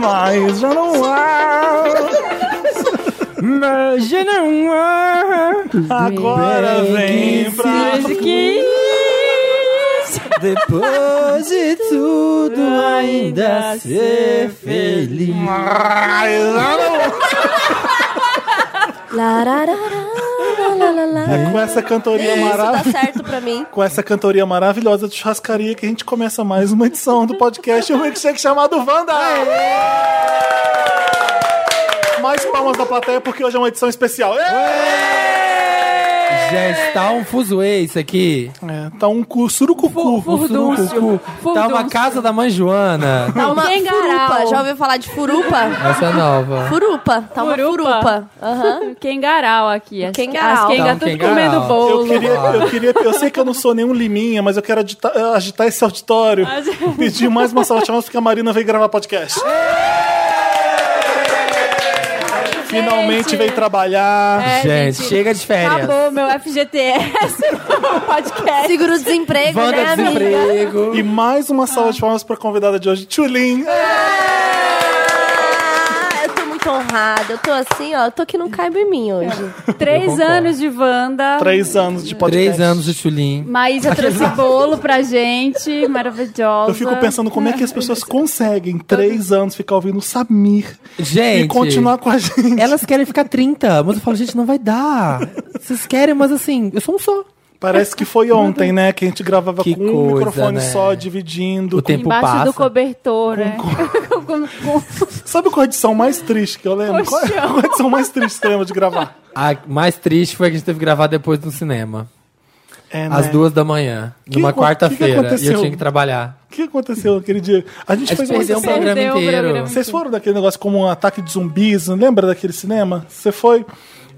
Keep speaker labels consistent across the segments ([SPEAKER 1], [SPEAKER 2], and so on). [SPEAKER 1] Mas já não há. Mas já não há. Agora vem pra.
[SPEAKER 2] Depois de tudo ainda ser feliz.
[SPEAKER 1] Mas já não É com essa cantoria
[SPEAKER 3] Isso dá
[SPEAKER 1] maravilhosa.
[SPEAKER 3] certo pra mim. Tá
[SPEAKER 1] Com essa cantoria maravilhosa de churrascaria que a gente começa mais uma edição do podcast Um Milkshake chamado Wanda! Mais palmas da plateia porque hoje é uma edição especial.
[SPEAKER 2] Já está um fuzuê isso aqui.
[SPEAKER 1] É, tá um cu- surucucu.
[SPEAKER 2] Furdúncio. Tá uma casa da mãe Joana.
[SPEAKER 3] Tá uma
[SPEAKER 4] Tem
[SPEAKER 3] furupa.
[SPEAKER 4] garal.
[SPEAKER 3] Já ouviu falar de furupa?
[SPEAKER 2] Essa é nova.
[SPEAKER 3] Furupa. Tá uma
[SPEAKER 4] Furupa.
[SPEAKER 3] furupa. Aham.
[SPEAKER 4] Kengaral aqui. As,
[SPEAKER 3] Kengarau.
[SPEAKER 4] as Kenga
[SPEAKER 2] Tá um
[SPEAKER 4] tudo
[SPEAKER 2] Kengarau.
[SPEAKER 4] comendo
[SPEAKER 1] Eu
[SPEAKER 4] bolo.
[SPEAKER 1] queria, eu queria, eu sei que eu não sou nenhum liminha, mas eu quero agitar, agitar esse auditório, pedir mais uma salva de palmas porque a Marina veio gravar podcast. Finalmente
[SPEAKER 4] Gente.
[SPEAKER 1] veio trabalhar.
[SPEAKER 4] É,
[SPEAKER 2] Gente,
[SPEAKER 4] gente,
[SPEAKER 2] chega de férias.
[SPEAKER 4] Acabou meu FGTS, meu podcast.
[SPEAKER 3] Seguro-desemprego, né,
[SPEAKER 2] Vanda
[SPEAKER 3] amiga?
[SPEAKER 2] desemprego.
[SPEAKER 1] E mais
[SPEAKER 4] Ah.
[SPEAKER 1] uma salva de palmas para a convidada de hoje, Tchulin.
[SPEAKER 4] É.
[SPEAKER 3] Ah, eu tô muito honrada. Eu tô assim, ó. Eu tô que não caiba em mim hoje.
[SPEAKER 4] Três
[SPEAKER 2] concordo.
[SPEAKER 4] anos de Wanda.
[SPEAKER 1] Três anos de podcast.
[SPEAKER 2] Três anos de chulim.
[SPEAKER 4] Maísa trouxe bolo pra gente, maravilhosa.
[SPEAKER 1] Eu fico pensando como é que as pessoas conseguem, em três anos, ficar ouvindo o Samir
[SPEAKER 2] Gente.
[SPEAKER 1] e continuar com a gente.
[SPEAKER 2] Elas querem ficar 30, mas eu falo, gente, não vai dar. Vocês querem, mas assim, eu sou um só.
[SPEAKER 1] Parece que foi ontem, né? Que a gente gravava
[SPEAKER 2] Que
[SPEAKER 1] com um
[SPEAKER 2] coisa,
[SPEAKER 1] microfone
[SPEAKER 2] né?
[SPEAKER 1] só, dividindo.
[SPEAKER 2] O
[SPEAKER 1] com-
[SPEAKER 2] tempo
[SPEAKER 4] Embaixo
[SPEAKER 2] passa.
[SPEAKER 4] do cobertor, né? Com- com-
[SPEAKER 1] Sabe qual é a edição mais triste que eu lembro? Qual, é-
[SPEAKER 4] Poxa.
[SPEAKER 1] qual é a edição mais triste que eu lembro de gravar?
[SPEAKER 2] A mais triste foi a que a gente teve que gravar depois no cinema.
[SPEAKER 1] É, né?
[SPEAKER 2] Às duas da manhã,
[SPEAKER 1] Que
[SPEAKER 2] numa
[SPEAKER 1] acon- que que
[SPEAKER 2] quarta-feira. E
[SPEAKER 1] aconteceu?
[SPEAKER 2] eu tinha que trabalhar.
[SPEAKER 1] O que aconteceu aquele dia? A gente
[SPEAKER 2] A gente
[SPEAKER 1] fez uma
[SPEAKER 2] perdeu um
[SPEAKER 1] sessão.
[SPEAKER 2] programa
[SPEAKER 4] Perdeu o
[SPEAKER 2] inteiro.
[SPEAKER 4] programa.
[SPEAKER 1] Vocês foram daquele negócio como um ataque de zumbis? não Lembra daquele cinema? Você foi.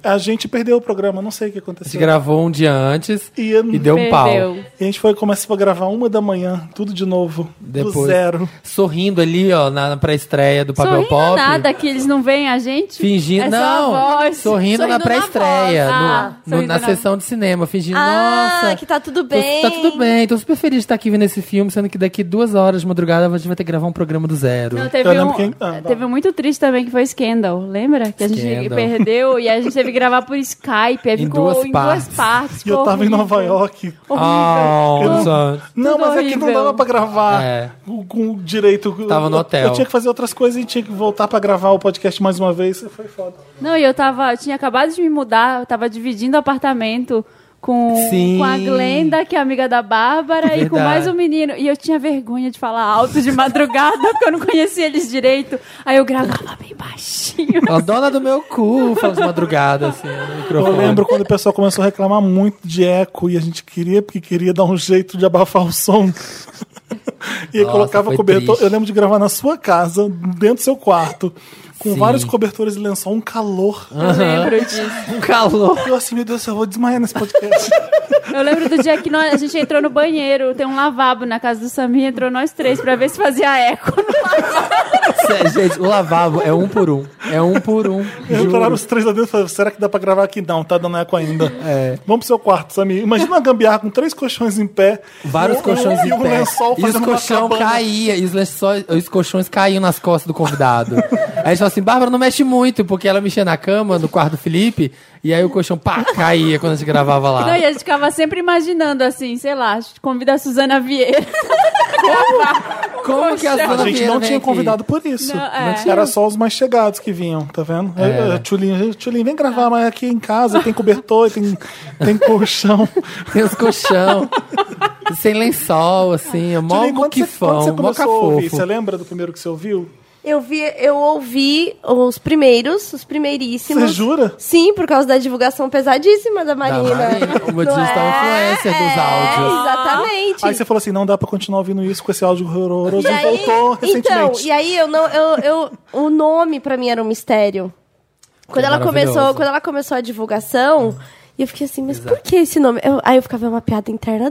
[SPEAKER 1] A gente perdeu o programa, não sei o que
[SPEAKER 2] A gente
[SPEAKER 1] aconteceu.
[SPEAKER 2] gravou um dia antes
[SPEAKER 1] E,
[SPEAKER 2] e deu um pau.
[SPEAKER 4] Perdeu.
[SPEAKER 1] e a gente foi começou a gravar uma da manhã, tudo de novo. Do
[SPEAKER 2] Depois.
[SPEAKER 1] zero.
[SPEAKER 2] Sorrindo ali, ó, na na pré-estreia do Papel
[SPEAKER 4] Sorrindo
[SPEAKER 2] Pop.
[SPEAKER 4] nada que eles não veem a gente.
[SPEAKER 2] Fingindo.
[SPEAKER 4] É só a
[SPEAKER 2] não,
[SPEAKER 4] voz.
[SPEAKER 2] sorrindo,
[SPEAKER 3] Sorrindo
[SPEAKER 2] na
[SPEAKER 3] na
[SPEAKER 2] pré-estreia.
[SPEAKER 4] voz.
[SPEAKER 2] no-
[SPEAKER 4] Ah,
[SPEAKER 2] no-
[SPEAKER 4] sorrindo
[SPEAKER 2] na
[SPEAKER 4] na-
[SPEAKER 2] sessão de cinema, fingindo,
[SPEAKER 3] Ah,
[SPEAKER 2] nossa.
[SPEAKER 3] que tá tudo
[SPEAKER 2] tô-
[SPEAKER 3] bem.
[SPEAKER 2] Tá tudo bem, tô super feliz de estar aqui vendo esse filme, sendo que daqui duas horas de madrugada a gente vai ter que gravar um programa do zero.
[SPEAKER 4] Não, teve
[SPEAKER 1] Eu lembro
[SPEAKER 4] um,
[SPEAKER 1] quem- ah,
[SPEAKER 4] teve um muito triste também que foi Scandal, lembra? Que a gente
[SPEAKER 2] Scandal.
[SPEAKER 4] perdeu e a gente teve que gravar por Skype, aí
[SPEAKER 2] Em
[SPEAKER 4] ficou
[SPEAKER 2] duas
[SPEAKER 4] em
[SPEAKER 2] partes.
[SPEAKER 4] duas partes.
[SPEAKER 1] E eu
[SPEAKER 4] ficou
[SPEAKER 1] tava em
[SPEAKER 4] horrível.
[SPEAKER 1] Nova York.
[SPEAKER 4] é
[SPEAKER 2] Ah, nossa.
[SPEAKER 1] Não, mas aqui não
[SPEAKER 4] horrível.
[SPEAKER 1] dava pra gravar
[SPEAKER 2] É.
[SPEAKER 1] com- com direito.
[SPEAKER 2] Tava no
[SPEAKER 1] Eu- Eu,
[SPEAKER 2] hotel.
[SPEAKER 1] tinha que fazer outras coisas e tinha que voltar pra gravar o podcast mais uma vez. Foi foda.
[SPEAKER 4] Não, e eu tava, eu tinha acabado de me mudar, eu tava dividindo apartamento com,
[SPEAKER 2] Sim.
[SPEAKER 4] com a Glenda, que é amiga da Bárbara, e com
[SPEAKER 2] Verdade.
[SPEAKER 4] mais um menino. E eu tinha vergonha de falar alto de madrugada, porque eu não conhecia eles direito. Aí eu gravava bem baixinho.
[SPEAKER 2] A dona do meu cu, fala de madrugada, assim, no
[SPEAKER 1] Eu
[SPEAKER 2] microfone.
[SPEAKER 1] lembro quando o pessoal começou a reclamar muito de eco e a gente queria, porque queria dar um jeito de abafar o som. E aí
[SPEAKER 2] Nossa,
[SPEAKER 1] colocava
[SPEAKER 2] foi
[SPEAKER 1] cobertor.
[SPEAKER 2] triste.
[SPEAKER 1] Eu lembro de gravar na sua casa, dentro do seu quarto, com
[SPEAKER 2] Sim. Ah.
[SPEAKER 1] vários cobertores e lençol, um calor.
[SPEAKER 4] Eu lembro disso.
[SPEAKER 2] Um calor.
[SPEAKER 1] Eu assim, meu Deus, eu vou desmaiar nesse podcast.
[SPEAKER 4] Eu lembro do dia que nós- a gente entrou no banheiro, tem um lavabo na casa do Samir, entrou nós três pra ver se fazia eco.
[SPEAKER 2] Sério, gente, o lavabo é um por um. É um por um.
[SPEAKER 1] Entraram
[SPEAKER 2] Juro.
[SPEAKER 1] os três lá dentro e falaram, será que dá pra gravar aqui? Não, tá dando eco ainda.
[SPEAKER 2] É.
[SPEAKER 1] Vamos pro seu quarto, Samir. Imagina uma gambiarra com três colchões em pé.
[SPEAKER 2] Vários
[SPEAKER 1] e um-
[SPEAKER 2] colchões
[SPEAKER 1] e
[SPEAKER 2] em
[SPEAKER 1] um
[SPEAKER 2] pé.
[SPEAKER 1] lençol
[SPEAKER 2] e os
[SPEAKER 1] fazendo uma
[SPEAKER 2] colchão
[SPEAKER 1] cabana.
[SPEAKER 2] caía, e os, lençóis- os colchões caíam nas costas do convidado. aí a gente falou assim, Bárbara, não mexe muito, porque ela mexia na cama, no quarto do Felipe, e aí o colchão, pá, caía quando a gente gravava lá.
[SPEAKER 4] Não, e a gente ficava sempre imaginando assim, sei lá, convida a Suzana Vieira.
[SPEAKER 2] Como que a,
[SPEAKER 1] A
[SPEAKER 2] Suzana
[SPEAKER 1] gente
[SPEAKER 2] Vieira vem
[SPEAKER 1] não
[SPEAKER 3] né,
[SPEAKER 1] tinha
[SPEAKER 2] aqui?
[SPEAKER 1] convidado por isso.
[SPEAKER 4] Não, é.
[SPEAKER 1] Era só os mais chegados que vinham, tá vendo?
[SPEAKER 2] É.
[SPEAKER 1] É. Tchulin, Tchulin, vem
[SPEAKER 4] Ah.
[SPEAKER 1] gravar mas aqui em casa, tem cobertor, tem, tem colchão.
[SPEAKER 2] Tem os colchão, sem lençol, assim, é mó
[SPEAKER 1] Tchulin, quando, você, quando você
[SPEAKER 2] muquifão, mó
[SPEAKER 1] começou a ouvir, você
[SPEAKER 2] cafofo.
[SPEAKER 1] lembra do primeiro que você ouviu?
[SPEAKER 3] Eu, vi, eu ouvi os primeiros, os primeiríssimos.
[SPEAKER 1] Você jura?
[SPEAKER 3] Sim, por causa da divulgação pesadíssima da Marina.
[SPEAKER 2] Marina, uma
[SPEAKER 3] Não é?
[SPEAKER 2] digital influencer dos áudios.
[SPEAKER 3] Exatamente.
[SPEAKER 1] Aí você falou assim, não dá pra continuar ouvindo isso com esse áudio horroroso.
[SPEAKER 3] E aí-
[SPEAKER 1] voltou
[SPEAKER 3] Então,
[SPEAKER 1] recentemente.
[SPEAKER 3] e aí eu não. Eu, eu, o nome pra mim era um mistério. Quando
[SPEAKER 2] É
[SPEAKER 3] ela, começou,
[SPEAKER 2] maravilhoso.
[SPEAKER 3] quando ela começou a divulgação, eu fiquei assim, mas por que esse nome? Eu- aí eu ficava "É uma piada interna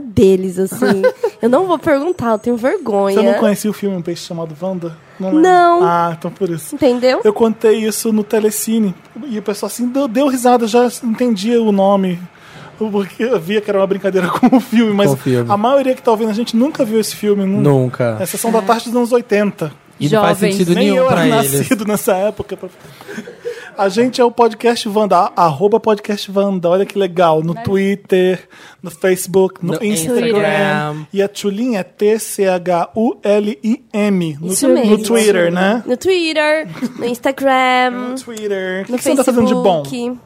[SPEAKER 3] deles, assim. eu não vou perguntar, eu tenho vergonha.
[SPEAKER 1] Você não conhecia o filme Um Peixe Chamado Wanda? Não. lembra?
[SPEAKER 3] Não.
[SPEAKER 1] Ah, então por isso.
[SPEAKER 3] Entendeu?
[SPEAKER 1] Eu contei isso no Telecine. E o pessoal assim, deu, deu risada, já entendia o nome. Porque eu via que era uma brincadeira com o filme, mas
[SPEAKER 2] Com o filme.
[SPEAKER 1] a maioria que tá ouvindo a gente nunca viu esse filme. Não.
[SPEAKER 2] Nunca.
[SPEAKER 1] É Sessão da Tarde dos anos 80.
[SPEAKER 2] E não faz
[SPEAKER 4] Jovens.
[SPEAKER 2] sentido
[SPEAKER 1] Nem
[SPEAKER 2] nenhum
[SPEAKER 1] eu
[SPEAKER 2] pra
[SPEAKER 1] era
[SPEAKER 2] eles.
[SPEAKER 1] nascido nessa época. pra- A gente é o Podcast Vanda, arroba Podcast Vanda, olha que legal. No Twitter, no Facebook, no,
[SPEAKER 2] No
[SPEAKER 1] Instagram.
[SPEAKER 2] Instagram.
[SPEAKER 1] E a Tchulin é T-C-H-U-L-I-M. No,
[SPEAKER 3] Isso
[SPEAKER 1] no
[SPEAKER 3] mesmo.
[SPEAKER 1] Twitter, né?
[SPEAKER 3] No Twitter, no Instagram,
[SPEAKER 1] No Twitter. O que,
[SPEAKER 3] no
[SPEAKER 1] que você anda fazendo de bom?
[SPEAKER 3] Facebook.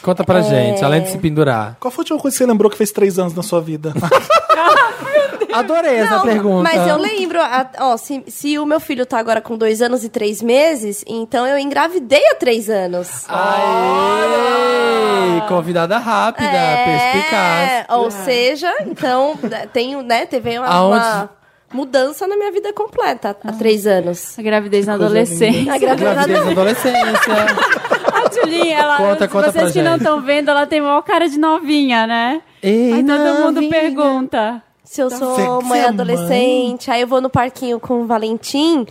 [SPEAKER 2] Conta pra gente, além de se pendurar.
[SPEAKER 1] Qual foi a última coisa que você lembrou que fez três anos na sua vida?
[SPEAKER 2] Adorei
[SPEAKER 1] é
[SPEAKER 2] essa pergunta.
[SPEAKER 3] Mas eu lembro, a- ó, se, se o meu filho tá agora com dois anos e três meses, então eu engravidei há três anos.
[SPEAKER 2] Aê! Convidada rápida,
[SPEAKER 3] É.
[SPEAKER 2] perspicaz.
[SPEAKER 3] Ou seja, então, né, tenho, né, teve uma,
[SPEAKER 2] Aonde-
[SPEAKER 3] uma mudança na minha vida completa há três anos.
[SPEAKER 4] A gravidez na adolescência.
[SPEAKER 3] A gravidez
[SPEAKER 2] Gravidez na adolescência.
[SPEAKER 4] A Julinha, ela,
[SPEAKER 2] Conta,
[SPEAKER 4] se
[SPEAKER 2] conta pra
[SPEAKER 4] vocês que não
[SPEAKER 2] gente.
[SPEAKER 4] estão vendo, ela tem maior cara de novinha, né?
[SPEAKER 2] Ei,
[SPEAKER 4] Aí todo
[SPEAKER 2] não,
[SPEAKER 4] mundo
[SPEAKER 2] vinha.
[SPEAKER 4] pergunta.
[SPEAKER 3] Se eu
[SPEAKER 1] Você-
[SPEAKER 3] sou
[SPEAKER 1] você
[SPEAKER 3] mãe
[SPEAKER 1] é
[SPEAKER 3] adolescente, aí eu vou no parquinho com o Valentim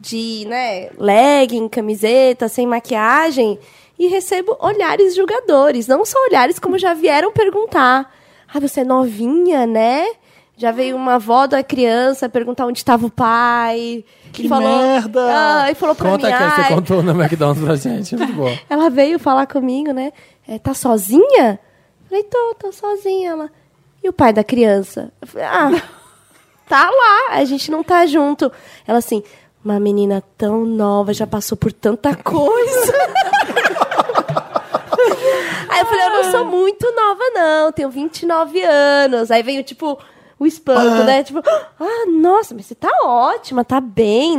[SPEAKER 3] de, né, legging, camiseta, sem maquiagem e recebo olhares julgadores, não só olhares como já vieram perguntar: "Ah, você é novinha, né?" Já veio uma avó da criança perguntar onde estava o pai.
[SPEAKER 1] Que merda!
[SPEAKER 3] Ah, e falou pra
[SPEAKER 2] Conta
[SPEAKER 3] mim,
[SPEAKER 2] que você
[SPEAKER 3] "Ai,
[SPEAKER 2] contou no McDonald's pra gente. é Muito bom.
[SPEAKER 3] ela veio falar comigo, né? É, tá sozinha? Falei, tô, tô sozinha. Ela, e o pai da criança? Eu falei, ah, tá lá, a gente não tá junto. Ela assim, uma menina tão nova, já passou por tanta coisa. Aí eu falei, eu não sou muito nova, não, tenho 29 anos. Aí veio, tipo, o espanto, né? Tipo, ah, nossa, mas você tá ótima, tá bem,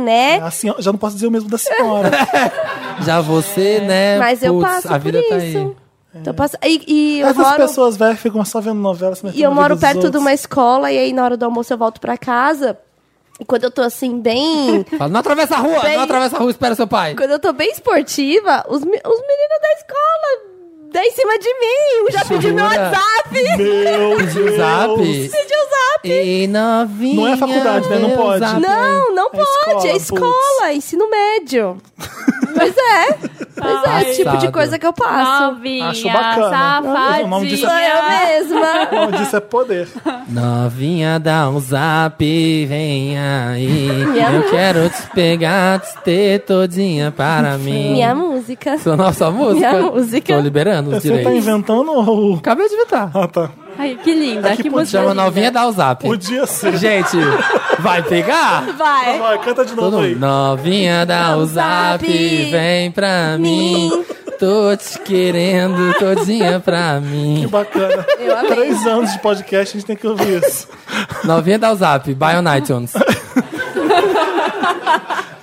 [SPEAKER 3] né?
[SPEAKER 1] A senhora- Assim, já não posso dizer o mesmo da senhora.
[SPEAKER 2] Já você, né?
[SPEAKER 3] É. Mas eu
[SPEAKER 2] putz,
[SPEAKER 3] passo
[SPEAKER 2] a vida
[SPEAKER 3] por
[SPEAKER 2] tá
[SPEAKER 3] isso.
[SPEAKER 2] aí.
[SPEAKER 3] Então, eu passo- e, e eu
[SPEAKER 1] Essas
[SPEAKER 3] moro,
[SPEAKER 1] pessoas velhas ficam só vendo novela. se metendo
[SPEAKER 3] e eu
[SPEAKER 1] na vida
[SPEAKER 3] moro
[SPEAKER 1] dos
[SPEAKER 3] perto de
[SPEAKER 1] outros.
[SPEAKER 3] uma escola, e aí na hora do almoço eu volto pra casa. E quando eu tô assim, bem.
[SPEAKER 2] Fala, não atravessa a rua,
[SPEAKER 3] Bem-
[SPEAKER 2] não atravessa a rua, espera seu pai.
[SPEAKER 3] quando eu tô bem esportiva, os, me- os meninos da escola dão em cima de mim. Um já pediu meu
[SPEAKER 2] Jura?
[SPEAKER 3] WhatsApp.
[SPEAKER 2] Pediu o
[SPEAKER 1] Meu Deus.
[SPEAKER 2] zap.
[SPEAKER 3] Pediu o zap.
[SPEAKER 2] Ei, novinha.
[SPEAKER 1] Não é faculdade, né? Não
[SPEAKER 2] meu
[SPEAKER 1] pode.
[SPEAKER 2] zap.
[SPEAKER 3] Não, não
[SPEAKER 1] É
[SPEAKER 3] pode.
[SPEAKER 1] escola,
[SPEAKER 3] é escola, ensino médio. pois é. Pois é, é o tipo de
[SPEAKER 2] Passado.
[SPEAKER 3] coisa que eu passo.
[SPEAKER 4] Novinha,
[SPEAKER 1] Acho bacana.
[SPEAKER 4] safadinha. né?
[SPEAKER 1] O nome disso
[SPEAKER 3] Sou eu mesma.
[SPEAKER 1] O nome disso é poder.
[SPEAKER 2] Novinha, dá um zap, vem aí.
[SPEAKER 3] Minha
[SPEAKER 2] Eu quero te pegar, te ter todinha para mim.
[SPEAKER 3] Minha música.
[SPEAKER 2] Sua nossa música.
[SPEAKER 3] Minha música.
[SPEAKER 2] Tô liberando os
[SPEAKER 1] Você tá
[SPEAKER 2] direitos.
[SPEAKER 1] inventando o.
[SPEAKER 2] Acabei de inventar.
[SPEAKER 1] Ah, tá.
[SPEAKER 4] Ai, que linda, que,
[SPEAKER 1] Aqui
[SPEAKER 4] música
[SPEAKER 2] Chama
[SPEAKER 4] linda.
[SPEAKER 2] novinha, dá o zap.
[SPEAKER 1] Podia ser.
[SPEAKER 2] Gente, vai pegar?
[SPEAKER 4] Vai.
[SPEAKER 1] Vai, canta de novo
[SPEAKER 2] Todo
[SPEAKER 1] aí.
[SPEAKER 2] mundo. Novinha, dá o zap, vem pra mim. Tô te querendo todinha pra
[SPEAKER 1] Que
[SPEAKER 2] mim.
[SPEAKER 1] bacana. Três anos de podcast, a gente tem que ouvir isso.
[SPEAKER 2] Novinha, dá o zap, buy on iTunes.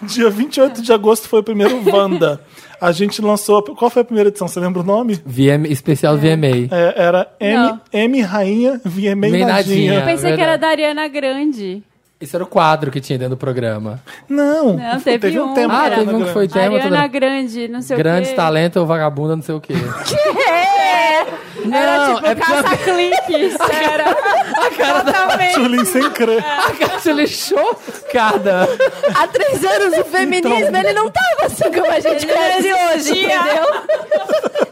[SPEAKER 1] Dia 28 de agosto foi o primeiro Wanda. A gente lançou. Qual foi a primeira edição? Você lembra o nome?
[SPEAKER 2] VM, especial VMA.
[SPEAKER 1] É, era M,
[SPEAKER 4] Não.
[SPEAKER 1] M Rainha VMA
[SPEAKER 2] Meio nadinha.
[SPEAKER 1] Nadinha.
[SPEAKER 4] Pensei que era
[SPEAKER 2] verdade.
[SPEAKER 4] da Ariana Grande.
[SPEAKER 2] Esse era o quadro que tinha dentro do programa.
[SPEAKER 1] Não,
[SPEAKER 4] Não, teve
[SPEAKER 1] um
[SPEAKER 4] um.
[SPEAKER 1] tempo.
[SPEAKER 4] Ah,
[SPEAKER 1] era
[SPEAKER 2] teve um que foi-
[SPEAKER 1] grande.
[SPEAKER 2] Tem uma
[SPEAKER 4] Ariana
[SPEAKER 2] outra-
[SPEAKER 4] Grande, não sei
[SPEAKER 2] Grandes
[SPEAKER 4] o quê.
[SPEAKER 2] talentos ou vagabunda, não sei o quê. Não,
[SPEAKER 4] Era tipo
[SPEAKER 2] é porque- Tipo,
[SPEAKER 4] caça-cliques. Era totalmente.
[SPEAKER 1] Tulin sem crer.
[SPEAKER 2] A Cátia lixou cada.
[SPEAKER 3] Há três anos o feminismo, ele não tava assim como a gente
[SPEAKER 4] Ele
[SPEAKER 3] conhece
[SPEAKER 4] não
[SPEAKER 3] hoje,
[SPEAKER 4] existia.
[SPEAKER 3] entendeu?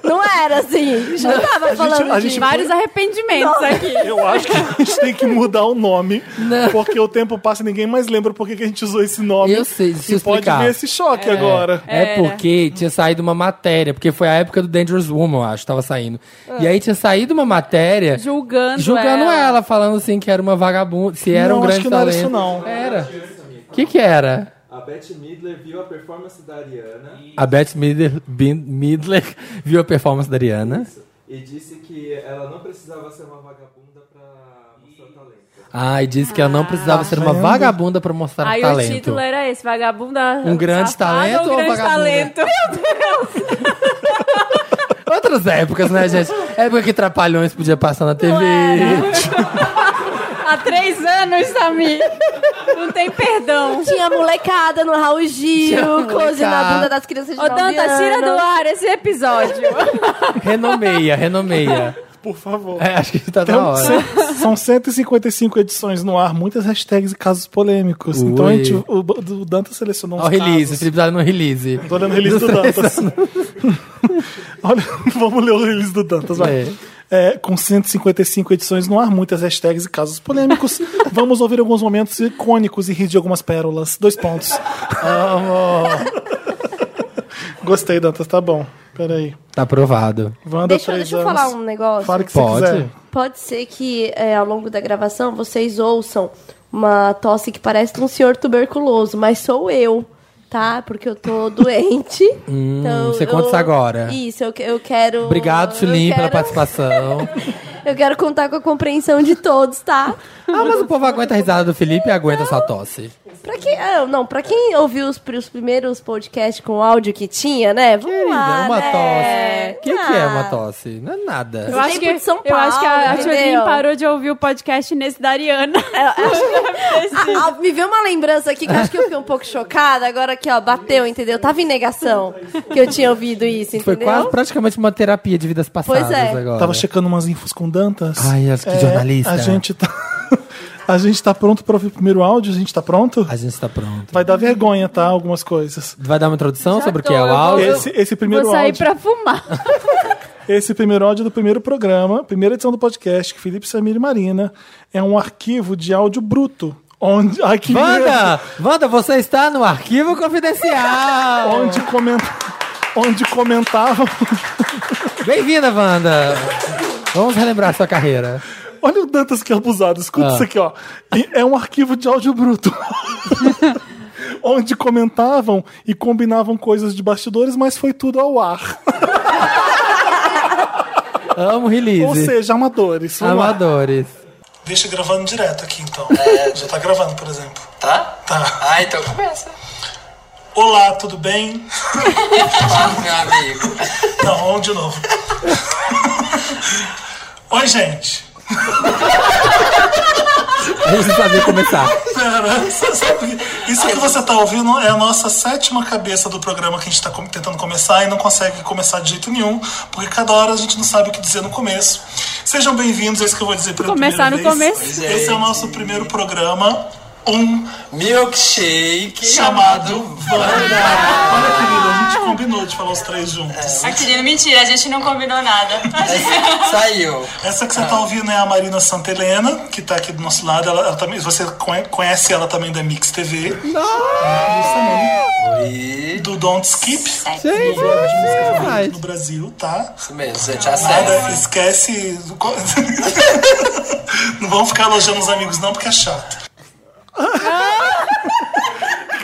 [SPEAKER 3] Não era assim. Já tava falando
[SPEAKER 1] a
[SPEAKER 3] de...
[SPEAKER 1] gente-
[SPEAKER 4] Vários arrependimentos aqui.
[SPEAKER 1] Eu acho que a gente tem que mudar o nome,
[SPEAKER 2] É. Não.
[SPEAKER 1] porque o tempo passa e ninguém mais lembra por que que a gente usou esse nome.
[SPEAKER 2] Eu sei, deixa
[SPEAKER 1] e
[SPEAKER 2] eu
[SPEAKER 1] pode
[SPEAKER 2] explicar.
[SPEAKER 1] vir esse choque agora.
[SPEAKER 2] É porque tinha saído uma matéria, porque foi a época do Dangerous Woman, eu acho, tava saindo. E aí tinha saído uma matéria
[SPEAKER 4] Julgando,
[SPEAKER 2] julgando
[SPEAKER 4] ela.
[SPEAKER 2] ela. falando assim que era uma vagabunda, se era
[SPEAKER 1] Não,
[SPEAKER 2] um
[SPEAKER 1] acho
[SPEAKER 2] grande
[SPEAKER 1] que não era
[SPEAKER 2] talento.
[SPEAKER 1] isso, não.
[SPEAKER 2] era O que que era?
[SPEAKER 5] A Beth Midler viu a performance da Ariana e,
[SPEAKER 2] A Beth Midler, Bin- Midler viu a performance da Ariana.
[SPEAKER 5] disse que ela não precisava ser uma vagabunda pra mostrar talento.
[SPEAKER 2] Ah, e disse que ela não precisava ser uma
[SPEAKER 1] Tá vendo?
[SPEAKER 2] vagabunda pra mostrar
[SPEAKER 4] Aí
[SPEAKER 2] talento.
[SPEAKER 4] o título é- era esse, vagabunda.
[SPEAKER 2] Um grande
[SPEAKER 4] safada
[SPEAKER 2] talento
[SPEAKER 4] ou um
[SPEAKER 2] ou
[SPEAKER 4] grande
[SPEAKER 2] vagabunda?
[SPEAKER 4] talento?
[SPEAKER 2] Outras épocas, né, gente? Época que Trapalhões podia passar na TV.
[SPEAKER 4] Há três anos, Samir. Não tem perdão.
[SPEAKER 3] Tinha molecada no Raul
[SPEAKER 2] Tinha
[SPEAKER 3] Gil, close
[SPEAKER 2] molecada.
[SPEAKER 3] na bunda das crianças de
[SPEAKER 4] Ô,
[SPEAKER 3] 9
[SPEAKER 4] Danta, tira do
[SPEAKER 3] anos.
[SPEAKER 4] ar esse episódio.
[SPEAKER 2] renomeia, renomeia.
[SPEAKER 1] Por favor.
[SPEAKER 2] É, acho que tá
[SPEAKER 1] Tem
[SPEAKER 2] na
[SPEAKER 1] um-
[SPEAKER 2] hora.
[SPEAKER 1] cem- são 155 edições no ar, muitas hashtags e casos polêmicos.
[SPEAKER 2] Ui.
[SPEAKER 1] Então a gente, o, o Dantas selecionou uns
[SPEAKER 2] Ó, o release, o
[SPEAKER 1] casos.
[SPEAKER 2] Felipe tá no release.
[SPEAKER 1] Tô olhando o release do Dantas. Olha, vamos ler o release do Dantas, vai.
[SPEAKER 2] É.
[SPEAKER 1] É. é, com 155 edições no ar, muitas hashtags e casos polêmicos. Vamos ouvir alguns momentos icônicos e rir de algumas pérolas. Dois pontos. Gostei, Dantas, tá bom. Peraí.
[SPEAKER 2] Tá aprovado.
[SPEAKER 1] Wanda,
[SPEAKER 3] Deixa,
[SPEAKER 1] três
[SPEAKER 3] deixa eu
[SPEAKER 1] anos.
[SPEAKER 3] falar um negócio.
[SPEAKER 1] Fala o que
[SPEAKER 2] Pode?
[SPEAKER 1] você quiser.
[SPEAKER 3] Pode ser que é, ao longo da gravação vocês ouçam uma tosse que parece de um senhor tuberculoso, mas sou eu, tá? Porque eu tô doente. então,
[SPEAKER 2] você conta
[SPEAKER 3] eu-
[SPEAKER 2] isso agora.
[SPEAKER 3] Isso, eu, que- eu quero.
[SPEAKER 2] Obrigado,
[SPEAKER 3] eu
[SPEAKER 2] Sulim, pela
[SPEAKER 3] quero-
[SPEAKER 2] participação.
[SPEAKER 3] Eu quero contar com a compreensão de todos, tá?
[SPEAKER 2] Ah, mas o povo aguenta a risada do Felipe e aguenta sua tosse.
[SPEAKER 3] Pra quem, ah, não, pra quem ouviu os, pri- os primeiros podcasts com áudio que tinha, né? Vamos
[SPEAKER 2] Querida,
[SPEAKER 3] lá,
[SPEAKER 2] é uma
[SPEAKER 3] né?
[SPEAKER 2] tosse. O que, que é uma
[SPEAKER 3] Ah,
[SPEAKER 2] tosse? Não é nada.
[SPEAKER 4] Eu acho, que,
[SPEAKER 3] tempo de São
[SPEAKER 4] eu acho que a, a
[SPEAKER 3] Paulo,
[SPEAKER 4] Tchulin
[SPEAKER 3] entendeu?
[SPEAKER 4] parou de ouvir o podcast nesse da Ariana.
[SPEAKER 3] Ah, ah, me veio uma lembrança aqui que eu acho que eu fiquei um pouco chocada. Agora que, ó, bateu, entendeu? Tava em negação que eu tinha ouvido isso,
[SPEAKER 2] Foi
[SPEAKER 3] entendeu?
[SPEAKER 2] quase praticamente uma terapia de vidas passadas
[SPEAKER 3] Pois é.
[SPEAKER 2] agora.
[SPEAKER 1] Tava checando umas infos com Dantas. É,
[SPEAKER 2] Ai, acho que jornalista.
[SPEAKER 1] A gente tá. A gente tá pronto para ouvir o primeiro áudio? A gente tá pronto?
[SPEAKER 2] A gente tá pronto. Vai,
[SPEAKER 1] Vai dar vergonha, tá? Algumas coisas.
[SPEAKER 2] dar uma introdução sobre o que
[SPEAKER 4] tô,
[SPEAKER 2] é o
[SPEAKER 4] eu vou-
[SPEAKER 2] áudio?
[SPEAKER 1] Esse, esse primeiro
[SPEAKER 4] Vou sair
[SPEAKER 1] áudio.
[SPEAKER 4] pra fumar.
[SPEAKER 1] Esse primeiro áudio é do primeiro programa, primeira edição do podcast, que Felipe Samir e Marina. É um arquivo de áudio bruto. Onde. Ai, que medo!
[SPEAKER 2] Wanda! Wanda, você está no arquivo confidencial!
[SPEAKER 1] Onde comenta. Onde comentavam.
[SPEAKER 2] Bem-vinda, Wanda! Vamos relembrar sua carreira.
[SPEAKER 1] Olha o Dantas que é abusado, escuta
[SPEAKER 2] Ah.
[SPEAKER 1] isso aqui, ó. E É um arquivo de áudio bruto. Onde comentavam e combinavam coisas de bastidores, mas foi tudo ao ar.
[SPEAKER 2] Amo
[SPEAKER 1] Ou
[SPEAKER 2] release.
[SPEAKER 1] seja, amadores. vamos lá.
[SPEAKER 2] Amadores.
[SPEAKER 1] Deixa gravando direto aqui, então. Já tá gravando, por exemplo.
[SPEAKER 6] Tá?
[SPEAKER 1] Tá.
[SPEAKER 6] Ah, então começa.
[SPEAKER 1] Olá, tudo bem?
[SPEAKER 6] Fala, meu amigo.
[SPEAKER 1] Não, vamos de novo. Oi, gente.
[SPEAKER 2] A gente sabia começar.
[SPEAKER 1] Pera, você sabe que- isso que você tá ouvindo é a nossa sétima cabeça do programa que a gente tá com- tentando começar e não consegue começar de jeito nenhum, porque cada hora a gente não sabe o que dizer no começo. Sejam bem-vindos, é isso que eu vou dizer pela
[SPEAKER 4] Começar
[SPEAKER 1] primeira
[SPEAKER 4] no
[SPEAKER 1] vez.
[SPEAKER 4] começo.
[SPEAKER 6] Pois é,
[SPEAKER 1] Esse é o nosso primeiro programa, um
[SPEAKER 6] Milkshake
[SPEAKER 1] chamado Wanda. É. Olha, querido, a
[SPEAKER 4] Ah.
[SPEAKER 1] gente combinou de falar os três juntos.
[SPEAKER 7] Ah, querido, mentira, a gente não combinou nada.
[SPEAKER 6] É, Saiu.
[SPEAKER 1] Essa que você tá ouvindo é a Marina Santelena, que tá aqui do nosso lado. Ela, ela também, você conhe- conhece ela também da Mix TV.
[SPEAKER 6] E...
[SPEAKER 1] Do Don't Skip.
[SPEAKER 2] Gente,
[SPEAKER 1] No Brasil, tá?
[SPEAKER 6] Isso mesmo, gente, é
[SPEAKER 1] Nada,
[SPEAKER 6] acerta.
[SPEAKER 1] esquece. Não vamos ficar elogiando os amigos, não, porque é chato.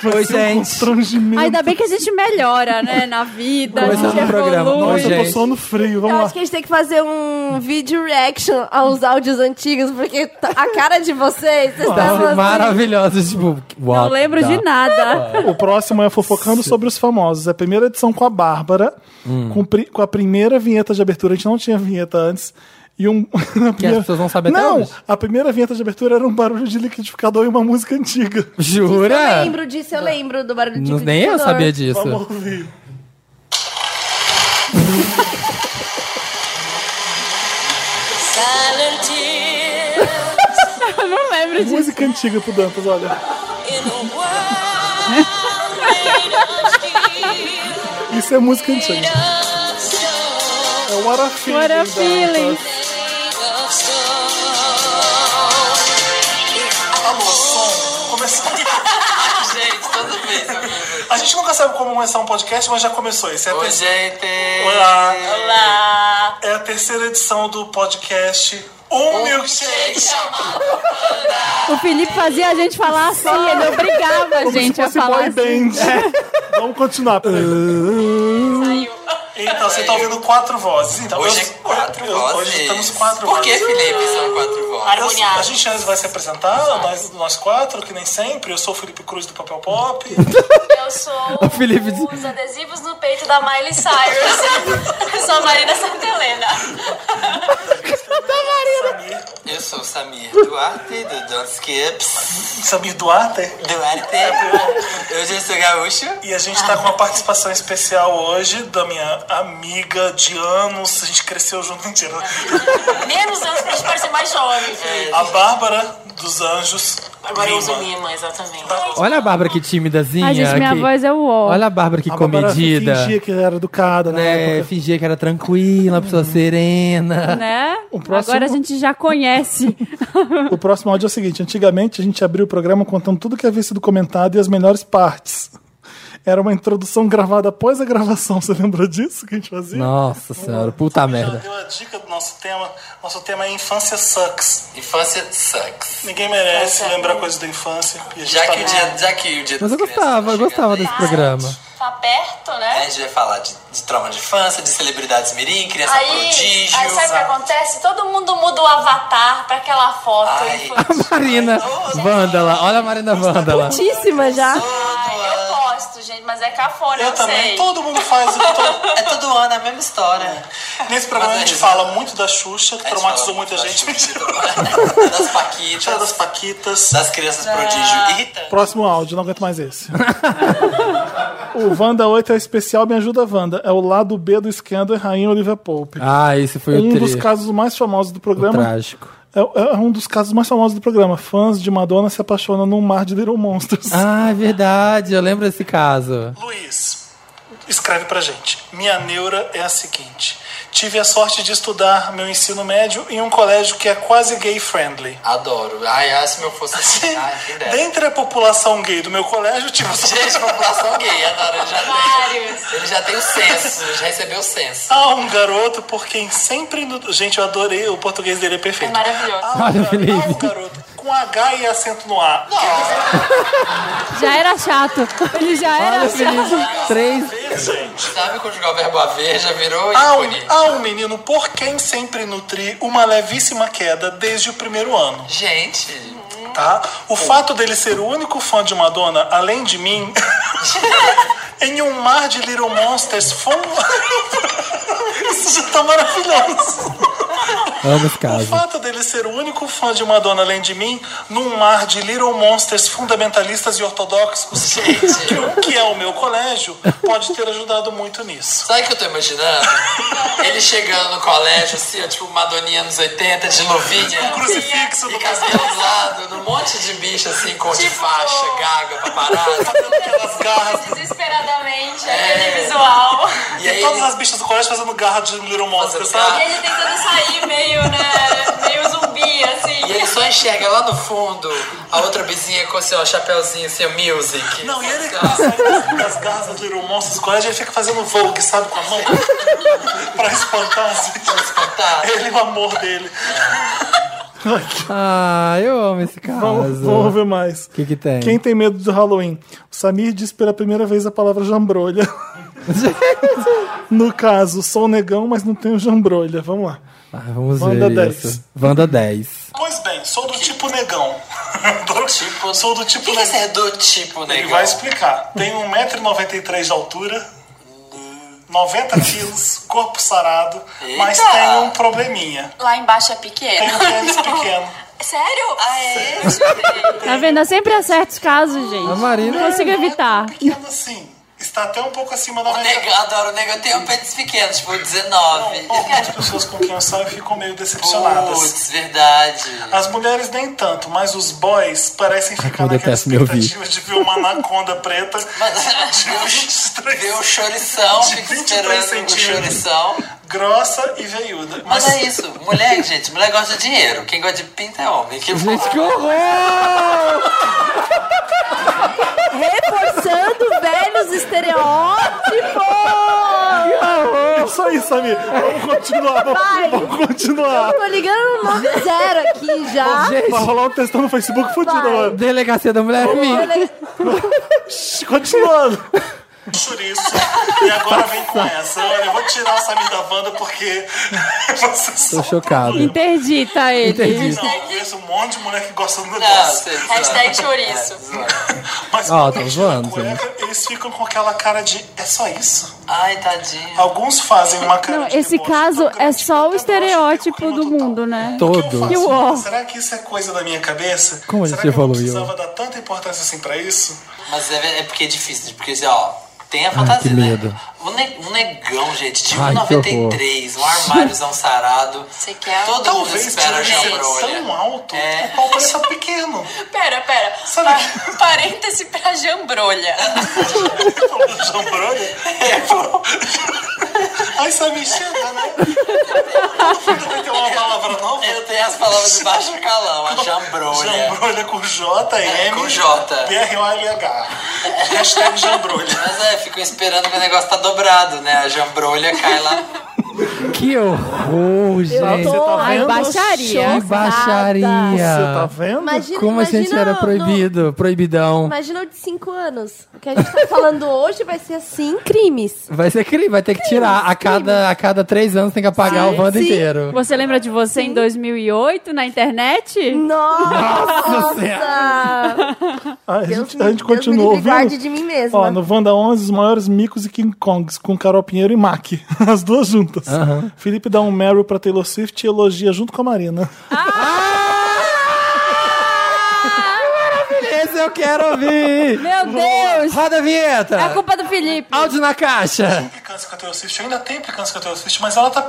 [SPEAKER 2] Oi, gente.
[SPEAKER 1] Constrangimento.
[SPEAKER 4] Ainda bem que a gente melhora, né? Na vida, a
[SPEAKER 2] Começando
[SPEAKER 4] gente
[SPEAKER 2] o programa.
[SPEAKER 4] evolui.
[SPEAKER 2] Nossa, eu tô Gente.
[SPEAKER 1] no frio,
[SPEAKER 3] Eu acho que a gente tem que fazer um vídeo reaction aos áudios antigos, porque tá- a cara de vocês, vocês estavam
[SPEAKER 2] Tá
[SPEAKER 3] assim,
[SPEAKER 2] maravilhoso, tipo,
[SPEAKER 4] Não
[SPEAKER 2] what
[SPEAKER 4] lembro
[SPEAKER 2] the-
[SPEAKER 4] de nada.
[SPEAKER 1] O próximo é Fofocando sobre os Famosos. É a primeira edição com a Bárbara,
[SPEAKER 2] Hum.
[SPEAKER 1] com, pri- com a primeira vinheta de abertura. A gente não tinha vinheta antes. E um, a primeira-
[SPEAKER 2] pessoas vão saber até
[SPEAKER 1] Não,
[SPEAKER 2] hoje.
[SPEAKER 1] a primeira vinheta de abertura era um barulho de liquidificador e uma música antiga.
[SPEAKER 3] Eu
[SPEAKER 2] Jura?
[SPEAKER 3] lembro disso, eu lembro do barulho de
[SPEAKER 2] Não- nem eu
[SPEAKER 3] liquidificador.
[SPEAKER 2] sabia disso.
[SPEAKER 1] Vamos ouvir.
[SPEAKER 4] Não lembro disso.
[SPEAKER 1] Música antiga pro Dantas, olha. Isso é música antiga. É o What a Feeling.
[SPEAKER 4] What a
[SPEAKER 1] Dantas.
[SPEAKER 4] feeling.
[SPEAKER 1] Alô, som. Começou.
[SPEAKER 6] Gente, toda vez.
[SPEAKER 1] A gente nunca sabe como começar um podcast, mas já começou. Esse é a
[SPEAKER 6] Oi,
[SPEAKER 1] terceira-
[SPEAKER 6] gente.
[SPEAKER 1] Olá.
[SPEAKER 6] Olá.
[SPEAKER 1] É a terceira edição do podcast Um Milkshake.
[SPEAKER 4] O Felipe fazia a gente falar assim, ele obrigava a gente a
[SPEAKER 1] Esse
[SPEAKER 4] falar
[SPEAKER 1] boy
[SPEAKER 4] assim.
[SPEAKER 1] band. Vamos continuar. peraí. Então, você tá ouvindo quatro vozes. Então,
[SPEAKER 6] Hoje
[SPEAKER 1] eu-
[SPEAKER 6] é quatro
[SPEAKER 1] eu-
[SPEAKER 6] vozes.
[SPEAKER 1] Hoje estamos quatro
[SPEAKER 6] Por que,
[SPEAKER 1] vozes.
[SPEAKER 6] Felipe, são quatro vozes?
[SPEAKER 1] Eu- a gente antes vai se apresentar, nós, nós quatro, que nem sempre. Eu sou o Felipe Cruz do Papel Pop.
[SPEAKER 7] Eu sou
[SPEAKER 2] O Felipe disse-
[SPEAKER 7] os adesivos no peito da Miley Cyrus. Eu sou a Marina Santelena.
[SPEAKER 1] Samir,
[SPEAKER 6] Eu sou o Samir Duarte, do Don't Skips.
[SPEAKER 1] Samir Duarte.
[SPEAKER 6] Duarte. Eu já sou gaúcho.
[SPEAKER 1] E a gente tá com uma participação especial hoje da minha amiga de anos. A gente cresceu junto mentira.
[SPEAKER 6] É.
[SPEAKER 7] Menos anos pra gente parecer mais jovem.
[SPEAKER 1] A Bárbara dos Anjos.
[SPEAKER 7] Agora eu uso
[SPEAKER 1] Lima.
[SPEAKER 7] Lima, exatamente.
[SPEAKER 2] Olha a Bárbara que timidazinha.
[SPEAKER 4] Ai, gente, minha
[SPEAKER 2] que-
[SPEAKER 4] voz é o ó.
[SPEAKER 2] Olha a Bárbara que
[SPEAKER 1] A Bárbara
[SPEAKER 2] comedida.
[SPEAKER 1] Fingia que era educada, né?
[SPEAKER 2] né? Fingia que era tranquila, uma pessoa serena.
[SPEAKER 4] Né?
[SPEAKER 1] próximo-
[SPEAKER 4] Agora a gente já conhece.
[SPEAKER 1] O próximo áudio é o seguinte: antigamente a gente abria o programa contando tudo que havia sido comentado e as melhores partes. Era uma introdução gravada após a gravação, você lembrou disso que a gente fazia?
[SPEAKER 2] Nossa senhora, puta merda.
[SPEAKER 1] deu a dica do nosso tema. Nosso tema é infância sucks.
[SPEAKER 6] Infância sucks.
[SPEAKER 1] Ninguém merece lembrar coisas da infância. e a gente
[SPEAKER 6] Já
[SPEAKER 1] tá
[SPEAKER 6] que, o dia, já que o dia
[SPEAKER 2] Mas
[SPEAKER 6] das
[SPEAKER 2] eu
[SPEAKER 6] crianças
[SPEAKER 2] gostava,
[SPEAKER 6] tá
[SPEAKER 2] eu gostava
[SPEAKER 6] chegando
[SPEAKER 2] desse
[SPEAKER 6] aí,
[SPEAKER 2] programa.
[SPEAKER 7] Tá perto,
[SPEAKER 6] né,
[SPEAKER 7] né?
[SPEAKER 6] A gente vai falar de, de trauma de infância, de celebridades mirim, criança
[SPEAKER 7] Aí,
[SPEAKER 6] prodígio.
[SPEAKER 7] aí sabe o que é acontece? Todo mundo muda o avatar pra aquela foto.
[SPEAKER 6] Ai.
[SPEAKER 7] infantil.
[SPEAKER 2] Marina Vândala, olha a Marina Vândala.
[SPEAKER 3] Muitíssima já.
[SPEAKER 7] Ai, eu gosto, gente, mas é cafona, eu,
[SPEAKER 1] Eu também,
[SPEAKER 7] sei.
[SPEAKER 1] todo mundo faz o que todo...
[SPEAKER 6] É todo ano, é a mesma história.
[SPEAKER 1] Nesse programa a gente fala muito da Xuxa, que
[SPEAKER 6] A gente
[SPEAKER 1] traumatizou
[SPEAKER 6] fala
[SPEAKER 1] muita
[SPEAKER 6] da
[SPEAKER 1] gente.
[SPEAKER 6] Xuxa,
[SPEAKER 1] Mentira.
[SPEAKER 6] das paquitas,
[SPEAKER 1] das Paquitas.
[SPEAKER 6] das crianças prodígio. Irritante.
[SPEAKER 1] Próximo áudio, não aguento mais esse. o Wanda 8 é especial, me ajuda Wanda. É o lado B do Scandal e Rainha Olivia Pope.
[SPEAKER 2] Ah, esse foi o
[SPEAKER 1] um
[SPEAKER 2] tri...
[SPEAKER 1] dos casos mais famosos do
[SPEAKER 2] o
[SPEAKER 1] programa.
[SPEAKER 2] trágico.
[SPEAKER 1] É, é um dos casos mais famosos do programa. Fãs de Madonna se apaixonam num mar de Little Monsters.
[SPEAKER 2] Ah, é verdade, eu lembro desse caso.
[SPEAKER 1] Luiz, escreve pra gente. Minha neura é a seguinte. Tive a sorte de estudar meu ensino médio em um colégio que é quase gay friendly.
[SPEAKER 6] Adoro. Ai, ai, se meu fosse assim. Ai, quem dera.
[SPEAKER 1] Dentre a população gay do meu colégio, tive a sorte
[SPEAKER 6] Gente, população gay, adoro. Ele já
[SPEAKER 7] Vários.
[SPEAKER 6] tem, ele já tem o senso, já recebeu o senso.
[SPEAKER 1] Há um garoto por quem sempre. indo- Gente, eu adorei, o português dele é perfeito.
[SPEAKER 7] É maravilhoso.
[SPEAKER 1] Há um,
[SPEAKER 2] Olha,
[SPEAKER 1] gar-
[SPEAKER 2] Felipe.
[SPEAKER 1] há um garoto com H e acento no A.
[SPEAKER 4] Já era chato. Ele já era
[SPEAKER 2] Olha, Felipe,
[SPEAKER 4] chato.
[SPEAKER 2] três.
[SPEAKER 6] Sabe conjugar o verbo haver, já virou
[SPEAKER 1] Há um,
[SPEAKER 6] ícone.
[SPEAKER 1] há um menino por quem sempre nutri uma levíssima queda desde o primeiro ano,
[SPEAKER 6] Gente,
[SPEAKER 1] tá? O fato dele ser o único fã de Madonna, além de mim, em um mar de Little Monsters fomos. Isso já tá maravilhoso.
[SPEAKER 2] Amo esse
[SPEAKER 1] O
[SPEAKER 2] caso.
[SPEAKER 1] fato dele ser o único fã de Madonna além de mim, num mar de Little Monsters fundamentalistas e ortodoxos, que, o que é o meu colégio, pode ter ajudado muito nisso.
[SPEAKER 6] sabe o que eu tô imaginando? Ele chegando no colégio, assim, ó, tipo Madoninha nos 80, de luvinha.
[SPEAKER 1] Um Crucifixo Tipo-
[SPEAKER 6] E
[SPEAKER 1] do
[SPEAKER 6] cabelo do lado, num monte de bicho assim, com de faixa, gaga, paparazzo.
[SPEAKER 1] Tá aquelas garras.
[SPEAKER 7] Desesperadamente, aquele visual.
[SPEAKER 6] E aí
[SPEAKER 1] É Todas
[SPEAKER 6] ele
[SPEAKER 1] as bichas do colégio fazendo garra de Little Monsters,
[SPEAKER 6] Fazendo
[SPEAKER 7] E
[SPEAKER 1] sabe?
[SPEAKER 6] garra.
[SPEAKER 7] ele tentando sair meio, né? Meio zumbi,
[SPEAKER 6] E ele
[SPEAKER 7] assim.
[SPEAKER 6] só enxerga lá no fundo a outra vizinha com seu chapéuzinho, seu music. Tá.
[SPEAKER 1] Não, e ele sai das garras do Little Monsters do colégio, ele fica fazendo vogue, sabe, com a mão. pra espantar as bichas.
[SPEAKER 6] Tá.
[SPEAKER 1] Ele e o amor dele.
[SPEAKER 2] Ah, eu amo esse
[SPEAKER 8] Vamos, vamos
[SPEAKER 2] caso.
[SPEAKER 8] ver mais.
[SPEAKER 2] O que que tem?
[SPEAKER 8] Quem tem medo do Halloween? O Samir disse pela primeira vez a palavra jambrolha. no caso, sou negão, mas não tenho jambrolha. Vamos lá.
[SPEAKER 2] Ah, vamos
[SPEAKER 8] Wanda
[SPEAKER 2] ver
[SPEAKER 8] 10.
[SPEAKER 2] isso. Wanda 10.
[SPEAKER 1] Pois bem, sou do tipo negão.
[SPEAKER 6] Tipo,
[SPEAKER 1] Sou do
[SPEAKER 6] O
[SPEAKER 1] tipo
[SPEAKER 6] que que é
[SPEAKER 1] negão.
[SPEAKER 6] ser do tipo, né?
[SPEAKER 1] Ele vai explicar. Tem 1,93m de altura, 90 quilos, corpo sarado, mas
[SPEAKER 6] Eita!
[SPEAKER 1] tem um probleminha.
[SPEAKER 7] Lá embaixo é
[SPEAKER 1] Tem um
[SPEAKER 7] pequeno.
[SPEAKER 1] pênis pequeno.
[SPEAKER 7] Sério? Ah, é?
[SPEAKER 4] Tá vendo? Eu sempre acerto os casos,
[SPEAKER 2] A
[SPEAKER 4] gente. Não
[SPEAKER 2] Marina.
[SPEAKER 4] consigo evitar.
[SPEAKER 1] Pequeno assim. Está até um pouco acima da
[SPEAKER 6] O
[SPEAKER 1] média.
[SPEAKER 6] negão, adoro o negão. Eu tenho peitos pequenos, tipo 19.
[SPEAKER 1] Algumas pessoas com quem eu saio ficam meio decepcionadas.
[SPEAKER 6] Putz, verdade.
[SPEAKER 1] As mulheres nem tanto, mas os boys parecem ficar
[SPEAKER 2] Eu
[SPEAKER 1] naquela
[SPEAKER 2] detesto me ouvir.
[SPEAKER 1] expectativa de ver uma anaconda preta de
[SPEAKER 6] Vê
[SPEAKER 1] 23,
[SPEAKER 6] o chorição,
[SPEAKER 1] De
[SPEAKER 6] fica
[SPEAKER 1] 23
[SPEAKER 6] esperando o
[SPEAKER 1] centímetros.
[SPEAKER 6] chorição.
[SPEAKER 1] grossa e veiuda.
[SPEAKER 6] Mas é isso. Mulher, gente, mulher gosta de dinheiro. Quem gosta de pinta é homem. Que
[SPEAKER 2] Gente, que horror!
[SPEAKER 3] Reforçando velhos estereótipos!
[SPEAKER 8] É isso aí, Samir. Vamos continuar.
[SPEAKER 3] Vai.
[SPEAKER 8] Vamos, vamos continuar.
[SPEAKER 3] Tô ligando no 90 aqui já.
[SPEAKER 8] Vai
[SPEAKER 2] Gente,
[SPEAKER 8] rolar um textão no Facebook fudido
[SPEAKER 3] Vai.
[SPEAKER 8] agora.
[SPEAKER 2] delegacia da mulher é minha.
[SPEAKER 8] Continuando.
[SPEAKER 1] chouriço. E agora vem com essa. Olha, eu vou tirar o Samir da banda porque vocês
[SPEAKER 2] Tô chocado.
[SPEAKER 4] Interdita ele.
[SPEAKER 2] Entendi.
[SPEAKER 1] Não, eu conheço um monte de mulher que gosta do
[SPEAKER 6] Não,
[SPEAKER 1] negócio.
[SPEAKER 6] sei lá.
[SPEAKER 7] Hashtag chouriço.
[SPEAKER 6] É,
[SPEAKER 1] Mas
[SPEAKER 2] Ó,
[SPEAKER 1] quando
[SPEAKER 2] tá
[SPEAKER 1] eles tiram a
[SPEAKER 2] zoando,
[SPEAKER 1] cueca, eles ficam com aquela cara de é só isso.
[SPEAKER 6] Ai, tadinho.
[SPEAKER 1] Alguns fazem uma cara
[SPEAKER 4] Não,
[SPEAKER 1] de
[SPEAKER 4] esse
[SPEAKER 1] deboche
[SPEAKER 4] caso
[SPEAKER 1] tão
[SPEAKER 4] é
[SPEAKER 1] grande que eu
[SPEAKER 4] só o
[SPEAKER 1] até acho que
[SPEAKER 4] estereótipo
[SPEAKER 1] eu
[SPEAKER 4] do
[SPEAKER 1] um total.
[SPEAKER 4] mundo, né?
[SPEAKER 1] Eu
[SPEAKER 2] Todo.
[SPEAKER 4] Que
[SPEAKER 1] faço,
[SPEAKER 4] uó.
[SPEAKER 1] Será que isso é coisa da minha cabeça?
[SPEAKER 2] Como a
[SPEAKER 1] Será
[SPEAKER 2] gente
[SPEAKER 1] que é eu não
[SPEAKER 2] evoluiu?
[SPEAKER 1] precisava dar tanta importância assim pra isso?
[SPEAKER 6] Mas é, é porque é difícil, porque, ó, Tem a fantasia,
[SPEAKER 2] que
[SPEAKER 6] né?
[SPEAKER 2] medo.
[SPEAKER 6] Um, ne- um negão, gente, de um
[SPEAKER 2] Ai, que
[SPEAKER 6] 93, um armáriozão sarado.
[SPEAKER 7] Você quer?
[SPEAKER 6] Todo
[SPEAKER 1] Talvez
[SPEAKER 6] mundo
[SPEAKER 1] seja
[SPEAKER 6] espera achar
[SPEAKER 1] um
[SPEAKER 6] pra
[SPEAKER 1] jeito
[SPEAKER 6] olhar.
[SPEAKER 1] tão alto
[SPEAKER 6] É.
[SPEAKER 1] que o pau pareça pequeno.
[SPEAKER 7] Pera, pera.
[SPEAKER 1] Sabe
[SPEAKER 7] Pa- Parêntese pra jambrolha.
[SPEAKER 1] Jambrolha? É, Aí sabe enxerga, né? Tem uma palavra nova?
[SPEAKER 6] Eu tenho as palavras de baixo calão, a jambrolha.
[SPEAKER 1] Jambrolha com J, M,
[SPEAKER 6] É, Com J.
[SPEAKER 1] um B-R-O-L-H. Hashtag jambrolha.
[SPEAKER 6] Mas é, ficam esperando que o negócio tá dobrado, né? A jambrolha cai lá.
[SPEAKER 2] Que horror, gente.
[SPEAKER 5] tô- tá
[SPEAKER 4] Ai,
[SPEAKER 5] vendo?
[SPEAKER 4] baixaria.
[SPEAKER 2] Que baixaria.
[SPEAKER 5] Você tá vendo?
[SPEAKER 3] Imagina,
[SPEAKER 2] Como a
[SPEAKER 3] imagina
[SPEAKER 2] gente era
[SPEAKER 3] no-
[SPEAKER 2] proibido, proibidão.
[SPEAKER 3] Imagina o de 5 anos. O que a gente tá falando hoje vai ser assim, crimes.
[SPEAKER 2] Vai ser crime, vai ter que tirar. A cada, a cada três anos tem que apagar o bando
[SPEAKER 3] sim.
[SPEAKER 2] inteiro.
[SPEAKER 4] Você lembra de você em 2008 na internet?
[SPEAKER 2] Senhora.
[SPEAKER 3] Nossa!
[SPEAKER 5] Ah, a
[SPEAKER 3] Deus
[SPEAKER 5] gente,
[SPEAKER 3] me-
[SPEAKER 5] a
[SPEAKER 3] Deus
[SPEAKER 5] gente
[SPEAKER 3] me
[SPEAKER 5] continua
[SPEAKER 3] livre e
[SPEAKER 5] ouvindo.
[SPEAKER 3] guarde de mim né? mesma.
[SPEAKER 5] Ó, no Wanda 11, os maiores micos e King Kongs, com Carol Pinheiro e Mac. As duas juntas. Felipe dá um Meryl pra Taylor Swift e elogia junto com a Marina.
[SPEAKER 2] Esse eu quero ouvir!
[SPEAKER 4] Meu Deus!
[SPEAKER 2] Roda a vinheta!
[SPEAKER 4] É culpa do Felipe.
[SPEAKER 2] Áudio na caixa!
[SPEAKER 1] implicância com a Taylor Swift, eu ainda tenho implicância com a Taylor Swift, mas ela tá,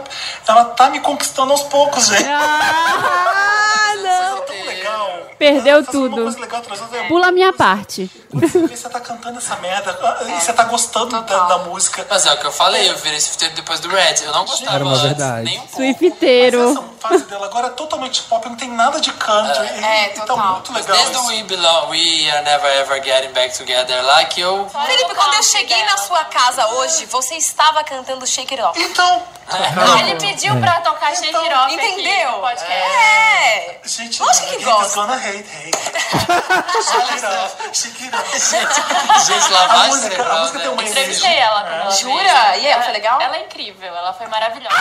[SPEAKER 1] ela tá me conquistando aos poucos, gente.
[SPEAKER 4] Ah,
[SPEAKER 1] Ela é tão legal.
[SPEAKER 4] Perdeu
[SPEAKER 1] Fazendo Uma
[SPEAKER 4] tudo.
[SPEAKER 1] coisa legal, trazendo é
[SPEAKER 4] Pula a minha parte.
[SPEAKER 1] Você tá cantando essa merda, e você tá gostando da, da música.
[SPEAKER 6] Mas é o que eu falei, eu virei swifteiro depois do Red. Eu não gostava
[SPEAKER 2] Era uma
[SPEAKER 6] antes,
[SPEAKER 2] verdade.
[SPEAKER 6] nem um pouco.
[SPEAKER 1] Essa
[SPEAKER 4] Swifteiro.
[SPEAKER 1] fase dela agora é totalmente pop, não tem nada de country.
[SPEAKER 7] É,
[SPEAKER 1] e,
[SPEAKER 7] total.
[SPEAKER 1] Tá muito
[SPEAKER 6] Mas
[SPEAKER 1] legal.
[SPEAKER 6] desde o
[SPEAKER 1] isso.
[SPEAKER 6] We Belong, We Are Never Ever Getting Back Together lá, que eu...
[SPEAKER 7] Felipe, quando eu cheguei na sua casa hoje, você estava cantando Shake It Off.
[SPEAKER 1] Então,
[SPEAKER 7] É. Ele pediu pra tocar Shake It Off. Entendeu? É.
[SPEAKER 1] gente, tá
[SPEAKER 7] Lógico que
[SPEAKER 1] haters
[SPEAKER 7] gosta.
[SPEAKER 1] gonna hate, hate. Shake it off, shake it off.
[SPEAKER 6] Gente, lavagem
[SPEAKER 1] música- a
[SPEAKER 6] cerebral,
[SPEAKER 1] música
[SPEAKER 6] né?
[SPEAKER 1] tem uma
[SPEAKER 6] Entrevista-
[SPEAKER 7] Entrevistei ela quando ela Jura? E ela foi legal? Ela é incrível, ela foi maravilhosa.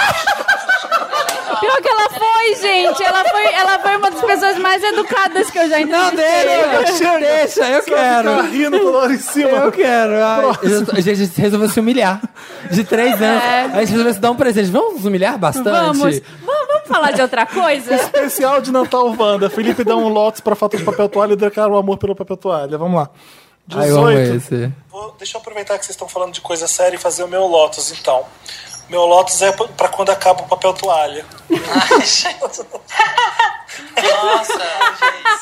[SPEAKER 4] Pior que ela foi, gente. Ela foi, ela foi uma das pessoas mais educadas que eu já
[SPEAKER 2] Não,
[SPEAKER 4] entrevistei.
[SPEAKER 2] deixa, deixa, eu
[SPEAKER 5] Tá
[SPEAKER 2] quero!
[SPEAKER 5] rindo toda hora em cima.
[SPEAKER 2] Eu quero! Ai, eu tô- gente, a gente resolveu se humilhar. De três anos. A gente resolveu se dar um presente. Vamos nos humilhar bastante?
[SPEAKER 4] Vamos, vamos, vamos falar de outra coisa?
[SPEAKER 5] Especial de Natal Então, Wanda. Felipe dá um lotes pra falta de papel toalha e declara o amor pelo papel toalha. Vamos lá.
[SPEAKER 2] Ai, eu amo
[SPEAKER 5] 18.
[SPEAKER 2] esse.
[SPEAKER 1] Vou- deixa eu aproveitar que vocês estão falando de coisa séria e fazer o meu Lotus, então. Meu Lotus é pra quando acaba o papel toalha.
[SPEAKER 6] Nossa,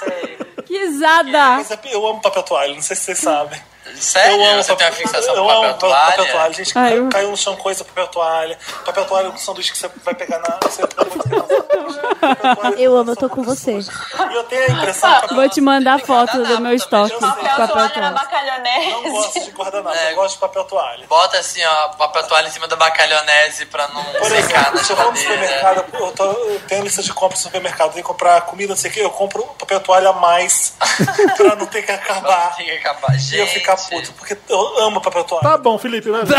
[SPEAKER 6] gente,
[SPEAKER 4] Que risada.
[SPEAKER 1] Mas é- eu amo papel toalha, não sei se vocês sabem.
[SPEAKER 6] sério.
[SPEAKER 1] eu amo
[SPEAKER 6] Sério? É, né? Você tem uma fixação
[SPEAKER 1] eu
[SPEAKER 6] com
[SPEAKER 1] amo
[SPEAKER 6] papel toalha?
[SPEAKER 1] papel toalha.
[SPEAKER 3] Ah,
[SPEAKER 1] Gente,
[SPEAKER 4] Ai,
[SPEAKER 1] cai-
[SPEAKER 4] eu-
[SPEAKER 1] caiu no chão coisa, papel toalha. Papel toalha é um sanduíche que você vai pegar na... Você tá muito Papel toalha-
[SPEAKER 3] Eu amo, eu tô com você.
[SPEAKER 1] E eu tenho a impressão que
[SPEAKER 4] Vou te mandar foto do meu estoque. de
[SPEAKER 7] Papel
[SPEAKER 4] Papel
[SPEAKER 7] toalha na
[SPEAKER 4] toalha.
[SPEAKER 3] Ah,
[SPEAKER 1] eu
[SPEAKER 7] bacalhonese.
[SPEAKER 1] não gosto de guardanapo,
[SPEAKER 6] É.
[SPEAKER 1] eu gosto de papel toalha.
[SPEAKER 6] Bota assim, ó, papel toalha em cima da bacalhonese pra não
[SPEAKER 1] Por
[SPEAKER 6] secar na
[SPEAKER 1] exemplo, se eu vou no
[SPEAKER 6] geladeira.
[SPEAKER 1] supermercado, eu, tô, eu tenho lista de compras no supermercado, tenho que comprar comida, não sei o que, eu compro um papel toalha a mais pra não ter que acabar.
[SPEAKER 6] Tem que acabar.
[SPEAKER 1] E eu
[SPEAKER 6] Gente,
[SPEAKER 1] ficar puto, porque eu amo papel toalha.
[SPEAKER 5] Tá bom, Felipe. Vai ver.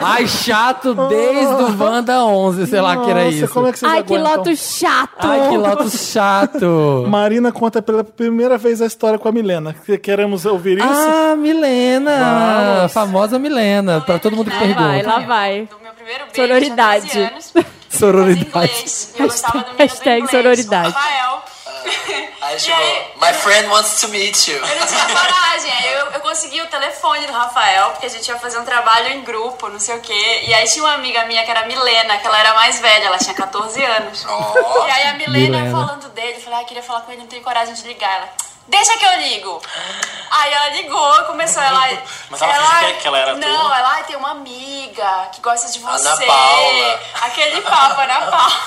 [SPEAKER 2] Ai, chato desde o Wanda 11, sei lá que era
[SPEAKER 5] Nossa,
[SPEAKER 2] isso.
[SPEAKER 5] como é que vocês
[SPEAKER 4] Ai, que
[SPEAKER 5] aguentam?
[SPEAKER 4] loto chato.
[SPEAKER 2] Ai, que lotus chato!
[SPEAKER 5] Marina conta pela primeira vez a história com a Milena. Que- Queremos ouvir isso?
[SPEAKER 2] Ah, Milena! A Famosa Milena, pra todo mundo que pergunta.
[SPEAKER 4] Vai, lá vai.
[SPEAKER 7] Do meu primeiro beijo,
[SPEAKER 4] Sororidade.
[SPEAKER 7] tinha 13 anos.
[SPEAKER 2] Sororidade.
[SPEAKER 7] Inglês, e eu gostava do menino do
[SPEAKER 4] Hashtag
[SPEAKER 7] inglês,
[SPEAKER 4] sororidade.
[SPEAKER 7] o Rafael.
[SPEAKER 6] Aí
[SPEAKER 7] E aí,
[SPEAKER 6] chegou, my friend wants to meet you.
[SPEAKER 7] eu não tinha coragem. Aí é, eu, eu consegui o telefone do Rafael, porque a gente ia fazer um trabalho em grupo, não sei o quê. E aí tinha uma amiga minha que era a Milena, que ela era mais velha, ela tinha 14 anos. E aí a Milena,
[SPEAKER 2] Milena.
[SPEAKER 7] falando dele, eu falei, ah, queria falar com ele, não tenho coragem de ligar. Ela, deixa que eu ligo. Aí ela ligou, começou ela.
[SPEAKER 1] Mas ela fingiu que ela era
[SPEAKER 7] Não,
[SPEAKER 1] tua?
[SPEAKER 7] ela "Ai, tem uma amiga que gosta de você.
[SPEAKER 6] Ana Paula.
[SPEAKER 7] Aquele papo, Ana Paula.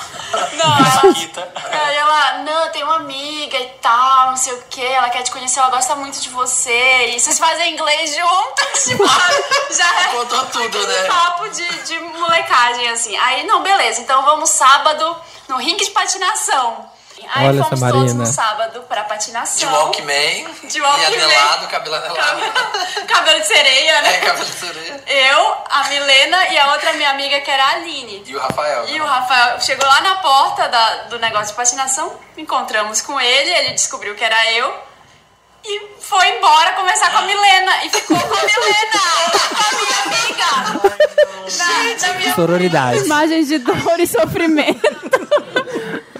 [SPEAKER 7] Não, ela.
[SPEAKER 1] Quita.
[SPEAKER 7] É, Aí ela, não, tem uma amiga e tal, não sei o que, ela quer te conhecer, ela gosta muito de você, e vocês fazem inglês juntos, tipo, já é
[SPEAKER 6] Contou tudo,
[SPEAKER 7] um
[SPEAKER 6] né?
[SPEAKER 7] papo de, de molecagem, assim. Aí, não, beleza, então vamos sábado no rinque de patinação. Aí
[SPEAKER 2] Olha
[SPEAKER 7] fomos
[SPEAKER 2] essa
[SPEAKER 7] todos
[SPEAKER 2] Marina.
[SPEAKER 7] no sábado pra
[SPEAKER 6] De
[SPEAKER 7] patinação.
[SPEAKER 6] Walkman.
[SPEAKER 7] De Walkman.
[SPEAKER 6] E anelado, cabelo anelado.
[SPEAKER 7] Cabelo- Cabelo de sereia,
[SPEAKER 6] É,
[SPEAKER 7] né?
[SPEAKER 6] cabelo de sereia.
[SPEAKER 7] Eu, a Milena e a outra minha amiga que era a Aline.
[SPEAKER 6] E o Rafael.
[SPEAKER 7] E
[SPEAKER 6] né?
[SPEAKER 7] o Rafael chegou lá na porta da- do negócio de patinação, encontramos com ele, ele descobriu que era eu e foi embora conversar com a Milena e ficou com a Milena, com a minha amiga. Da, da minha
[SPEAKER 2] Sororidade.
[SPEAKER 4] Imagens de dor e sofrimento.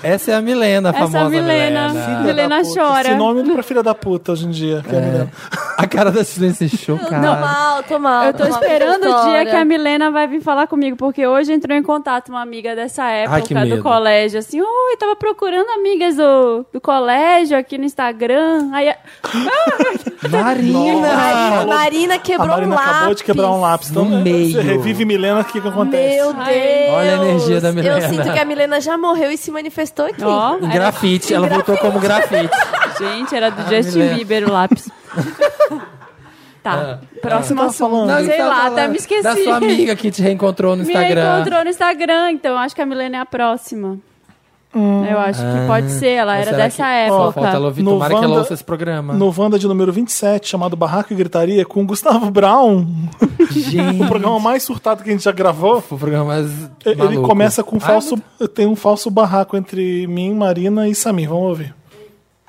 [SPEAKER 2] Essa é a Milena, a
[SPEAKER 4] Essa é
[SPEAKER 2] famosa
[SPEAKER 4] a Milena.
[SPEAKER 2] Milena.
[SPEAKER 4] Milena
[SPEAKER 5] Filha da puta.
[SPEAKER 4] chora.
[SPEAKER 5] Esse nome é pra filha da puta hoje em dia, que é a Milena.
[SPEAKER 2] A cara da Silêncio
[SPEAKER 3] Tô
[SPEAKER 2] chocada.
[SPEAKER 3] mal, tô mal.
[SPEAKER 4] Eu tô
[SPEAKER 3] mal
[SPEAKER 4] esperando
[SPEAKER 3] pra
[SPEAKER 4] o dia
[SPEAKER 3] história.
[SPEAKER 4] que a Milena vai vir falar comigo, porque hoje entrou em contato uma amiga dessa
[SPEAKER 2] Ai, que
[SPEAKER 4] época
[SPEAKER 2] medo.
[SPEAKER 4] do colégio, assim, oi, tava procurando amigas do, do colégio aqui no Instagram. Aí, a-
[SPEAKER 2] Marina!
[SPEAKER 3] Marina, Marina
[SPEAKER 1] A
[SPEAKER 3] quebrou
[SPEAKER 1] Marina
[SPEAKER 3] um lápis.
[SPEAKER 1] acabou de quebrar um lápis. Então,
[SPEAKER 2] No
[SPEAKER 1] né,
[SPEAKER 2] meio.
[SPEAKER 1] você revive Milena, o que, que acontece?
[SPEAKER 3] Meu
[SPEAKER 4] Ai.
[SPEAKER 3] Deus.
[SPEAKER 2] Olha a energia da Milena.
[SPEAKER 3] Eu sinto que a Milena já morreu e se manifestou aqui.
[SPEAKER 4] ó,
[SPEAKER 2] Em
[SPEAKER 4] era-
[SPEAKER 2] Um grafite, ela voltou como grafite.
[SPEAKER 4] gente, era do
[SPEAKER 2] Ah,
[SPEAKER 4] Justin
[SPEAKER 2] Milena. Ah,
[SPEAKER 4] Bieber o lápis. tá, próximo
[SPEAKER 1] tava
[SPEAKER 4] assunto.
[SPEAKER 1] falando? Não,
[SPEAKER 2] ele
[SPEAKER 4] sei
[SPEAKER 2] tava
[SPEAKER 4] lá,
[SPEAKER 2] falando
[SPEAKER 4] até me esqueci.
[SPEAKER 2] Da sua amiga que te reencontrou no
[SPEAKER 4] Me
[SPEAKER 2] Instagram.
[SPEAKER 4] encontrou no Instagram, então acho que a Milena é a próxima. Eu acho que
[SPEAKER 2] Ah,
[SPEAKER 4] pode ser, ela
[SPEAKER 2] mas
[SPEAKER 4] era
[SPEAKER 2] será
[SPEAKER 4] dessa
[SPEAKER 2] que- Só
[SPEAKER 4] época.
[SPEAKER 2] falta ela ouvir,
[SPEAKER 1] No
[SPEAKER 2] tomara que ela
[SPEAKER 1] Wanda-
[SPEAKER 2] ouça esse programa.
[SPEAKER 1] No Wanda de número 27, chamado Barraco e Gritaria, com Gustavo Brown,
[SPEAKER 2] Gente,
[SPEAKER 1] o programa mais surtado que a gente já gravou.
[SPEAKER 2] o programa mais
[SPEAKER 1] Ele
[SPEAKER 2] maluco. Ah, é
[SPEAKER 1] começa com um
[SPEAKER 2] Ai,
[SPEAKER 1] falso. Tem um falso barraco entre mim, Marina e Samir. Vamos ouvir.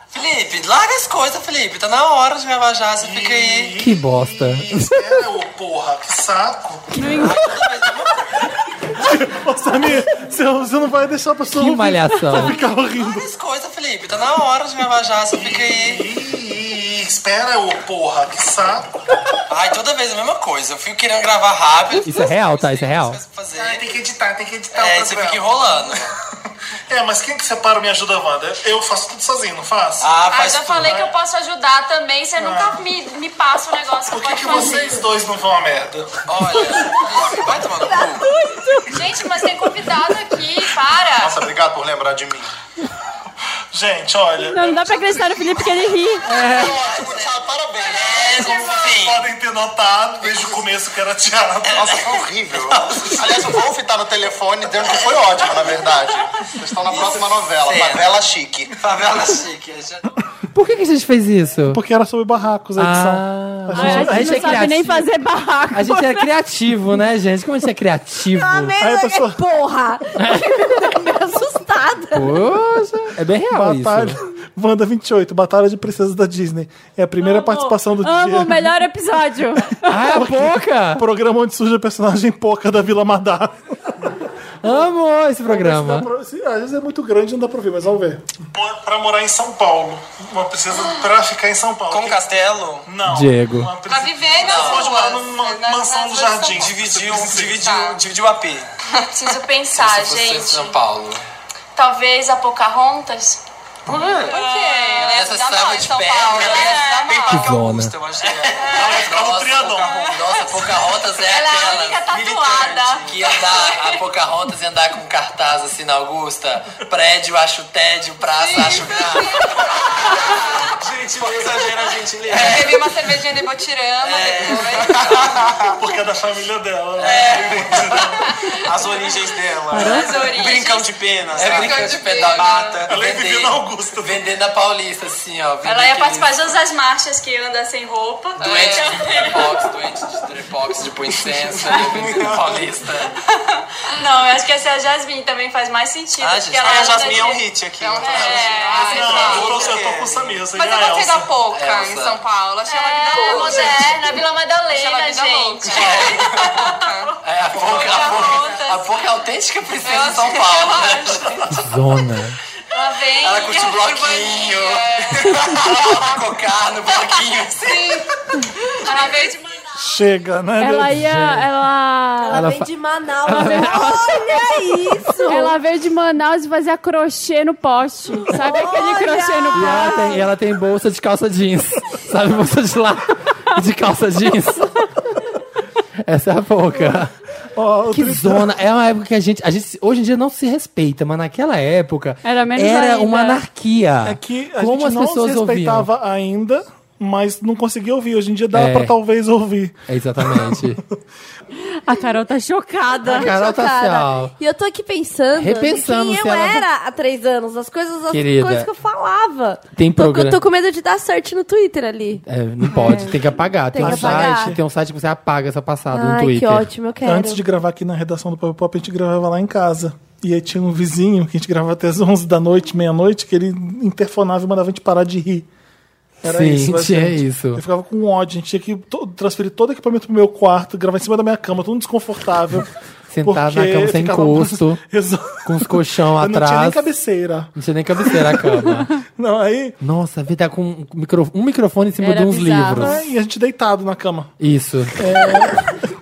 [SPEAKER 6] Felipe, larga as coisas, Felipe. Tá na hora de gravar já, você fica aí.
[SPEAKER 2] Que bosta.
[SPEAKER 7] É, ô, porra, que saco.
[SPEAKER 1] Ô, Samir, você, você não vai deixar a pessoa
[SPEAKER 2] Que
[SPEAKER 1] ouvir,
[SPEAKER 2] malhação.
[SPEAKER 1] ficar rindo.
[SPEAKER 6] Larga as coisas, Felipe. Tá na hora de gravar já, você fica aí.
[SPEAKER 7] Ih, espera, ô, porra, que saco.
[SPEAKER 6] Ai, toda vez a mesma coisa. Eu fico querendo gravar rápido.
[SPEAKER 2] Isso é real, tá? Isso é real.
[SPEAKER 6] coisas pra fazer.
[SPEAKER 7] Ah, tem que editar, tem que editar
[SPEAKER 6] É,
[SPEAKER 7] o
[SPEAKER 6] você fica
[SPEAKER 7] programa.
[SPEAKER 6] enrolando.
[SPEAKER 7] É, mas quem que separa o Me Ajuda Wanda? Eu faço tudo sozinho, não faço?
[SPEAKER 6] Ah,
[SPEAKER 9] Ah, eu
[SPEAKER 6] faz
[SPEAKER 9] já
[SPEAKER 6] tudo,
[SPEAKER 9] falei
[SPEAKER 6] né?
[SPEAKER 9] que eu posso ajudar também, você nunca me, me passa o negócio que
[SPEAKER 7] Por
[SPEAKER 9] eu
[SPEAKER 7] que,
[SPEAKER 9] pode
[SPEAKER 7] que
[SPEAKER 9] fazer.
[SPEAKER 7] vocês dois não vão à merda?
[SPEAKER 6] Olha, Felipe, vai tomar no cu.
[SPEAKER 9] Gente, mas tem convidado aqui, para.
[SPEAKER 7] Nossa, obrigado tá por lembrar de mim. Gente, olha.
[SPEAKER 4] Não, não dá pra acreditar no Felipe que ele ri.
[SPEAKER 7] Ótimo, tchau, parabéns.
[SPEAKER 10] né?
[SPEAKER 6] É,
[SPEAKER 7] Vocês
[SPEAKER 6] enfim.
[SPEAKER 7] podem ter notado desde o começo que era teatro.
[SPEAKER 10] Nossa, foi horrível. Aliás, o Wolf tá no telefone dizendo que foi ótimo, na verdade. Vocês estão na próxima novela, tá
[SPEAKER 6] Certo.
[SPEAKER 10] Favela Chique.
[SPEAKER 6] Favela chique. é já-
[SPEAKER 2] Por que, que a gente fez isso?
[SPEAKER 1] Porque era sobre barracos né? a Um edição.
[SPEAKER 2] Ah,
[SPEAKER 1] A
[SPEAKER 4] Ai,
[SPEAKER 2] a
[SPEAKER 1] gente-
[SPEAKER 4] a gente
[SPEAKER 2] gente é
[SPEAKER 4] não sabe nem
[SPEAKER 2] criativo.
[SPEAKER 1] assim.
[SPEAKER 4] fazer barraco.
[SPEAKER 2] A gente era criativo, né, gente? Como a gente é criativo?
[SPEAKER 4] Ah,
[SPEAKER 3] A
[SPEAKER 1] Aí
[SPEAKER 3] Milena,
[SPEAKER 1] a pessoa-
[SPEAKER 3] é porra. Eu fiquei
[SPEAKER 2] É.
[SPEAKER 3] assustada.
[SPEAKER 2] Poxa, é bem real
[SPEAKER 1] Batalha.
[SPEAKER 2] isso.
[SPEAKER 1] Wanda 28, Batalha de Princesas da Disney. É a primeira participação do
[SPEAKER 4] Amo
[SPEAKER 1] dia.
[SPEAKER 4] o melhor episódio.
[SPEAKER 2] Ai, a boca!
[SPEAKER 1] Programa onde surge a personagem pouca da Vila Madá.
[SPEAKER 2] Amo esse
[SPEAKER 1] Dá
[SPEAKER 2] programa.
[SPEAKER 1] pra- se- Às vezes é muito grande, não dá pra ouvir, mas vamos ver.
[SPEAKER 7] Mo- Pra morar em São Paulo. Uma princesa pra ficar em São Paulo.
[SPEAKER 6] Com castelo?
[SPEAKER 7] Não.
[SPEAKER 2] Diego.
[SPEAKER 7] Uma
[SPEAKER 9] Pra
[SPEAKER 7] princesa...
[SPEAKER 9] viver nas
[SPEAKER 7] Você pode morar
[SPEAKER 9] ruas.
[SPEAKER 7] numa
[SPEAKER 9] nas-
[SPEAKER 7] mansão
[SPEAKER 9] nas
[SPEAKER 7] do
[SPEAKER 9] ruas de São
[SPEAKER 7] jardim.
[SPEAKER 9] Paulo.
[SPEAKER 6] Dividiu,
[SPEAKER 7] Você
[SPEAKER 9] Tá.
[SPEAKER 6] dividiu, dividiu o AP.
[SPEAKER 9] Preciso pensar,
[SPEAKER 6] Se fosse em
[SPEAKER 9] gente.
[SPEAKER 6] São Paulo.
[SPEAKER 9] Talvez a Pocahontas?
[SPEAKER 6] Por quê?
[SPEAKER 9] Porque ela é
[SPEAKER 6] Ah, Essa
[SPEAKER 9] da
[SPEAKER 6] selva
[SPEAKER 9] nós,
[SPEAKER 6] de
[SPEAKER 9] São
[SPEAKER 6] pedra,
[SPEAKER 9] Paulo. Ela é da
[SPEAKER 6] né?
[SPEAKER 9] nós.
[SPEAKER 6] Bem Parque
[SPEAKER 2] Que zona.
[SPEAKER 6] Augusta, eu achei.
[SPEAKER 7] vai ficar no Trianon.
[SPEAKER 6] Pocahontas- Nossa, Pocahontas é
[SPEAKER 9] Ela é a
[SPEAKER 6] aquela
[SPEAKER 9] única
[SPEAKER 6] militante
[SPEAKER 9] tatuada.
[SPEAKER 6] que ia andar, a Pocahontas ia andar com cartaz assim na Augusta. Prédio, acho tédio, praça, acho graça.
[SPEAKER 10] Gente, não exagera a gente ler.
[SPEAKER 9] É, Bebi uma cervejinha de Botirama depois. né?
[SPEAKER 7] Porque é da família dela. né?
[SPEAKER 10] As origens dela.
[SPEAKER 9] As origens.
[SPEAKER 10] Brincão de pena,
[SPEAKER 6] É
[SPEAKER 10] sabe?
[SPEAKER 6] brincando de
[SPEAKER 9] de
[SPEAKER 6] pé
[SPEAKER 9] pedra.
[SPEAKER 6] da mata.
[SPEAKER 7] Ela ia viver na Augusta.
[SPEAKER 6] Vendendo a Paulista, assim, ó. vendendo
[SPEAKER 9] Ela ia
[SPEAKER 6] aqueles
[SPEAKER 9] participar de todas as marchas que anda sem roupa.
[SPEAKER 6] Doente
[SPEAKER 9] Então,
[SPEAKER 6] de trepox, doente de trepox, tipo incenso, ia vendendo a Paulista.
[SPEAKER 9] Não, eu acho que essa é a Jasmine também faz mais sentido.
[SPEAKER 6] Ah,
[SPEAKER 9] porque
[SPEAKER 6] gente,
[SPEAKER 9] ela
[SPEAKER 10] Ah,
[SPEAKER 9] anda
[SPEAKER 10] a Jasmine
[SPEAKER 9] de-
[SPEAKER 10] é um hit aqui.
[SPEAKER 9] É, assim,
[SPEAKER 7] Não, eu tô,
[SPEAKER 10] Outra
[SPEAKER 7] eu tô
[SPEAKER 10] é.
[SPEAKER 7] com o Samir. Eu sei
[SPEAKER 11] Ah, então, Mas
[SPEAKER 7] que é
[SPEAKER 11] eu
[SPEAKER 7] a
[SPEAKER 11] gostei da
[SPEAKER 7] Elsa.
[SPEAKER 11] Pouca em
[SPEAKER 6] Elsa.
[SPEAKER 11] São Paulo. Achei ela vida
[SPEAKER 9] é
[SPEAKER 11] louca.
[SPEAKER 9] moderna, Vila
[SPEAKER 11] Achei ela
[SPEAKER 9] Madalena,
[SPEAKER 11] vida
[SPEAKER 9] gente.
[SPEAKER 11] louca.
[SPEAKER 6] É, a pouca, a pouca, a pouca é a autêntica princesa de São Paulo, né?
[SPEAKER 2] Zona.
[SPEAKER 9] Ela é. vem.
[SPEAKER 6] Ela curte bloquinho. Cocar no bloquinho, assim.
[SPEAKER 9] Ela veio de Manaus.
[SPEAKER 1] Chega, né?
[SPEAKER 4] Ela ia.
[SPEAKER 3] Ela,
[SPEAKER 4] Ela.
[SPEAKER 2] Ela
[SPEAKER 3] vem
[SPEAKER 2] fa-
[SPEAKER 3] de Manaus. Olha isso.
[SPEAKER 4] Ela veio de Manaus e fazia crochê no poste. Sabe aquele
[SPEAKER 3] Olha!
[SPEAKER 4] crochê no
[SPEAKER 2] E ela
[SPEAKER 4] poste?
[SPEAKER 2] tem, e ela tem bolsa de calça jeans. Sabe, bolsa de lá e de calça jeans. Essa é a boca.
[SPEAKER 1] Ó, o
[SPEAKER 2] Que
[SPEAKER 1] Twitter-
[SPEAKER 2] zona. É uma época que a gente, a gente. se- Hoje em dia não se respeita, mas naquela época.
[SPEAKER 4] Era menos ainda.
[SPEAKER 2] uma anarquia.
[SPEAKER 1] É que a
[SPEAKER 2] Como
[SPEAKER 1] gente
[SPEAKER 2] as
[SPEAKER 1] não
[SPEAKER 2] pessoas
[SPEAKER 1] se respeitava ainda, mas não conseguia ouvir. Hoje em dia dá
[SPEAKER 2] É.
[SPEAKER 1] pra talvez ouvir.
[SPEAKER 2] ouviam. É, exatamente.
[SPEAKER 4] A Carol tá chocada.
[SPEAKER 2] Carol
[SPEAKER 1] tá
[SPEAKER 3] Chocada.
[SPEAKER 1] assim,
[SPEAKER 2] Tacial.
[SPEAKER 3] E eu tô aqui pensando
[SPEAKER 2] Repensando
[SPEAKER 3] em quem
[SPEAKER 2] se
[SPEAKER 3] eu
[SPEAKER 2] ela-
[SPEAKER 3] era há três anos, as coisas, as
[SPEAKER 2] Querida.
[SPEAKER 3] coisas que eu falava.
[SPEAKER 2] Tem
[SPEAKER 3] Tô,
[SPEAKER 2] programa-
[SPEAKER 3] tô com medo de dar search no Twitter ali.
[SPEAKER 2] É, não pode, tem que apagar. Tem,
[SPEAKER 3] Tem
[SPEAKER 2] um
[SPEAKER 3] que apagar.
[SPEAKER 2] site, tem um site que você apaga essa passada no
[SPEAKER 3] Ai, que
[SPEAKER 2] um Twitter.
[SPEAKER 3] ótimo, eu quero.
[SPEAKER 1] Antes de gravar aqui na redação do Pop Pop, a gente gravava lá em casa. E aí tinha um vizinho que a gente gravava até as 11 da noite, meia-noite, que ele interfonava e mandava a gente parar de rir.
[SPEAKER 12] Era
[SPEAKER 2] Sim,
[SPEAKER 12] isso,
[SPEAKER 2] tinha
[SPEAKER 12] basicamente.
[SPEAKER 2] isso.
[SPEAKER 12] Eu ficava com ódio, a gente tinha que to- transferir todo o equipamento pro meu quarto, gravar em cima da minha cama, todo desconfortável.
[SPEAKER 2] Sentado
[SPEAKER 12] porque
[SPEAKER 2] na cama sem
[SPEAKER 12] ficava-
[SPEAKER 2] encosto,
[SPEAKER 12] Exato.
[SPEAKER 2] com os colchão
[SPEAKER 12] Eu Não tinha nem
[SPEAKER 2] atrás.
[SPEAKER 12] cabeceira.
[SPEAKER 2] Não tinha nem cabeceira a cama.
[SPEAKER 12] Não, aí.
[SPEAKER 2] Nossa, vi tá com um micro- um microfone em cima
[SPEAKER 4] Era
[SPEAKER 2] de uns
[SPEAKER 4] bizarro. É.
[SPEAKER 2] livros.
[SPEAKER 12] aí a gente deitado na cama.
[SPEAKER 2] Isso.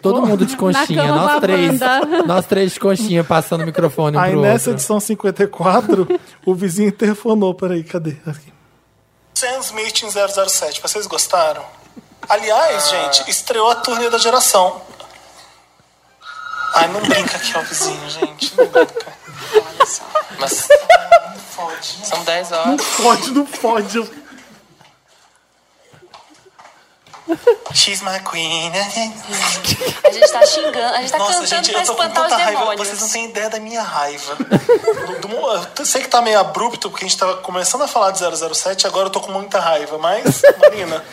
[SPEAKER 2] Todo mundo de conchinha,
[SPEAKER 4] Na cama
[SPEAKER 2] nós três.
[SPEAKER 4] babando.
[SPEAKER 2] Nós três de conchinha passando o microfone um
[SPEAKER 12] Aí
[SPEAKER 2] pro
[SPEAKER 12] nessa
[SPEAKER 2] outro.
[SPEAKER 12] edição 54, o vizinho interfonou. Peraí, cadê? Aqui.
[SPEAKER 1] Sam Smith em 007, vocês gostaram?
[SPEAKER 12] Ah.
[SPEAKER 1] Aliás, gente, estreou a turnê da geração. Ai, não brinca aqui, ó, vizinho, gente. Não brinca.
[SPEAKER 6] Mas
[SPEAKER 1] Pode.
[SPEAKER 6] são 10 horas.
[SPEAKER 12] Pode, não pode.
[SPEAKER 1] She's my queen.
[SPEAKER 3] A gente tá xingando, a gente tá
[SPEAKER 1] Nossa,
[SPEAKER 3] cantando
[SPEAKER 1] gente,
[SPEAKER 3] pra
[SPEAKER 1] eu tô com
[SPEAKER 3] espantar os
[SPEAKER 1] tanta raiva.
[SPEAKER 3] demônios.
[SPEAKER 1] Vocês não têm ideia da minha raiva. Do- do- eu sei que tá meio abrupto, porque a gente tá começando a falar de 007, agora eu tô com muita raiva. Mas, Marina,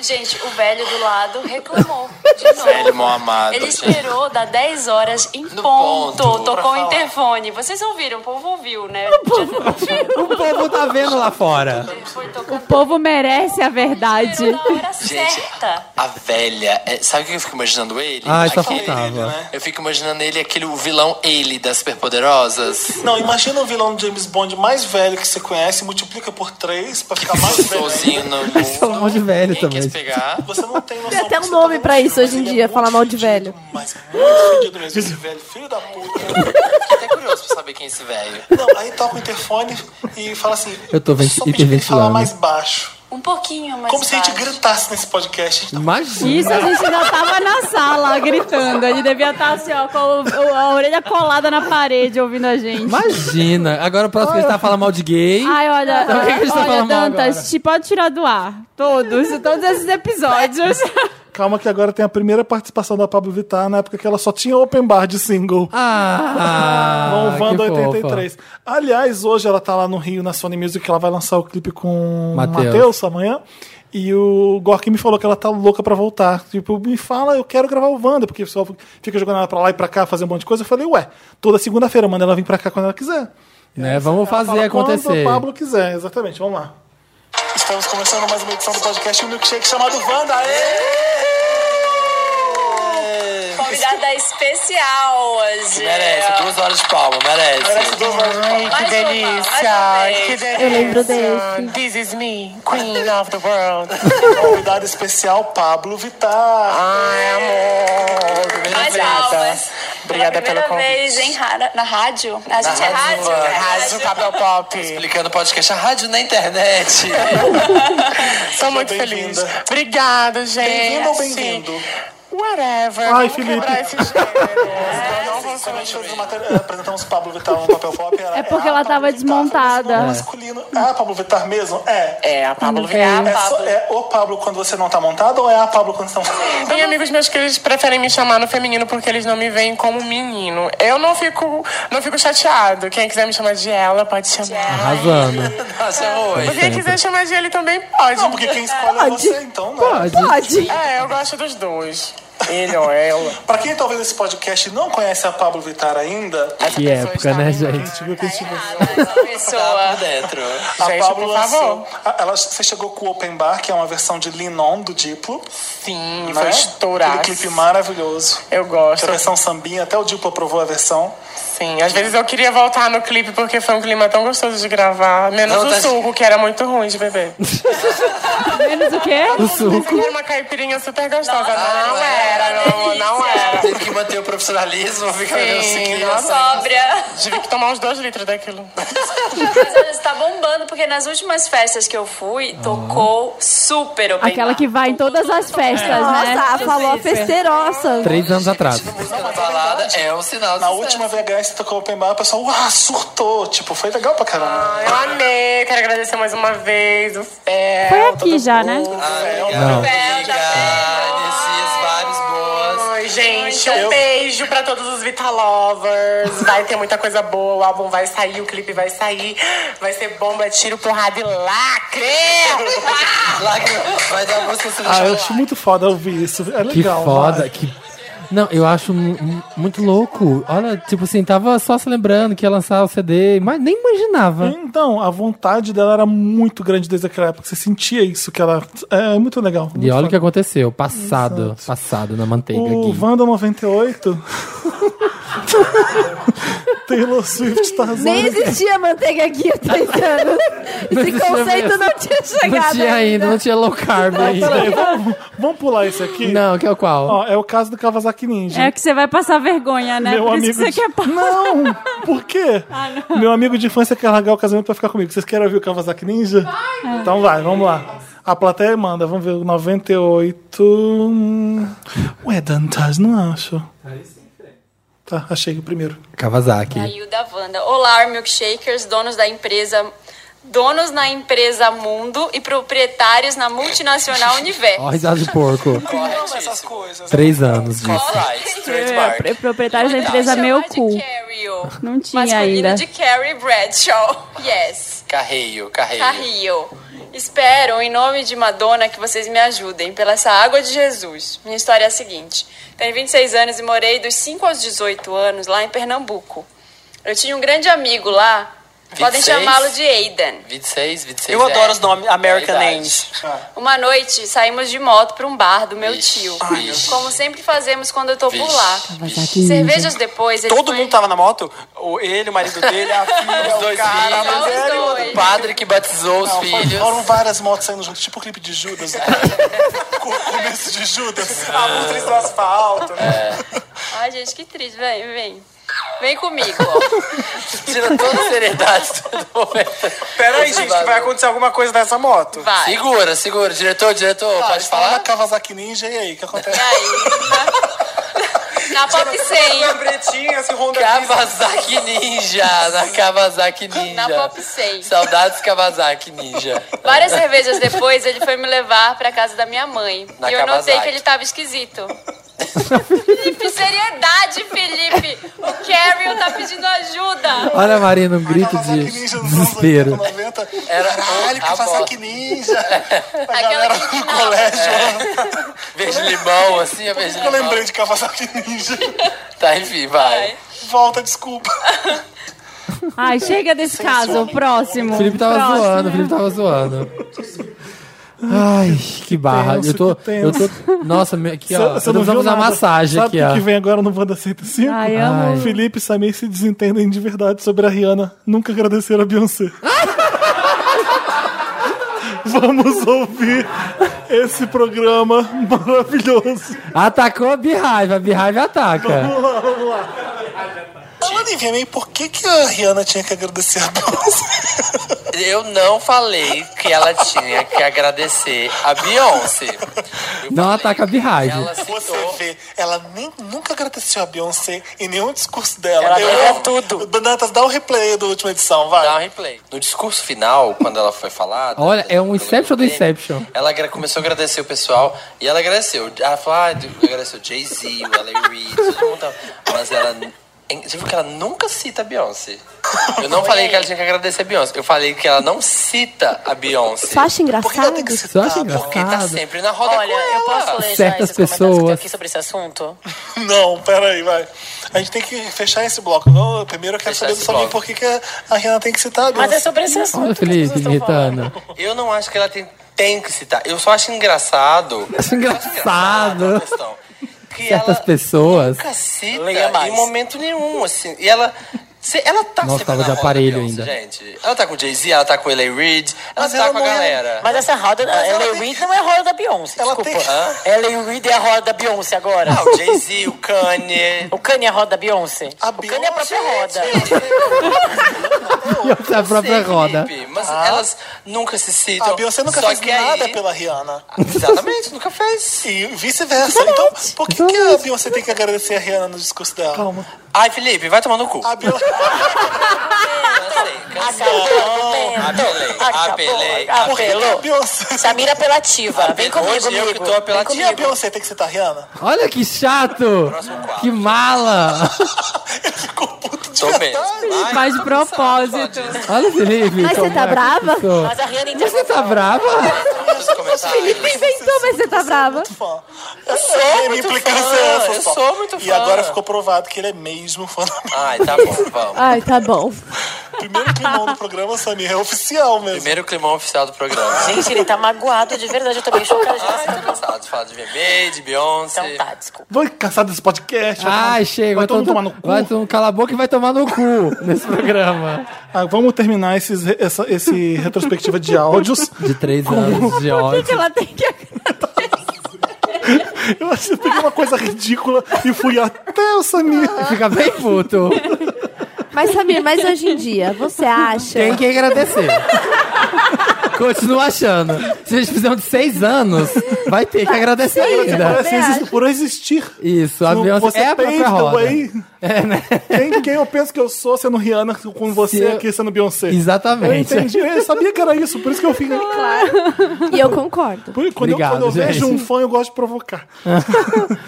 [SPEAKER 3] Gente, o velho do lado reclamou de novo.
[SPEAKER 6] Velho mal amado.
[SPEAKER 3] Ele esperou dar 10 horas em
[SPEAKER 6] No
[SPEAKER 3] ponto.
[SPEAKER 6] ponto, pra
[SPEAKER 3] Tocou o
[SPEAKER 6] falar.
[SPEAKER 3] interfone. Vocês ouviram, o povo ouviu, né?
[SPEAKER 2] O povo tá vendo lá fora.
[SPEAKER 3] Já foi tocando.
[SPEAKER 4] O povo merece a verdade.
[SPEAKER 3] Esperou na hora
[SPEAKER 6] Gente,
[SPEAKER 3] certa.
[SPEAKER 6] A velha. é- sabe o que eu fico imaginando ele?
[SPEAKER 2] Ah, só
[SPEAKER 6] Aquele-
[SPEAKER 1] né?
[SPEAKER 2] faltava.
[SPEAKER 6] Eu fico imaginando ele, aquele o vilão ele das Superpoderosas.
[SPEAKER 1] não, imagina o vilão do James Bond mais velho que você conhece, multiplica por três pra ficar mais velho.
[SPEAKER 6] Sozinho no
[SPEAKER 2] Sou um
[SPEAKER 6] mundo.
[SPEAKER 2] monte de velho
[SPEAKER 6] Quem quis
[SPEAKER 2] também.
[SPEAKER 6] pegar?
[SPEAKER 1] Você não tem noção.
[SPEAKER 13] Tem até
[SPEAKER 1] do que
[SPEAKER 13] um
[SPEAKER 1] você tá
[SPEAKER 13] nome pra
[SPEAKER 1] vendo,
[SPEAKER 13] isso hoje em
[SPEAKER 1] mas ele
[SPEAKER 13] dia,
[SPEAKER 1] é
[SPEAKER 13] falar
[SPEAKER 1] muito
[SPEAKER 13] mal de
[SPEAKER 1] fedido,
[SPEAKER 13] velho.
[SPEAKER 1] Mas é muito fedido mesmo, esse velho. Filho da puta.
[SPEAKER 6] Fiquei até curioso pra saber quem é esse velho.
[SPEAKER 1] Não, aí toca o interfone e fala assim...
[SPEAKER 2] Eu tô venti- né?
[SPEAKER 1] só pedi pra ele falar
[SPEAKER 2] hiperventilando.
[SPEAKER 1] mais baixo.
[SPEAKER 3] Um pouquinho mais
[SPEAKER 1] Como se a gente
[SPEAKER 3] baixo.
[SPEAKER 1] gritasse nesse podcast. A gente
[SPEAKER 2] Imagina.
[SPEAKER 4] Isso a gente ainda tava na sala gritando. Ele devia estar assim, ó, com o- a orelha colada na parede ouvindo a gente.
[SPEAKER 2] Imagina. Agora o próximo que a gente tá falando mal de gay.
[SPEAKER 4] Ai, olha,
[SPEAKER 2] Então, o que que a gente tá
[SPEAKER 4] olha,
[SPEAKER 2] falando mal agora?
[SPEAKER 4] Dantas, te pode tirar do ar. Todos, todos esses episódios.
[SPEAKER 12] Calma que agora tem a primeira participação da Pablo Vittar na época que ela só tinha open bar de single.
[SPEAKER 2] Ah,
[SPEAKER 12] Com o
[SPEAKER 2] que
[SPEAKER 12] Wanda
[SPEAKER 2] fofa.
[SPEAKER 12] 83. Aliás, hoje ela tá lá no Rio, na Sony Music, ela vai lançar o clipe com o
[SPEAKER 2] Mateus.
[SPEAKER 12] Matheus amanhã. E o Gorky me falou que ela tá louca pra voltar. Tipo, me fala, eu quero gravar o Wanda, porque o pessoal fica jogando ela pra lá e pra cá, fazendo um monte de coisa. Eu falei, ué, toda segunda-feira manda ela vir pra cá quando ela quiser.
[SPEAKER 2] Né?
[SPEAKER 12] Ela
[SPEAKER 2] Vamos fazer
[SPEAKER 12] fala quando
[SPEAKER 2] acontecer.
[SPEAKER 12] o Pablo quiser, exatamente, vamos lá.
[SPEAKER 1] Estamos começando mais uma edição do podcast Um Milkshake chamado Wanda. Aê!
[SPEAKER 3] Convidada especial hoje.
[SPEAKER 6] Merece, duas horas de palma, merece.
[SPEAKER 1] Parece duas horas de palmas.
[SPEAKER 3] Mais uma, mais uma vez.
[SPEAKER 13] Eu lembro desse.
[SPEAKER 7] This is me, queen of the world.
[SPEAKER 1] Convidado especial, Pablo Vittar.
[SPEAKER 7] Ai, amor. Primeira
[SPEAKER 3] Mais
[SPEAKER 7] vez. tá?
[SPEAKER 3] palmas.
[SPEAKER 7] Obrigada
[SPEAKER 3] Pela
[SPEAKER 7] pela
[SPEAKER 3] primeira
[SPEAKER 7] convite.
[SPEAKER 3] vez, hein, Rara? Na rádio? A gente é
[SPEAKER 6] rádio,
[SPEAKER 3] rádio?
[SPEAKER 6] é
[SPEAKER 7] Rádio Papel Pop.
[SPEAKER 6] Explicando podcast, a rádio na internet.
[SPEAKER 7] Sou muito feliz.
[SPEAKER 1] bem-vinda.
[SPEAKER 7] Obrigada, gente.
[SPEAKER 1] Bem-vindo ou bem-vindo?
[SPEAKER 7] Whatever.
[SPEAKER 12] Ai,
[SPEAKER 7] Vamos
[SPEAKER 12] Felipe.
[SPEAKER 7] quebrar esse gênero.
[SPEAKER 1] Nós recentemente fizemos matéria- eh, apresentamos Pablo Vittar no papel pop. Era,
[SPEAKER 4] É porque ela
[SPEAKER 1] a Pablo
[SPEAKER 4] tava
[SPEAKER 1] Vittar, falando
[SPEAKER 4] desmontada.
[SPEAKER 1] sobre o masculino. Ah, Pablo Vittar mesmo? É.
[SPEAKER 7] É, a Pablo
[SPEAKER 4] É.
[SPEAKER 7] Vittar.
[SPEAKER 1] É, só- é o Pablo quando você não tá montado ou é a Pablo quando você não
[SPEAKER 7] Tem amigos meus que eles preferem me chamar no feminino porque eles não me veem como menino. Eu não fico, não fico chateado. Quem quiser me chamar de ela, pode chamar.
[SPEAKER 2] Arrasando.
[SPEAKER 6] Nossa, oi.
[SPEAKER 7] Quem quiser chamar de ele também pode.
[SPEAKER 1] Não, porque quem escolhe é você, então, né?
[SPEAKER 2] Pode.
[SPEAKER 7] É, eu gosto dos dois. Ele ou ela.
[SPEAKER 1] Pra quem tá ouvindo esse podcast e não conhece a Pablo Vittar ainda,
[SPEAKER 7] Essa
[SPEAKER 2] Que
[SPEAKER 7] pessoa
[SPEAKER 2] época,
[SPEAKER 7] está
[SPEAKER 2] né,
[SPEAKER 7] me-
[SPEAKER 2] gente?
[SPEAKER 3] Essa pessoa.
[SPEAKER 7] é.
[SPEAKER 6] Tá por dentro.
[SPEAKER 1] a
[SPEAKER 7] Gente,
[SPEAKER 1] Pablo
[SPEAKER 7] por favor.
[SPEAKER 1] lançou. a- Ela, você chegou com o Open Bar, que é uma versão de Linon do Diplo.
[SPEAKER 7] Sim,
[SPEAKER 1] né?
[SPEAKER 7] foi estourar.
[SPEAKER 1] Aquele clipe maravilhoso.
[SPEAKER 7] Eu
[SPEAKER 1] A
[SPEAKER 7] gosto.
[SPEAKER 1] versão sambinha, até o Diplo aprovou a versão.
[SPEAKER 7] Sim, às vezes eu queria voltar no clipe porque foi um clima tão gostoso de gravar. Menos
[SPEAKER 6] Não,
[SPEAKER 7] o
[SPEAKER 6] tá-
[SPEAKER 7] suco, que era muito ruim de beber.
[SPEAKER 4] Menos o quê?
[SPEAKER 2] O suco.
[SPEAKER 7] Era uma caipirinha super gostosa. né? não, é. era, meu amor, não era.
[SPEAKER 6] Teve que manter o profissionalismo, fica olhando assim que
[SPEAKER 7] Sim,
[SPEAKER 6] criança.
[SPEAKER 7] nossa.
[SPEAKER 3] Sóbria.
[SPEAKER 7] Tive que tomar uns dois litros daquilo.
[SPEAKER 3] Mas olha, está bombando, porque nas últimas festas que eu fui, tocou super open
[SPEAKER 4] Aquela
[SPEAKER 3] bar.
[SPEAKER 4] que vai em todas as festas, né?
[SPEAKER 13] Nossa, a falou
[SPEAKER 7] é
[SPEAKER 13] a festerossa.
[SPEAKER 2] Três anos atrás.
[SPEAKER 6] Música na balada é um sinal de
[SPEAKER 1] Na
[SPEAKER 6] sucesso.
[SPEAKER 1] última VHS tocou Open Bar, o pessoal uau, surtou. Tipo, foi legal pra caramba.
[SPEAKER 7] Ai, Eu amei, quero agradecer mais uma vez. O céu,
[SPEAKER 4] Foi aqui já, né?
[SPEAKER 6] Não. Amiga, Anesias, várias boas.
[SPEAKER 7] Ai, gente, um beijo pra todos os Vitalovers. Vai ter muita coisa boa, o álbum vai sair, o clipe vai sair. Vai ser bomba, tiro, porrada e lacre!
[SPEAKER 6] Lágrima- Vai dar música, você
[SPEAKER 12] Ah,
[SPEAKER 6] deixa
[SPEAKER 12] eu acho muito foda ouvir isso. É
[SPEAKER 2] Que
[SPEAKER 12] legal. vai.
[SPEAKER 2] foda. Que Não, eu acho mu- mu- muito louco. Olha, tipo assim, tava só se lembrando que ia lançar o CD, mas nem imaginava.
[SPEAKER 14] Então, a vontade dela era muito grande desde aquela época. Você sentia isso que ela. É muito legal.
[SPEAKER 2] E
[SPEAKER 14] muito
[SPEAKER 2] olha o que
[SPEAKER 14] foda.
[SPEAKER 2] aconteceu. Passado. Passado na manteiga
[SPEAKER 14] O
[SPEAKER 2] aqui.
[SPEAKER 14] Wanda 98. Taylor Swift tá
[SPEAKER 3] Nem
[SPEAKER 14] arrasando.
[SPEAKER 3] existia manteiga aqui há três anos.
[SPEAKER 2] Não
[SPEAKER 3] Esse
[SPEAKER 2] existia
[SPEAKER 3] conceito
[SPEAKER 2] mesmo.
[SPEAKER 3] não tinha chegado.
[SPEAKER 2] Não tinha ainda, não tinha low carb
[SPEAKER 14] Peraí,
[SPEAKER 2] ainda.
[SPEAKER 14] vamos, vamos pular esse aqui?
[SPEAKER 2] Não, que é o qual?
[SPEAKER 14] Ó, é o caso do Kawasaki Ninja.
[SPEAKER 4] É que você vai passar vergonha, né?
[SPEAKER 14] Meu
[SPEAKER 4] Por
[SPEAKER 14] amigo
[SPEAKER 4] isso que você
[SPEAKER 14] de-
[SPEAKER 4] quer Ah, passar.
[SPEAKER 14] Não! Por quê? Meu amigo de infância quer largar o casamento pra ficar comigo. Vocês querem ouvir o Kawasaki Ninja? então vai, vamos lá. A plateia manda, vamos ver o 98. hum. Ué, Dantas, não acho. Tá, achei o primeiro.
[SPEAKER 2] Kawasaki.
[SPEAKER 7] Caiu da Wanda. Olá, milkshakers, donos da empresa. Donos na empresa Mundo e proprietários na multinacional Universo.
[SPEAKER 2] Ó, risada de porco.
[SPEAKER 6] Corretíssimo. essas coisas.
[SPEAKER 2] Três anos disso.
[SPEAKER 6] Right, straight
[SPEAKER 4] É,
[SPEAKER 6] bar.
[SPEAKER 4] pro- proprietário da
[SPEAKER 7] Não,
[SPEAKER 4] empresa
[SPEAKER 7] chamar
[SPEAKER 4] Meu
[SPEAKER 7] de
[SPEAKER 4] Cu.
[SPEAKER 7] Carrie, ó.
[SPEAKER 4] Não tinha
[SPEAKER 7] Masculino
[SPEAKER 4] ainda.
[SPEAKER 7] de Carrie Bradshaw. Yes.
[SPEAKER 6] Carreio, carreio.
[SPEAKER 7] Carrio. Tá Espero, em nome de Madonna, que vocês me ajudem pela essa água de Jesus. Minha história é a seguinte. Tenho 26 anos e morei dos 5 aos 18 anos lá em Pernambuco. Eu tinha um grande amigo lá. Podem
[SPEAKER 6] 26?
[SPEAKER 7] chamá-lo de Aidan.
[SPEAKER 6] 26, 26.
[SPEAKER 5] Eu
[SPEAKER 6] é.
[SPEAKER 5] adoro os nomes American
[SPEAKER 6] É a idade.
[SPEAKER 5] Names.
[SPEAKER 7] Uma noite saímos de moto para um bar do meu
[SPEAKER 6] Vixe,
[SPEAKER 7] tio.
[SPEAKER 6] vixe.
[SPEAKER 7] Como sempre fazemos quando eu tô por
[SPEAKER 6] Vixe,
[SPEAKER 7] lá.
[SPEAKER 6] vixe.
[SPEAKER 7] Cervejas depois, ele
[SPEAKER 5] Todo
[SPEAKER 7] foi-
[SPEAKER 5] mundo tava na moto? O, ele, o marido dele, a filha,
[SPEAKER 6] Os
[SPEAKER 5] o
[SPEAKER 6] dois
[SPEAKER 5] cara, a
[SPEAKER 6] filhos.
[SPEAKER 5] mulher e o é outro.
[SPEAKER 6] O padre que batizou os filhos.
[SPEAKER 1] Foram várias motos saindo junto, tipo o clipe de Judas. né? Com o começo de Judas.
[SPEAKER 5] A
[SPEAKER 6] Ah,
[SPEAKER 5] luz do asfalto. né?
[SPEAKER 7] É. Ai, gente, que triste. Vem, vem. Vem comigo, ó.
[SPEAKER 6] Tira toda a seriedade do momento.
[SPEAKER 5] Peraí, gente, que vai acontecer alguma coisa nessa moto.
[SPEAKER 7] Vai.
[SPEAKER 6] Segura, segura. Diretor, diretor, pode
[SPEAKER 1] Na
[SPEAKER 6] falar?
[SPEAKER 1] Kawasaki Ninja, e aí? O que acontece?
[SPEAKER 7] E aí? Na, na Pop 100.
[SPEAKER 5] Bretinha, se Honda
[SPEAKER 6] Kawasaki Ninja, na Kawasaki Ninja.
[SPEAKER 7] Na Pop 100.
[SPEAKER 6] Saudades Kawasaki Ninja.
[SPEAKER 7] Várias cervejas depois, ele foi me levar pra casa da minha mãe.
[SPEAKER 6] Na
[SPEAKER 7] e eu notei
[SPEAKER 6] Kawasaki.
[SPEAKER 7] que ele tava esquisito. Felipe, seriedade, Felipe! O Carrie tá pedindo ajuda!
[SPEAKER 2] Olha a Marina, um grito
[SPEAKER 1] Kawasaki
[SPEAKER 2] de
[SPEAKER 1] Ninja nos anos 80,
[SPEAKER 2] desespero.
[SPEAKER 1] 90.
[SPEAKER 6] Era
[SPEAKER 1] Caralho,
[SPEAKER 6] a
[SPEAKER 1] Kawasaki Ninja. A galera
[SPEAKER 7] que
[SPEAKER 1] do
[SPEAKER 6] É.
[SPEAKER 1] colégio. né?
[SPEAKER 6] Verde limão, assim, a verde
[SPEAKER 1] Eu
[SPEAKER 6] limão.
[SPEAKER 1] lembrei de Kawasaki Ninja.
[SPEAKER 6] Tá, enfim, vai.
[SPEAKER 1] Volta, desculpa.
[SPEAKER 4] Ai, chega desse caso. Próximo.
[SPEAKER 2] O Felipe tava
[SPEAKER 4] Próximo.
[SPEAKER 2] zoando, o Felipe tava zoando. Ai, que barra.
[SPEAKER 14] tenso,
[SPEAKER 2] eu tô.
[SPEAKER 14] que
[SPEAKER 2] eu
[SPEAKER 14] tenso.
[SPEAKER 2] tô. Nossa, me- aqui, ó.
[SPEAKER 14] Cê- cê
[SPEAKER 2] Nós
[SPEAKER 14] viu
[SPEAKER 2] vamos Então, a
[SPEAKER 14] nada.
[SPEAKER 2] massagem
[SPEAKER 14] Sabe
[SPEAKER 2] aqui,
[SPEAKER 14] o
[SPEAKER 2] ó.
[SPEAKER 14] que vem agora no Wanda 105?
[SPEAKER 4] Ai, amo.
[SPEAKER 2] Ai.
[SPEAKER 14] Felipe e Samir se desentendem de verdade sobre a Rihanna. Nunca agradeceram a Beyoncé. Vamos ouvir esse programa maravilhoso.
[SPEAKER 2] Atacou a Beehive, a Beehive ataca.
[SPEAKER 1] Falando em VMA, por que, que a Rihanna tinha que agradecer a Beyoncé?
[SPEAKER 6] Eu não falei que ela tinha que agradecer a Beyoncé. Eu
[SPEAKER 2] Não
[SPEAKER 6] falei
[SPEAKER 2] ataca a
[SPEAKER 6] que
[SPEAKER 2] Beehive.
[SPEAKER 6] Ela
[SPEAKER 1] Você
[SPEAKER 6] citou
[SPEAKER 1] vê, ela nem, nunca agradeceu a Beyoncé em nenhum discurso dela.
[SPEAKER 5] Ela ganhou
[SPEAKER 1] amo.
[SPEAKER 5] tudo.
[SPEAKER 1] Donatas, dá o replay da última edição, vai.
[SPEAKER 6] Dá um replay. No discurso final, quando ela foi falada.
[SPEAKER 2] Olha, é um
[SPEAKER 6] pelo
[SPEAKER 2] Inception do
[SPEAKER 6] prêmio,
[SPEAKER 2] Inception.
[SPEAKER 6] Ela agra- começou a agradecer o pessoal e ela agradeceu. Ela falou, ah, eu- agradeceu Jay-Z, o L.A. Reid, todo mundo. tava- Mas ela. em- Você viu que ela nunca cita a Beyoncé. Eu não falei que ela tinha que agradecer a Beyoncé. Eu falei que ela não cita a Beyoncé.
[SPEAKER 3] Só acha
[SPEAKER 1] Por que ela tem
[SPEAKER 3] engraçado?
[SPEAKER 1] que
[SPEAKER 2] Você
[SPEAKER 1] citar?
[SPEAKER 2] acha
[SPEAKER 6] Porque tá
[SPEAKER 2] engraçado?
[SPEAKER 6] sempre na roda
[SPEAKER 15] Olha,
[SPEAKER 6] com ela.
[SPEAKER 15] eu
[SPEAKER 5] Ah.
[SPEAKER 15] posso ler já
[SPEAKER 2] Certas
[SPEAKER 15] esses comentários que tem
[SPEAKER 2] pessoas.
[SPEAKER 15] aqui sobre esse assunto?
[SPEAKER 1] Não, peraí, vai. A gente tem que fechar esse bloco. Não, primeiro eu quero
[SPEAKER 6] Fechar
[SPEAKER 1] saber do
[SPEAKER 6] esse
[SPEAKER 1] Samir
[SPEAKER 6] bloco.
[SPEAKER 1] por que, que a Rihanna tem que citar a
[SPEAKER 15] Mas é
[SPEAKER 1] Beyoncé.
[SPEAKER 15] sobre esse assunto.
[SPEAKER 2] Olha o
[SPEAKER 15] que as pessoas
[SPEAKER 2] Felipe me
[SPEAKER 15] estão falando.
[SPEAKER 2] irritando.
[SPEAKER 6] Eu não acho que ela tem, tem que citar. Eu só acho engraçado.
[SPEAKER 2] Acho
[SPEAKER 6] Essa
[SPEAKER 2] engraçado.
[SPEAKER 6] questão. Que
[SPEAKER 2] Certas
[SPEAKER 6] ela
[SPEAKER 2] pessoas.
[SPEAKER 6] nunca cita
[SPEAKER 5] Leia mais.
[SPEAKER 6] em momento nenhum, assim. E ela. se- ela tá
[SPEAKER 2] Nossa,
[SPEAKER 6] sempre
[SPEAKER 2] tava
[SPEAKER 6] na
[SPEAKER 2] de
[SPEAKER 6] roda,
[SPEAKER 2] aparelho
[SPEAKER 6] Beyoncé,
[SPEAKER 2] ainda.
[SPEAKER 6] Gente. Ela tá com o Jay-Z, ela tá com o L.A. Reid, ela
[SPEAKER 1] Mas assim,
[SPEAKER 6] tá
[SPEAKER 1] ela
[SPEAKER 6] com a
[SPEAKER 1] não é-
[SPEAKER 6] galera.
[SPEAKER 15] Mas essa roda,
[SPEAKER 1] ela
[SPEAKER 15] ela
[SPEAKER 1] tem-
[SPEAKER 15] Reid não é a roda da Beyoncé,
[SPEAKER 1] Ela
[SPEAKER 15] desculpa.
[SPEAKER 1] tem-
[SPEAKER 15] Hã? Ela Reid é a roda da Beyoncé agora.
[SPEAKER 6] Ah, o Jay-Z, o Kanye.
[SPEAKER 15] O Kanye é a roda da Beyoncé.
[SPEAKER 1] A
[SPEAKER 15] o Kanye é a própria
[SPEAKER 1] Beyoncé,
[SPEAKER 15] roda.
[SPEAKER 2] Da é própria
[SPEAKER 6] Sei,
[SPEAKER 2] roda.
[SPEAKER 6] Felipe, Mas elas nunca se citam.
[SPEAKER 1] A Beyoncé nunca
[SPEAKER 6] Então, Só
[SPEAKER 1] fez
[SPEAKER 6] que aí-
[SPEAKER 1] nada pela Rihanna.
[SPEAKER 6] Exatamente, nunca fez.
[SPEAKER 1] E vice-versa. Então, por que, que a Beyoncé tem que agradecer a Rihanna no discurso dela?
[SPEAKER 14] Calma.
[SPEAKER 6] Ai, Felipe, vai tomar no cu.
[SPEAKER 1] A Beyoncé...
[SPEAKER 6] Cansei, Apelei, apelei.
[SPEAKER 10] Apelou. Samira apelativa. Vem comigo,
[SPEAKER 6] hoje um eu que
[SPEAKER 10] amigo.
[SPEAKER 6] tô
[SPEAKER 10] Vem
[SPEAKER 6] apelativo.
[SPEAKER 10] comigo.
[SPEAKER 7] Beyoncé tem que citar a Rihanna?
[SPEAKER 2] Olha que chato! Que mala!
[SPEAKER 6] Tô mesmo. Ai,
[SPEAKER 4] Faz de propósito.
[SPEAKER 2] Olha, Felipe.
[SPEAKER 3] Mas você
[SPEAKER 2] como
[SPEAKER 3] tá
[SPEAKER 2] é que
[SPEAKER 3] brava?
[SPEAKER 2] eu sou.
[SPEAKER 10] Mas a Rihanna
[SPEAKER 2] Você tá brava?
[SPEAKER 6] os comentários.
[SPEAKER 3] Inventou, mas você tá brava.
[SPEAKER 7] Eu
[SPEAKER 10] sou muito fã,
[SPEAKER 6] eu sou muito
[SPEAKER 7] E
[SPEAKER 6] fã.
[SPEAKER 7] agora ficou provado que ele é mesmo fã da Beyoncé.
[SPEAKER 6] Ai, tá bom, vamos.
[SPEAKER 3] Ai, tá bom.
[SPEAKER 7] Primeiro climão do programa, Samir, é oficial mesmo.
[SPEAKER 6] Primeiro climão oficial do programa.
[SPEAKER 10] Gente, ele tá magoado de verdade. Eu tô bem chocada.
[SPEAKER 6] Ai,
[SPEAKER 10] gente.
[SPEAKER 6] tô cansado de falar de VMA, de Beyoncé.
[SPEAKER 10] Então tá, desculpa.
[SPEAKER 1] Vou cansar desse podcast. vai tomar-
[SPEAKER 2] Ai, chega.
[SPEAKER 1] Vai todo mundo tomar no cu.
[SPEAKER 2] Vai todo mundo calar a boca e vai tomar no cu nesse programa.
[SPEAKER 1] Ah, vamos terminar esses, re- essa esse retrospectiva de áudios.
[SPEAKER 2] De três anos de
[SPEAKER 4] Por que,
[SPEAKER 2] ódio.
[SPEAKER 4] que ela tem que
[SPEAKER 1] Eu acho que eu peguei uma coisa ridícula e fui até o Samir.
[SPEAKER 2] Fica bem puto.
[SPEAKER 3] Mas, Samir, mas hoje em dia, você acha...
[SPEAKER 2] Tem que agradecer. Continua achando. Se a gente fizer um de seis anos, vai ter que agradecer
[SPEAKER 3] Sim,
[SPEAKER 2] ainda.
[SPEAKER 1] Parece
[SPEAKER 3] acho.
[SPEAKER 1] exi- por eu existir.
[SPEAKER 2] Isso, a
[SPEAKER 1] Não,
[SPEAKER 2] É Beyoncé é a
[SPEAKER 1] pende
[SPEAKER 2] própria roda. É, né?
[SPEAKER 1] away. Quem, quem eu penso que eu sou sendo Rihanna com você
[SPEAKER 2] eu-
[SPEAKER 1] aqui sendo Beyoncé? Eu
[SPEAKER 2] Exatamente.
[SPEAKER 1] entendi, eu sabia que era isso, por isso que eu fico.
[SPEAKER 3] E eu concordo.
[SPEAKER 1] Por- Quando,
[SPEAKER 2] Obrigado,
[SPEAKER 1] eu, quando eu
[SPEAKER 2] gente.
[SPEAKER 1] vejo um fã, eu gosto de provocar.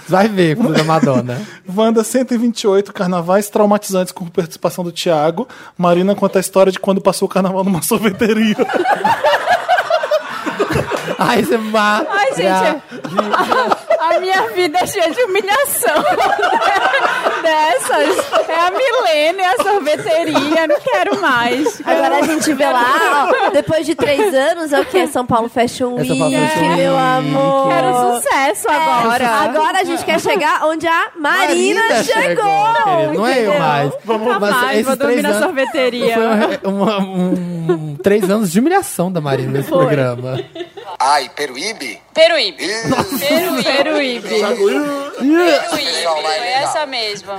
[SPEAKER 2] Vai ver com da Madonna.
[SPEAKER 1] Wanda 128, carnavais traumatizantes com participação do Thiago. Marina conta a história de quando passou o carnaval numa sorveteria.
[SPEAKER 2] Ai, você mata.
[SPEAKER 4] Ai, gente, a, a minha vida é cheia de humilhação dessas. É a Milene, a sorveteria, não quero mais.
[SPEAKER 3] Agora a gente vê lá, ó, depois de três anos, é o que? São Paulo Fashion
[SPEAKER 2] É
[SPEAKER 3] Week,
[SPEAKER 2] São Paulo Fashion Week.
[SPEAKER 3] meu amor.
[SPEAKER 4] Quero sucesso
[SPEAKER 3] É,
[SPEAKER 4] agora.
[SPEAKER 3] Agora a gente quer chegar onde a Marina, chegou.
[SPEAKER 2] querido. não é eu
[SPEAKER 3] entendeu?
[SPEAKER 2] mais.
[SPEAKER 4] Nunca
[SPEAKER 2] Mas
[SPEAKER 4] mais, Tá vou
[SPEAKER 2] esses
[SPEAKER 4] dormir
[SPEAKER 2] três
[SPEAKER 4] na
[SPEAKER 2] anos
[SPEAKER 4] sorveteria.
[SPEAKER 2] foi um- um- um- três anos de humilhação da Marina nesse programa.
[SPEAKER 16] Ai, Peruíbe?
[SPEAKER 9] Peruíbe. Peruíbe.
[SPEAKER 4] Peruíbe.
[SPEAKER 9] Peruíbe. Foi essa mesma.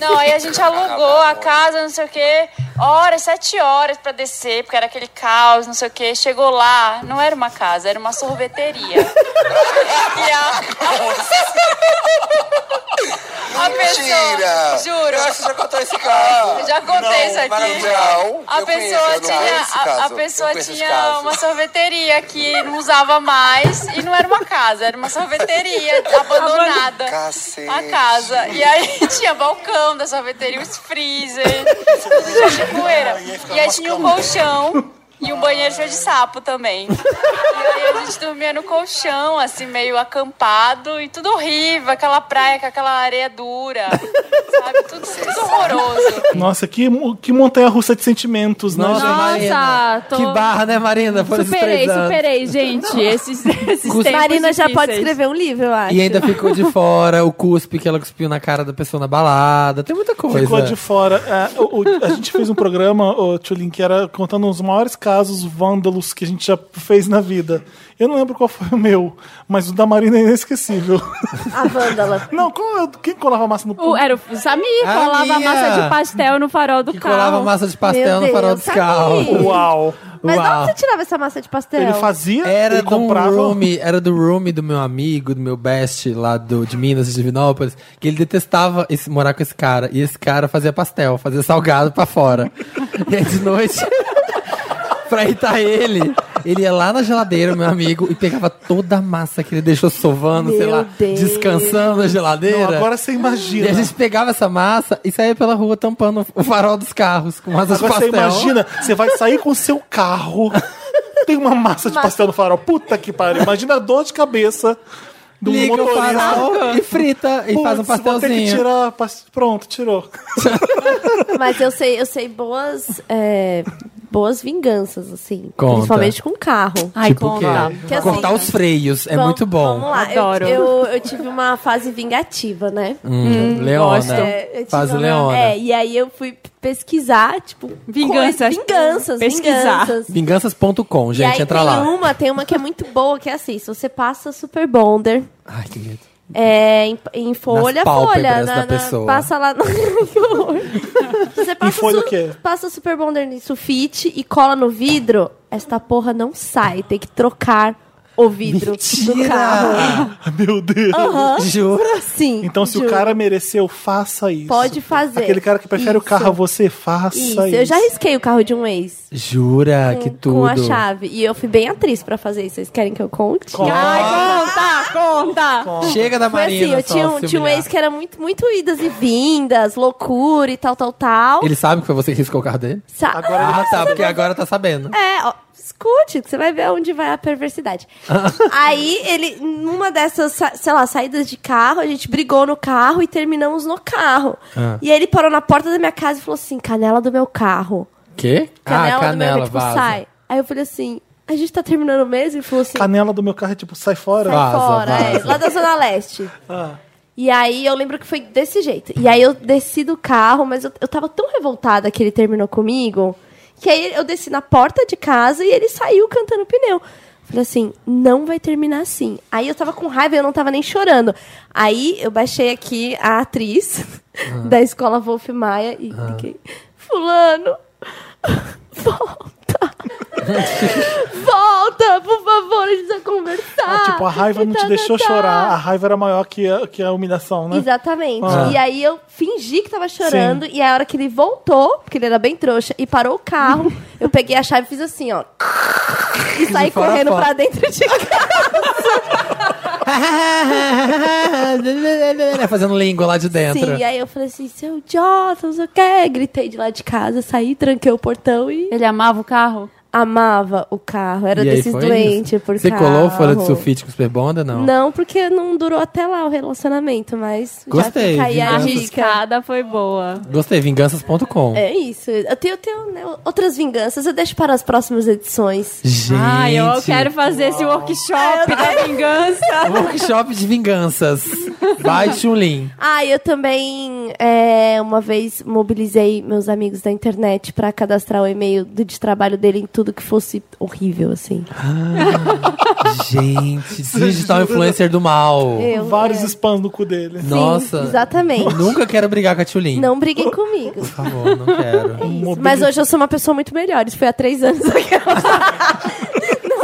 [SPEAKER 9] Não, aí a gente alugou a casa, não sei o quê, horas, sete horas pra descer, porque era aquele caos, não sei o quê. Chegou lá, não era uma casa, era uma sorveteria. E a... a
[SPEAKER 16] Mentira!
[SPEAKER 9] pessoa, juro,
[SPEAKER 6] Eu acho que você já contou esse caso.
[SPEAKER 9] eu já contei isso aqui.
[SPEAKER 16] Não,
[SPEAKER 9] A
[SPEAKER 16] eu
[SPEAKER 9] pessoa
[SPEAKER 16] conheço, eu não
[SPEAKER 9] tinha,
[SPEAKER 16] conheço esse
[SPEAKER 9] a, a
[SPEAKER 16] caso.
[SPEAKER 9] pessoa
[SPEAKER 6] Eu conheço esse
[SPEAKER 9] tinha
[SPEAKER 6] caso.
[SPEAKER 9] uma sorveteria que não usava mais e não era uma casa, era uma sorveteria abandonada.
[SPEAKER 16] Cacete.
[SPEAKER 9] A casa. E aí tinha balcão da sorveteria, os freezer, tudo cheio de poeira. E aí tinha um colchão e um banheiro cheio de sapo também. E aí a gente dormia no colchão, assim, meio acampado e tudo horrível, aquela praia com aquela areia dura, sabe? Tudo, tudo horroroso.
[SPEAKER 1] Nossa, que, mo- que montanha russa de sentimentos, né?
[SPEAKER 2] Nossa,
[SPEAKER 1] gente?
[SPEAKER 2] Marina.
[SPEAKER 4] tô-
[SPEAKER 2] Que barra, né, Marina? Foram esses
[SPEAKER 4] Superei,
[SPEAKER 2] três anos.
[SPEAKER 4] superei, gente. Esses, esses tempos
[SPEAKER 3] Marina já pode
[SPEAKER 4] difíceis.
[SPEAKER 3] escrever um livro, eu acho.
[SPEAKER 2] E ainda ficou de fora o cuspe que ela cuspiu na cara da pessoa na balada. Tem muita coisa.
[SPEAKER 1] Ficou de fora. É, o- o- a gente fez um programa, o Tchulin, que era contando os maiores casos vândalos que a gente já fez na vida. Eu não lembro qual foi o meu, mas o da Marina é inesquecível.
[SPEAKER 3] A Vândala.
[SPEAKER 1] Não, qual é o- quem colava massa no
[SPEAKER 4] O-
[SPEAKER 1] pão?
[SPEAKER 4] era o Samir,
[SPEAKER 2] Ah,
[SPEAKER 4] colava a
[SPEAKER 2] minha.
[SPEAKER 4] massa de pastel no farol do
[SPEAKER 2] Que
[SPEAKER 4] carro.
[SPEAKER 2] colava massa de pastel
[SPEAKER 3] Meu
[SPEAKER 2] no farol
[SPEAKER 3] Deus,
[SPEAKER 2] dos carros.
[SPEAKER 3] sabia.
[SPEAKER 1] Uau!
[SPEAKER 3] Mas de
[SPEAKER 2] Uau.
[SPEAKER 3] onde você tirava essa massa de pastel?
[SPEAKER 1] Ele fazia,
[SPEAKER 2] Era
[SPEAKER 1] ele
[SPEAKER 2] do
[SPEAKER 1] comprava. um.
[SPEAKER 2] room, era do room do meu amigo, do meu best lá do, de Minas, de Divinópolis, que ele detestava esse, morar com esse cara. E esse cara fazia pastel, fazia salgado pra fora. e aí de noite, pra irritar ele, ele ia lá na geladeira, meu amigo, e pegava toda a massa que ele deixou sovando, sei
[SPEAKER 3] Meu
[SPEAKER 2] lá,
[SPEAKER 3] Deus.
[SPEAKER 2] descansando na
[SPEAKER 1] Não,
[SPEAKER 2] geladeira.
[SPEAKER 1] agora você
[SPEAKER 2] E a
[SPEAKER 1] imagina.
[SPEAKER 2] gente pegava essa massa e saía pela rua tampando o farol dos carros com massa de
[SPEAKER 1] Agora você
[SPEAKER 2] pastel.
[SPEAKER 1] imagina, você vai sair com o seu carro, tem uma massa de pastel no farol. Puta que pariu. Imagina a dor de cabeça do
[SPEAKER 2] Liga o
[SPEAKER 1] motorista.
[SPEAKER 2] farol e frita e faz um
[SPEAKER 1] Putz, vou ter que
[SPEAKER 2] pastelzinho.
[SPEAKER 1] tirar. pas- Pronto, tirou.
[SPEAKER 3] Mas eu sei, eu sei boas, é, boas vinganças, assim.
[SPEAKER 2] Conta.
[SPEAKER 3] Principalmente com carro.
[SPEAKER 4] Ai,
[SPEAKER 2] Tipo o quê?
[SPEAKER 4] conta.
[SPEAKER 3] Que assim-
[SPEAKER 2] Cortar os freios é
[SPEAKER 3] Vam-
[SPEAKER 2] muito
[SPEAKER 3] Vamos
[SPEAKER 2] bom.
[SPEAKER 3] lá, eu-
[SPEAKER 4] Adoro.
[SPEAKER 3] Eu, eu tive uma fase vingativa, né?
[SPEAKER 2] Hum,
[SPEAKER 4] gosto.
[SPEAKER 2] Leona.
[SPEAKER 3] É, eu tive
[SPEAKER 2] Faz o
[SPEAKER 3] uma-
[SPEAKER 2] Leona.
[SPEAKER 3] É, e aí eu fui pesquisar, tipo,
[SPEAKER 4] Vinganças.
[SPEAKER 3] coisa- vinganças,
[SPEAKER 4] Pesquisar.
[SPEAKER 3] vinganças.
[SPEAKER 2] Vinganças.com,
[SPEAKER 3] e aí
[SPEAKER 2] gente, entra
[SPEAKER 3] tem
[SPEAKER 2] lá.
[SPEAKER 3] uma, tem uma que é muito boa, que é assim, se você passa super bonder
[SPEAKER 2] Ai, que medo.
[SPEAKER 3] é, em, em folha, folha,
[SPEAKER 2] pálpebras
[SPEAKER 3] na,
[SPEAKER 2] da
[SPEAKER 3] na-
[SPEAKER 2] pessoa.
[SPEAKER 3] passa lá no... que horror. você passa
[SPEAKER 1] folha
[SPEAKER 3] su-
[SPEAKER 1] o quê?
[SPEAKER 3] Passa super bonder em sulfite e cola no vidro, esta porra não sai, tem que trocar o vidro do
[SPEAKER 2] Ah.
[SPEAKER 3] carro.
[SPEAKER 1] Meu Deus.
[SPEAKER 3] Aham.
[SPEAKER 1] Jura?
[SPEAKER 3] Sim.
[SPEAKER 1] Então, se o
[SPEAKER 3] juro.
[SPEAKER 1] cara mereceu, faça isso.
[SPEAKER 3] Pode fazer.
[SPEAKER 1] Aquele cara que prefere o carro a você, faça
[SPEAKER 3] Isso,
[SPEAKER 1] isso.
[SPEAKER 3] eu já risquei o carro de um ex.
[SPEAKER 2] Jura que tudo.
[SPEAKER 3] Com a chave. E eu fui bem atriz pra fazer isso. Vocês querem que eu conte?
[SPEAKER 4] Ai, conta, conta.
[SPEAKER 2] Chega da
[SPEAKER 3] Foi assim,
[SPEAKER 2] Marina
[SPEAKER 3] eu
[SPEAKER 2] só
[SPEAKER 3] tinha um,
[SPEAKER 2] se
[SPEAKER 3] tinha um
[SPEAKER 2] humilhar.
[SPEAKER 3] ex que era muito, muito idas e vindas, loucura e tal, tal, tal.
[SPEAKER 2] Ele sabe que foi você que riscou o carro dele?
[SPEAKER 3] Sa-
[SPEAKER 2] ah, tá, porque agora tá sabendo.
[SPEAKER 3] É, ó, escute, que você vai ver onde vai a perversidade. Aí ele, numa dessas, sa- sei lá, saídas de carro, a gente brigou no carro e terminamos no carro.
[SPEAKER 2] Ah.
[SPEAKER 3] E aí ele parou na porta da minha casa e falou assim: canela do meu carro.
[SPEAKER 2] Quê?
[SPEAKER 3] Canela,
[SPEAKER 2] ah,
[SPEAKER 3] do meu
[SPEAKER 2] canela,
[SPEAKER 3] carro, tipo,
[SPEAKER 2] vaza.
[SPEAKER 3] sai. Aí eu falei assim: a gente tá terminando mesmo? Ele falou assim:
[SPEAKER 1] Canela do meu carro é tipo, sai fora.
[SPEAKER 3] sai fora, é, lá da Zona Leste. E aí eu lembro que foi desse jeito. E aí eu desci do carro, mas eu, eu tava tão revoltada que ele terminou comigo, que aí eu desci na porta de casa e ele saiu cantando pneu. Falei assim, não vai terminar assim. Aí eu tava com raiva, eu não tava nem chorando. Aí eu baixei aqui a atriz da escola Wolf Maia e
[SPEAKER 17] Ah.
[SPEAKER 3] fiquei, fulano, volta. volta, por favor, a gente precisa conversar.
[SPEAKER 1] Tipo, a raiva
[SPEAKER 3] E
[SPEAKER 1] não
[SPEAKER 3] tá,
[SPEAKER 1] te
[SPEAKER 3] tá,
[SPEAKER 1] deixou
[SPEAKER 3] tá.
[SPEAKER 1] chorar. A raiva era maior que a, que a humilhação, né?
[SPEAKER 3] Exatamente.
[SPEAKER 1] Ah.
[SPEAKER 3] E aí eu fingi que tava chorando, e a hora que ele voltou, porque ele era bem trouxa, e parou o carro, eu peguei a chave e fiz assim, ó. E saí
[SPEAKER 17] fora
[SPEAKER 3] correndo
[SPEAKER 17] fora.
[SPEAKER 3] pra dentro de casa.
[SPEAKER 2] Fazendo língua lá de dentro.
[SPEAKER 3] Sim, e aí eu falei assim, seu idiota, não sei o quê. Gritei de lá de casa, saí, tranquei o portão e. Ele amava o carro? Amava o carro. Era
[SPEAKER 2] E aí
[SPEAKER 3] desses
[SPEAKER 2] foi
[SPEAKER 3] doentes
[SPEAKER 2] isso?
[SPEAKER 3] por
[SPEAKER 2] Você
[SPEAKER 3] carro.
[SPEAKER 2] colou folha de sulfite com super bonda? Não.
[SPEAKER 3] Não, porque não durou até lá o relacionamento, mas
[SPEAKER 2] Gostei,
[SPEAKER 3] já fica aí a
[SPEAKER 2] vingança.
[SPEAKER 3] riscada foi boa.
[SPEAKER 2] Gostei, vinganças.com.
[SPEAKER 3] É isso. Eu tenho, eu tenho, né, outras vinganças, eu deixo para as próximas edições.
[SPEAKER 2] Gente.
[SPEAKER 4] Ai, eu quero fazer esse workshop da vingança.
[SPEAKER 2] Workshop de vinganças. um Vai, Chulin.
[SPEAKER 3] Ah, eu também é, uma vez mobilizei meus amigos da internet para cadastrar o e-mail do, de trabalho dele em tudo que fosse horrível, assim.
[SPEAKER 2] Gente, digital influencer do mal.
[SPEAKER 3] Eu,
[SPEAKER 1] Vários
[SPEAKER 3] é.
[SPEAKER 1] spams no cu dele.
[SPEAKER 2] Nossa.
[SPEAKER 3] exatamente.
[SPEAKER 2] Nunca quero brigar com a Tchulin.
[SPEAKER 3] Não briguem comigo.
[SPEAKER 2] Por favor, não quero.
[SPEAKER 1] Um
[SPEAKER 3] Mas hoje eu sou uma pessoa muito melhor. Isso foi há três anos. Não,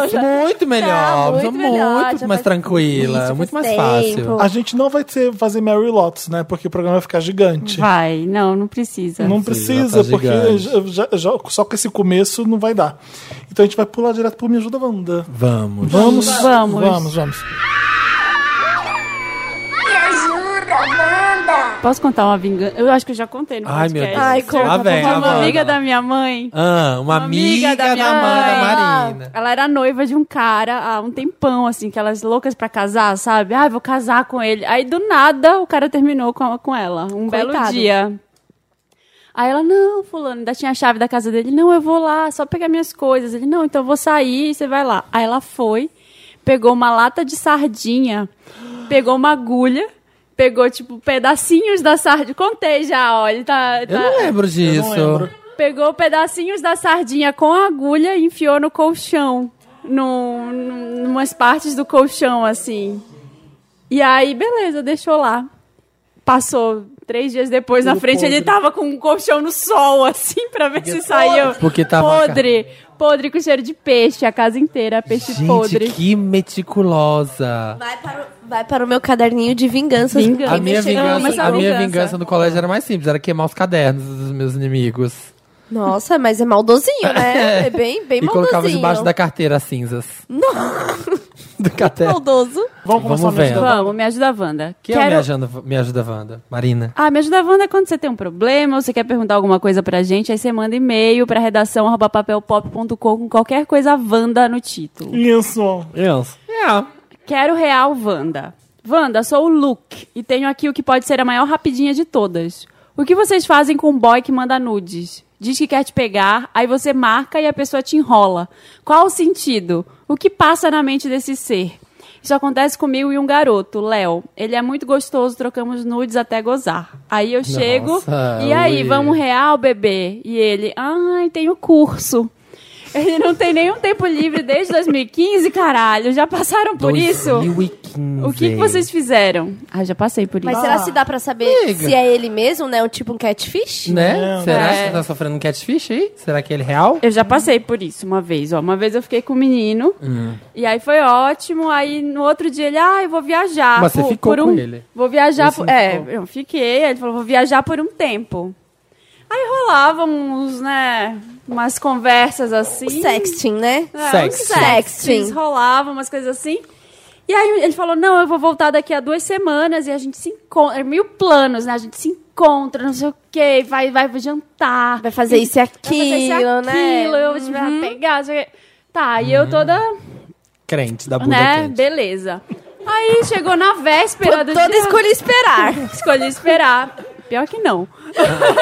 [SPEAKER 3] já-
[SPEAKER 2] Muito melhor.
[SPEAKER 3] Tá, muito
[SPEAKER 2] sou
[SPEAKER 3] melhor, já
[SPEAKER 2] muito mais
[SPEAKER 3] faz-
[SPEAKER 2] tranquila. é muito mais fácil.
[SPEAKER 1] A gente não vai ter, fazer Mary Lotus, né? Porque o programa vai ficar gigante.
[SPEAKER 4] Vai, não, não precisa.
[SPEAKER 1] Não precisa,
[SPEAKER 2] tá
[SPEAKER 1] porque
[SPEAKER 2] gigante.
[SPEAKER 1] já- já- já- só com esse começo não vai dar. Então a gente vai pular direto pro Me Ajuda Wanda.
[SPEAKER 2] Vamos.
[SPEAKER 1] Vamos,
[SPEAKER 4] Vamos.
[SPEAKER 1] vamos. vamos.
[SPEAKER 17] Me ajuda, Wanda!
[SPEAKER 4] Posso contar uma vingança? Eu acho que eu já contei no
[SPEAKER 2] Ai,
[SPEAKER 4] podcast.
[SPEAKER 2] meu Deus. Ai, conta,
[SPEAKER 4] Uma
[SPEAKER 2] Lá vem, lá vem.
[SPEAKER 4] amiga da minha mãe.
[SPEAKER 2] Ah, uma amiga,
[SPEAKER 4] amiga da minha
[SPEAKER 2] Amanda
[SPEAKER 4] mãe.
[SPEAKER 2] Marina.
[SPEAKER 4] Ela era noiva de um cara há um tempão, assim, que elas loucas pra casar, sabe? Ah, vou casar com ele. Aí do nada o cara terminou com, com ela. Um belo
[SPEAKER 3] Coitado.
[SPEAKER 4] dia. Aí ela, não, fulano, ainda tinha a chave da casa dele. Não, eu vou lá, só pegar minhas coisas. Ele, não, então eu vou sair e você vai lá. Aí ela foi, pegou uma lata de sardinha, pegou uma agulha, pegou, tipo, pedacinhos da sardinha. Contei já, ó, ele tá...
[SPEAKER 2] Eu não lembro disso.
[SPEAKER 4] Pegou pedacinhos da sardinha com a agulha e enfiou no colchão. Num, num, numas partes do colchão, assim. E aí, beleza, deixou lá. Passou três dias depois na
[SPEAKER 17] Tudo
[SPEAKER 4] frente, ele
[SPEAKER 17] podre.
[SPEAKER 4] tava com um colchão no sol, assim, pra ver se saiu.
[SPEAKER 2] Porque tava ca-
[SPEAKER 4] Podre. Podre com cheiro de peixe, a casa inteira, peixe
[SPEAKER 2] Gente,
[SPEAKER 4] podre.
[SPEAKER 2] que meticulosa.
[SPEAKER 3] Vai para o meu caderninho de vinganças.
[SPEAKER 2] A
[SPEAKER 3] Quem
[SPEAKER 2] minha,
[SPEAKER 3] mexer comigo-
[SPEAKER 2] vingança, a minha vingança no colégio era mais simples, era queimar os cadernos dos meus inimigos.
[SPEAKER 3] Nossa, mas é maldosinho, né? É bem, bem
[SPEAKER 2] e colocava
[SPEAKER 3] maldosinho.
[SPEAKER 2] debaixo da carteira as cinzas. Do caderno.
[SPEAKER 3] Maldoso.
[SPEAKER 2] Vamos começar a me ajudar, Wanda?
[SPEAKER 4] Vamos, me ajuda, Wanda.
[SPEAKER 2] Quem é o me ajuda, me ajuda, Wanda? Marina.
[SPEAKER 4] Ah, me ajuda, Wanda, quando você tem um problema ou você quer perguntar alguma coisa pra gente, aí você manda e-mail pra redação arroba papelpop.com com qualquer coisa Wanda no título.
[SPEAKER 1] Isso.
[SPEAKER 2] Isso. É.
[SPEAKER 4] Quero real, Wanda. Wanda, sou o Luke e tenho aqui o que pode ser a maior rapidinha de todas. O que vocês fazem com um boy que manda nudes? Diz que quer te pegar, aí você marca e a pessoa te enrola. Qual o sentido? O que passa na mente desse ser? Isso acontece comigo e um garoto, Léo. Ele é muito gostoso, trocamos nudes até gozar. Aí eu chego,
[SPEAKER 17] Nossa,
[SPEAKER 4] e aí,
[SPEAKER 17] ui.
[SPEAKER 4] vamos real, bebê? E ele, ai, tenho curso. Ele não tem nenhum tempo livre desde 2015, caralho. Já passaram por isso?
[SPEAKER 2] 2015.
[SPEAKER 4] O que, que vocês fizeram? Ah, já passei por isso.
[SPEAKER 3] Mas será se dá pra saber
[SPEAKER 2] Amiga.
[SPEAKER 3] se é ele mesmo, né? Um tipo um catfish?
[SPEAKER 2] Né? Será que
[SPEAKER 4] É.
[SPEAKER 2] você tá sofrendo um catfish aí? Será que ele é real?
[SPEAKER 4] Eu já passei por isso uma vez, ó. Uma vez eu fiquei com um menino
[SPEAKER 2] Hum.
[SPEAKER 4] e aí foi ótimo. Aí no outro dia ele, ah, eu vou viajar.
[SPEAKER 2] Mas você
[SPEAKER 4] por-
[SPEAKER 2] ficou
[SPEAKER 4] por
[SPEAKER 2] com
[SPEAKER 4] um-
[SPEAKER 2] ele?
[SPEAKER 4] Vou viajar.
[SPEAKER 2] Você
[SPEAKER 4] Por...
[SPEAKER 2] não
[SPEAKER 4] É,
[SPEAKER 2] ficou?
[SPEAKER 4] eu fiquei. aí Ele falou, vou viajar por um tempo. Aí rolavam uns, né? Umas conversas assim.
[SPEAKER 3] Sexting, né?
[SPEAKER 2] Ah.
[SPEAKER 4] É, uns
[SPEAKER 3] Sexting.
[SPEAKER 4] sextings rolavam, umas coisas assim. E aí ele falou: não, eu vou voltar daqui a duas semanas e a gente se encontra. Mil planos, né? A gente se encontra, não sei o quê, vai, vai jantar. Vai
[SPEAKER 3] fazer isso e
[SPEAKER 4] Vai fazer
[SPEAKER 3] aquilo,
[SPEAKER 4] isso e
[SPEAKER 3] né?
[SPEAKER 4] aquilo, eu vou te pegar. não sei o quê. Tá, e
[SPEAKER 2] Uhum.
[SPEAKER 4] eu toda,
[SPEAKER 2] Crente da Buda
[SPEAKER 4] né?
[SPEAKER 2] crente.
[SPEAKER 4] Beleza. Aí chegou na véspera do
[SPEAKER 3] Toda
[SPEAKER 4] dia.
[SPEAKER 3] escolhi esperar.
[SPEAKER 4] escolhi esperar. Pior que não.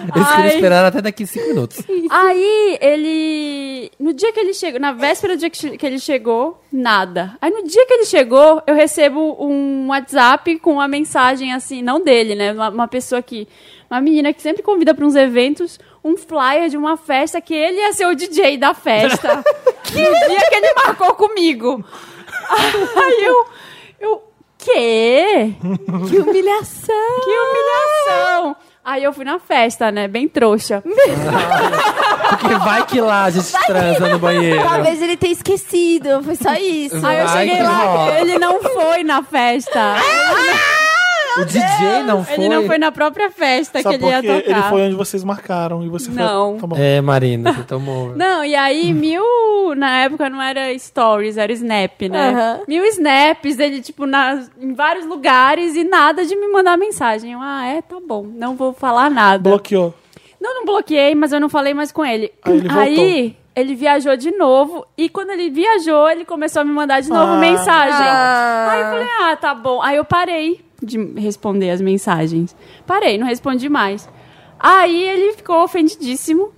[SPEAKER 2] Eles queriam
[SPEAKER 4] Ai.
[SPEAKER 2] esperar até daqui 5 minutos.
[SPEAKER 4] Aí ele. No dia que ele chegou, na véspera do dia que, che- que ele chegou, nada. Aí no dia que ele chegou, eu recebo um WhatsApp com uma mensagem assim, não dele, né? Uma, uma pessoa que. Uma menina que sempre convida pra uns eventos um flyer de uma festa que ele ia ser o DJ da festa. que dia que ele marcou comigo. Aí eu. Eu. Quê?
[SPEAKER 3] Que humilhação!
[SPEAKER 4] Que humilhação! Aí eu fui na festa, né? Bem trouxa.
[SPEAKER 2] Porque vai que lá a gente transa no banheiro.
[SPEAKER 3] Talvez ele tenha esquecido, foi só isso.
[SPEAKER 4] Ah,
[SPEAKER 2] Aí eu Vai cheguei que lá, rola.
[SPEAKER 4] Ele não foi na festa.
[SPEAKER 1] Ah!
[SPEAKER 2] O DJ não foi.
[SPEAKER 4] Ele não foi na própria festa
[SPEAKER 1] Sabe
[SPEAKER 4] que
[SPEAKER 1] por
[SPEAKER 4] ele ia
[SPEAKER 1] quê?
[SPEAKER 4] tocar.
[SPEAKER 1] Ele foi onde vocês marcaram e você
[SPEAKER 4] Não.
[SPEAKER 1] foi. Tá bom.
[SPEAKER 2] É, Marina, você tomou.
[SPEAKER 4] Não, e aí mil. Na época não era stories, era snap, né?
[SPEAKER 3] Aham.
[SPEAKER 4] Mil snaps dele, tipo, na, em vários lugares e nada de me mandar mensagem. Eu, ah, é, tá bom, não vou falar nada.
[SPEAKER 1] Bloqueou.
[SPEAKER 4] Não, não bloqueei, mas eu não falei mais com ele.
[SPEAKER 1] Aí ele voltou.
[SPEAKER 4] Aí, ele viajou de novo e quando ele viajou, ele começou a me mandar de novo
[SPEAKER 1] Ah.
[SPEAKER 4] mensagem.
[SPEAKER 3] Ah.
[SPEAKER 4] Aí eu falei, ah, tá bom. Aí eu parei de responder as mensagens. Parei, não respondi mais. Aí ele ficou ofendidíssimo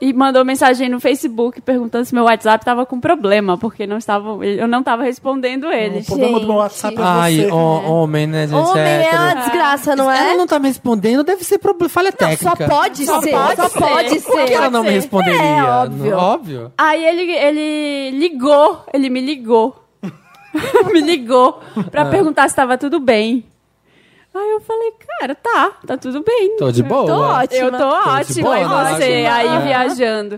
[SPEAKER 4] e mandou mensagem no Facebook perguntando se meu WhatsApp tava com problema, porque não estava, eu não tava respondendo ele.
[SPEAKER 1] O problema do meu WhatsApp é
[SPEAKER 2] Ai,
[SPEAKER 1] você.
[SPEAKER 2] ho- homem, né, gente?
[SPEAKER 3] Homem é
[SPEAKER 2] hétero.
[SPEAKER 3] uma desgraça, não
[SPEAKER 2] Ela
[SPEAKER 3] é?
[SPEAKER 2] não tá me respondendo, deve ser problema. Falha
[SPEAKER 3] Só
[SPEAKER 2] técnica.
[SPEAKER 3] pode
[SPEAKER 4] Só
[SPEAKER 3] ser,
[SPEAKER 4] pode
[SPEAKER 3] só
[SPEAKER 4] ser.
[SPEAKER 3] pode
[SPEAKER 4] Por
[SPEAKER 2] Por
[SPEAKER 3] ser.
[SPEAKER 2] que ela não me
[SPEAKER 4] ser.
[SPEAKER 2] responderia?
[SPEAKER 3] É,
[SPEAKER 2] Não-
[SPEAKER 3] óbvio.
[SPEAKER 2] óbvio.
[SPEAKER 4] Aí ele, ele ligou, ele me ligou. me ligou pra
[SPEAKER 2] Ah.
[SPEAKER 4] perguntar se tava tudo bem. Aí eu falei, cara, tá, tá tudo bem.
[SPEAKER 2] Tô de boa.
[SPEAKER 3] Tô ótima.
[SPEAKER 4] Eu tô ótimo,
[SPEAKER 2] boa,
[SPEAKER 4] aí
[SPEAKER 2] ótima.
[SPEAKER 4] você aí
[SPEAKER 2] É.
[SPEAKER 4] viajando.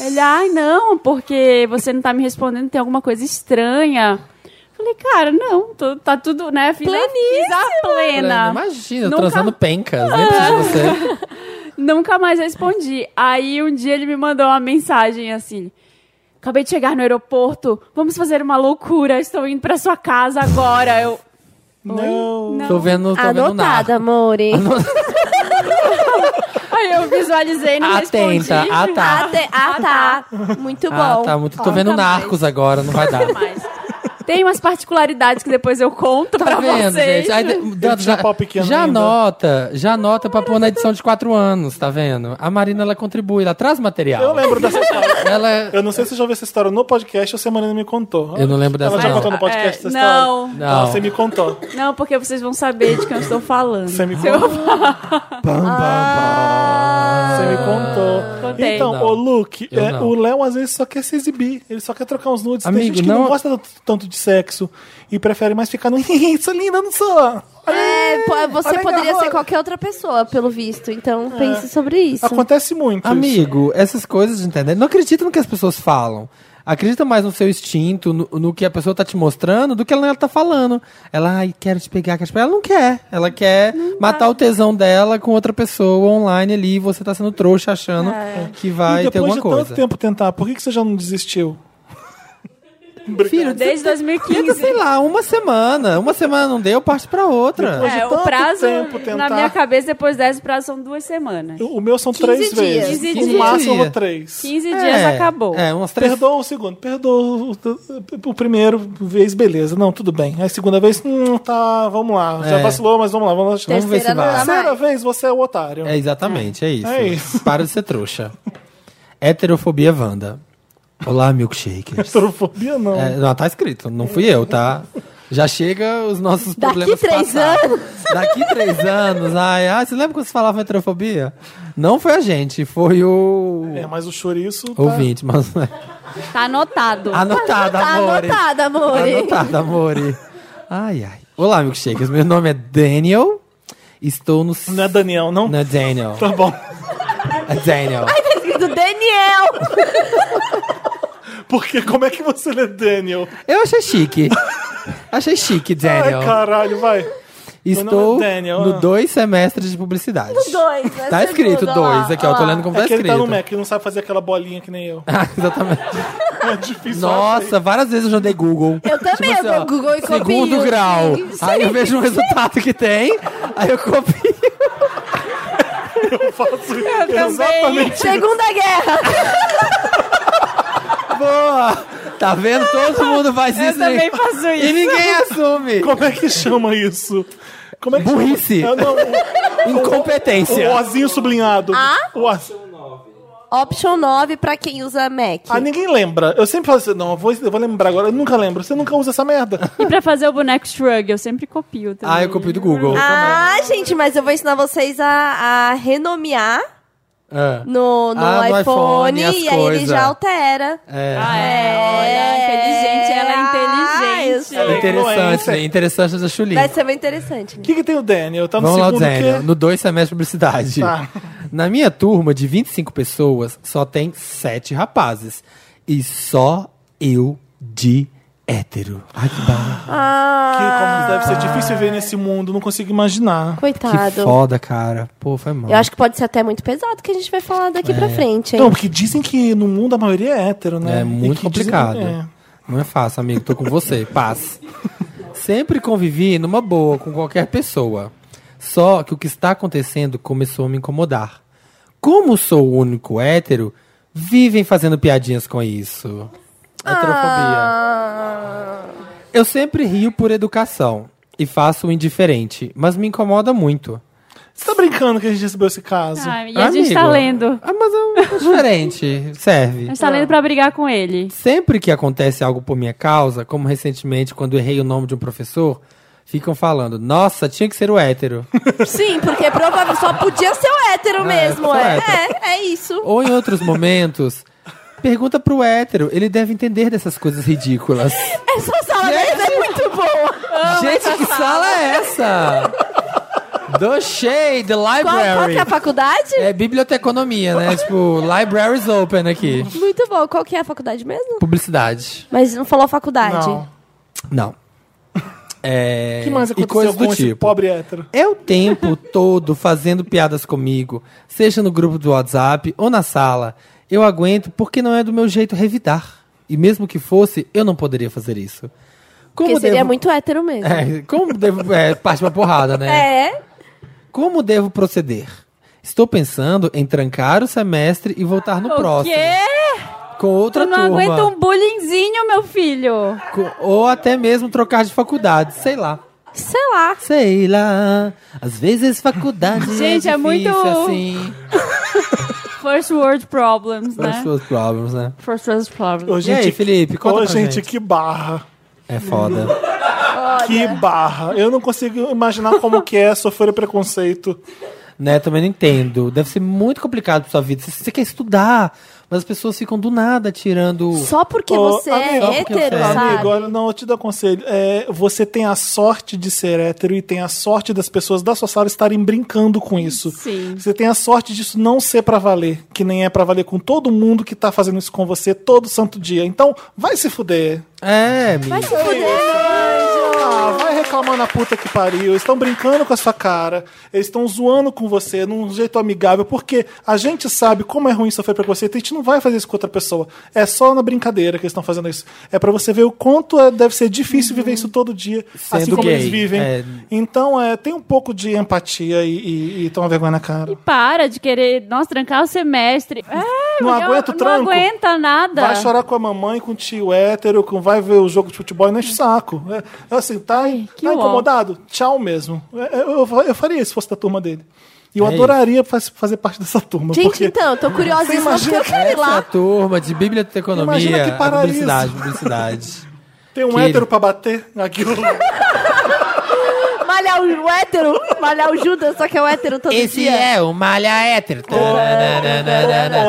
[SPEAKER 4] Ele, ai não, porque você não tá me respondendo, tem alguma coisa estranha. Falei, cara, não, tô- tá tudo, né? Fiz, a- fiz a plena.
[SPEAKER 2] Imagina,
[SPEAKER 4] Nunca- Ah.
[SPEAKER 2] transando pencas. Nem precisa de você.
[SPEAKER 4] Nunca mais respondi. Aí um dia ele me mandou uma mensagem assim: Acabei de chegar no aeroporto, vamos fazer uma loucura, estou indo pra sua casa agora. Eu.
[SPEAKER 1] Não.
[SPEAKER 4] Não.
[SPEAKER 2] Tô tá vendo, tô vendo
[SPEAKER 3] Anotada,
[SPEAKER 2] nada.
[SPEAKER 3] amor. hein?
[SPEAKER 4] Aí eu visualizei não respondi.
[SPEAKER 2] Atenta. Ah, tá.
[SPEAKER 3] Ah, te- ah, tá. Muito
[SPEAKER 2] Ah,
[SPEAKER 3] bom.
[SPEAKER 2] tá muito. Tô vendo
[SPEAKER 4] Nunca
[SPEAKER 2] narcos agora, não vai dar.
[SPEAKER 4] Nunca mais. Tem umas particularidades que depois eu conto
[SPEAKER 2] Tá
[SPEAKER 4] pra
[SPEAKER 2] vendo,
[SPEAKER 4] vocês.
[SPEAKER 2] gente? Aí, de-
[SPEAKER 1] Ele tinha
[SPEAKER 2] já,
[SPEAKER 1] pau pequeno
[SPEAKER 2] já
[SPEAKER 1] ainda.
[SPEAKER 2] anota, já anota pra pôr na edição de quatro anos, tá vendo? A Marina, ela contribui, ela traz material.
[SPEAKER 1] Eu lembro dessa história.
[SPEAKER 2] Ela, é-
[SPEAKER 1] Eu não sei se você já ouviu essa história no podcast ou se a Marina me contou.
[SPEAKER 2] Eu não lembro dessa,
[SPEAKER 1] Ela já
[SPEAKER 2] não.
[SPEAKER 1] contou no podcast
[SPEAKER 4] É,
[SPEAKER 1] essa história?
[SPEAKER 4] não.
[SPEAKER 1] Então,
[SPEAKER 2] Não.
[SPEAKER 1] você me contou.
[SPEAKER 4] Não, porque vocês vão saber de quem eu estou falando.
[SPEAKER 1] Você me
[SPEAKER 4] Se eu-
[SPEAKER 2] Bam, bam, bam.
[SPEAKER 1] Você me
[SPEAKER 3] Ah,
[SPEAKER 1] contou.
[SPEAKER 4] Contei.
[SPEAKER 1] Então,
[SPEAKER 2] Não.
[SPEAKER 1] ô Luke,
[SPEAKER 2] Eu
[SPEAKER 1] é,
[SPEAKER 2] não.
[SPEAKER 1] o Léo às vezes só quer se exibir. Ele só quer trocar uns nudes. Tem
[SPEAKER 2] Amigo,
[SPEAKER 1] gente que não,
[SPEAKER 2] não-
[SPEAKER 1] gosta t- tanto de sexo e prefere mais ficar no. Isso é linda, não sou.
[SPEAKER 3] É, pô, você
[SPEAKER 1] olha a
[SPEAKER 3] poderia
[SPEAKER 1] garota.
[SPEAKER 3] ser qualquer outra pessoa, pelo visto. Então, pense sobre isso.
[SPEAKER 1] Acontece muito. isso.
[SPEAKER 2] Amigo, essas coisas de internet, não acredita no que as pessoas falam. Acredita mais no seu instinto, no, no que a pessoa tá te mostrando, do que ela, ela tá falando. Ela, ai, quero te pegar, quero te pegar. Ela não quer. Ela quer
[SPEAKER 4] tá.
[SPEAKER 2] matar o tesão dela com outra pessoa online ali. E você tá sendo trouxa achando
[SPEAKER 4] É.
[SPEAKER 2] que
[SPEAKER 1] e
[SPEAKER 2] vai ter alguma
[SPEAKER 1] depois de
[SPEAKER 2] coisa.
[SPEAKER 1] tanto tempo tentar, por que, que você já não desistiu?
[SPEAKER 2] Filho,
[SPEAKER 4] Desde
[SPEAKER 2] Tenta,
[SPEAKER 4] 2015.
[SPEAKER 2] sei lá, uma semana. Uma semana não deu, parte pra outra.
[SPEAKER 1] Depois- de
[SPEAKER 4] É, o
[SPEAKER 1] tanto
[SPEAKER 4] prazo,
[SPEAKER 1] tempo tentar.
[SPEAKER 4] na minha cabeça, depois dessa, o prazo são duas semanas.
[SPEAKER 1] O meu são
[SPEAKER 3] 15
[SPEAKER 1] três
[SPEAKER 3] dias.
[SPEAKER 1] vezes.
[SPEAKER 4] 15
[SPEAKER 1] O
[SPEAKER 4] dias.
[SPEAKER 1] máximo três.
[SPEAKER 4] 15 dias acabou.
[SPEAKER 2] É, umas três.
[SPEAKER 1] Perdoa o segundo, perdoa o, o primeiro vez, beleza. Não, tudo bem. Aí segunda vez, hum, tá, vamos lá. Já
[SPEAKER 2] É.
[SPEAKER 1] vacilou, mas vamos lá, vamos lá.
[SPEAKER 2] Vamos ver se
[SPEAKER 3] Terceira
[SPEAKER 2] vai.
[SPEAKER 3] não dá
[SPEAKER 1] Terceira
[SPEAKER 3] mais.
[SPEAKER 1] vez, você é o otário.
[SPEAKER 2] É, exatamente, é isso.
[SPEAKER 1] É isso.
[SPEAKER 2] Para de ser trouxa. Heterofobia Wanda. Olá, milkshakers.
[SPEAKER 1] Heterofobia, não.
[SPEAKER 2] É, não, tá escrito, não fui eu, tá? Já chega os nossos
[SPEAKER 3] Daqui
[SPEAKER 2] problemas
[SPEAKER 3] três
[SPEAKER 2] passados.
[SPEAKER 3] anos.
[SPEAKER 2] Daqui três anos. Ai, ai, você lembra quando você falava heterofobia? Não foi a gente, foi o...
[SPEAKER 1] É, mas o chouriço... tá-
[SPEAKER 2] Ouvinte, mas...
[SPEAKER 4] Tá anotado.
[SPEAKER 2] Anotado,
[SPEAKER 4] Tá
[SPEAKER 2] amore.
[SPEAKER 4] anotado, amore.
[SPEAKER 2] Anotado, amore. Ai, ai. Olá, milkshakers. Meu nome é Daniel. Estou no... Não
[SPEAKER 1] é Daniel, não?
[SPEAKER 2] Não é Daniel.
[SPEAKER 1] Tá bom.
[SPEAKER 2] É Daniel.
[SPEAKER 3] Ai, tá escrito Daniel!
[SPEAKER 1] Porque como é que você lê Daniel?
[SPEAKER 2] Eu achei chique. achei chique, Daniel.
[SPEAKER 1] Ai, caralho, vai. Meu nome é
[SPEAKER 2] Estou
[SPEAKER 1] Daniel,
[SPEAKER 2] no
[SPEAKER 1] ah.
[SPEAKER 2] dois semestres de publicidade.
[SPEAKER 3] dois, né?
[SPEAKER 2] Tá escrito
[SPEAKER 3] Segundo, ó lá,
[SPEAKER 2] dois aqui, ó. Tô lendo como
[SPEAKER 1] é
[SPEAKER 2] tá
[SPEAKER 1] que ele
[SPEAKER 2] escrito.
[SPEAKER 1] tá no Mac, ele não sabe fazer aquela bolinha que nem eu.
[SPEAKER 2] Ah, Exatamente.
[SPEAKER 1] É difícil.
[SPEAKER 2] Nossa, várias vezes eu já dei Google. Tipo assim,
[SPEAKER 3] Eu também, eu dou Google e copio.
[SPEAKER 2] Segundo grau.
[SPEAKER 3] Isso
[SPEAKER 2] Aí eu
[SPEAKER 3] aí.
[SPEAKER 2] vejo o resultado que tem, aí eu copio.
[SPEAKER 1] Eu faço
[SPEAKER 3] Também.
[SPEAKER 1] exatamente isso.
[SPEAKER 3] Segunda Guerra!
[SPEAKER 2] Boa! Tá vendo? Todo mundo faz
[SPEAKER 1] Eu
[SPEAKER 2] isso.
[SPEAKER 1] também
[SPEAKER 2] hein?
[SPEAKER 1] faço
[SPEAKER 2] E
[SPEAKER 1] isso.
[SPEAKER 2] ninguém assume.
[SPEAKER 1] Como é que chama isso? Como é que
[SPEAKER 2] Burrice.
[SPEAKER 1] Chama? É, não, o-
[SPEAKER 2] Incompetência.
[SPEAKER 1] O ozinho sublinhado.
[SPEAKER 3] Ah?
[SPEAKER 1] O ozinho.
[SPEAKER 3] Option 9 pra quem usa Mac.
[SPEAKER 1] Ah, ninguém lembra. Eu sempre falo assim, não, eu vou, eu vou lembrar agora. Eu nunca lembro. Você nunca usa essa merda.
[SPEAKER 4] E pra fazer o boneco shrug, eu sempre copio também.
[SPEAKER 2] Ah, eu copio do Google.
[SPEAKER 3] Ah, gente, mas eu vou ensinar vocês a, a renomear
[SPEAKER 2] É.
[SPEAKER 3] no, no
[SPEAKER 2] Ah, no
[SPEAKER 3] iPhone,
[SPEAKER 2] iPhone, as
[SPEAKER 3] e aí ele
[SPEAKER 2] coisa.
[SPEAKER 3] já altera.
[SPEAKER 2] É.
[SPEAKER 4] Ah, olha, inteligente, ela é inteligente.
[SPEAKER 3] Ah, eu
[SPEAKER 2] É
[SPEAKER 3] sei.
[SPEAKER 2] Interessante, né? Interessante essa chulinha.
[SPEAKER 3] Vai ser bem interessante.
[SPEAKER 1] O que, que tem o Daniel? Tá no
[SPEAKER 2] Vamos lá,
[SPEAKER 1] segundo
[SPEAKER 2] Daniel.
[SPEAKER 1] quê?
[SPEAKER 2] No dois semestres de publicidade.
[SPEAKER 1] Tá.
[SPEAKER 2] Na minha turma de 25 pessoas, só tem sete rapazes. E só eu de hétero. Ai, que barra.
[SPEAKER 3] Ah,
[SPEAKER 1] Que como deve ser difícil ver nesse mundo, não consigo imaginar.
[SPEAKER 3] Coitado.
[SPEAKER 2] Que foda, cara. Pô, foi mal.
[SPEAKER 3] Ah, Eu acho que pode ser até muito pesado que a gente vai falar daqui pra frente, hein?
[SPEAKER 1] Não, porque dizem que no mundo a maioria é hétero, né?
[SPEAKER 2] É
[SPEAKER 1] E
[SPEAKER 2] muito
[SPEAKER 1] que dizem-
[SPEAKER 2] complicado.
[SPEAKER 1] é.
[SPEAKER 2] Não é fácil, amigo. Tô com você. Paz. Sempre convivi numa boa com qualquer pessoa. Só que o que está acontecendo começou a me incomodar. Como sou o único hétero, vivem fazendo piadinhas com isso.
[SPEAKER 4] Ah.
[SPEAKER 2] Heterofobia. Eu sempre rio por educação e faço o indiferente, mas me incomoda muito.
[SPEAKER 1] Você tá brincando que a gente recebeu esse caso?
[SPEAKER 4] Ah, e a gente
[SPEAKER 2] Amigo.
[SPEAKER 4] tá lendo.
[SPEAKER 2] Ah, mas é um- diferente. Serve.
[SPEAKER 4] A gente tá lendo pra brigar com ele.
[SPEAKER 2] Sempre que acontece algo por minha causa, como recentemente quando errei o nome de um professor, ficam falando: Nossa, tinha que ser o hétero.
[SPEAKER 3] Ah, Sim, porque provavelmente só podia ser o hétero mesmo.
[SPEAKER 2] só
[SPEAKER 3] É,
[SPEAKER 2] hétero.
[SPEAKER 3] é, é isso.
[SPEAKER 2] Ou em outros momentos, pergunta pro hétero, ele deve entender dessas coisas ridículas.
[SPEAKER 3] Essa sala deles é muito boa.
[SPEAKER 2] Gente, que sala é essa? Do Shade Library.
[SPEAKER 3] Qual, qual que é a faculdade?
[SPEAKER 2] É biblioteconomia, né? tipo, libraries open aqui.
[SPEAKER 3] Muito bom. Qual que é a faculdade mesmo?
[SPEAKER 2] Publicidade.
[SPEAKER 3] Mas não falou faculdade.
[SPEAKER 1] Não.
[SPEAKER 2] Não. É,
[SPEAKER 1] O que mais
[SPEAKER 2] e coisas
[SPEAKER 1] aconteceu
[SPEAKER 2] do
[SPEAKER 1] com esse
[SPEAKER 2] tipo.
[SPEAKER 1] pobre hétero?
[SPEAKER 2] É o tempo todo fazendo piadas comigo, seja no grupo do WhatsApp ou na sala. Eu aguento porque não é do meu jeito revidar. E mesmo que fosse, eu não poderia fazer isso. Como
[SPEAKER 3] porque seria
[SPEAKER 2] devo-
[SPEAKER 3] muito hétero mesmo.
[SPEAKER 2] É, como devo. É, parte pra porrada, né?
[SPEAKER 3] É.
[SPEAKER 2] Como devo proceder? Estou pensando em trancar o semestre e voltar no
[SPEAKER 4] O
[SPEAKER 2] próximo.
[SPEAKER 4] quê?
[SPEAKER 2] Com outra
[SPEAKER 4] Tu não
[SPEAKER 2] turma.
[SPEAKER 4] aguenta um bullyingzinho, meu filho.
[SPEAKER 2] Co- Ou até mesmo trocar de faculdade, sei lá.
[SPEAKER 3] Sei lá.
[SPEAKER 2] Sei lá. Às vezes faculdade.
[SPEAKER 4] Gente,
[SPEAKER 2] é,
[SPEAKER 4] é muito-
[SPEAKER 2] difícil, Assim.
[SPEAKER 4] First world problems,
[SPEAKER 2] As
[SPEAKER 4] né?
[SPEAKER 2] suas problems, né?
[SPEAKER 4] First world problems.
[SPEAKER 1] Ô,
[SPEAKER 2] E aí, Felipe,
[SPEAKER 1] Ô,
[SPEAKER 2] conta pra
[SPEAKER 1] gente,
[SPEAKER 2] gente.
[SPEAKER 1] que barra.
[SPEAKER 2] É foda.
[SPEAKER 1] Que barra. Eu não consigo imaginar como que é sofrer preconceito.
[SPEAKER 2] né? Também não entendo. Deve ser muito complicado pra sua vida. Você, você quer estudar, mas as pessoas ficam do nada tirando.
[SPEAKER 3] Só porque
[SPEAKER 1] Ô,
[SPEAKER 3] você
[SPEAKER 1] amigo,
[SPEAKER 3] é
[SPEAKER 2] só porque
[SPEAKER 3] hétero,
[SPEAKER 2] você é.
[SPEAKER 3] sabe?
[SPEAKER 1] Amigo, olha, não, eu te dou conselho. É, você tem a sorte de ser hétero e tem a sorte das pessoas da sua sala estarem brincando com isso.
[SPEAKER 4] Sim.
[SPEAKER 1] Você tem a sorte disso não ser pra valer, que nem é pra valer com todo mundo que tá fazendo isso com você todo santo dia. Então, vai se fuder.
[SPEAKER 2] É, amigo.
[SPEAKER 3] Vai se fuder.
[SPEAKER 1] Ah, vai reclamar na puta que pariu. Estão brincando com a sua cara. Eles estão zoando com você num jeito amigável. Porque a gente sabe como é ruim sofrer preconceito. A gente não vai fazer isso com outra pessoa. É só na brincadeira que eles estão fazendo isso. É pra você ver o quanto é- deve ser difícil viver isso todo dia.
[SPEAKER 2] Sendo
[SPEAKER 1] assim como
[SPEAKER 2] gay,
[SPEAKER 1] eles vivem.
[SPEAKER 2] é.
[SPEAKER 1] Então, é, tem um pouco de empatia e, e, e toma vergonha na cara.
[SPEAKER 4] Para de querer, nossa, trancar o semestre. É,
[SPEAKER 1] Não
[SPEAKER 4] porque
[SPEAKER 1] aguenta o
[SPEAKER 4] não
[SPEAKER 1] tranco.
[SPEAKER 4] aguenta nada.
[SPEAKER 1] Vai chorar com a mamãe, com o tio hétero, com vai ver o jogo de futebol e não enche o saco. É, é assim, tá,
[SPEAKER 4] que
[SPEAKER 1] tá
[SPEAKER 4] uó.
[SPEAKER 1] incomodado? Tchau mesmo. É, Eu, eu, eu faria se fosse da turma dele. E eu
[SPEAKER 2] É
[SPEAKER 1] adoraria faz- fazer parte dessa turma.
[SPEAKER 3] Gente,
[SPEAKER 1] porque
[SPEAKER 3] então, eu tô curiosa isso, mas
[SPEAKER 1] imagina
[SPEAKER 3] eu quero ir
[SPEAKER 2] Essa
[SPEAKER 3] lá.
[SPEAKER 2] turma de biblioteconomia.
[SPEAKER 1] Imagina que
[SPEAKER 2] é
[SPEAKER 1] paraíso.
[SPEAKER 2] Publicidade, publicidade.
[SPEAKER 1] Tem um
[SPEAKER 2] Que
[SPEAKER 1] hétero
[SPEAKER 2] ele-
[SPEAKER 1] pra bater aquilo.
[SPEAKER 3] Malhar o, o hétero, malhar o Judas, só que é o hétero todo
[SPEAKER 2] Esse
[SPEAKER 3] dia.
[SPEAKER 2] é o malha hétero.
[SPEAKER 1] Ô,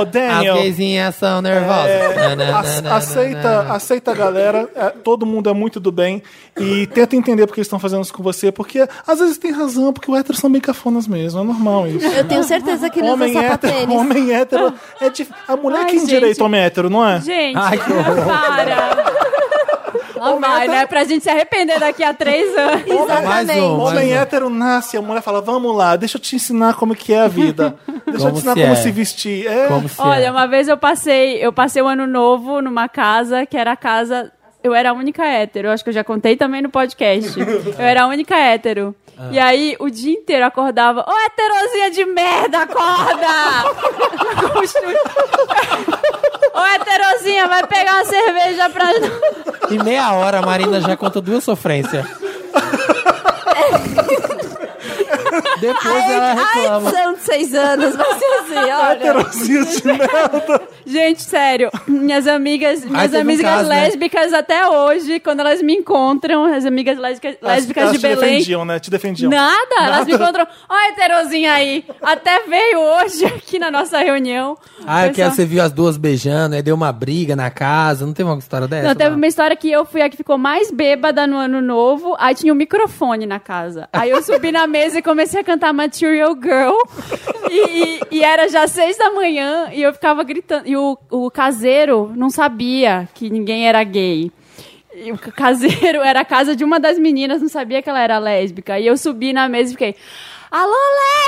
[SPEAKER 2] As
[SPEAKER 1] Daniel.
[SPEAKER 2] gaysinhas são nervosas.
[SPEAKER 1] É, ace- aceita, aceita a galera, é, todo mundo é muito do bem e tenta entender porque eles estão fazendo isso com você, porque às vezes tem razão, porque os héteros são bem cafonas mesmo, é normal isso.
[SPEAKER 3] Eu tenho certeza que ele usa
[SPEAKER 1] homem hétero,
[SPEAKER 3] sapatênis.
[SPEAKER 1] homem hétero é dif- A mulher
[SPEAKER 4] Ai,
[SPEAKER 1] que
[SPEAKER 4] gente.
[SPEAKER 1] endireita o homem hétero, não é?
[SPEAKER 4] Gente,
[SPEAKER 1] Ai, que horror.
[SPEAKER 4] para. Não vai, né? Pra gente se arrepender daqui a três anos.
[SPEAKER 1] Homem,
[SPEAKER 2] um,
[SPEAKER 1] homem hétero nasce, a mulher fala, vamos lá, deixa eu te ensinar como que é a vida. Deixa eu
[SPEAKER 2] Como
[SPEAKER 1] te ensinar
[SPEAKER 2] se
[SPEAKER 1] como
[SPEAKER 2] é.
[SPEAKER 1] se vestir. É.
[SPEAKER 2] Como se
[SPEAKER 4] Olha, uma vez eu passei, eu passei o ano novo numa casa que era a casa. Eu era a única hétero, eu acho que eu já contei também no podcast. Eu era a única hétero.
[SPEAKER 1] Ah.
[SPEAKER 4] E aí, o dia inteiro eu acordava, ô heterozinha de merda, acorda! Com os tu- ô heterozinha, vai pegar uma cerveja pra nós.
[SPEAKER 2] Em meia hora a Marina já conta duas sofrências. Depois ela reclama.
[SPEAKER 3] Ai, são de seis anos, vai ser assim, olha.
[SPEAKER 1] Heterozinha de merda.
[SPEAKER 4] Gente, sério, minhas amigas, minhas
[SPEAKER 2] teve um
[SPEAKER 4] amigas
[SPEAKER 2] caso, né?
[SPEAKER 4] lésbicas até hoje, quando elas me encontram, as amigas lésbicas, lésbicas
[SPEAKER 1] Elas
[SPEAKER 4] de
[SPEAKER 1] te
[SPEAKER 4] Belém,
[SPEAKER 1] defendiam, né? Te defendiam.
[SPEAKER 4] Nada, elas me encontram. Ó, heterozinha aí. Até veio hoje aqui na nossa reunião.
[SPEAKER 2] Ah, eu
[SPEAKER 4] Pessoal-
[SPEAKER 2] quero você viu as duas beijando, aí deu uma briga na casa. Não tem uma história dessa?
[SPEAKER 4] Não, teve
[SPEAKER 2] lá?
[SPEAKER 4] uma história que eu fui a que ficou mais bêbada no ano novo. Aí tinha um microfone na casa. Aí eu subi na mesa e comecei a cantar Material Girl. E, e- e era já seis da manhã e eu ficava gritando. E o, o caseiro não sabia que ninguém era gay. E o ca- caseiro era a casa de uma das meninas, não sabia que ela era lésbica. E eu subi na mesa e fiquei. Alô,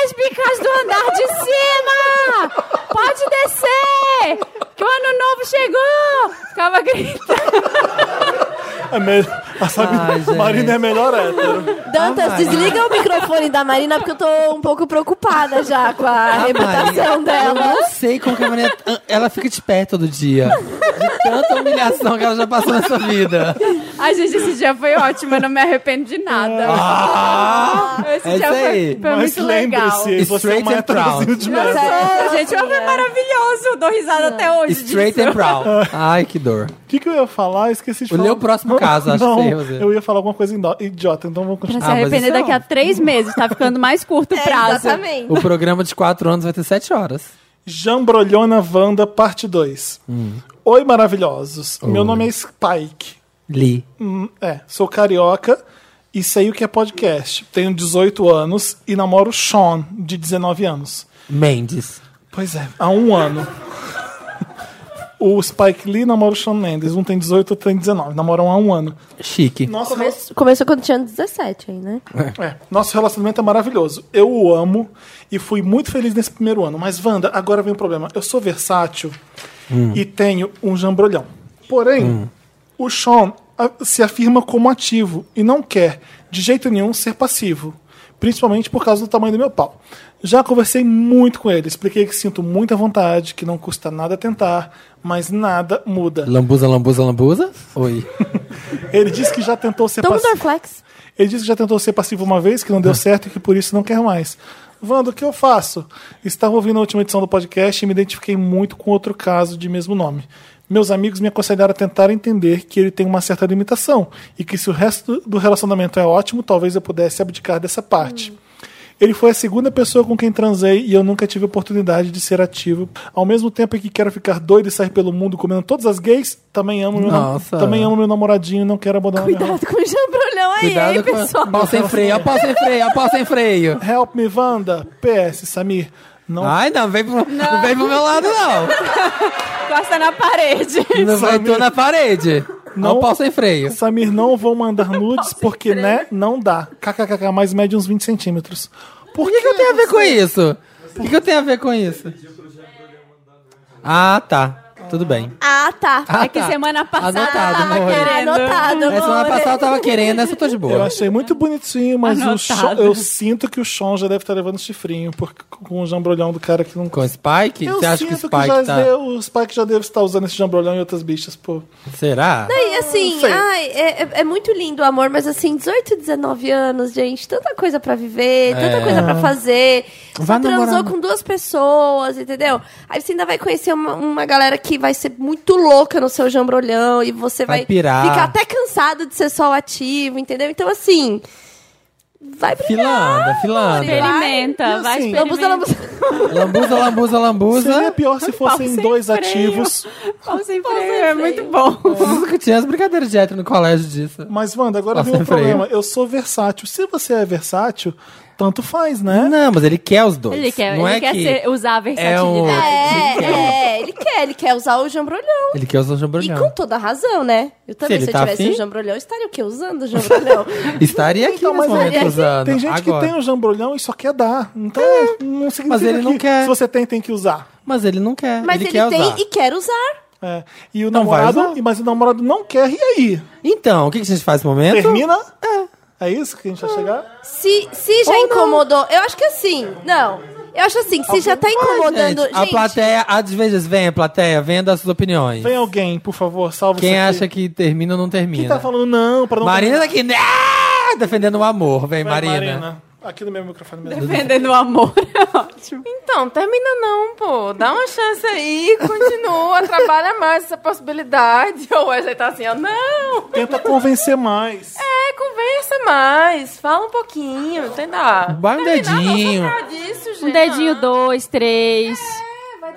[SPEAKER 4] lésbicas do andar de cima! Pode descer! Que o ano novo chegou! Ficava gritando.
[SPEAKER 1] É mesmo. A sabe,
[SPEAKER 2] Ai, gente.
[SPEAKER 1] Marina é a melhor hétero.
[SPEAKER 3] Dantas,
[SPEAKER 2] Ah,
[SPEAKER 3] desliga o microfone da Marina, porque eu tô um pouco preocupada já com a
[SPEAKER 2] Ah,
[SPEAKER 3] reputação
[SPEAKER 2] Maria, Eu
[SPEAKER 3] dela.
[SPEAKER 2] não é sei como que a Maria. Ela fica de pé todo dia. De tanta humilhação que ela já passou nessa vida.
[SPEAKER 4] Ai, gente, esse dia foi ótimo, eu não me arrependo de nada. Ah, esse
[SPEAKER 2] Ah! é
[SPEAKER 4] dia
[SPEAKER 2] isso
[SPEAKER 4] foi,
[SPEAKER 2] aí.
[SPEAKER 4] foi
[SPEAKER 1] Mas
[SPEAKER 4] muito legal.
[SPEAKER 1] lembre-se, você é
[SPEAKER 2] Straight
[SPEAKER 1] uma
[SPEAKER 2] and proud.
[SPEAKER 1] héterozinha de merda.
[SPEAKER 4] Nossa, gente, foi maravilhoso. Eu dou risada até hoje.
[SPEAKER 2] Straight
[SPEAKER 4] disso.
[SPEAKER 2] and proud. Ai, que dor.
[SPEAKER 1] O que, que eu ia falar? Eu Esqueci de
[SPEAKER 2] O
[SPEAKER 1] falar.
[SPEAKER 2] meu próximo caso, acho que
[SPEAKER 1] não,
[SPEAKER 2] você ia fazer.
[SPEAKER 1] Eu ia falar alguma coisa indo- idiota, então vamos
[SPEAKER 4] Pra
[SPEAKER 1] continuar.
[SPEAKER 4] se
[SPEAKER 2] Ah, mas
[SPEAKER 4] arrepender
[SPEAKER 2] isso é
[SPEAKER 4] daqui a três meses, tá ficando mais curto o
[SPEAKER 3] É,
[SPEAKER 4] prazo.
[SPEAKER 3] exatamente.
[SPEAKER 2] O programa de quatro anos vai ter sete horas.
[SPEAKER 1] Jambrolhona Wanda, parte 2. Oi, maravilhosos. Meu
[SPEAKER 2] Hum. Oi.
[SPEAKER 1] nome é Spike.
[SPEAKER 2] Li.
[SPEAKER 1] Hum, É, sou carioca e sei o que é podcast. Tenho 18 anos e namoro Sean, de 19 anos.
[SPEAKER 2] Mendes.
[SPEAKER 1] Pois é, há um ano. O Spike Lee namora o Sean Mendes. Um tem 18, outro tem 19. Namoram há um ano.
[SPEAKER 2] Chique.
[SPEAKER 1] Nossa,
[SPEAKER 3] Começou quando tinha 17 aí, né?
[SPEAKER 1] É, nosso relacionamento é maravilhoso. Eu o amo e fui muito feliz nesse primeiro ano. Mas, Wanda, agora vem o problema. Eu sou versátil e tenho um jambrolhão. Porém, o Sean a- se afirma como ativo e não quer, de jeito nenhum, ser passivo. Principalmente por causa do tamanho do meu pau. Já conversei muito com ele, expliquei que sinto muita vontade, que não custa nada tentar, mas nada muda.
[SPEAKER 2] Lambuza, lambuza, lambuza. Oi.
[SPEAKER 1] Ele disse que já tentou ser
[SPEAKER 3] Toma um
[SPEAKER 1] passivo.
[SPEAKER 3] Dorflex.
[SPEAKER 1] Ele disse que já tentou ser passivo uma vez, que não deu certo e que por isso não quer mais. Wanda, o que eu faço? Estava ouvindo a última edição do podcast e me identifiquei muito com outro caso de mesmo nome. Meus amigos me aconselharam a tentar entender que ele tem uma certa limitação e que se o resto do relacionamento é ótimo, talvez eu pudesse abdicar dessa parte. Ele foi a segunda pessoa com quem transei e eu nunca tive oportunidade de ser ativo. Ao mesmo tempo em que quero ficar doido e sair pelo mundo comendo todas as gays, também amo meu, nam-
[SPEAKER 2] Nossa.
[SPEAKER 1] também amo meu namoradinho e não quero abandonar minha
[SPEAKER 3] Cuidado com o jambrolhão aí, hein,
[SPEAKER 2] Cuidado
[SPEAKER 3] pessoal.
[SPEAKER 2] com. Pau sem freio, ó, pau sem freio, ó, pau sem freio.
[SPEAKER 1] Help me, Wanda. PS, Samir. Não,
[SPEAKER 2] Ai, não vem pro, não. vem pro meu lado, não.
[SPEAKER 4] Encosta na parede.
[SPEAKER 2] Não vai tu na parede. Não,
[SPEAKER 1] Não.
[SPEAKER 2] pau sem freio.
[SPEAKER 1] Samir, não vou mandar nudes porque, né, não dá. KKKK, mais mede uns 20 centímetros. Por
[SPEAKER 2] O que, que eu tenho a ver com isso? O que, que eu tenho a ver com isso? Ah, tá. Tudo bem.
[SPEAKER 3] Ah, tá.
[SPEAKER 2] Ah,
[SPEAKER 4] É que
[SPEAKER 2] tá.
[SPEAKER 4] semana passada
[SPEAKER 2] Anotado,
[SPEAKER 4] tava
[SPEAKER 2] amor.
[SPEAKER 4] querendo.
[SPEAKER 3] Anotado,
[SPEAKER 2] É, semana
[SPEAKER 3] amor.
[SPEAKER 2] passada eu tava querendo, essa eu tô de
[SPEAKER 1] Eu
[SPEAKER 2] boa.
[SPEAKER 1] achei muito bonitinho, mas o Sean-
[SPEAKER 4] Anotado.
[SPEAKER 1] eu sinto que o Sean já deve estar levando chifrinho por, com o jambrolhão do cara que não...
[SPEAKER 2] Com o Spike?
[SPEAKER 1] Eu
[SPEAKER 2] Você acha
[SPEAKER 1] sinto
[SPEAKER 2] que o Spike
[SPEAKER 1] já
[SPEAKER 2] tá.
[SPEAKER 1] deu- o Spike já deve estar usando esse jambrolhão em outras bichas, pô.
[SPEAKER 2] Será?
[SPEAKER 3] E assim,
[SPEAKER 1] sei.
[SPEAKER 3] ai, é, é- é muito lindo o amor, mas assim, 18, 19 anos, gente, tanta coisa pra viver, tanta coisa pra fazer. Só
[SPEAKER 2] É. Vai
[SPEAKER 3] transou
[SPEAKER 2] namorar.
[SPEAKER 3] com duas pessoas, entendeu? Aí você ainda vai conhecer uma, uma galera que vai ser muito louca no seu jambrolhão e você
[SPEAKER 2] Vai
[SPEAKER 3] vai,
[SPEAKER 2] pirar.
[SPEAKER 3] ficar até cansado de ser sol ativo, entendeu? Então, assim. Vai
[SPEAKER 2] Filanda,
[SPEAKER 3] brilhar.
[SPEAKER 2] filanda.
[SPEAKER 4] Experimenta,
[SPEAKER 3] E, assim,
[SPEAKER 4] vai
[SPEAKER 3] lambuza,
[SPEAKER 4] experimenta.
[SPEAKER 3] lambuza.
[SPEAKER 2] Lambuza, lambuza, lambuza.
[SPEAKER 1] Seria pior se fossem dois
[SPEAKER 4] freio.
[SPEAKER 1] ativos.
[SPEAKER 4] Pau sem freio, é muito bom.
[SPEAKER 2] Eu tinha as brincadeiras de hétero no colégio disso.
[SPEAKER 1] Mas, Wanda, agora
[SPEAKER 2] Pau
[SPEAKER 1] vem o
[SPEAKER 2] sem freio.
[SPEAKER 1] problema. Eu sou versátil. Se você é versátil, tanto faz, né?
[SPEAKER 2] Não, mas ele quer os dois.
[SPEAKER 4] Ele quer,
[SPEAKER 2] Não
[SPEAKER 4] ele
[SPEAKER 2] é
[SPEAKER 4] quer
[SPEAKER 2] que...
[SPEAKER 4] ser- usar a versatilidade.
[SPEAKER 2] um-
[SPEAKER 3] É, é, ele quer, ele quer usar o jambrolhão.
[SPEAKER 2] Ele quer usar o
[SPEAKER 3] E
[SPEAKER 2] jambrolhão.
[SPEAKER 3] com toda razão, né? Eu também,
[SPEAKER 2] ele
[SPEAKER 3] se eu
[SPEAKER 2] tá
[SPEAKER 3] tivesse
[SPEAKER 2] afim?
[SPEAKER 3] o jambrolhão, eu estaria o quê? Usando o jambrolhão.
[SPEAKER 2] Estaria aqui
[SPEAKER 1] Então,
[SPEAKER 2] nesse
[SPEAKER 1] mas
[SPEAKER 2] momento
[SPEAKER 1] tem-
[SPEAKER 2] usando.
[SPEAKER 1] tem gente
[SPEAKER 2] agora. É,
[SPEAKER 1] que tem o jambrolhão e só quer dar. Então, não significa
[SPEAKER 2] Mas ele não
[SPEAKER 1] que
[SPEAKER 2] quer.
[SPEAKER 1] se você tem, tem que usar.
[SPEAKER 2] Mas ele não quer.
[SPEAKER 3] Mas
[SPEAKER 2] ele,
[SPEAKER 3] ele,
[SPEAKER 2] quer
[SPEAKER 3] tem
[SPEAKER 2] usar.
[SPEAKER 3] e quer usar.
[SPEAKER 1] É. E o
[SPEAKER 2] Não Então vai
[SPEAKER 1] namorado,
[SPEAKER 2] usar.
[SPEAKER 1] e- mas o namorado não quer, e aí?
[SPEAKER 2] Então, o que que a gente faz nesse momento?
[SPEAKER 1] Termina? É. isso que a gente vai chegar?
[SPEAKER 3] Se, se já incomodou, eu acho que assim, não. Eu acho assim, se já tá incomodando.
[SPEAKER 2] Gente, a plateia, às vezes, vem a plateia, venda as suas opiniões.
[SPEAKER 1] Vem alguém, por favor, salve
[SPEAKER 2] Quem
[SPEAKER 1] isso aqui.
[SPEAKER 2] acha que termina ou não
[SPEAKER 1] Quem
[SPEAKER 2] termina?
[SPEAKER 1] tá falando não pra não...
[SPEAKER 2] Marina tá aqui, né? defendendo o amor. Vem,
[SPEAKER 1] Vai,
[SPEAKER 2] Marina.
[SPEAKER 1] Aqui no meu microfone
[SPEAKER 2] um
[SPEAKER 1] mesmo.
[SPEAKER 4] Defendendo o amor. é
[SPEAKER 18] Então, termina não, pô. Dá uma chance aí, continua, trabalha mais essa possibilidade. Ou a gente tá assim, ó, não.
[SPEAKER 2] É.
[SPEAKER 1] Tenta convencer mais.
[SPEAKER 18] É, conversa mais, fala um pouquinho, tenta.
[SPEAKER 2] Vai um dedinho.
[SPEAKER 18] Não, disso, gente.
[SPEAKER 4] Um dedinho, dois, três.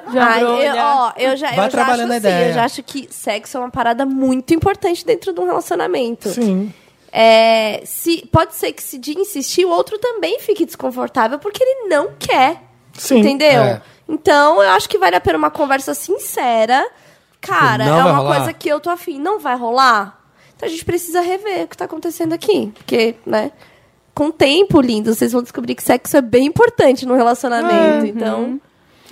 [SPEAKER 3] Ai,
[SPEAKER 4] Jambrolha.
[SPEAKER 3] eu, ó, eu já, eu
[SPEAKER 2] Vai
[SPEAKER 3] já acho
[SPEAKER 2] trabalhando a
[SPEAKER 3] assim,
[SPEAKER 2] ideia.
[SPEAKER 3] eu já acho que sexo é uma parada muito importante dentro de um relacionamento.
[SPEAKER 1] Sim.
[SPEAKER 3] É, se, pode ser que se de insistir, o outro também fique desconfortável porque ele não quer.
[SPEAKER 1] Sim.
[SPEAKER 3] Entendeu?
[SPEAKER 2] É.
[SPEAKER 3] Então, eu acho que vale a pena uma conversa sincera. Cara,
[SPEAKER 2] Não
[SPEAKER 3] é
[SPEAKER 2] vai
[SPEAKER 3] uma
[SPEAKER 2] rolar?
[SPEAKER 3] coisa que eu tô afim. Não vai rolar? Então a gente precisa rever o que tá acontecendo aqui. Porque, né? Com o tempo, lindo, vocês vão descobrir que sexo é bem importante no
[SPEAKER 2] Uhum.
[SPEAKER 3] relacionamento. Então.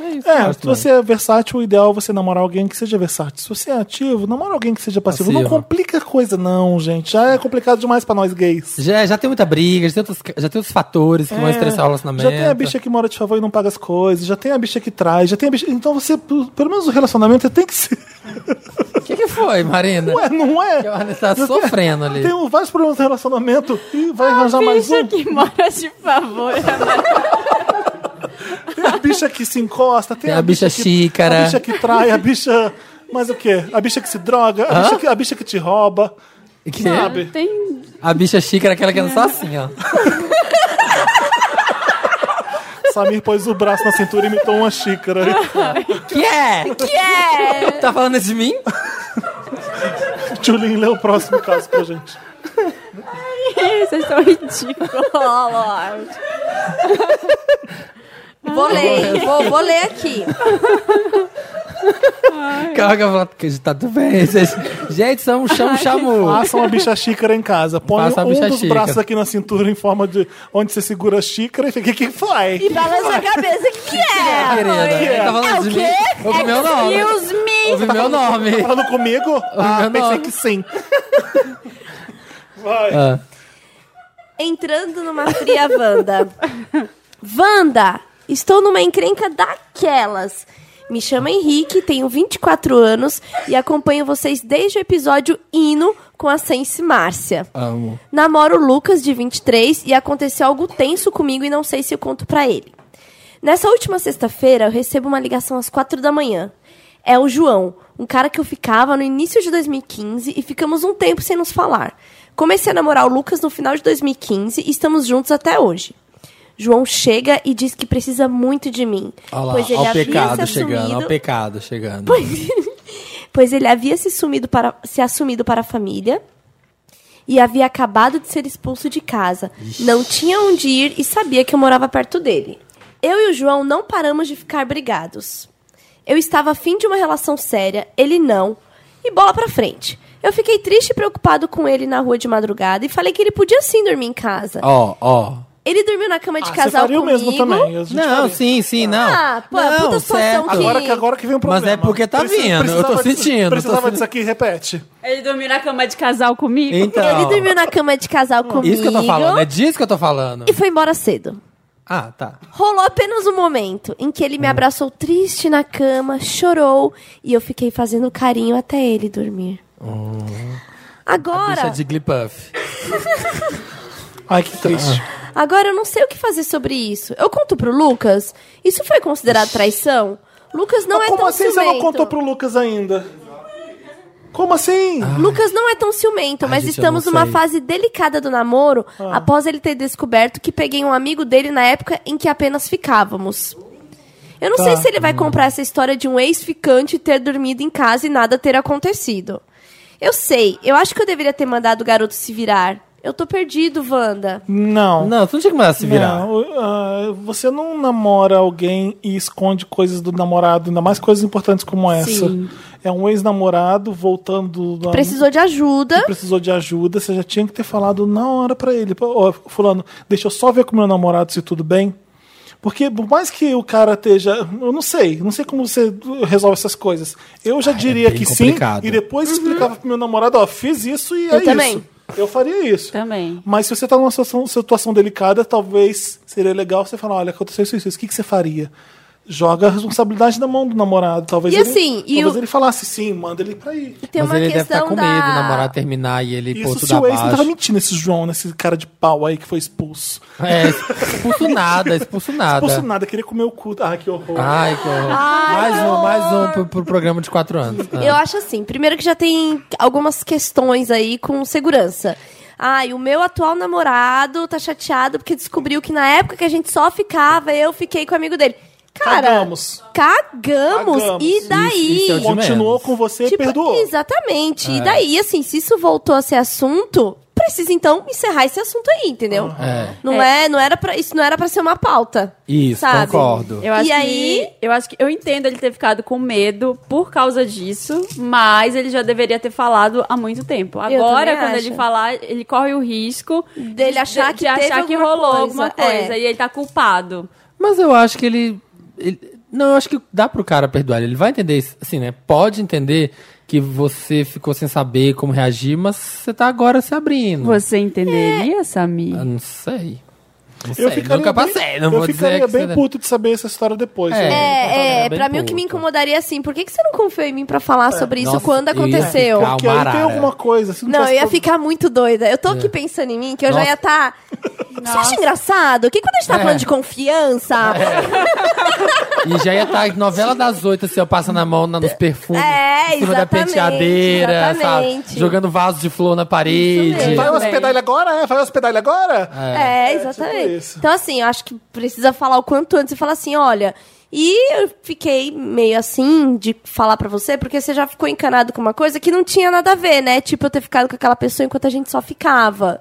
[SPEAKER 1] É, se
[SPEAKER 2] né?
[SPEAKER 1] você é versátil, o ideal é você namorar alguém que seja versátil. Se você é ativo, namora alguém que seja passivo. Não
[SPEAKER 2] Passivo.
[SPEAKER 1] complica a coisa, não, gente. Já é complicado demais pra nós gays.
[SPEAKER 2] Já, já tem muita briga, já tem outros, já tem outros fatores que vão
[SPEAKER 1] É,
[SPEAKER 2] estressar o relacionamento.
[SPEAKER 1] Já tem a bicha que mora de favor e não paga as coisas, já tem a bicha que traz, já tem a bicha. Então você, p- pelo menos o relacionamento tem que ser.
[SPEAKER 2] O que, que foi, Marina?
[SPEAKER 1] Ué, não é?
[SPEAKER 2] Ela tá sofrendo ali.
[SPEAKER 1] Tem um- vários problemas no relacionamento e vai arranjar mais
[SPEAKER 4] Bicha
[SPEAKER 1] um.
[SPEAKER 4] que mora de favor.
[SPEAKER 1] Tem a bicha que se encosta, tem,
[SPEAKER 2] Tem a bicha
[SPEAKER 1] que,
[SPEAKER 2] xícara.
[SPEAKER 1] A bicha que trai, a bicha. Mas o quê? A bicha que se droga, a, bicha que, a bicha que te rouba.
[SPEAKER 2] Que-
[SPEAKER 1] Sabe?
[SPEAKER 4] Tem...
[SPEAKER 2] A bicha xícara, aquela que anda só assim, ó.
[SPEAKER 1] Samir pôs o braço na cintura e imitou uma xícara.
[SPEAKER 2] Que é? Que é? Tá falando de mim?
[SPEAKER 1] Julin lê o próximo caso pra gente.
[SPEAKER 4] Vocês são ridículos.
[SPEAKER 3] ó, oh, Lorde. Vou ler, vou, vou ler aqui.
[SPEAKER 2] Calma que eu falo, que tá tudo bem. Gente, gente são um chamo chamu.
[SPEAKER 1] Faça uma bicha xícara em casa. Põe
[SPEAKER 2] Faça uma
[SPEAKER 1] um
[SPEAKER 2] bicha
[SPEAKER 1] dos
[SPEAKER 2] xícara.
[SPEAKER 1] braços aqui na cintura em forma de onde você segura a xícara e fica o que foi?
[SPEAKER 3] E balança a cabeça. O que, que é?
[SPEAKER 2] Querida, tá falando de mim? Ouve meu né? nome.
[SPEAKER 4] É Excuse me.
[SPEAKER 2] Ouve meu nome.
[SPEAKER 1] Falando comigo? Ah,
[SPEAKER 2] meu
[SPEAKER 1] pensei
[SPEAKER 2] nome.
[SPEAKER 1] que sim. Vai.
[SPEAKER 2] Ah.
[SPEAKER 3] Entrando numa fria Wanda. Wanda, estou numa encrenca daquelas. Me chamo Henrique, tenho 24 anos e acompanho vocês desde o episódio Hino com a Sense Márcia.
[SPEAKER 2] Amo.
[SPEAKER 3] Namoro o Lucas, de 23, e aconteceu algo tenso comigo e não sei se eu conto pra ele. Nessa última sexta-feira, eu recebo uma ligação às quatro da manhã. É o João, um cara que eu ficava no início de 2015 e ficamos um tempo sem nos falar. Comecei a namorar o Lucas no final de 2015 e estamos juntos até hoje. João chega e diz que precisa muito de mim,
[SPEAKER 2] Olha lá,
[SPEAKER 3] pois ele
[SPEAKER 2] olha o
[SPEAKER 3] havia
[SPEAKER 2] pecado
[SPEAKER 3] se
[SPEAKER 2] chegando, olha
[SPEAKER 3] assumido é.
[SPEAKER 2] o pecado chegando.
[SPEAKER 3] pois ele havia se, sumido para, se assumido para a família e havia acabado de ser expulso de casa. Não tinha onde ir e sabia que eu morava perto dele. Eu e o João não paramos de ficar brigados. Eu estava afim de uma relação séria, ele não. E bola pra frente. Eu fiquei triste e preocupado com ele na rua de madrugada e falei que ele podia sim dormir em casa.
[SPEAKER 2] Ó, ó.
[SPEAKER 3] Ele dormiu na cama de
[SPEAKER 1] Ah,
[SPEAKER 3] casal
[SPEAKER 1] faria o
[SPEAKER 3] comigo.
[SPEAKER 1] mesmo também. a gente
[SPEAKER 2] Não,
[SPEAKER 1] faria.
[SPEAKER 2] sim, sim, não.
[SPEAKER 3] Ah, pô,
[SPEAKER 2] não,
[SPEAKER 3] puta situação
[SPEAKER 2] certo.
[SPEAKER 3] que-
[SPEAKER 1] Agora que, agora que vem o problema.
[SPEAKER 2] é porque tá vindo, eu
[SPEAKER 1] precisava
[SPEAKER 2] tô
[SPEAKER 1] disso-
[SPEAKER 2] sentindo, eu tô
[SPEAKER 1] Precisava
[SPEAKER 2] sentindo.
[SPEAKER 1] disso aqui, repete.
[SPEAKER 4] Ele dormiu na cama de casal comigo.
[SPEAKER 3] Ele
[SPEAKER 2] Então,
[SPEAKER 3] dormiu na cama de casal comigo.
[SPEAKER 2] isso que eu tô falando, é disso que eu tô falando.
[SPEAKER 3] E foi embora cedo.
[SPEAKER 2] Ah, tá.
[SPEAKER 3] Rolou apenas um momento em que ele
[SPEAKER 1] Hum.
[SPEAKER 3] me abraçou triste na cama, chorou e eu fiquei fazendo carinho até ele dormir.
[SPEAKER 1] Oh.
[SPEAKER 2] Bicha
[SPEAKER 3] Agora,
[SPEAKER 2] é de Glipuff.
[SPEAKER 1] Ai, que triste.
[SPEAKER 3] agora eu não sei o que fazer sobre isso. Eu conto pro Lucas? Isso foi considerado traição? Lucas não
[SPEAKER 1] Mas
[SPEAKER 3] é
[SPEAKER 1] como
[SPEAKER 3] tão
[SPEAKER 1] assim
[SPEAKER 3] ciumento.
[SPEAKER 1] você não contou pro Lucas ainda? Como assim?
[SPEAKER 3] Lucas não é tão ciumento, mas
[SPEAKER 1] gente, eu
[SPEAKER 3] estamos
[SPEAKER 1] não
[SPEAKER 3] numa
[SPEAKER 1] sei.
[SPEAKER 3] fase delicada do namoro após ele ter descoberto que peguei um amigo dele na época em que apenas ficávamos. Eu não
[SPEAKER 19] Tá.
[SPEAKER 3] sei se ele vai comprar essa história de um ex-ficante ter dormido em casa e nada ter acontecido. Eu sei, eu acho que eu deveria ter mandado o garoto se virar. Eu tô perdido, Wanda.
[SPEAKER 1] Não.
[SPEAKER 2] Não, tu não tinha que mandar se virar.
[SPEAKER 1] Não, ah, você não namora alguém e esconde coisas do namorado, ainda mais coisas importantes como essa.
[SPEAKER 3] Sim.
[SPEAKER 1] É um ex-namorado voltando. da-
[SPEAKER 3] Precisou de ajuda.
[SPEAKER 1] que precisou de ajuda, você já tinha que ter falado na hora pra ele. Pô, Ó, fulano, deixa eu só ver com meu namorado se tudo bem. Porque por mais que o cara esteja, eu não sei, não sei como você resolve essas coisas. Eu já diria
[SPEAKER 2] Ah, é bem
[SPEAKER 1] que
[SPEAKER 2] complicado. Uhum.
[SPEAKER 1] sim e depois explicava pro meu namorado, ó, fiz isso e
[SPEAKER 2] Eu
[SPEAKER 1] é
[SPEAKER 2] também.
[SPEAKER 1] isso. Eu faria isso.
[SPEAKER 4] Também.
[SPEAKER 1] Mas se você tá numa situação, situação delicada, talvez seria legal você falar, olha, aconteceu isso, isso, isso, o que, que você faria? Joga a responsabilidade na mão do namorado. Talvez,
[SPEAKER 3] E
[SPEAKER 1] ele,
[SPEAKER 3] assim, e
[SPEAKER 1] talvez
[SPEAKER 3] o-
[SPEAKER 1] ele falasse sim, manda ele pra ir.
[SPEAKER 3] Tem
[SPEAKER 2] Mas
[SPEAKER 3] uma
[SPEAKER 2] ele deve estar
[SPEAKER 3] questão
[SPEAKER 2] com medo,
[SPEAKER 3] da-
[SPEAKER 2] o namorado terminar e ele pôr
[SPEAKER 1] Isso
[SPEAKER 2] tudo
[SPEAKER 1] se o ex não tava
[SPEAKER 2] abaixo.
[SPEAKER 1] mentindo, esse João, esse cara de pau aí que foi expulso.
[SPEAKER 2] É, expulso nada, expulso nada.
[SPEAKER 1] Expulso nada, queria comer o cu. Ah, que horror.
[SPEAKER 2] Ai, que horror.
[SPEAKER 3] Ai,
[SPEAKER 2] mais
[SPEAKER 3] que
[SPEAKER 2] um,
[SPEAKER 3] horror.
[SPEAKER 2] mais um pro, pro programa de quatro anos. Ah.
[SPEAKER 3] Eu acho assim, primeiro que já tem algumas questões aí com segurança. Ai, o meu atual namorado tá chateado porque descobriu que na época que a gente só ficava, eu fiquei com o amigo dele. Cara,
[SPEAKER 1] Cagamos.
[SPEAKER 3] cagamos, e daí? Tipo,
[SPEAKER 1] Isso, isso é o de Continuou menos. com você e perdoou.
[SPEAKER 3] Exatamente. E
[SPEAKER 1] É.
[SPEAKER 3] daí, assim, se isso voltou a ser assunto, precisa então encerrar esse assunto aí, entendeu?
[SPEAKER 2] É.
[SPEAKER 3] Não é, não era para isso não era para ser uma pauta.
[SPEAKER 2] Isso,
[SPEAKER 3] sabe?
[SPEAKER 2] concordo.
[SPEAKER 4] Eu acho
[SPEAKER 3] e aí,
[SPEAKER 4] que, eu acho que eu entendo ele ter ficado com medo por causa disso, mas ele já deveria ter falado há muito tempo. Agora,
[SPEAKER 3] também
[SPEAKER 4] quando
[SPEAKER 3] acho.
[SPEAKER 4] ele falar, ele corre o risco
[SPEAKER 3] Dele achar
[SPEAKER 4] de,
[SPEAKER 3] que
[SPEAKER 4] de achar
[SPEAKER 3] teve
[SPEAKER 4] que
[SPEAKER 3] alguma
[SPEAKER 4] rolou
[SPEAKER 3] coisa,
[SPEAKER 4] alguma coisa
[SPEAKER 3] é.
[SPEAKER 4] e ele tá culpado.
[SPEAKER 2] Mas eu acho que ele, ele- Não, eu acho que dá pro cara perdoar. ele. Ele vai entender isso, assim, né? Pode entender que você ficou sem saber como reagir, mas você tá agora se abrindo.
[SPEAKER 4] Você entenderia,
[SPEAKER 3] É.
[SPEAKER 4] Samir?
[SPEAKER 2] Eu não sei. Não
[SPEAKER 1] Eu
[SPEAKER 2] sei,
[SPEAKER 1] ficaria
[SPEAKER 2] nunca
[SPEAKER 1] bem-
[SPEAKER 2] passei, não
[SPEAKER 1] eu
[SPEAKER 2] vou dizer
[SPEAKER 1] ficaria
[SPEAKER 2] que
[SPEAKER 1] bem
[SPEAKER 2] você-
[SPEAKER 1] puto de saber essa história depois. né?
[SPEAKER 2] É,
[SPEAKER 3] É, é, pra mim o que me incomodaria é assim, por que, que você não confiou em mim pra falar sobre isso
[SPEAKER 2] É. Nossa,
[SPEAKER 3] quando
[SPEAKER 2] eu ia
[SPEAKER 3] aconteceu?
[SPEAKER 2] ficar um-
[SPEAKER 1] Porque aí tem alguma coisa. Se não, tipo-
[SPEAKER 3] Não, eu
[SPEAKER 1] tivesse
[SPEAKER 3] ia
[SPEAKER 1] todo-
[SPEAKER 3] ficar muito doida. Eu tô
[SPEAKER 1] É.
[SPEAKER 3] aqui pensando em mim, que eu já
[SPEAKER 1] Nossa.
[SPEAKER 3] ia estar. Você acha engraçado? Que quando a gente tá
[SPEAKER 2] É.
[SPEAKER 3] falando de confiança.
[SPEAKER 2] E já ia estar novela das oito, assim, ó, passando a mão na- nos perfumes.
[SPEAKER 3] É,
[SPEAKER 2] em cima da
[SPEAKER 3] exatamente,
[SPEAKER 2] penteadeira,
[SPEAKER 3] exatamente.
[SPEAKER 2] sabe? Jogando vaso de flor na parede.
[SPEAKER 1] Vai hospedar ele agora? é? Vai hospedar ele agora?
[SPEAKER 3] É,
[SPEAKER 1] É, tipo
[SPEAKER 3] exatamente.
[SPEAKER 1] isso.
[SPEAKER 3] então, assim, eu acho que precisa falar o quanto antes e falar assim: olha, e eu fiquei meio assim de falar pra você, porque você já ficou encanado com uma coisa que não tinha nada a ver, né? Tipo, eu ter ficado com aquela pessoa enquanto a gente só ficava.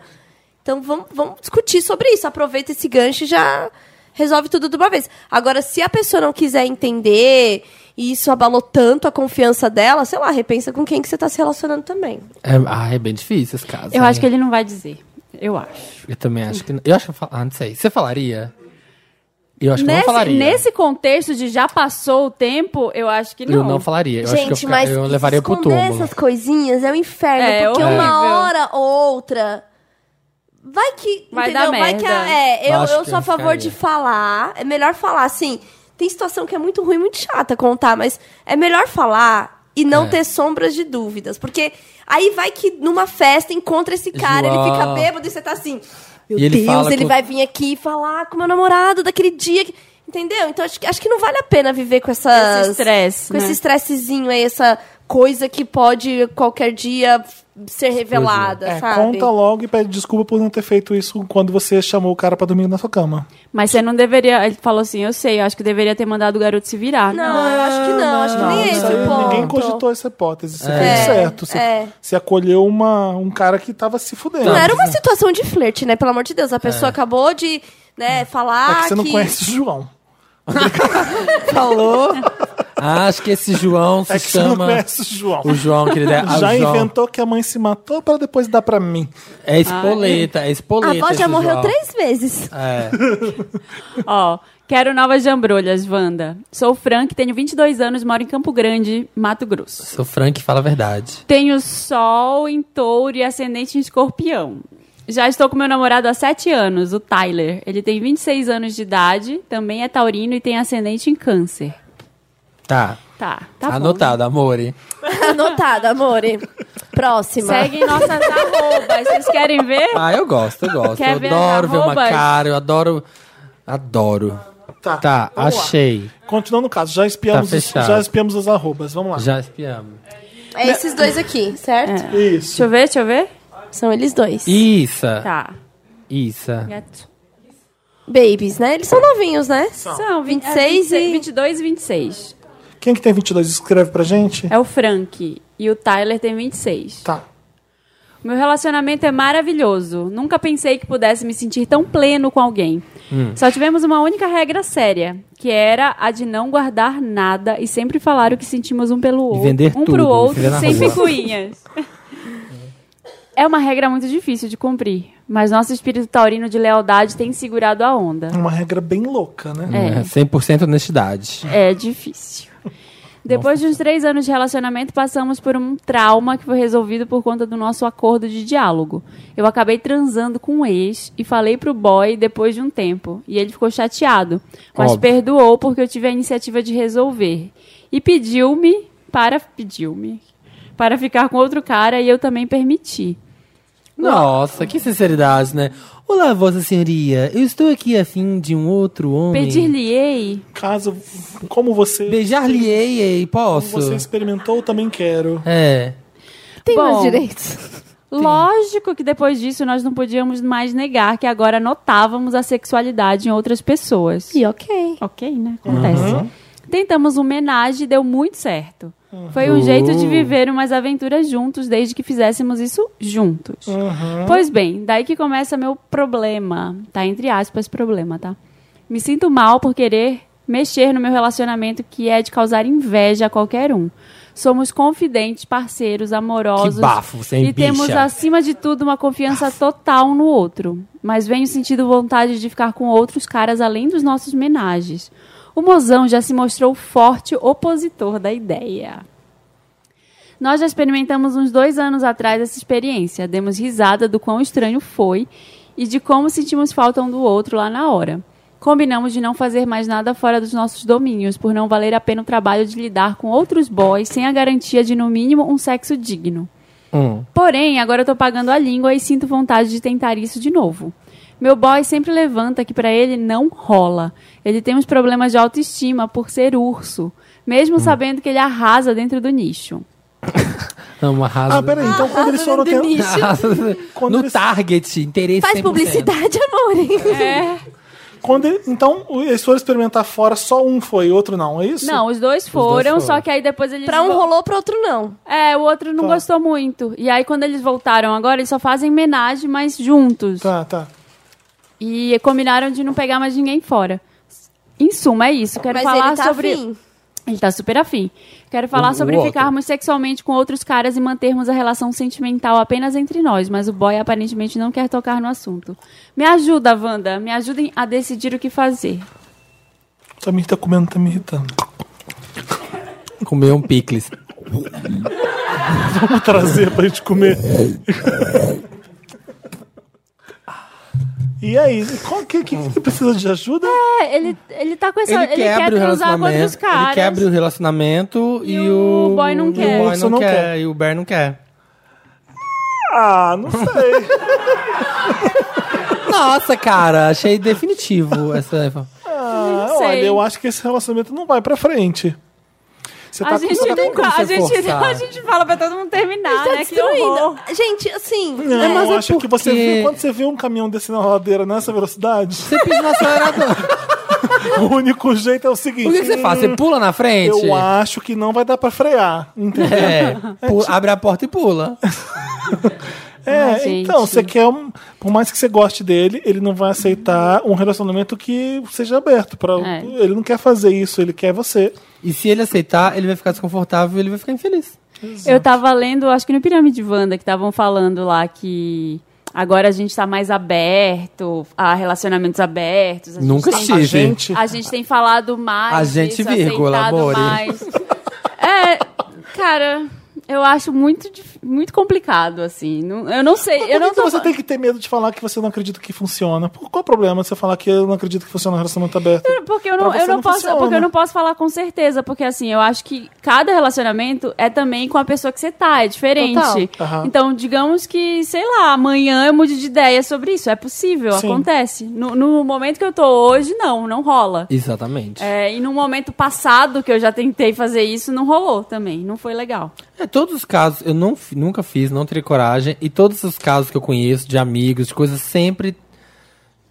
[SPEAKER 3] Então, vamos, vamos discutir sobre isso. Aproveita esse gancho e já resolve tudo de uma vez. Agora, se a pessoa não quiser entender e isso abalou tanto a confiança dela, sei lá, repensa com quem que você tá se relacionando também.
[SPEAKER 2] É, ah, é bem difícil esse caso.
[SPEAKER 4] Eu
[SPEAKER 2] né?
[SPEAKER 4] acho que ele não vai dizer. Eu acho.
[SPEAKER 2] Eu também acho que. não. Eu acho que eu fal... ah, não sei. Você falaria? Eu acho que eu não
[SPEAKER 4] nesse,
[SPEAKER 2] falaria.
[SPEAKER 4] nesse contexto de já passou o tempo, eu acho que não.
[SPEAKER 2] Eu não falaria. Eu acho que eu, fica- eu levaria pro
[SPEAKER 3] esconder
[SPEAKER 2] túmulo.
[SPEAKER 3] essas coisinhas é um inferno,
[SPEAKER 4] É,
[SPEAKER 3] porque
[SPEAKER 2] horrível.
[SPEAKER 3] uma hora ou outra vai que,
[SPEAKER 4] Vai
[SPEAKER 3] entendeu?
[SPEAKER 4] dar
[SPEAKER 3] vai que a-
[SPEAKER 4] merda.
[SPEAKER 3] é, eu,
[SPEAKER 4] Acho
[SPEAKER 3] eu
[SPEAKER 4] que
[SPEAKER 3] sou a
[SPEAKER 4] eu
[SPEAKER 3] favor de
[SPEAKER 4] ficaria.
[SPEAKER 3] falar, é melhor falar assim. Tem situação que é muito ruim, muito chata contar, mas é melhor falar e não
[SPEAKER 19] É.
[SPEAKER 3] ter sombras de dúvidas, porque aí vai que numa festa encontra esse cara, ele
[SPEAKER 2] João.
[SPEAKER 3] fica bêbado e você tá assim, meu
[SPEAKER 2] E ele
[SPEAKER 3] Deus,
[SPEAKER 2] fala
[SPEAKER 3] ele
[SPEAKER 2] com-
[SPEAKER 3] vai vir aqui falar com meu namorado daquele dia, que- entendeu? Então acho, que- acho que não vale a pena viver com essas
[SPEAKER 4] Esse estresse,
[SPEAKER 3] com
[SPEAKER 4] né?
[SPEAKER 3] esse estressezinho aí, essa coisa que pode qualquer dia ser revelada,
[SPEAKER 1] É,
[SPEAKER 3] sabe?
[SPEAKER 1] conta logo e pede desculpa por não ter feito isso quando você chamou o cara pra dormir na sua cama.
[SPEAKER 4] Mas você não deveria. Ele falou assim: eu sei, eu acho que deveria ter mandado o garoto se virar.
[SPEAKER 3] Não, eu acho que não, acho que nem
[SPEAKER 1] isso
[SPEAKER 3] esse
[SPEAKER 1] aí
[SPEAKER 3] o ponto.
[SPEAKER 1] Ninguém cogitou essa hipótese. Você
[SPEAKER 2] É.
[SPEAKER 1] fez certo. Você,
[SPEAKER 3] É.
[SPEAKER 1] você acolheu uma, um cara que tava se fudendo.
[SPEAKER 3] Não era uma situação de flerte, né? Pelo amor de Deus, a pessoa
[SPEAKER 1] É.
[SPEAKER 3] acabou de, né, falar
[SPEAKER 1] É que você não
[SPEAKER 3] que-
[SPEAKER 1] conhece o João.
[SPEAKER 2] Falou. Ah, acho que esse João se
[SPEAKER 1] É que você não
[SPEAKER 2] chama.
[SPEAKER 1] conhece o João.
[SPEAKER 2] O João, que ele der- ah, o
[SPEAKER 1] Já
[SPEAKER 2] João.
[SPEAKER 1] inventou que a mãe se matou pra depois dar pra mim.
[SPEAKER 2] É espoleta, é
[SPEAKER 3] A
[SPEAKER 2] espoleta.
[SPEAKER 3] avó já
[SPEAKER 2] esse
[SPEAKER 3] morreu
[SPEAKER 2] João.
[SPEAKER 3] três vezes.
[SPEAKER 2] É.
[SPEAKER 4] Ó, quero novas jambrolhas, Wanda. Sou Frank, tenho 22 anos, moro em Campo Grande, Mato Grosso.
[SPEAKER 2] Sou Frank, fala a verdade.
[SPEAKER 4] Tenho sol em touro e ascendente em escorpião. Já estou com meu namorado há 7 anos, o Tyler. Ele tem 26 anos de idade, também é taurino e tem ascendente em câncer.
[SPEAKER 2] Tá.
[SPEAKER 4] Tá, tá bom.
[SPEAKER 2] Anotado, amore.
[SPEAKER 3] Anotado, amore. Próxima.
[SPEAKER 4] Seguem nossas arrobas. Vocês querem ver?
[SPEAKER 2] Ah, eu gosto, eu gosto.
[SPEAKER 4] Quer
[SPEAKER 2] eu
[SPEAKER 4] ver as
[SPEAKER 2] adoro ver uma
[SPEAKER 4] arrobas?
[SPEAKER 2] cara, eu adoro. Adoro.
[SPEAKER 1] Tá.
[SPEAKER 2] Tá,
[SPEAKER 1] Vamos lá.
[SPEAKER 2] achei.
[SPEAKER 1] Continuando o caso, já espiamos,
[SPEAKER 2] Tá
[SPEAKER 1] os,
[SPEAKER 2] fechado.
[SPEAKER 1] já espiamos os arrobas. Vamos lá.
[SPEAKER 2] Já espiamos.
[SPEAKER 3] É esses dois aqui, certo?
[SPEAKER 1] Isso.
[SPEAKER 4] Deixa eu ver, deixa eu ver.
[SPEAKER 3] São eles dois.
[SPEAKER 2] Isso.
[SPEAKER 3] Tá.
[SPEAKER 2] Isso.
[SPEAKER 4] Gato.
[SPEAKER 3] Babies, né? Eles são novinhos, né?
[SPEAKER 4] São 26 e 22 e 26.
[SPEAKER 1] Quem é que tem 22 escreve pra gente?
[SPEAKER 4] É o Frank e o Tyler tem 26.
[SPEAKER 1] Tá.
[SPEAKER 4] Meu relacionamento é maravilhoso. Nunca pensei que pudesse me sentir tão pleno com alguém.
[SPEAKER 17] Hum.
[SPEAKER 4] Só tivemos uma única regra séria, que era a de não guardar nada e sempre falar o que sentimos um pelo outro,
[SPEAKER 2] vender
[SPEAKER 4] um
[SPEAKER 2] tudo, né?
[SPEAKER 4] pro outro,
[SPEAKER 2] vender na
[SPEAKER 4] sem
[SPEAKER 2] rua.
[SPEAKER 4] picuinhas. é uma regra muito difícil de cumprir, mas nosso espírito taurino de lealdade tem segurado a onda.
[SPEAKER 1] Uma regra bem louca, né?
[SPEAKER 2] É, 100% honestidade.
[SPEAKER 4] É difícil. Depois de uns três anos de relacionamento, passamos por um trauma que foi resolvido por conta do nosso acordo de diálogo. Eu acabei transando com um ex e falei pro boy depois de um tempo. E ele ficou chateado, mas
[SPEAKER 17] Óbvio.
[SPEAKER 4] perdoou porque eu tive a iniciativa de resolver. E pediu-me para. pediu-me. Para ficar com outro cara e eu também permiti.
[SPEAKER 2] Nossa, que sinceridade, né? Olá, vossa senhoria. Eu estou aqui a fim de um outro homem.
[SPEAKER 4] Pedir-lhe-ei.
[SPEAKER 2] É.
[SPEAKER 1] Caso. Como você.
[SPEAKER 2] Beijar-lhe-ei, posso?
[SPEAKER 1] Como você experimentou, também quero.
[SPEAKER 2] É.
[SPEAKER 4] Tem
[SPEAKER 1] meus
[SPEAKER 4] direitos. Lógico que depois disso nós não podíamos mais negar que agora notávamos a sexualidade em outras pessoas. E
[SPEAKER 3] ok.
[SPEAKER 4] Ok, né? Acontece. Tentamos uma homenagem e deu muito certo. Foi um
[SPEAKER 17] Uhum.
[SPEAKER 4] jeito de viver umas aventuras juntos, desde que fizéssemos isso juntos.
[SPEAKER 2] Uhum.
[SPEAKER 4] Pois bem, daí que começa meu problema. Tá entre aspas problema, tá? Me sinto mal por querer mexer no meu relacionamento que é de causar inveja a qualquer um. Somos confidentes, parceiros, amorosos.
[SPEAKER 2] Que bafo, você é
[SPEAKER 4] E
[SPEAKER 2] bicha.
[SPEAKER 4] temos, acima de tudo, uma confiança total no outro. Mas venho sentindo vontade de ficar com outros caras além dos nossos menagens. O mozão já se mostrou forte opositor da ideia. Nós já experimentamos uns dois anos atrás essa experiência. Demos risada do quão estranho foi e de como sentimos falta um do outro lá na hora. Combinamos de não fazer mais nada fora dos nossos domínios, por não valer a pena o trabalho de lidar com outros boys sem a garantia de, no mínimo, um sexo digno. Porém, agora eu tô pagando a língua e sinto vontade de tentar isso de novo. Meu boy sempre levanta que pra ele não rola. Ele tem uns problemas de autoestima por ser urso, mesmo sabendo que ele arrasa dentro do nicho.
[SPEAKER 2] Não, uma raça.
[SPEAKER 1] Ah, peraí, então quando eles foram
[SPEAKER 4] dentro do
[SPEAKER 1] tentar.
[SPEAKER 4] nicho.
[SPEAKER 1] Quando
[SPEAKER 2] no
[SPEAKER 1] eles-
[SPEAKER 2] target, interesse 100%.
[SPEAKER 3] amor.
[SPEAKER 4] É.
[SPEAKER 1] Quando ele- então, o- eles foram experimentar fora, só um foi, o outro não, é isso?
[SPEAKER 4] Não, os dois foram, só que aí depois eles. Pra um
[SPEAKER 3] rolou, pro outro não.
[SPEAKER 4] É, o outro não gostou muito. E aí, quando eles voltaram agora, eles só fazem homenagem, mas juntos.
[SPEAKER 1] Tá, tá.
[SPEAKER 4] E combinaram de não pegar mais ninguém fora. Em suma, é isso. Quero
[SPEAKER 3] Mas
[SPEAKER 4] falar
[SPEAKER 3] ele tá
[SPEAKER 4] sobre.
[SPEAKER 3] afim.
[SPEAKER 4] Ele tá super afim. Quero falar
[SPEAKER 3] O- o
[SPEAKER 4] sobre
[SPEAKER 3] outro.
[SPEAKER 4] ficarmos sexualmente com outros caras e mantermos a relação sentimental apenas entre nós, mas o boy aparentemente não quer tocar no assunto. Me ajuda, Wanda. Me ajudem a decidir o que fazer.
[SPEAKER 1] Tá me tá comendo, tá me irritando.
[SPEAKER 2] Comeu um picles.
[SPEAKER 1] Vamos trazer pra gente comer. E aí, qual que, que, que precisa de ajuda?
[SPEAKER 4] É, ele, ele tá com essa. Ele, quer transar com outros caras.
[SPEAKER 2] Ele quebra o relacionamento e, o,
[SPEAKER 4] o boy não quer.
[SPEAKER 2] O boy
[SPEAKER 4] Isso
[SPEAKER 2] não,
[SPEAKER 4] não
[SPEAKER 2] quer,
[SPEAKER 4] quer.
[SPEAKER 2] e o Bear não quer.
[SPEAKER 1] Ah, não sei.
[SPEAKER 2] Nossa, cara, achei definitivo essa. né?
[SPEAKER 1] Ah,
[SPEAKER 4] Não sei.
[SPEAKER 1] olha, eu acho que esse relacionamento não vai pra frente. Você
[SPEAKER 4] a, gente
[SPEAKER 1] você tá
[SPEAKER 4] não,
[SPEAKER 1] com-
[SPEAKER 4] a, gente, a gente fala pra todo mundo terminar, né? Que horror.
[SPEAKER 3] tá Gente, assim.
[SPEAKER 1] Não,
[SPEAKER 3] né?
[SPEAKER 1] eu acho que você vê, quando você vê um caminhão descendo a ladeira nessa velocidade. Você
[SPEAKER 2] pisa no acelerador.
[SPEAKER 1] o único jeito é o seguinte.
[SPEAKER 2] O que que você faz? Você pula na frente?
[SPEAKER 1] Eu acho que não vai dar pra frear, entendeu?
[SPEAKER 2] É, pu- abre a porta e pula.
[SPEAKER 1] É,
[SPEAKER 2] Ai, gente.
[SPEAKER 1] então, você quer um. Por mais que você goste dele, ele não vai aceitar um relacionamento que seja aberto. Pra,
[SPEAKER 2] É.
[SPEAKER 1] Ele não quer fazer isso, ele quer você.
[SPEAKER 2] E se ele aceitar, ele vai ficar desconfortável e ele vai ficar infeliz.
[SPEAKER 4] Eu tava lendo, acho que no Pirâmide Wanda, que estavam falando lá que agora a gente tá mais aberto a relacionamentos abertos. A gente
[SPEAKER 2] Nunca
[SPEAKER 4] tem-
[SPEAKER 2] estive.
[SPEAKER 4] A gente, a gente tem falado mais.
[SPEAKER 2] A gente,
[SPEAKER 4] disso,
[SPEAKER 2] vírgula,
[SPEAKER 4] aceitado
[SPEAKER 2] amore.
[SPEAKER 4] mais. É, cara, eu acho muito difícil. muito complicado, assim. Não- eu não sei. eu
[SPEAKER 1] Por que
[SPEAKER 4] não
[SPEAKER 1] que
[SPEAKER 4] tô...
[SPEAKER 1] você tem que ter medo de falar que você não acredita que funciona? Por- Qual o problema de você falar que eu não acredito que funciona um relacionamento aberto?
[SPEAKER 4] Porque eu
[SPEAKER 1] Pra
[SPEAKER 4] não,
[SPEAKER 1] você
[SPEAKER 4] eu não,
[SPEAKER 1] não
[SPEAKER 4] posso,
[SPEAKER 1] funciona.
[SPEAKER 4] porque eu não posso falar com certeza, porque assim, eu acho que cada relacionamento é também com a pessoa que você tá, é diferente.
[SPEAKER 19] Total. Aham.
[SPEAKER 4] Então, digamos que, sei lá, amanhã eu mude de ideia sobre isso, é possível,
[SPEAKER 2] Sim.
[SPEAKER 4] acontece. No, no momento que eu tô hoje, não, não rola.
[SPEAKER 2] Exatamente.
[SPEAKER 4] É, e no momento passado que eu já tentei fazer isso, não rolou também, não foi legal.
[SPEAKER 2] É, todos os casos, eu não, fi- nunca fiz, não teria coragem. E todos os casos que eu conheço, de amigos, de coisas, sempre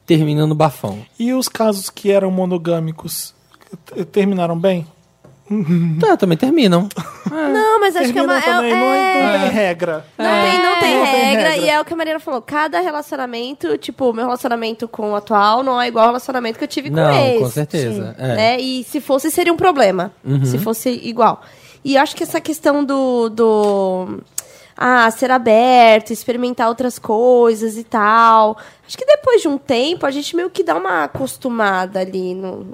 [SPEAKER 2] terminam no bafão.
[SPEAKER 1] E os casos que eram monogâmicos t- terminaram bem?
[SPEAKER 2] Tá, também terminam.
[SPEAKER 3] Não, mas acho que é uma.
[SPEAKER 1] Terminam também, não-
[SPEAKER 3] é,
[SPEAKER 1] não
[SPEAKER 3] é,
[SPEAKER 1] tem regra.
[SPEAKER 3] Não,
[SPEAKER 2] É.
[SPEAKER 3] tem, não tem
[SPEAKER 1] Não tem
[SPEAKER 3] regra,
[SPEAKER 1] regra.
[SPEAKER 3] e é o que a Marina falou. Cada relacionamento, tipo, o meu relacionamento com o atual não é igual ao relacionamento que eu tive com
[SPEAKER 2] Não,
[SPEAKER 3] esse.
[SPEAKER 2] com certeza, é.
[SPEAKER 3] Né? E se fosse, seria um problema.
[SPEAKER 2] Uhum.
[SPEAKER 3] Se fosse igual. E eu acho que essa questão do. do ah, ser aberto, experimentar outras coisas e tal. Acho que depois de um tempo, a gente meio que dá uma acostumada ali no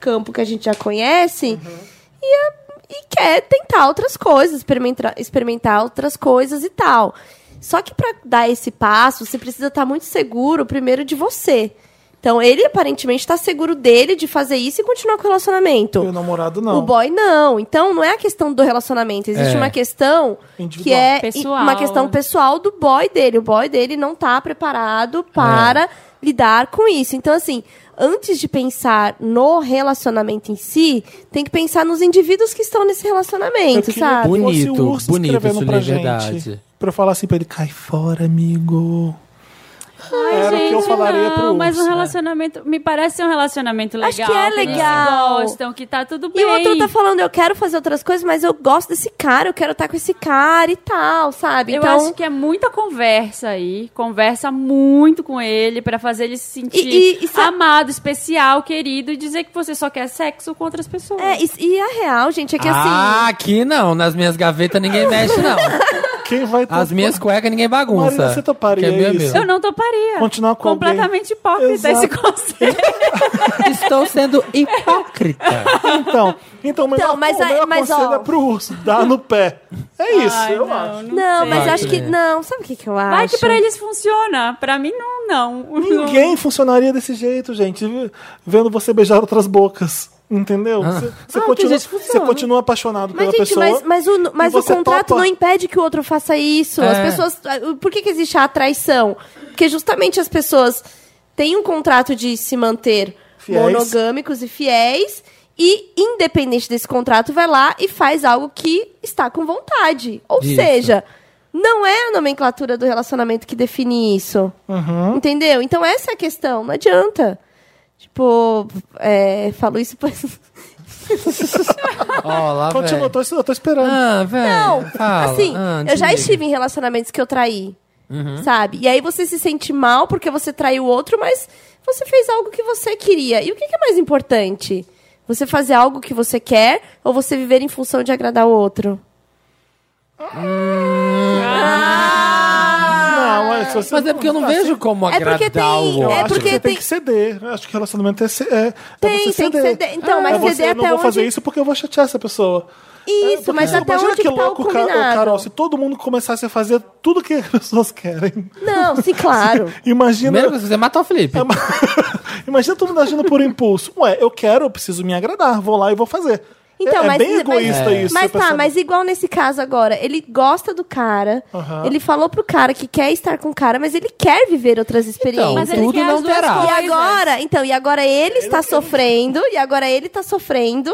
[SPEAKER 3] campo que a gente já conhece.
[SPEAKER 2] Uhum.
[SPEAKER 3] E, é- e quer tentar outras coisas, experimentar, experimentar outras coisas e tal. Só que para dar esse passo, você precisa estar muito seguro primeiro de você. Então, ele aparentemente está seguro dele de fazer isso e continuar com o relacionamento.
[SPEAKER 1] O namorado não.
[SPEAKER 3] O boy não. Então, não é a questão do relacionamento. Existe
[SPEAKER 1] É.
[SPEAKER 3] uma questão que
[SPEAKER 1] Individual.
[SPEAKER 3] é
[SPEAKER 4] Pessoal.
[SPEAKER 3] uma questão pessoal do boy dele. O boy dele não tá preparado para
[SPEAKER 1] É.
[SPEAKER 3] lidar com isso. Então, assim, antes de pensar no relacionamento em si, tem que pensar nos indivíduos que estão nesse
[SPEAKER 1] Eu
[SPEAKER 3] relacionamento,
[SPEAKER 1] queria
[SPEAKER 3] sabe?
[SPEAKER 1] que fosse
[SPEAKER 3] um
[SPEAKER 1] o urso
[SPEAKER 2] bonito,
[SPEAKER 1] escrevendo pra
[SPEAKER 2] Sully, é
[SPEAKER 1] gente.
[SPEAKER 2] verdade.
[SPEAKER 1] Pra eu falar assim pra ele, cai fora, amigo.
[SPEAKER 4] Ai,
[SPEAKER 1] Era o que eu falaria
[SPEAKER 4] não,
[SPEAKER 1] pro urso,
[SPEAKER 4] mas um
[SPEAKER 1] né?
[SPEAKER 4] relacionamento. Me parece ser um relacionamento legal.
[SPEAKER 3] Acho que é
[SPEAKER 4] eles
[SPEAKER 3] legal.
[SPEAKER 4] gostam, que tá tudo bem.
[SPEAKER 3] E o outro tá falando, eu quero fazer outras coisas, mas eu gosto desse cara, eu quero estar com esse cara e tal, sabe?
[SPEAKER 4] Eu
[SPEAKER 3] então,
[SPEAKER 4] acho que é muita conversa aí. Conversa muito com ele pra fazer ele se sentir
[SPEAKER 3] E- e- e sa-
[SPEAKER 4] amado, especial, querido e dizer que você só quer sexo com outras pessoas.
[SPEAKER 3] É, e, e a real, gente, é que
[SPEAKER 2] ah,
[SPEAKER 3] assim.
[SPEAKER 2] aqui não. Nas minhas gavetas ninguém mexe, não.
[SPEAKER 1] Quem vai
[SPEAKER 2] As minhas cuecas ninguém bagunça.
[SPEAKER 1] Marina, você tá toparia
[SPEAKER 2] Que é meu, é
[SPEAKER 1] isso?
[SPEAKER 2] meu.
[SPEAKER 4] Eu não toparia.
[SPEAKER 1] Continuar com alguém.
[SPEAKER 4] Completamente hipócrita
[SPEAKER 1] Exato. É
[SPEAKER 4] esse conceito.
[SPEAKER 2] Estou sendo hipócrita.
[SPEAKER 1] Então, então, o melhor,
[SPEAKER 3] Então, mas
[SPEAKER 1] o
[SPEAKER 3] aí-
[SPEAKER 1] melhor
[SPEAKER 3] mas, ó.
[SPEAKER 1] conselho é pro urso, dá no pé. É isso, eu acho.
[SPEAKER 3] assim, Não, mas
[SPEAKER 1] sei.
[SPEAKER 3] acho que. Não, sabe o que, que eu acho?
[SPEAKER 4] Vai que pra eles funciona. Pra mim, não, não.
[SPEAKER 1] Ninguém funcionaria desse jeito, gente. v- Vendo você beijar outras bocas. Entendeu?
[SPEAKER 2] Ah.
[SPEAKER 1] Você, você
[SPEAKER 3] Ah, tem
[SPEAKER 1] continua,
[SPEAKER 3] gente que
[SPEAKER 1] você
[SPEAKER 3] funciona.
[SPEAKER 1] continua apaixonado
[SPEAKER 3] Mas,
[SPEAKER 1] pela
[SPEAKER 3] gente,
[SPEAKER 1] pessoa.
[SPEAKER 3] mas, mas o, mas
[SPEAKER 1] e
[SPEAKER 3] o
[SPEAKER 1] você
[SPEAKER 3] contrato
[SPEAKER 1] topa-
[SPEAKER 3] não impede que o outro faça isso. As
[SPEAKER 1] É.
[SPEAKER 3] pessoas. Por que, que existe a traição? Porque justamente as pessoas têm um contrato de se manter
[SPEAKER 18] Fiéis.
[SPEAKER 3] monogâmicos e fiéis. E, independente desse contrato, vai lá e faz algo que está com vontade. Ou
[SPEAKER 18] Isso.
[SPEAKER 3] seja, não é a nomenclatura do relacionamento que define isso.
[SPEAKER 1] Uhum.
[SPEAKER 3] Entendeu? Então essa é a questão, não adianta. Tipo, é, falo isso pois.
[SPEAKER 2] Ó, lá,
[SPEAKER 1] Continua, eu
[SPEAKER 2] velho.
[SPEAKER 1] tô, eu tô esperando.
[SPEAKER 2] Ah, velho.
[SPEAKER 3] Não,
[SPEAKER 2] fala.
[SPEAKER 3] assim,
[SPEAKER 2] Ah,
[SPEAKER 3] eu já
[SPEAKER 2] desliga.
[SPEAKER 3] estive em relacionamentos que eu traí,
[SPEAKER 2] Uhum.
[SPEAKER 3] sabe? E aí você se sente mal porque você traiu o outro, mas você fez algo que você queria. E o que, que é mais importante? Você fazer algo que você quer ou você viver em função de agradar o outro? Ah.
[SPEAKER 1] Não, é, se você
[SPEAKER 2] Mas é porque eu não vejo como
[SPEAKER 3] É porque
[SPEAKER 2] agradar o
[SPEAKER 1] Eu
[SPEAKER 2] outro.
[SPEAKER 1] acho que você tem... que ceder. Eu acho que relacionamento é, ce- é, é
[SPEAKER 3] Tem,
[SPEAKER 1] você
[SPEAKER 3] tem que
[SPEAKER 1] ceder.
[SPEAKER 3] ceder. Então,
[SPEAKER 1] É
[SPEAKER 3] mas
[SPEAKER 1] você,
[SPEAKER 3] ceder
[SPEAKER 1] eu não
[SPEAKER 3] até
[SPEAKER 1] vou fazer
[SPEAKER 3] onde-
[SPEAKER 1] isso porque eu vou chatear essa pessoa.
[SPEAKER 3] Isso, mas até
[SPEAKER 1] Imagina
[SPEAKER 3] onde que,
[SPEAKER 1] que
[SPEAKER 3] tá o
[SPEAKER 1] louco, Ca- ô,
[SPEAKER 3] combinado?
[SPEAKER 1] Carol, se todo mundo começasse a fazer tudo que as pessoas querem.
[SPEAKER 3] Não, sim, claro.
[SPEAKER 1] Imagina.
[SPEAKER 2] Primeira coisa que você é matar o Felipe.
[SPEAKER 1] Imagina todo mundo agindo por impulso. Ué, eu quero, eu preciso me agradar, vou lá e vou fazer.
[SPEAKER 3] Então,
[SPEAKER 1] é, é
[SPEAKER 3] mas,
[SPEAKER 1] bem
[SPEAKER 3] mas-
[SPEAKER 1] egoísta
[SPEAKER 3] mas,
[SPEAKER 1] isso.
[SPEAKER 3] Mas
[SPEAKER 1] eu
[SPEAKER 3] tá,
[SPEAKER 1] percebo.
[SPEAKER 3] mas igual nesse caso agora, ele gosta do cara,
[SPEAKER 1] Aham.
[SPEAKER 3] ele falou pro cara que quer estar com o cara, mas ele quer viver outras experiências.
[SPEAKER 2] Mas ele Então, tudo quer as não duas
[SPEAKER 1] Tá.
[SPEAKER 2] terá.
[SPEAKER 3] E
[SPEAKER 2] coisas.
[SPEAKER 3] agora, então, e agora ele, está sofrendo, e agora ele tá sofrendo.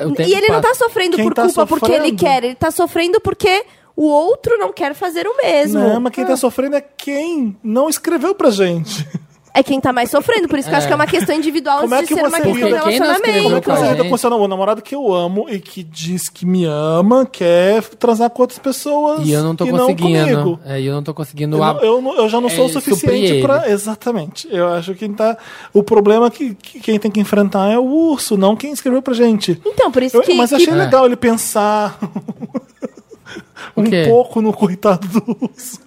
[SPEAKER 2] O tempo
[SPEAKER 3] E ele não tá
[SPEAKER 2] passa.
[SPEAKER 3] sofrendo
[SPEAKER 1] Quem
[SPEAKER 3] por
[SPEAKER 1] tá
[SPEAKER 3] culpa porque ele
[SPEAKER 1] sofrendo?
[SPEAKER 3] quer, ele tá sofrendo porque o outro não quer fazer o mesmo.
[SPEAKER 1] Não, mas quem tá sofrendo é quem não escreveu pra gente.
[SPEAKER 3] É quem tá mais sofrendo, por isso que eu acho
[SPEAKER 1] É.
[SPEAKER 3] que é uma questão individual
[SPEAKER 1] Como é
[SPEAKER 3] antes
[SPEAKER 1] que
[SPEAKER 3] de ser uma
[SPEAKER 1] você
[SPEAKER 3] questão de
[SPEAKER 1] lida
[SPEAKER 3] relacionamento.
[SPEAKER 1] Como é que você lida com seu namorado, namorado que eu amo e que diz que me ama, quer transar com outras pessoas
[SPEAKER 2] E eu não tô
[SPEAKER 1] comigo?
[SPEAKER 2] conseguindo. É, e eu não tô conseguindo.
[SPEAKER 1] Eu,
[SPEAKER 2] a-
[SPEAKER 1] não- eu não- eu já não sou
[SPEAKER 2] é,
[SPEAKER 1] o
[SPEAKER 2] suprir
[SPEAKER 1] suficiente
[SPEAKER 2] ele.
[SPEAKER 1] pra. Exatamente. Eu acho que tá. O problema que, que quem tem que enfrentar é o urso, não quem escreveu pra gente.
[SPEAKER 3] Então, por isso
[SPEAKER 1] Eu-
[SPEAKER 3] que.
[SPEAKER 1] mas
[SPEAKER 3] que-
[SPEAKER 1] achei legal ele pensar.
[SPEAKER 2] O
[SPEAKER 1] um
[SPEAKER 2] quê?
[SPEAKER 1] pouco no coitado do urso.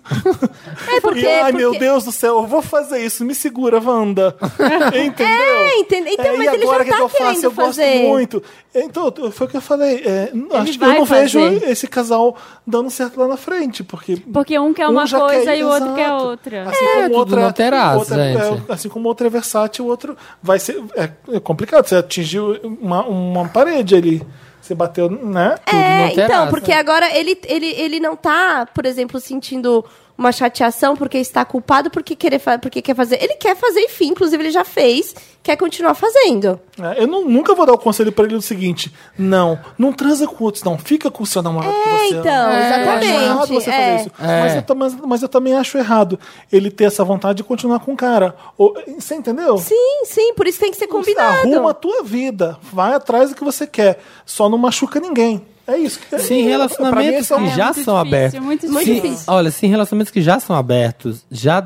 [SPEAKER 3] É porque.
[SPEAKER 1] e, ai, meu
[SPEAKER 3] porque-
[SPEAKER 1] Deus do céu, eu vou fazer isso, me segura, Wanda. Entendeu?
[SPEAKER 3] É, entende- então,
[SPEAKER 1] É,
[SPEAKER 3] mas
[SPEAKER 1] e
[SPEAKER 3] ele
[SPEAKER 1] agora
[SPEAKER 3] já
[SPEAKER 1] o que,
[SPEAKER 3] tá
[SPEAKER 1] eu faço?
[SPEAKER 3] querendo
[SPEAKER 1] Eu gosto
[SPEAKER 3] fazer.
[SPEAKER 1] muito. Então, eu- foi o que eu falei. é, n- acho que eu
[SPEAKER 4] vai
[SPEAKER 1] não vejo
[SPEAKER 4] fazer.
[SPEAKER 1] esse casal dando certo lá na frente, porque.
[SPEAKER 4] Porque um quer
[SPEAKER 1] Um
[SPEAKER 4] uma
[SPEAKER 1] já
[SPEAKER 4] coisa
[SPEAKER 1] quer-
[SPEAKER 4] e o outro
[SPEAKER 1] exato.
[SPEAKER 4] quer outra.
[SPEAKER 1] Assim
[SPEAKER 2] É,
[SPEAKER 1] como
[SPEAKER 2] tudo
[SPEAKER 1] outra,
[SPEAKER 2] não terás,
[SPEAKER 1] outra- é,
[SPEAKER 2] gente.
[SPEAKER 1] assim como outra é versátil, o outro vai ser. É, é complicado. Você atingiu uma, uma parede ali. Você bateu, né?
[SPEAKER 3] É, então, porque agora ele, ele, ele não tá, por exemplo, sentindo uma chateação porque está culpado porque, querer fa- porque quer fazer. Ele quer fazer, enfim, inclusive ele já fez, quer continuar fazendo.
[SPEAKER 1] É, eu não- nunca vou dar o conselho pra ele do seguinte: não, não transa com outros, não. Fica com o seu namorado que você ama.
[SPEAKER 3] então,
[SPEAKER 1] Eu acho
[SPEAKER 3] exatamente,
[SPEAKER 1] errado você
[SPEAKER 3] é.
[SPEAKER 1] fazer isso.
[SPEAKER 2] É.
[SPEAKER 1] Mas, eu, tam- mas- mas eu também acho errado ele ter essa vontade de continuar com o cara. Ou- você entendeu?
[SPEAKER 3] Sim, sim, por isso tem que ser combinado.
[SPEAKER 1] Arruma a tua vida. Vai atrás do que você quer. Só não machuca ninguém. É isso.
[SPEAKER 2] Sim, relacionamentos
[SPEAKER 1] Pra mim,
[SPEAKER 2] que
[SPEAKER 1] esse é um-
[SPEAKER 2] já são abertos.
[SPEAKER 4] muito
[SPEAKER 2] Sim,
[SPEAKER 4] difícil.
[SPEAKER 2] Olha, sim, relacionamentos que já são abertos, já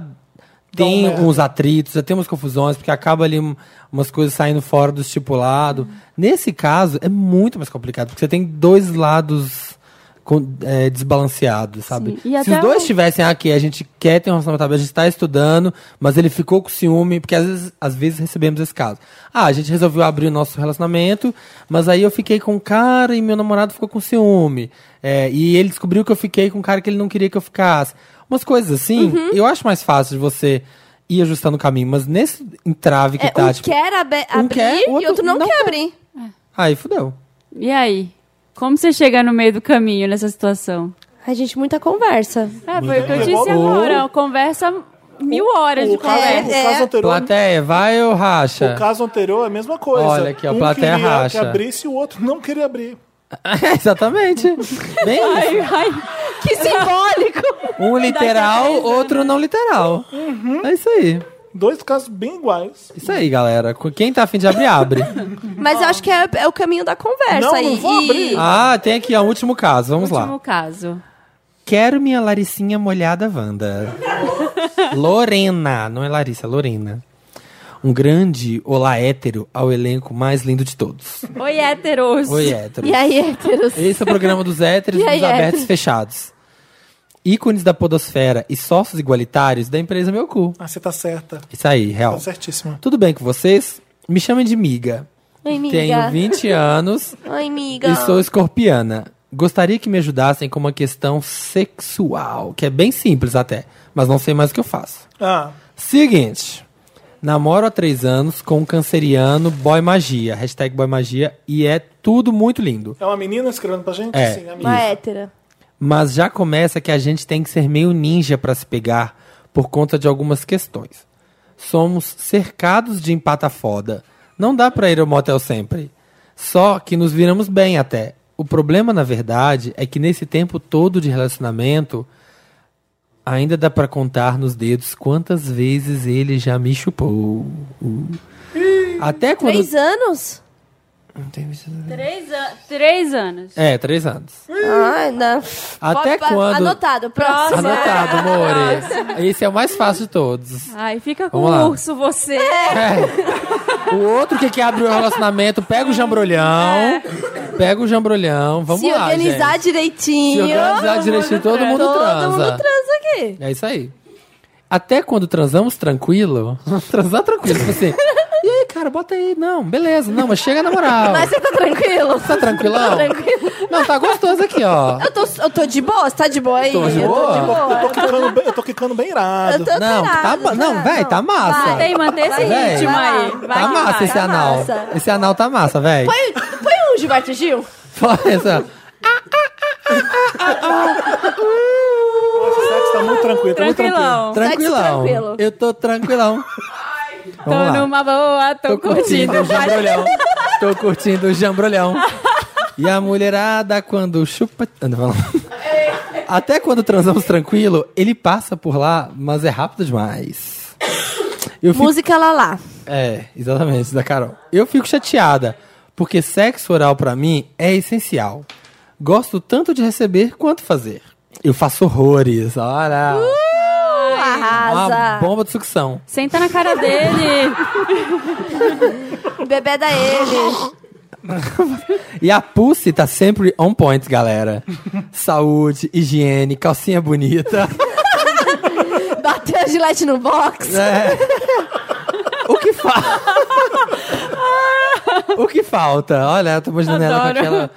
[SPEAKER 2] tem uns atritos, já tem umas confusões, porque acaba ali um- umas coisas saindo fora do estipulado. Nesse caso, é muito mais complicado, porque você tem dois lados com- é, desbalanceados, sabe?
[SPEAKER 4] Sim, e
[SPEAKER 2] Se
[SPEAKER 4] até
[SPEAKER 2] os dois
[SPEAKER 4] o-
[SPEAKER 2] tivessem aqui, a gente quer ter um relacionamento aberto, a gente está estudando, mas ele ficou com ciúme, porque às vezes, às vezes recebemos esse caso. Ah, a gente resolveu abrir o nosso relacionamento, mas aí eu fiquei com um cara e meu namorado ficou com ciúme. É, e ele descobriu que eu fiquei com um cara que ele não queria que eu ficasse. Umas coisas assim, eu acho mais fácil de você ir ajustando o caminho, mas nesse entrave que
[SPEAKER 3] É,
[SPEAKER 2] tá,
[SPEAKER 3] um
[SPEAKER 2] tipo,
[SPEAKER 3] quer abe-
[SPEAKER 2] um
[SPEAKER 3] abrir
[SPEAKER 2] quer, o
[SPEAKER 3] e outro não, quer abrir.
[SPEAKER 2] aí fudeu.
[SPEAKER 4] E aí? Como você chega no meio do caminho nessa situação?
[SPEAKER 3] Ai, gente, muita conversa.
[SPEAKER 4] É, foi o que eu
[SPEAKER 1] bem.
[SPEAKER 4] disse
[SPEAKER 1] Ou-
[SPEAKER 4] agora. Conversa mil horas de
[SPEAKER 1] O caso,
[SPEAKER 3] É,
[SPEAKER 4] conversa.
[SPEAKER 1] o caso anterior.
[SPEAKER 2] Plateia, vai ou racha?
[SPEAKER 1] O caso anterior é a mesma coisa.
[SPEAKER 2] Olha aqui, ó,
[SPEAKER 1] um
[SPEAKER 2] plateia
[SPEAKER 1] queria
[SPEAKER 2] racha.
[SPEAKER 1] que abrisse e o outro não queria abrir.
[SPEAKER 2] Exatamente. Bem isso.
[SPEAKER 4] Ai, ai,
[SPEAKER 3] Que simbólico!
[SPEAKER 2] Um literal, outro não literal. É isso aí.
[SPEAKER 1] Dois casos bem iguais.
[SPEAKER 2] Isso aí, galera. Com- Quem tá afim de abrir, abre.
[SPEAKER 3] Mas eu acho que é, é o caminho da conversa.
[SPEAKER 1] Não,
[SPEAKER 3] aí.
[SPEAKER 1] não vou
[SPEAKER 3] E-
[SPEAKER 1] abrir.
[SPEAKER 2] ah, tem aqui, ó, um último caso. Vamos lá.
[SPEAKER 4] Último caso.
[SPEAKER 2] Quero minha Laricinha molhada, Wanda. Lorena, não é Larissa, é Lorena. Um grande olá hétero ao elenco mais lindo de todos.
[SPEAKER 4] Oi, héteros.
[SPEAKER 2] Oi, héteros.
[SPEAKER 3] E aí, héteros?
[SPEAKER 2] Esse é o programa dos héteros
[SPEAKER 3] E
[SPEAKER 2] e dos
[SPEAKER 3] aí,
[SPEAKER 2] abertos
[SPEAKER 3] héteros?
[SPEAKER 2] e fechados. Ícones da podosfera e sócios igualitários da empresa Meu Cu.
[SPEAKER 1] Ah, você tá certa.
[SPEAKER 2] Isso aí, real.
[SPEAKER 1] Tá certíssima.
[SPEAKER 2] Tudo bem com vocês? Me chamem de miga.
[SPEAKER 3] Oi, miga.
[SPEAKER 2] Tenho 20 anos
[SPEAKER 3] Oi, miga.
[SPEAKER 2] e sou escorpiana. Gostaria que me ajudassem com uma questão sexual, que é bem simples até, mas não sei mais o que eu faço.
[SPEAKER 1] Ah,
[SPEAKER 2] Seguinte. Namoro há três anos com um canceriano boy magia, hashtag boy magia, e é tudo muito lindo.
[SPEAKER 1] é uma menina escrevendo pra gente?
[SPEAKER 2] É.
[SPEAKER 1] Sim, amiga.
[SPEAKER 3] Uma hétera.
[SPEAKER 2] Mas já começa que a gente tem que ser meio ninja pra se pegar por conta de algumas questões. Somos cercados de empata foda. Não dá pra ir ao motel sempre. Só que nos viramos bem até. O problema, na verdade, é que nesse tempo todo de relacionamento, ainda dá pra contar nos dedos quantas vezes ele já me chupou. Uh. Até quando.
[SPEAKER 3] Três anos?
[SPEAKER 2] Não tem visto-
[SPEAKER 4] Três, an- três anos.
[SPEAKER 2] É, três anos.
[SPEAKER 3] Ah, não.
[SPEAKER 2] Até
[SPEAKER 3] Pode-
[SPEAKER 2] quando.
[SPEAKER 3] Anotado, né? próximo.
[SPEAKER 2] Anotado, More. Esse é o mais fácil de todos.
[SPEAKER 4] Ai, fica com
[SPEAKER 2] Vamos lá.
[SPEAKER 4] o urso você.
[SPEAKER 1] É.
[SPEAKER 2] É. O outro que quer abrir o relacionamento, pega o jambrolhão. Pega o jambrolhão. Vamos
[SPEAKER 3] Se
[SPEAKER 2] lá.
[SPEAKER 3] organizar
[SPEAKER 2] gente.
[SPEAKER 3] direitinho.
[SPEAKER 2] Se organizar direitinho, todo mundo transa.
[SPEAKER 3] Todo mundo transa aqui.
[SPEAKER 2] É isso aí. Até quando transamos tranquilo. transar tranquilo, tipo assim. E aí, cara, bota aí. Não, beleza. Não, mas chega na moral.
[SPEAKER 3] Mas você tá tranquilo?
[SPEAKER 2] Tá tranquilão?
[SPEAKER 3] Tô tranquilo.
[SPEAKER 2] Não, tá gostoso aqui, ó.
[SPEAKER 3] Eu tô, eu tô de boa, você tá de boa aí?
[SPEAKER 2] Tô de
[SPEAKER 3] eu
[SPEAKER 2] boa?
[SPEAKER 3] tô de boa.
[SPEAKER 1] Eu tô quicando bem, eu tô quicando bem irado.
[SPEAKER 3] Eu tô
[SPEAKER 2] Não,
[SPEAKER 3] pirada,
[SPEAKER 2] tá, ma- não, véi, tá massa.
[SPEAKER 4] Mantém, mantém esse
[SPEAKER 2] Véi,
[SPEAKER 4] ritmo aí. Vai
[SPEAKER 2] tá
[SPEAKER 4] que
[SPEAKER 2] massa
[SPEAKER 4] vai.
[SPEAKER 2] esse anal.
[SPEAKER 3] massa.
[SPEAKER 2] Esse anal tá massa, velho.
[SPEAKER 3] Põe, põe um Gilberto Gil.
[SPEAKER 2] essa.
[SPEAKER 1] O sexo tá muito tranquilo, tá muito tranquilo.
[SPEAKER 4] Tranquilão.
[SPEAKER 2] Tranquilão.
[SPEAKER 3] tranquilo.
[SPEAKER 2] Eu tô tranquilão.
[SPEAKER 4] Tô
[SPEAKER 2] Vamos lá.
[SPEAKER 4] numa boa, tô,
[SPEAKER 2] Tô curtindo o
[SPEAKER 4] curtindo. Vai.
[SPEAKER 2] jambrolhão. Tô curtindo o jambrolhão. E a mulherada, quando chupa. Ah, não, não. Até quando transamos tranquilo, ele passa por lá, mas é rápido demais. Eu fico
[SPEAKER 3] Música Lalá.
[SPEAKER 2] É, exatamente, da Carol. Eu fico chateada, porque sexo oral pra mim é essencial. Gosto tanto de receber quanto fazer. Eu faço horrores, olha. Uma
[SPEAKER 3] Arrasa.
[SPEAKER 2] bomba de sucção.
[SPEAKER 4] Senta na cara dele.
[SPEAKER 3] Bebê da ele.
[SPEAKER 2] E a Pussy tá sempre on point, galera. Saúde, higiene, calcinha bonita.
[SPEAKER 3] Bateu a gilete no box.
[SPEAKER 2] É. O que fala? o que falta? Olha, eu tô imaginando ela com
[SPEAKER 17] Adoro.
[SPEAKER 2] aquela,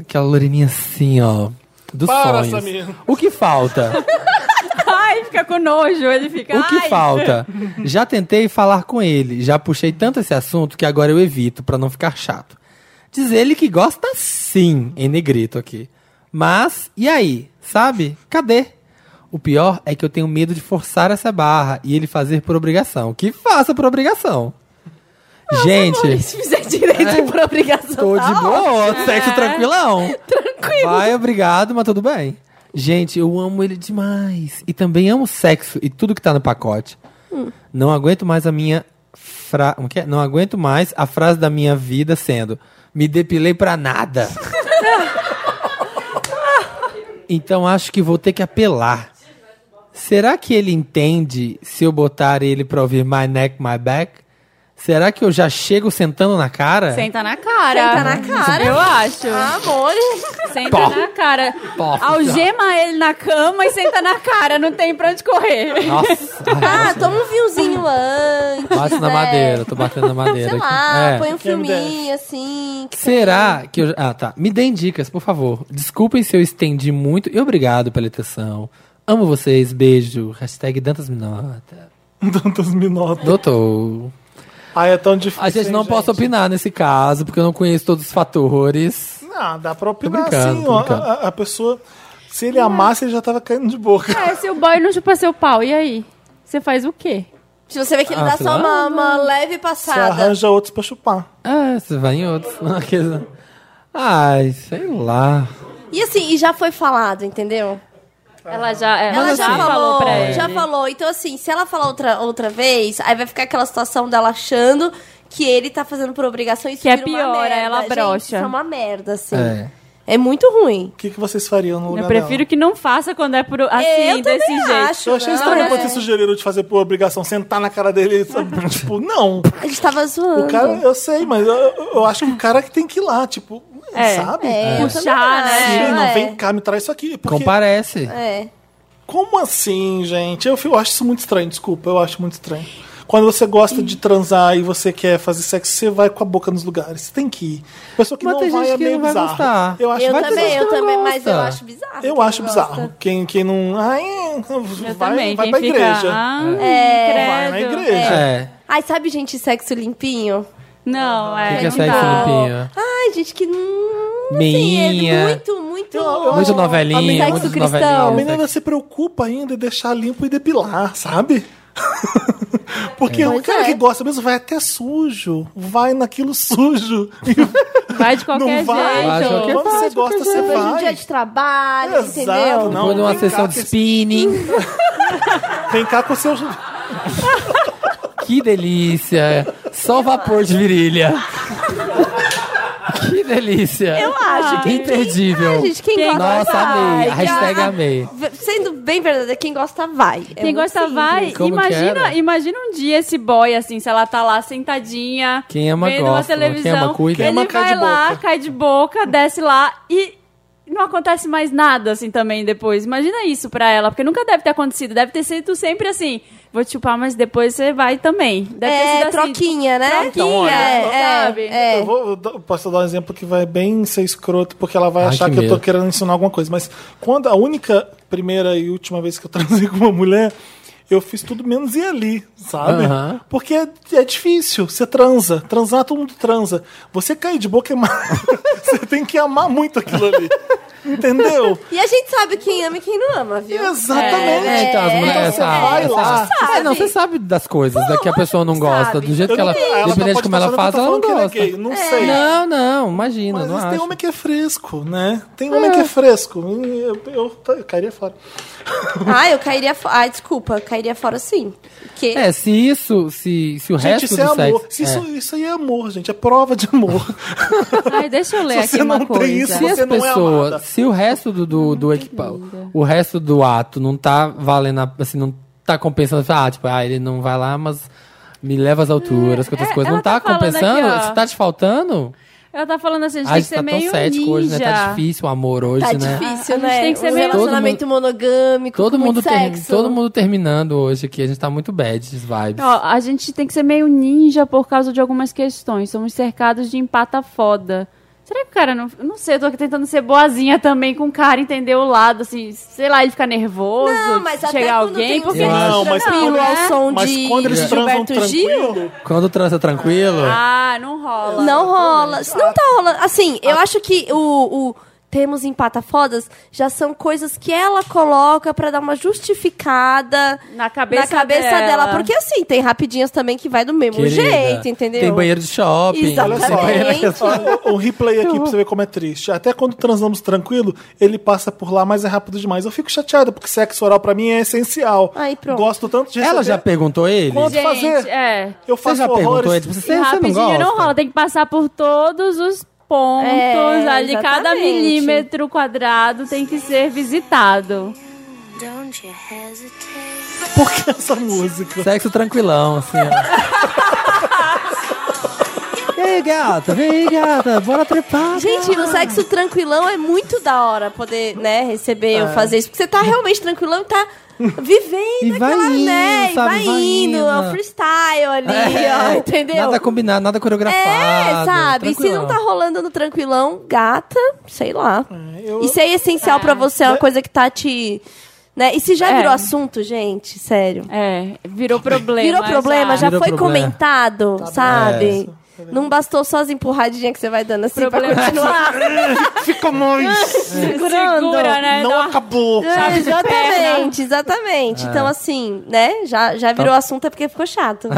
[SPEAKER 2] aquela loirininha assim, ó. Dos
[SPEAKER 4] Para,
[SPEAKER 2] sonhos.
[SPEAKER 4] Samir.
[SPEAKER 2] O que falta?
[SPEAKER 4] Ai, fica com nojo, ele fica.
[SPEAKER 2] O que
[SPEAKER 4] ai.
[SPEAKER 2] falta? Já tentei falar com ele, já puxei tanto esse assunto que agora eu evito pra não ficar chato. Diz ele que gosta sim, em negrito aqui. Mas, e aí? Sabe? Cadê? O pior é que eu tenho medo de forçar essa barra e ele fazer por obrigação. Que faça por obrigação. Gente,
[SPEAKER 3] Se fizer direito
[SPEAKER 1] É.
[SPEAKER 3] por obrigação.
[SPEAKER 2] tô de
[SPEAKER 3] tá
[SPEAKER 2] boa,
[SPEAKER 3] ótimo.
[SPEAKER 2] sexo
[SPEAKER 3] É.
[SPEAKER 2] tranquilão.
[SPEAKER 3] Tranquilo.
[SPEAKER 2] Vai, obrigado, mas tudo bem. Gente, eu amo ele demais. E também amo sexo e tudo que tá no pacote.
[SPEAKER 17] Hum.
[SPEAKER 2] Não aguento mais a minha. Fra... como que é? Não aguento mais a frase da minha vida sendo: Me depilei pra nada. então acho que vou ter que apelar. Será que ele entende se eu botar ele pra ouvir My Neck, My Back? Será que eu já chego sentando na cara?
[SPEAKER 4] Senta na cara.
[SPEAKER 3] Senta na cara.
[SPEAKER 4] Eu acho.
[SPEAKER 3] Amor.
[SPEAKER 4] Senta
[SPEAKER 2] Pó.
[SPEAKER 4] na cara.
[SPEAKER 2] Pó.
[SPEAKER 4] Algema ele na cama e senta na cara. Não tem pra onde correr.
[SPEAKER 2] Nossa.
[SPEAKER 3] Ah, toma um vinhozinho antes.
[SPEAKER 2] Bate na
[SPEAKER 3] né?
[SPEAKER 2] madeira, tô batendo na madeira.
[SPEAKER 3] Sei
[SPEAKER 2] aqui.
[SPEAKER 3] lá,
[SPEAKER 2] É.
[SPEAKER 3] põe um filminho assim. que
[SPEAKER 2] Será que eu. já- Ah, tá. Me deem dicas, por favor. Desculpem se eu estendi muito e obrigado pela atenção. Amo vocês, beijo. Hashtag Dantas Minota.
[SPEAKER 1] Dantas Minota.
[SPEAKER 2] Doutor.
[SPEAKER 1] Ai, é tão difícil.
[SPEAKER 2] A gente não pode opinar nesse caso, porque eu não conheço todos os fatores.
[SPEAKER 1] Não, dá pra opinar
[SPEAKER 2] brincando,
[SPEAKER 1] assim,
[SPEAKER 2] tô
[SPEAKER 1] ó,
[SPEAKER 2] brincando.
[SPEAKER 1] a, a- a pessoa. Se ele amasse, ele já tava caindo de boca.
[SPEAKER 4] É, se o boy não chupa seu pau, e aí? Você faz o quê?
[SPEAKER 3] Se você vê que
[SPEAKER 2] Ah,
[SPEAKER 1] ele dá só uma-
[SPEAKER 3] uma leve
[SPEAKER 1] Você
[SPEAKER 3] passada.
[SPEAKER 1] arranja outros pra chupar.
[SPEAKER 2] É, você vai em outros. Aqueles, né? Ai, sei lá.
[SPEAKER 3] E assim, e já foi falado, entendeu?
[SPEAKER 4] Ela já, é,
[SPEAKER 3] ela
[SPEAKER 4] mas
[SPEAKER 3] já
[SPEAKER 4] assim-
[SPEAKER 3] falou,
[SPEAKER 4] falou pra ele.
[SPEAKER 3] já falou. Então assim, se ela falar outra, outra vez, aí vai ficar aquela situação dela achando que ele tá fazendo por obrigação e isso
[SPEAKER 4] Que é
[SPEAKER 3] vira
[SPEAKER 4] pior,
[SPEAKER 3] uma merda.
[SPEAKER 4] ela
[SPEAKER 3] Gente,
[SPEAKER 4] brocha.
[SPEAKER 3] isso é uma merda, assim.
[SPEAKER 2] É.
[SPEAKER 3] É muito ruim. O
[SPEAKER 1] que, que vocês fariam no lugar
[SPEAKER 4] Eu prefiro que não faça quando é por, assim,
[SPEAKER 3] Eu também
[SPEAKER 4] desse jeito.
[SPEAKER 3] acho,
[SPEAKER 1] Eu achei estranho quando
[SPEAKER 3] é.
[SPEAKER 1] vocês sugeriram de fazer por obrigação, sentar na cara dele, sabe? tipo, não.
[SPEAKER 3] A gente tava zoando.
[SPEAKER 1] O cara, eu sei, mas eu, eu acho que o cara que tem que ir lá, tipo,
[SPEAKER 3] É.
[SPEAKER 1] sabe?
[SPEAKER 3] É, eu Puxar, também acho.
[SPEAKER 1] Sim,
[SPEAKER 3] né?
[SPEAKER 1] não,
[SPEAKER 3] É.
[SPEAKER 1] vem cá, me traz isso aqui. Porque,
[SPEAKER 2] Comparece.
[SPEAKER 3] É.
[SPEAKER 1] Como assim, gente? Eu, fi- eu acho isso muito estranho, desculpa, eu acho muito estranho. Quando você gosta de transar e você quer fazer sexo, você vai com a boca nos lugares. Você tem que ir. A pessoa que
[SPEAKER 2] Mas
[SPEAKER 1] não
[SPEAKER 2] tem
[SPEAKER 1] vai
[SPEAKER 2] gente
[SPEAKER 1] é
[SPEAKER 2] que
[SPEAKER 1] meio
[SPEAKER 2] não vai
[SPEAKER 1] bizarro.
[SPEAKER 2] gostar.
[SPEAKER 1] Eu acho
[SPEAKER 3] Eu
[SPEAKER 1] Mas tem
[SPEAKER 3] também,
[SPEAKER 1] pessoas que
[SPEAKER 3] eu
[SPEAKER 1] não
[SPEAKER 3] também, mas eu
[SPEAKER 1] gostam.
[SPEAKER 3] acho bizarro.
[SPEAKER 1] Eu
[SPEAKER 3] Ah, quem
[SPEAKER 1] acho
[SPEAKER 3] gosta.
[SPEAKER 1] bizarro. Quem, quem não. Ai, vai,
[SPEAKER 4] também,
[SPEAKER 1] vai
[SPEAKER 4] quem
[SPEAKER 1] pra
[SPEAKER 4] fica,
[SPEAKER 1] igreja.
[SPEAKER 4] "Ah,
[SPEAKER 3] É.
[SPEAKER 1] Vai na igreja.
[SPEAKER 2] É.
[SPEAKER 3] Ai, sabe, gente, sexo limpinho?
[SPEAKER 4] Não, é.
[SPEAKER 2] O que que é
[SPEAKER 4] não
[SPEAKER 2] sexo
[SPEAKER 1] então.
[SPEAKER 4] dá.
[SPEAKER 2] limpinho?
[SPEAKER 3] Ai, gente, que. hum, não sei, é
[SPEAKER 2] Meinha.
[SPEAKER 3] muito, muito.
[SPEAKER 2] Muito
[SPEAKER 1] é
[SPEAKER 2] novelinha,
[SPEAKER 3] Sexo
[SPEAKER 2] muito
[SPEAKER 3] cristão.
[SPEAKER 1] A
[SPEAKER 2] novelinha.
[SPEAKER 1] menina se preocupa ainda em deixar limpo e depilar, sabe? Porque o
[SPEAKER 3] Pois
[SPEAKER 1] cara
[SPEAKER 3] é.
[SPEAKER 1] que gosta mesmo vai até sujo. Vai naquilo sujo.
[SPEAKER 4] Vai de qualquer
[SPEAKER 1] não vai.
[SPEAKER 4] jeito.
[SPEAKER 2] Vai de qualquer
[SPEAKER 1] Quando você gosta, você
[SPEAKER 3] Depois de um dia
[SPEAKER 1] vai.
[SPEAKER 3] de trabalho,
[SPEAKER 1] Exato,
[SPEAKER 3] entendeu?
[SPEAKER 1] não.
[SPEAKER 2] Foi numa
[SPEAKER 1] vem cá
[SPEAKER 2] sessão
[SPEAKER 1] que
[SPEAKER 2] de
[SPEAKER 1] esse-
[SPEAKER 2] spinning.
[SPEAKER 1] Vem cá com o seu.
[SPEAKER 2] que delícia. Só vapor de virilha. que delícia.
[SPEAKER 3] Eu acho que.
[SPEAKER 2] Imperdível.
[SPEAKER 3] Ai, gente, quem, gosta
[SPEAKER 2] Nossa, amei.
[SPEAKER 3] vai.
[SPEAKER 2] A hashtag
[SPEAKER 3] Ah,
[SPEAKER 2] amei.
[SPEAKER 3] v- Sendo bem verdadeira, quem gosta vai. É
[SPEAKER 4] Quem
[SPEAKER 3] muito
[SPEAKER 4] gosta
[SPEAKER 3] simples.
[SPEAKER 4] vai.
[SPEAKER 2] Como que
[SPEAKER 4] Imagina,
[SPEAKER 2] era?
[SPEAKER 4] imagina um dia esse boy, assim, se ela tá lá sentadinha,
[SPEAKER 2] Quem ama
[SPEAKER 4] vendo uma
[SPEAKER 2] gosta, né?
[SPEAKER 4] televisão.
[SPEAKER 2] quem ama cuida.
[SPEAKER 4] Ele
[SPEAKER 2] Quem ama
[SPEAKER 4] vai
[SPEAKER 2] cai de
[SPEAKER 4] lá,
[SPEAKER 2] boca.
[SPEAKER 4] cai de boca, desce lá e não acontece mais nada, assim, também depois. Imagina isso pra ela, porque nunca deve ter acontecido. Deve ter sido sempre assim, vou te chupar, mas depois você vai também. Deve ter
[SPEAKER 3] É,
[SPEAKER 4] sido assim,
[SPEAKER 3] troquinha, né?
[SPEAKER 4] Troquinha,
[SPEAKER 3] é,
[SPEAKER 4] sabe?
[SPEAKER 3] é,
[SPEAKER 1] Eu, vou, eu dou- posso dar um exemplo que vai bem ser escroto, porque ela vai
[SPEAKER 2] Ai,
[SPEAKER 1] achar
[SPEAKER 2] que
[SPEAKER 1] que, eu tô
[SPEAKER 2] medo.
[SPEAKER 1] querendo ensinar alguma coisa. Mas quando a única, primeira e última vez que eu transei com uma mulher, eu fiz tudo menos ir ali, sabe?
[SPEAKER 2] Aham.
[SPEAKER 1] Porque é, é difícil. Você transa. Transar, todo mundo transa. Você cair de boca é mais. você tem que amar muito aquilo ali. Entendeu?
[SPEAKER 3] E a gente sabe quem ama e quem não ama, viu?
[SPEAKER 1] Exatamente.
[SPEAKER 2] É, então, as mulheres-
[SPEAKER 1] Então você vai lá.
[SPEAKER 2] É, não, você sabe das coisas, da que a pessoa não gosta, do jeito
[SPEAKER 1] Eu
[SPEAKER 2] que ela,
[SPEAKER 1] não sei. Ela
[SPEAKER 2] dependendo de
[SPEAKER 1] pode
[SPEAKER 2] como ela
[SPEAKER 1] estar achando
[SPEAKER 2] faz,
[SPEAKER 1] que
[SPEAKER 2] ela não
[SPEAKER 1] eu tô falando
[SPEAKER 2] gosta.
[SPEAKER 1] que ela é gay, não sei.
[SPEAKER 2] Não, não, imagina,
[SPEAKER 1] Mas
[SPEAKER 2] não
[SPEAKER 1] isso
[SPEAKER 2] acho.
[SPEAKER 1] tem homem que é fresco, né? Tem homem que é fresco. Hum, Eu, eu, eu cairia fora.
[SPEAKER 3] Ah, eu cairia fora. Ah, desculpa, eu cairia fora sim. Porque...
[SPEAKER 2] É, se isso, se, se o
[SPEAKER 1] Gente,
[SPEAKER 2] resto
[SPEAKER 1] isso
[SPEAKER 2] do
[SPEAKER 1] é amor.
[SPEAKER 2] sexo...
[SPEAKER 1] Se Isso, isso aí é amor, gente. É prova de amor.
[SPEAKER 4] Ai, deixa eu ler
[SPEAKER 1] Se você
[SPEAKER 4] aqui uma
[SPEAKER 1] não tem
[SPEAKER 4] coisa.
[SPEAKER 1] isso,
[SPEAKER 2] se as
[SPEAKER 1] você não é
[SPEAKER 2] pessoas,
[SPEAKER 1] amada.
[SPEAKER 2] se o resto do, do, do equipa- o resto do ato não tá valendo, a- assim, não tá compensando, ah, tipo, ah, ele não
[SPEAKER 4] É,
[SPEAKER 2] vai lá, mas me leva às alturas, que outras coisas, não tá,
[SPEAKER 4] falando
[SPEAKER 2] compensando,
[SPEAKER 4] aqui, ó.
[SPEAKER 2] se tá te faltando,
[SPEAKER 4] Ela tá falando assim, a gente
[SPEAKER 2] A
[SPEAKER 4] tem que
[SPEAKER 2] gente
[SPEAKER 4] ser
[SPEAKER 2] tá tão
[SPEAKER 4] meio
[SPEAKER 2] cético hoje, né? Tá
[SPEAKER 4] ninja.
[SPEAKER 2] difícil o amor hoje,
[SPEAKER 3] Tá
[SPEAKER 2] né?
[SPEAKER 3] difícil,
[SPEAKER 4] A gente
[SPEAKER 3] né?
[SPEAKER 4] tem que ser
[SPEAKER 3] um
[SPEAKER 4] meio-
[SPEAKER 3] relacionamento monogâmico,
[SPEAKER 2] Todo
[SPEAKER 3] com
[SPEAKER 2] mundo,
[SPEAKER 3] muito
[SPEAKER 2] termi-
[SPEAKER 3] sexo.
[SPEAKER 2] todo mundo terminando hoje aqui. A gente tá muito bad esses vibes.
[SPEAKER 4] Ó, a gente tem que ser meio ninja por causa de algumas questões. Somos cercados de empata foda. Será que o cara não. eu Não sei, eu tô aqui tentando ser boazinha também com o cara, entender o lado, assim, sei lá, ele ficar nervoso,
[SPEAKER 3] Não, mas até
[SPEAKER 4] chegar
[SPEAKER 3] quando
[SPEAKER 4] alguém,
[SPEAKER 3] tem um né?
[SPEAKER 4] porque
[SPEAKER 2] Eu acho,
[SPEAKER 4] ele
[SPEAKER 2] mas é
[SPEAKER 4] tranquilo
[SPEAKER 3] quando-
[SPEAKER 4] ao é som
[SPEAKER 3] mas
[SPEAKER 4] de
[SPEAKER 3] quando eles
[SPEAKER 4] de
[SPEAKER 3] transam
[SPEAKER 4] Gilberto
[SPEAKER 3] tranquilo?
[SPEAKER 4] Gil.
[SPEAKER 2] Quando transa tranquilo,
[SPEAKER 4] Ah, não rola.
[SPEAKER 3] Não rola. Se Não tá rolando. Assim, eu acho que o, o temos empata fodas já são coisas que ela coloca pra dar uma justificada
[SPEAKER 4] na cabeça
[SPEAKER 3] dela.
[SPEAKER 4] dela.
[SPEAKER 3] Porque assim, tem rapidinhas também que vai do mesmo
[SPEAKER 2] querida.
[SPEAKER 3] jeito, entendeu?
[SPEAKER 2] Tem banheiro de shopping.
[SPEAKER 3] Exatamente.
[SPEAKER 1] Olha só, o, o replay aqui pra você ver como é triste. Até quando transamos tranquilo, ele passa por lá, mas é rápido demais. Eu fico chateada, porque sexo oral pra mim é essencial.
[SPEAKER 3] Aí, pronto.
[SPEAKER 1] Gosto tanto de receber.
[SPEAKER 2] Ela já perguntou ele?
[SPEAKER 1] Quanto
[SPEAKER 4] Gente,
[SPEAKER 1] fazer?
[SPEAKER 4] é.
[SPEAKER 1] Eu
[SPEAKER 2] Você
[SPEAKER 1] faço
[SPEAKER 2] já
[SPEAKER 1] horrores.
[SPEAKER 2] perguntou ele? Tipo, Você,
[SPEAKER 4] E
[SPEAKER 2] você não
[SPEAKER 4] rapidinho
[SPEAKER 2] gosta?
[SPEAKER 4] não rola, tem que passar por todos os pontos
[SPEAKER 3] É,
[SPEAKER 4] ali, cada
[SPEAKER 3] exatamente.
[SPEAKER 4] milímetro quadrado tem que ser visitado.
[SPEAKER 1] Por que essa música?
[SPEAKER 2] Sexo tranquilão, assim, ó. E aí, gata? Vem aí, gata. Bora trepar.
[SPEAKER 3] Gente, o sexo tranquilão é muito da hora poder, né, receber
[SPEAKER 2] É.
[SPEAKER 3] ou fazer isso. Porque você tá realmente tranquilão e tá vivendo
[SPEAKER 2] E vai
[SPEAKER 3] aquela,
[SPEAKER 2] indo,
[SPEAKER 3] né? e
[SPEAKER 2] sabe?
[SPEAKER 3] vai,
[SPEAKER 2] Vai
[SPEAKER 3] indo,
[SPEAKER 2] indo.
[SPEAKER 3] é o freestyle ali, ó,
[SPEAKER 2] É,
[SPEAKER 3] entendeu?
[SPEAKER 2] Nada combinado, nada coreografado.
[SPEAKER 3] É, sabe? E Se
[SPEAKER 2] tranquilão.
[SPEAKER 3] não tá rolando no tranquilão, gata, sei lá.
[SPEAKER 1] eu-
[SPEAKER 3] E se é essencial pra você, é uma coisa que tá te. Né? E se já
[SPEAKER 4] É.
[SPEAKER 3] virou assunto, gente, sério.
[SPEAKER 4] É, virou problema.
[SPEAKER 3] virou problema, já,
[SPEAKER 2] Virou
[SPEAKER 3] foi
[SPEAKER 2] problema. Tá É,
[SPEAKER 3] comentado, sabe? Não bastou só as empurradinhas que você vai dando assim pra continuar
[SPEAKER 1] Fica mais.
[SPEAKER 3] segurando.
[SPEAKER 4] É. Segura, né?
[SPEAKER 1] Não
[SPEAKER 4] Dá uma-
[SPEAKER 1] acabou.
[SPEAKER 3] É,
[SPEAKER 4] de
[SPEAKER 3] exatamente, exatamente. Então, assim, né? Já, já virou assunto é porque ficou chato.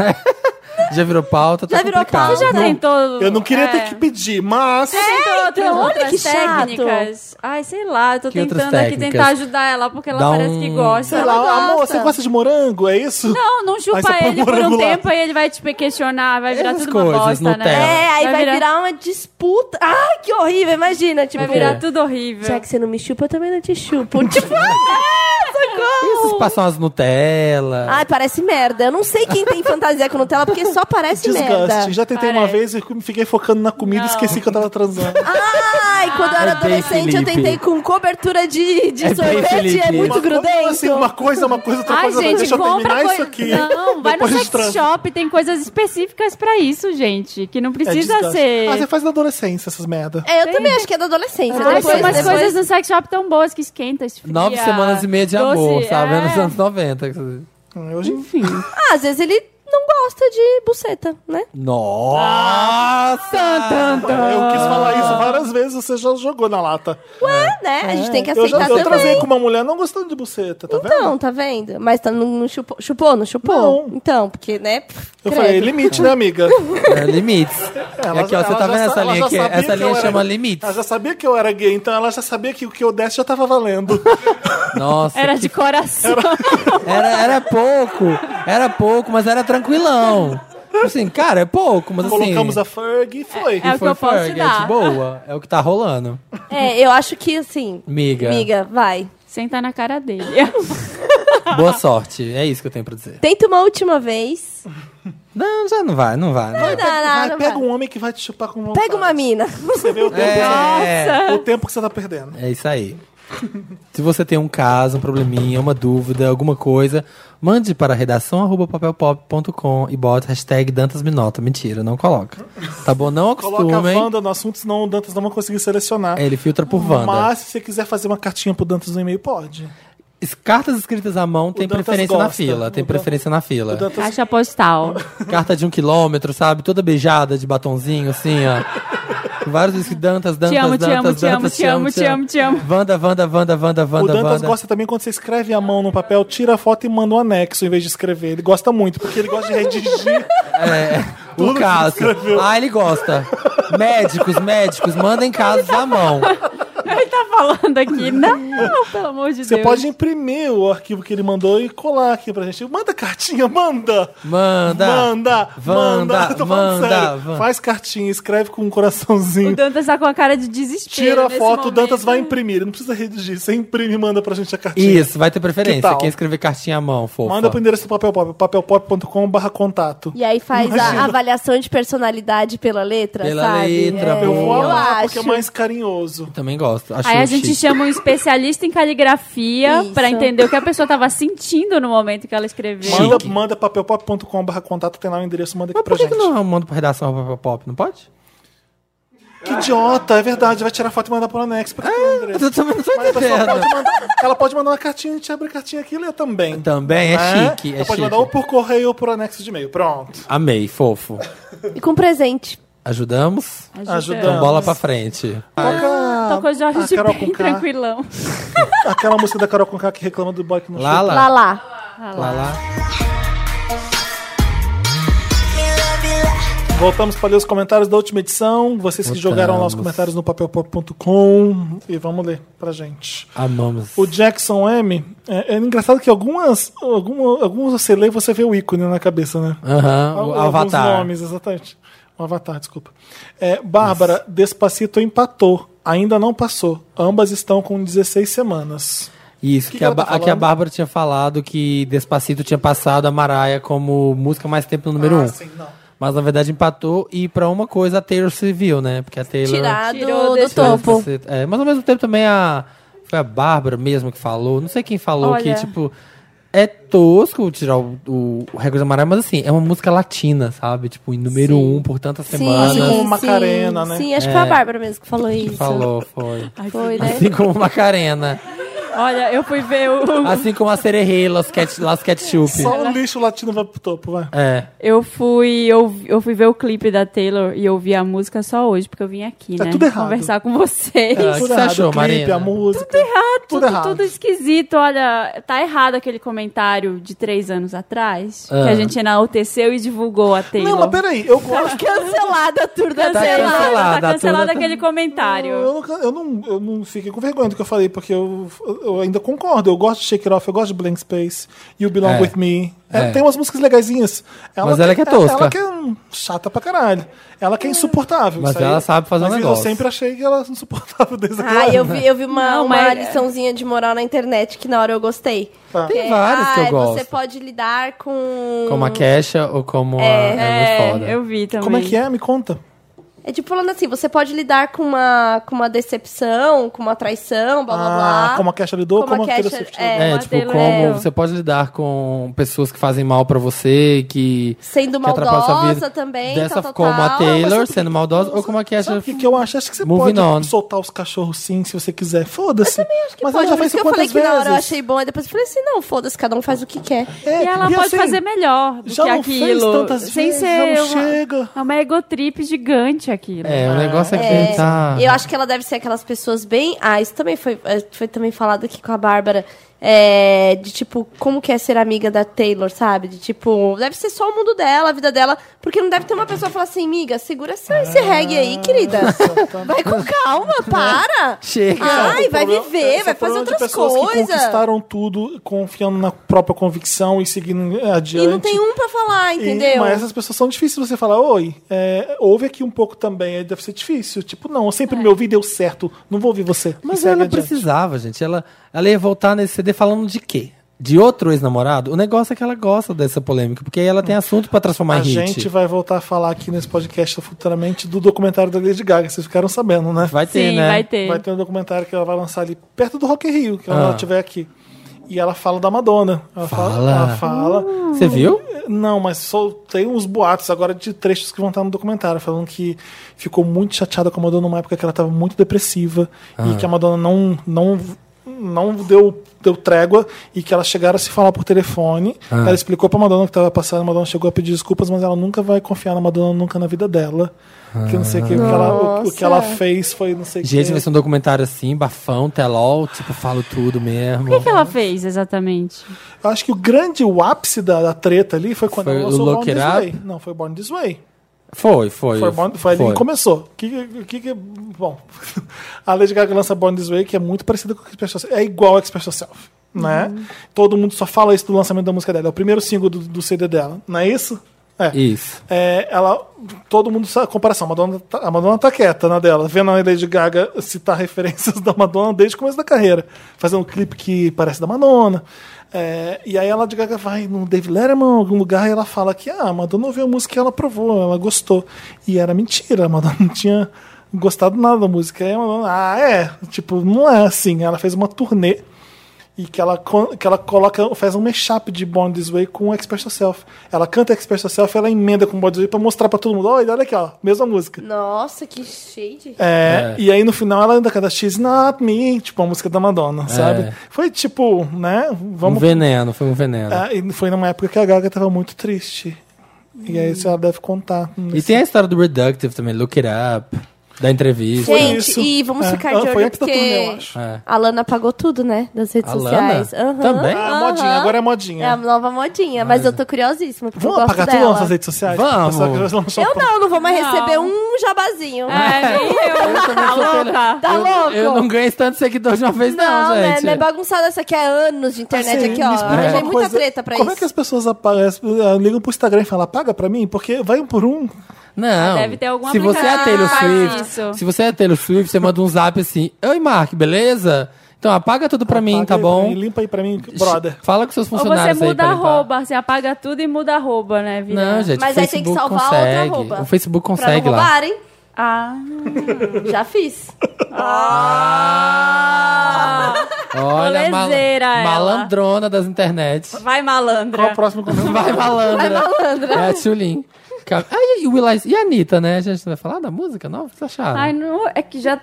[SPEAKER 2] Já virou pauta, tá
[SPEAKER 3] Já virou
[SPEAKER 2] complicado.
[SPEAKER 3] pauta,
[SPEAKER 4] Já tentou.
[SPEAKER 1] Eu não queria
[SPEAKER 4] é.
[SPEAKER 1] ter que pedir, mas...
[SPEAKER 4] Tentou outras,
[SPEAKER 3] então, olha
[SPEAKER 4] outras
[SPEAKER 3] que chato.
[SPEAKER 4] técnicas. Ai, sei lá, eu tô
[SPEAKER 2] Que outras
[SPEAKER 4] tentando aqui
[SPEAKER 2] técnicas?
[SPEAKER 4] tentar ajudar ela, porque ela
[SPEAKER 2] Dá
[SPEAKER 4] parece
[SPEAKER 2] um-
[SPEAKER 4] que gosta.
[SPEAKER 1] Sei lá,
[SPEAKER 3] gosta.
[SPEAKER 1] amor, você gosta de morango, é isso?
[SPEAKER 4] Não, não chupa
[SPEAKER 1] Aí você põe
[SPEAKER 4] ele por um
[SPEAKER 1] morango lá.
[SPEAKER 4] tempo e ele vai te questionar, vai virar
[SPEAKER 2] Essas
[SPEAKER 4] tudo uma
[SPEAKER 2] coisas,
[SPEAKER 4] bosta,
[SPEAKER 2] Nutella.
[SPEAKER 4] né?
[SPEAKER 3] É, aí vai
[SPEAKER 4] virar,
[SPEAKER 3] virar uma disputa. Ah, que horrível, imagina. Tipo,
[SPEAKER 4] vai virar
[SPEAKER 1] É.
[SPEAKER 2] quê?
[SPEAKER 4] tudo horrível.
[SPEAKER 3] já que você não me chupa, eu também não te chupo. Tipo,
[SPEAKER 2] Vocês passam as Nutella.
[SPEAKER 3] ai, parece merda. Eu não sei quem tem fantasia com Nutella, porque só parece merda.
[SPEAKER 1] Desgaste. Já tentei uma vez e fiquei focando na comida e esqueci que eu tava transando.
[SPEAKER 3] Ai, quando eu era
[SPEAKER 2] É bem
[SPEAKER 3] adolescente, eu
[SPEAKER 2] Felipe.
[SPEAKER 3] tentei com cobertura de, de
[SPEAKER 2] É bem
[SPEAKER 3] sorvete, é
[SPEAKER 2] Felipe.
[SPEAKER 3] muito
[SPEAKER 1] Uma coisa,
[SPEAKER 3] grudento.
[SPEAKER 1] Assim, uma coisa, uma coisa, outra
[SPEAKER 4] Ai,
[SPEAKER 1] coisa. outra.
[SPEAKER 4] gente,
[SPEAKER 1] Deixa eu
[SPEAKER 4] compra
[SPEAKER 1] terminar
[SPEAKER 4] coisa.
[SPEAKER 1] isso aqui.
[SPEAKER 4] Não, vai no
[SPEAKER 1] Depois
[SPEAKER 4] sex
[SPEAKER 1] de trans-
[SPEAKER 4] shop, tem coisas específicas pra isso, gente. Que não
[SPEAKER 1] É
[SPEAKER 4] precisa
[SPEAKER 1] desgaste.
[SPEAKER 4] ser.
[SPEAKER 1] Ah, você faz na adolescência essas merda.
[SPEAKER 3] É, eu também acho que é da adolescência.
[SPEAKER 4] Ai,
[SPEAKER 3] depois,
[SPEAKER 4] tem umas
[SPEAKER 3] depois-
[SPEAKER 4] coisas no sex shop tão boas que esquenta, esfria.
[SPEAKER 2] Nove semanas e meia de
[SPEAKER 4] doce,
[SPEAKER 2] amor,
[SPEAKER 1] tá
[SPEAKER 2] sabe?
[SPEAKER 4] é.
[SPEAKER 2] Nos anos 90.
[SPEAKER 1] Hum, Hoje, enfim.
[SPEAKER 3] Ah, às vezes ele não gosta de buceta, né?
[SPEAKER 2] É. Nossa!
[SPEAKER 3] Ah.
[SPEAKER 1] Eu quis falar isso várias vezes, você já jogou na lata.
[SPEAKER 3] Ué, né? A gente tem que
[SPEAKER 1] Eu já
[SPEAKER 3] aceitar
[SPEAKER 1] eu
[SPEAKER 3] também.
[SPEAKER 1] trazei com uma mulher não gostando de buceta, tá
[SPEAKER 3] Então,
[SPEAKER 1] vendo?
[SPEAKER 3] tá vendo? Mas tá, não, não chupou, chupou, não chupou?
[SPEAKER 1] Não.
[SPEAKER 3] Então, porque, né? pff,
[SPEAKER 1] Eu
[SPEAKER 3] credo.
[SPEAKER 1] falei, limite, né, amiga?
[SPEAKER 2] É, limites.
[SPEAKER 1] Ela-
[SPEAKER 2] é aqui, ó, você
[SPEAKER 1] ela
[SPEAKER 2] tá
[SPEAKER 1] já
[SPEAKER 2] vendo
[SPEAKER 1] sa-
[SPEAKER 2] essa
[SPEAKER 1] ela
[SPEAKER 2] linha
[SPEAKER 1] já
[SPEAKER 2] aqui?
[SPEAKER 1] sabia
[SPEAKER 2] Essa
[SPEAKER 1] que eu
[SPEAKER 2] linha
[SPEAKER 1] era-
[SPEAKER 2] chama
[SPEAKER 1] Ela
[SPEAKER 2] limites.
[SPEAKER 1] já sabia que eu era gay, então ela já sabia que o que eu desse já tava valendo.
[SPEAKER 2] Nossa,
[SPEAKER 4] Era de coração.
[SPEAKER 2] era, era pouco. Era pouco, mas era tranquilão. Tipo Assim, cara, é pouco, mas assim...
[SPEAKER 1] Colocamos a Ferg e foi.
[SPEAKER 4] É o que
[SPEAKER 2] foi
[SPEAKER 4] eu posso
[SPEAKER 2] Ferg, é de
[SPEAKER 4] dar.
[SPEAKER 2] boa. É o que tá rolando.
[SPEAKER 3] É, eu acho que assim.
[SPEAKER 2] Miga,
[SPEAKER 3] Miga, vai.
[SPEAKER 4] Sentar na cara dele.
[SPEAKER 2] boa sorte. É isso que eu tenho pra dizer.
[SPEAKER 3] Tenta uma última vez.
[SPEAKER 2] Não, já não vai, não vai. Não vai.
[SPEAKER 3] Não, não,
[SPEAKER 1] Vai,
[SPEAKER 3] não
[SPEAKER 1] pega
[SPEAKER 3] vai.
[SPEAKER 1] um homem que vai te chupar com vontade.
[SPEAKER 3] Pega uma mina.
[SPEAKER 1] Você vê o tempo,
[SPEAKER 2] É,
[SPEAKER 1] o tempo que você tá perdendo.
[SPEAKER 2] é isso aí. Se você tem um caso, um probleminha, uma dúvida, alguma coisa, mande para redação arroba papelpop.com e bota hashtag Dantas Minota. Mentira, não coloca. Tá bom? Não
[SPEAKER 1] Coloca a
[SPEAKER 2] acostumem.
[SPEAKER 1] Wanda no assunto, senão o Dantas não vai conseguir selecionar.
[SPEAKER 2] Ele filtra por É, Wanda.
[SPEAKER 1] Mas se você quiser fazer uma cartinha pro Dantas no e-mail, pode.
[SPEAKER 2] Es- Cartas escritas à mão tem
[SPEAKER 1] Dantas
[SPEAKER 2] preferência na
[SPEAKER 1] gosta.
[SPEAKER 2] fila. Tem
[SPEAKER 1] O Dan-
[SPEAKER 2] preferência na fila.
[SPEAKER 1] Dantas-
[SPEAKER 4] Caixa postal.
[SPEAKER 2] Carta de um quilômetro, sabe? Toda beijada de batonzinho, assim, ó. Vários dizem que Dantas, Dantas,
[SPEAKER 4] Te amo, te
[SPEAKER 2] Dantas,
[SPEAKER 4] amo, te amo,
[SPEAKER 2] Dantas,
[SPEAKER 4] te amo, te amo, te amo.
[SPEAKER 2] Wanda, Wanda, Wanda, Wanda,
[SPEAKER 1] O
[SPEAKER 2] Wanda,
[SPEAKER 1] Dantas
[SPEAKER 2] Wanda.
[SPEAKER 1] gosta também quando você escreve a mão no papel, tira a foto e manda um anexo em vez de escrever. Ele gosta muito, porque ele gosta de redigir.
[SPEAKER 2] O
[SPEAKER 1] que
[SPEAKER 2] caso.
[SPEAKER 1] escreveu.
[SPEAKER 2] Ah, ele gosta. médicos, médicos, mandem casos à mão.
[SPEAKER 4] Ele tá falando aqui. Não, pelo amor de
[SPEAKER 1] Você
[SPEAKER 4] Deus.
[SPEAKER 1] pode imprimir o arquivo que ele mandou e colar aqui pra gente. Manda cartinha, manda!
[SPEAKER 2] Manda!
[SPEAKER 1] Manda!
[SPEAKER 2] Vanda,
[SPEAKER 1] Manda! Tô falando
[SPEAKER 2] manda,
[SPEAKER 1] sério.
[SPEAKER 2] vanda.
[SPEAKER 1] Faz cartinha, escreve com um coraçãozinho.
[SPEAKER 4] O Dantas tá com a cara de desespero.
[SPEAKER 1] Tira a
[SPEAKER 4] nesse
[SPEAKER 1] foto, o
[SPEAKER 4] momento.
[SPEAKER 1] Dantas vai imprimir. Ele Não precisa redigir. Você imprime e manda pra gente a cartinha.
[SPEAKER 2] Isso, vai ter
[SPEAKER 1] Que
[SPEAKER 2] preferência.
[SPEAKER 1] tal?
[SPEAKER 2] Quem escrever cartinha à mão, fofa.
[SPEAKER 1] Manda pro endereço do Papel Pop, papelpop.com.br contato.
[SPEAKER 3] E aí faz
[SPEAKER 1] Imagina.
[SPEAKER 3] a avaliação de personalidade pela letra,
[SPEAKER 2] Pela
[SPEAKER 3] sabe?
[SPEAKER 2] letra, boa.
[SPEAKER 3] É,
[SPEAKER 2] Eu vou
[SPEAKER 1] Ah,
[SPEAKER 3] acho.
[SPEAKER 1] porque é mais carinhoso.
[SPEAKER 2] Também gosto. Acho
[SPEAKER 4] Aí a gente
[SPEAKER 2] chique.
[SPEAKER 4] chama um especialista em caligrafia
[SPEAKER 3] Isso.
[SPEAKER 4] pra entender o que a pessoa tava sentindo no momento que ela escreveu.
[SPEAKER 1] Manda, manda papelpop.com.br contato, tem lá o endereço, manda aqui pra
[SPEAKER 2] Por que,
[SPEAKER 1] gente.
[SPEAKER 2] que não manda pra redação pop, pop? Não pode?
[SPEAKER 1] Que idiota, é verdade. Vai tirar foto e mandar pro anexo. Por que que não, é o endereço?
[SPEAKER 2] Ah, eu também não tô
[SPEAKER 1] Mas a pessoa
[SPEAKER 2] entendendo.
[SPEAKER 1] pode mandar- ela pode mandar uma cartinha, a gente abre a cartinha aqui e lê também.
[SPEAKER 2] Também é
[SPEAKER 1] Né?
[SPEAKER 2] chique, é
[SPEAKER 1] ela
[SPEAKER 2] chique.
[SPEAKER 1] pode mandar um? ou por correio ou por anexo de e-mail. Pronto.
[SPEAKER 2] Amei, fofo.
[SPEAKER 3] E com presente.
[SPEAKER 2] Ajudamos?
[SPEAKER 1] Ajudamos.
[SPEAKER 2] Então bola pra frente.
[SPEAKER 1] Toca
[SPEAKER 4] Tocou Jorge
[SPEAKER 1] a
[SPEAKER 4] de
[SPEAKER 1] Carol
[SPEAKER 4] bem,
[SPEAKER 1] Conká.
[SPEAKER 4] tranquilão.
[SPEAKER 1] Aquela música da Carol Conká que reclama do boy que não
[SPEAKER 2] Lala.
[SPEAKER 1] chuta.
[SPEAKER 3] Lá lá.
[SPEAKER 2] Lá, lá.
[SPEAKER 1] Voltamos para ler os comentários da última edição. Vocês que
[SPEAKER 2] Voltamos.
[SPEAKER 1] jogaram lá os comentários no papelpop.com e vamos ler pra gente.
[SPEAKER 2] Amamos.
[SPEAKER 1] O Jackson M, é, é engraçado que algumas, alguma, alguns você lê e você vê o ícone na cabeça, né?
[SPEAKER 2] Aham, Ah, o
[SPEAKER 1] Al-
[SPEAKER 2] avatar.
[SPEAKER 1] Alguns nomes, exatamente. O avatar, desculpa. É, Bárbara, Despacito empatou, ainda não passou. Ambas estão com 16 semanas.
[SPEAKER 2] Isso, que,
[SPEAKER 1] Que que
[SPEAKER 2] a,
[SPEAKER 1] ela tá
[SPEAKER 2] Ba- a que a
[SPEAKER 1] falando?
[SPEAKER 2] Bárbara tinha falado que Despacito tinha passado a Maraia como música mais tempo no número
[SPEAKER 1] Ah,
[SPEAKER 2] um.
[SPEAKER 1] sim, não.
[SPEAKER 2] Mas na verdade empatou e pra uma coisa a Taylor se viu, né? Porque a Taylor.
[SPEAKER 3] Tirado
[SPEAKER 4] Tirou
[SPEAKER 3] do
[SPEAKER 4] desse-
[SPEAKER 2] Tirou
[SPEAKER 3] topo.
[SPEAKER 2] Despacito. É, mas ao mesmo tempo também a. Foi a Bárbara mesmo que falou. Não sei quem falou
[SPEAKER 4] Olha.
[SPEAKER 2] que, tipo. É tosco tirar o, o, o recorde da Maraia, mas assim, é uma música latina, sabe? Tipo, em número um por tantas semanas.
[SPEAKER 1] Assim como Macarena,
[SPEAKER 3] sim,
[SPEAKER 1] né?
[SPEAKER 3] Sim, acho que foi a Bárbara mesmo que falou isso.
[SPEAKER 2] É. Falou, foi.
[SPEAKER 3] Foi, né?
[SPEAKER 2] Assim como Macarena.
[SPEAKER 4] Olha, eu fui ver o.
[SPEAKER 2] Assim como a Sererê, Las, Cat, Las Ketchup.
[SPEAKER 1] Só o lixo latino vai pro topo, vai.
[SPEAKER 2] É.
[SPEAKER 4] Eu fui, eu, eu fui ver o clipe da Taylor e ouvi a música só hoje, porque eu vim aqui,
[SPEAKER 1] Tá
[SPEAKER 4] né?
[SPEAKER 1] tudo errado.
[SPEAKER 4] Conversar com vocês.
[SPEAKER 2] Ah, o que
[SPEAKER 1] Tudo
[SPEAKER 2] você
[SPEAKER 1] errado,
[SPEAKER 2] achou,
[SPEAKER 1] o clipe,
[SPEAKER 2] Marina?
[SPEAKER 1] a música. Tudo
[SPEAKER 4] errado,
[SPEAKER 1] Tudo
[SPEAKER 4] Tá tudo,
[SPEAKER 1] errado.
[SPEAKER 4] tudo esquisito. Olha, tá errado aquele comentário de três anos atrás
[SPEAKER 2] Ah.
[SPEAKER 4] que a gente enalteceu e divulgou a Taylor.
[SPEAKER 1] Não, mas peraí, eu gosto.
[SPEAKER 3] Cancelada a tour da
[SPEAKER 4] Tá
[SPEAKER 2] cancelada,
[SPEAKER 4] cancelado,
[SPEAKER 2] tá
[SPEAKER 4] tá cancelado
[SPEAKER 2] toda-
[SPEAKER 4] aquele
[SPEAKER 1] Eu,
[SPEAKER 4] comentário.
[SPEAKER 1] nunca- eu não, eu não fiquei com vergonha do que eu falei, porque eu, eu ainda concordo. Eu gosto de Shake It Off, eu gosto de Blank Space, You Belong
[SPEAKER 2] É.
[SPEAKER 1] With Me. É,
[SPEAKER 2] É.
[SPEAKER 1] Tem umas músicas legaisinhas.
[SPEAKER 2] Mas ela que é tosca.
[SPEAKER 1] Ela que é hum, chata pra caralho. Ela que é insuportável.
[SPEAKER 2] Mas
[SPEAKER 1] isso aí.
[SPEAKER 2] ela sabe fazer um
[SPEAKER 1] Mas
[SPEAKER 2] negócio.
[SPEAKER 1] Eu sempre achei que ela é insuportável desde aquela
[SPEAKER 3] Ah, eu
[SPEAKER 1] época.
[SPEAKER 3] vi, eu vi uma,
[SPEAKER 4] Não,
[SPEAKER 3] uma
[SPEAKER 4] mas-
[SPEAKER 3] liçãozinha de moral na internet que na hora eu gostei.
[SPEAKER 1] Tá.
[SPEAKER 2] Tem várias
[SPEAKER 3] ah,
[SPEAKER 2] que eu
[SPEAKER 3] é,
[SPEAKER 2] gosto.
[SPEAKER 3] Você pode lidar com.
[SPEAKER 2] Como a Kesha ou como a. É muito foda.
[SPEAKER 4] eu vi também.
[SPEAKER 1] Como é que é? Me conta.
[SPEAKER 3] É tipo falando assim, você pode lidar com uma, com uma decepção, com uma traição, blá blá
[SPEAKER 1] ah,
[SPEAKER 3] blá.
[SPEAKER 1] como a Kesha lidou, como,
[SPEAKER 3] Como a
[SPEAKER 1] a Taylor
[SPEAKER 3] Kesha-
[SPEAKER 1] Swift
[SPEAKER 3] é.
[SPEAKER 1] lidou.
[SPEAKER 2] É,
[SPEAKER 4] Uma
[SPEAKER 2] tipo,
[SPEAKER 4] Taylor-
[SPEAKER 2] como
[SPEAKER 4] é.
[SPEAKER 2] você pode lidar com pessoas que fazem mal pra você, que.
[SPEAKER 3] Sendo
[SPEAKER 2] que atrapalham sua
[SPEAKER 3] maldosa
[SPEAKER 2] vida.
[SPEAKER 3] também,
[SPEAKER 2] Dessa
[SPEAKER 3] tal, tal,
[SPEAKER 2] como a
[SPEAKER 3] tal.
[SPEAKER 2] Taylor
[SPEAKER 1] mas-
[SPEAKER 2] sendo maldosa ou como é a Kesha.
[SPEAKER 1] Sabe o que, que eu acho? Acho que você
[SPEAKER 2] Moving
[SPEAKER 1] pode
[SPEAKER 2] on.
[SPEAKER 1] soltar os cachorros sim, se você quiser. Foda-se.
[SPEAKER 3] Que
[SPEAKER 1] Mas ela
[SPEAKER 3] pode,
[SPEAKER 1] já
[SPEAKER 3] por
[SPEAKER 1] fez isso
[SPEAKER 3] isso que eu falei
[SPEAKER 1] quantas
[SPEAKER 3] que na hora eu
[SPEAKER 1] vezes?
[SPEAKER 3] achei bom, e depois eu falei assim, não, foda-se, cada um faz o que quer.
[SPEAKER 1] É,
[SPEAKER 4] E ela
[SPEAKER 1] e
[SPEAKER 4] pode
[SPEAKER 1] assim,
[SPEAKER 4] fazer melhor do
[SPEAKER 1] já
[SPEAKER 4] que
[SPEAKER 1] não
[SPEAKER 4] aquilo.
[SPEAKER 1] fez tantas
[SPEAKER 4] sem
[SPEAKER 1] vezes,
[SPEAKER 4] ser
[SPEAKER 1] já não
[SPEAKER 4] uma,
[SPEAKER 1] chega.
[SPEAKER 4] é uma egotrip gigante aquilo.
[SPEAKER 2] É, o negócio é que
[SPEAKER 3] É,
[SPEAKER 2] tá.
[SPEAKER 3] Eu acho que ela deve ser aquelas pessoas bem. Ah, isso também foi, eh, foi também falado aqui com a Bárbara. é, de tipo, como que é ser amiga da Taylor, sabe? De tipo, deve ser só o mundo dela, a vida dela. Porque não deve ter uma pessoa que fala assim, miga, segura esse, esse reggae aí, querida.
[SPEAKER 1] Ah,
[SPEAKER 3] Vai com calma,
[SPEAKER 1] Né?
[SPEAKER 3] para.
[SPEAKER 2] Chega.
[SPEAKER 3] Ai,
[SPEAKER 1] O
[SPEAKER 3] vai
[SPEAKER 1] é um problema-
[SPEAKER 3] viver,
[SPEAKER 1] esse
[SPEAKER 3] vai
[SPEAKER 1] é o
[SPEAKER 3] fazer
[SPEAKER 1] problema de
[SPEAKER 3] outras
[SPEAKER 1] pessoas que
[SPEAKER 3] coisas.
[SPEAKER 1] conquistaram tudo confiando na própria convicção e seguindo eh, adiante.
[SPEAKER 3] E não tem um pra falar,
[SPEAKER 1] E-
[SPEAKER 3] entendeu?
[SPEAKER 1] mas essas pessoas são difíceis de você falar, oi, é, ouve aqui um pouco também, aí deve ser difícil. Tipo, não, eu
[SPEAKER 3] É.
[SPEAKER 1] sempre me ouvi, deu certo, não vou ouvir você. E
[SPEAKER 2] Mas
[SPEAKER 1] segue
[SPEAKER 2] ela
[SPEAKER 1] adiante.
[SPEAKER 2] precisava, gente. Ela, ela ia voltar nesse CD falando de quê? De outro ex-namorado? O negócio é que ela gosta dessa polêmica, porque aí ela tem assunto pra transformar
[SPEAKER 1] A
[SPEAKER 2] em hit.
[SPEAKER 1] gente vai voltar a falar aqui nesse podcast futuramente do documentário da Lady Gaga, vocês ficaram sabendo, né?
[SPEAKER 2] Vai ter,
[SPEAKER 4] Sim,
[SPEAKER 2] né?
[SPEAKER 4] vai ter.
[SPEAKER 1] Vai ter um documentário que ela vai lançar ali perto do Rock in Rio, que é onde
[SPEAKER 2] Ah.
[SPEAKER 1] ela estiver aqui. E ela fala da Madonna. Ela fala.
[SPEAKER 2] Fala.
[SPEAKER 1] Ela fala.
[SPEAKER 3] Uh.
[SPEAKER 2] Você viu?
[SPEAKER 1] Não, mas só tem uns boatos agora de trechos que vão estar no documentário, falando que ficou muito chateada com a Madonna numa época que ela estava muito depressiva
[SPEAKER 2] Ah.
[SPEAKER 1] e que a Madonna não, não, não deu, deu trégua e que elas chegaram a se falar por telefone.
[SPEAKER 2] Ah.
[SPEAKER 1] Ela explicou pra Madonna o que estava passando, a Madonna chegou a pedir desculpas, mas ela nunca vai confiar na Madonna nunca na vida dela. Que não sei o que, o que ela, o, o que ela fez foi não sei o
[SPEAKER 2] Gente,
[SPEAKER 1] que.
[SPEAKER 2] vai ser um documentário assim, bafão, telol, tipo, falo tudo mesmo.
[SPEAKER 4] O que, que ela fez exatamente?
[SPEAKER 1] Eu acho que o grande o ápice da, da treta ali foi quando
[SPEAKER 2] Foi
[SPEAKER 1] ela
[SPEAKER 2] o
[SPEAKER 1] lançou
[SPEAKER 2] Lock
[SPEAKER 1] Born This
[SPEAKER 2] It Up?
[SPEAKER 1] Way. Não, foi Born This Way.
[SPEAKER 2] Foi, foi.
[SPEAKER 1] Foi, Born- foi ali que começou. O que, que- o que, que- Bom, a Lady Gaga lança Born This Way, que é muito parecida com o Express Yourself. É igual ao Express Yourself, né? Todo mundo só fala isso do lançamento da música dela. É o primeiro single do, do CD dela, não é isso? É.
[SPEAKER 2] Isso.
[SPEAKER 1] É, ela, todo mundo sabe a comparação. A Madonna, tá- a Madonna tá quieta na dela, vendo a Lady Gaga citar referências da Madonna desde o começo da carreira, fazendo um clipe que parece da Madonna. É, e aí a Lady Gaga vai no Dave Letterman, em algum lugar, e ela fala que ah, a Madonna ouviu a música e ela aprovou, ela gostou. E era mentira, a Madonna não tinha gostado nada da música. Aí a Madonna, ah, é, tipo, não é assim. Ela fez uma turnê e que ela, co- que ela coloca, faz um mashup de Born This Way com Expert Yourself. Ela canta Expert Yourself, ela emenda com Born This Way pra mostrar pra todo mundo, olha, olha aqui, ó, mesma música.
[SPEAKER 3] Nossa, que cheio de.
[SPEAKER 1] É, E aí no final ela ainda canta She's Not Me, tipo a música da Madonna, sabe? Foi tipo, né,
[SPEAKER 2] Um
[SPEAKER 1] vamos...
[SPEAKER 2] veneno, foi um veneno.
[SPEAKER 1] Ah, e foi numa época que a Gaga tava muito triste. E aí isso ela deve contar.
[SPEAKER 2] E tem a história do Reductive também, Look It Up, da entrevista.
[SPEAKER 3] Gente, e vamos
[SPEAKER 1] Ah,
[SPEAKER 3] ficar de olho porque
[SPEAKER 2] É.
[SPEAKER 3] a Lana apagou tudo, né? Das redes
[SPEAKER 2] A Lana?
[SPEAKER 3] sociais. Aham,
[SPEAKER 2] Também? Ah,
[SPEAKER 3] aham.
[SPEAKER 1] modinha, agora é
[SPEAKER 3] É
[SPEAKER 1] modinha.
[SPEAKER 3] a nova modinha, mas eu tô curiosíssima. Porque
[SPEAKER 1] Vamos
[SPEAKER 3] eu gosto
[SPEAKER 1] apagar
[SPEAKER 3] dela.
[SPEAKER 1] tudo nas nossas redes sociais?
[SPEAKER 2] Vamos.
[SPEAKER 1] Pessoal que já lançou
[SPEAKER 3] Eu não, não vou mais
[SPEAKER 4] Não.
[SPEAKER 3] receber um jabazinho.
[SPEAKER 4] É, nem eu. Tá louca?
[SPEAKER 3] Tá louco?
[SPEAKER 2] Eu não ganho esse tanto seguidor de uma vez, não,
[SPEAKER 3] Não, né?
[SPEAKER 2] gente.
[SPEAKER 3] Não é bagunçada, isso aqui é anos de internet
[SPEAKER 1] Assim,
[SPEAKER 3] aqui,
[SPEAKER 1] me
[SPEAKER 3] ó.
[SPEAKER 1] explica
[SPEAKER 3] Arranjei
[SPEAKER 1] uma
[SPEAKER 3] muita
[SPEAKER 1] coisa.
[SPEAKER 3] treta pra
[SPEAKER 1] Como é
[SPEAKER 3] isso.
[SPEAKER 1] que as pessoas apagam- eh, ligam pro Instagram e falam, paga pra mim? Porque vai um por um.
[SPEAKER 2] Não.
[SPEAKER 4] Ah, deve ter algum
[SPEAKER 2] se você é
[SPEAKER 4] aplicativo
[SPEAKER 2] Taylor
[SPEAKER 4] que faz
[SPEAKER 2] Swift,
[SPEAKER 4] isso.
[SPEAKER 2] se você é Taylor Swift, você manda um zap assim, oi Mark, beleza? Então apaga tudo pra mim,
[SPEAKER 1] Paga
[SPEAKER 2] tá
[SPEAKER 1] aí pra
[SPEAKER 2] bom?
[SPEAKER 1] mim, limpa aí pra mim, brother.
[SPEAKER 2] Fala com seus
[SPEAKER 4] Ou você
[SPEAKER 2] funcionários aí
[SPEAKER 4] muda
[SPEAKER 2] pra limpar.
[SPEAKER 4] arroba, você apaga tudo e muda arroba, né, Vira?
[SPEAKER 2] Não, gente,
[SPEAKER 3] Mas
[SPEAKER 2] o
[SPEAKER 3] aí tem que
[SPEAKER 2] Facebook
[SPEAKER 3] salvar a outra
[SPEAKER 2] consegue.
[SPEAKER 3] arroba.
[SPEAKER 2] o Facebook
[SPEAKER 3] pra
[SPEAKER 2] consegue
[SPEAKER 3] não
[SPEAKER 2] lá.
[SPEAKER 3] roubarem.
[SPEAKER 4] Ah,
[SPEAKER 3] Já fiz.
[SPEAKER 2] Olha, mal-
[SPEAKER 4] Molezeira ela.
[SPEAKER 2] malandrona das internet.
[SPEAKER 4] vai malandra.
[SPEAKER 2] É.
[SPEAKER 1] Qual o próximo comentário?
[SPEAKER 2] Vai malandra.
[SPEAKER 3] Vai malandra.
[SPEAKER 2] É a Tchulin. Ca- Ah, e, o Will Eis- e a Anitta, né? A gente não vai falar da música? Não, o que vocês acharam?
[SPEAKER 4] Ai, não, é que já...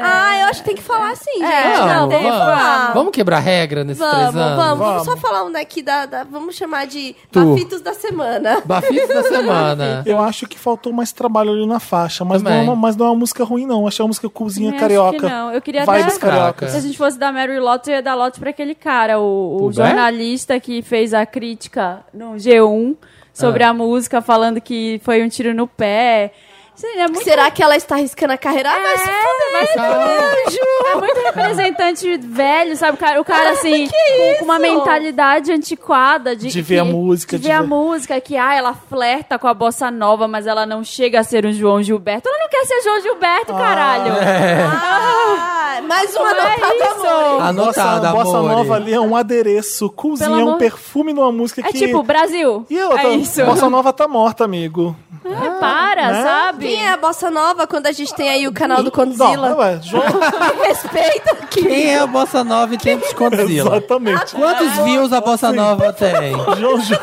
[SPEAKER 3] Ah, eu acho que tem que falar sim, gente.
[SPEAKER 4] É.
[SPEAKER 3] não, tem que
[SPEAKER 2] vamos,
[SPEAKER 3] falar.
[SPEAKER 2] vamos quebrar regra nesses
[SPEAKER 3] Vamos,
[SPEAKER 2] três anos?
[SPEAKER 3] vamos, vamos só falar um daqui da, da- Vamos chamar de
[SPEAKER 2] Tu.
[SPEAKER 3] Bafitos da Semana.
[SPEAKER 2] Bafitos da semana.
[SPEAKER 1] Eu acho que faltou mais trabalho ali na faixa, mas, não
[SPEAKER 2] Também.
[SPEAKER 1] é, uma, mas não é uma música ruim, não. Achei uma música coolzinha
[SPEAKER 4] Acho
[SPEAKER 1] carioca.
[SPEAKER 4] que não. Eu queria
[SPEAKER 1] Vibes
[SPEAKER 4] até-
[SPEAKER 1] cariocas.
[SPEAKER 4] Se a gente fosse dar Mary Lotz, eu ia dar Lotz pra aquele cara, o, o
[SPEAKER 2] Pubé?
[SPEAKER 4] jornalista que fez a crítica no G1 sobre
[SPEAKER 1] Ah.
[SPEAKER 4] a música, falando que foi um tiro no pé. Isso é muito-
[SPEAKER 3] Será que ela está arriscando a carreira? Ah,
[SPEAKER 4] É.
[SPEAKER 3] mas
[SPEAKER 4] vai se
[SPEAKER 2] fuder,
[SPEAKER 3] Ah,
[SPEAKER 4] É muito representante velho, sabe? O cara, o
[SPEAKER 3] Ah,
[SPEAKER 4] cara assim, com, com uma mentalidade antiquada de,
[SPEAKER 1] De ver a
[SPEAKER 4] que-
[SPEAKER 1] música,
[SPEAKER 4] De
[SPEAKER 1] de
[SPEAKER 4] ver a
[SPEAKER 1] ver-
[SPEAKER 4] música, que ah, ela flerta com a bossa nova, mas ela não chega a ser um João Gilberto. Ela não quer ser João Gilberto, caralho.
[SPEAKER 1] é.
[SPEAKER 3] Ah, mais uma
[SPEAKER 4] Não é
[SPEAKER 3] notada,
[SPEAKER 4] isso.
[SPEAKER 3] amor.
[SPEAKER 2] Anotada,
[SPEAKER 1] Nossa, Bossa
[SPEAKER 2] amore.
[SPEAKER 1] Nova ali é um adereço, coolzinha,
[SPEAKER 4] Pelo
[SPEAKER 1] é um
[SPEAKER 4] amor-
[SPEAKER 1] perfume numa música
[SPEAKER 4] É
[SPEAKER 1] que...
[SPEAKER 4] tipo, Brasil.
[SPEAKER 1] E outra,
[SPEAKER 4] é isso.
[SPEAKER 1] Bossa Nova tá morta, amigo.
[SPEAKER 4] Ah, para,
[SPEAKER 1] né?
[SPEAKER 4] sabe?
[SPEAKER 3] Quem é a bossa nova quando a gente tem aí o canal do
[SPEAKER 1] Não,
[SPEAKER 3] Condzilla?
[SPEAKER 1] ué, João...
[SPEAKER 3] Respeita aqui.
[SPEAKER 2] Quem é a Bossa Nova em tempos de Condzilla?
[SPEAKER 1] Exatamente.
[SPEAKER 2] Quantos views a Bossa Nova tem?
[SPEAKER 1] João, Gil-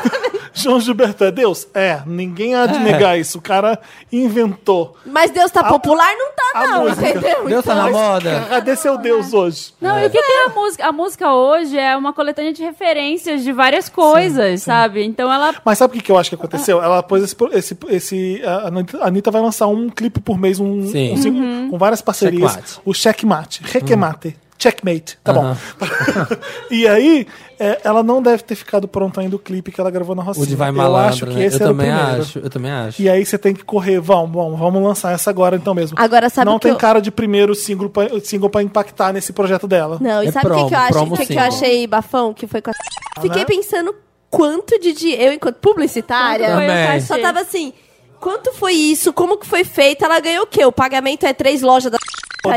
[SPEAKER 1] João Gilberto é Deus? É, ninguém há de negar isso. O cara inventou.
[SPEAKER 3] Mas Deus tá popular? Não tá,
[SPEAKER 1] a
[SPEAKER 3] não,
[SPEAKER 1] música.
[SPEAKER 3] entendeu? Então,
[SPEAKER 2] Deus tá na moda?
[SPEAKER 1] Cadê seu Deus hoje?
[SPEAKER 4] Não, e o que, que é a música? A música hoje é uma coletânea de referências de várias coisas, sabe? Então ela.
[SPEAKER 1] Mas sabe o que que eu acho que aconteceu? Ela pôs esse. pro- esse, esse a Anitta- a Anitta vai lançar um clipe por mês, um, um
[SPEAKER 2] Sim.
[SPEAKER 1] single, com várias parcerias.
[SPEAKER 2] Checkmate. Uhum.
[SPEAKER 1] O checkmate, requemate. Checkmate, tá bom. e aí, é, ela não deve ter ficado pronta ainda o clipe que ela gravou na Rocinha.
[SPEAKER 2] O de Vai
[SPEAKER 1] eu acho
[SPEAKER 2] Malandro,
[SPEAKER 1] que
[SPEAKER 2] né?
[SPEAKER 1] esse
[SPEAKER 2] Eu
[SPEAKER 1] era o
[SPEAKER 2] também
[SPEAKER 1] primeiro.
[SPEAKER 2] acho, eu também acho.
[SPEAKER 1] E aí você tem que correr, vamos, vamos, vamos lançar essa agora então mesmo.
[SPEAKER 3] Agora, sabe
[SPEAKER 1] não
[SPEAKER 3] o que
[SPEAKER 1] tem
[SPEAKER 3] eu-
[SPEAKER 1] cara de primeiro single pra, single pra impactar nesse projeto dela.
[SPEAKER 3] Não, e
[SPEAKER 2] É
[SPEAKER 3] sabe o que,
[SPEAKER 2] promo,
[SPEAKER 3] que eu acho?
[SPEAKER 2] promo
[SPEAKER 3] O que, que eu
[SPEAKER 2] single.
[SPEAKER 3] achei bafão? Que foi com
[SPEAKER 2] Ah,
[SPEAKER 3] a...
[SPEAKER 2] né?
[SPEAKER 3] Fiquei pensando quanto de dinheiro... Eu, enquanto publicitária...
[SPEAKER 4] Quanto foi o
[SPEAKER 2] Também.
[SPEAKER 4] cachê?
[SPEAKER 3] Só tava assim, quanto foi isso? Como que foi feito? Ela ganhou o quê? O pagamento é três lojas da pra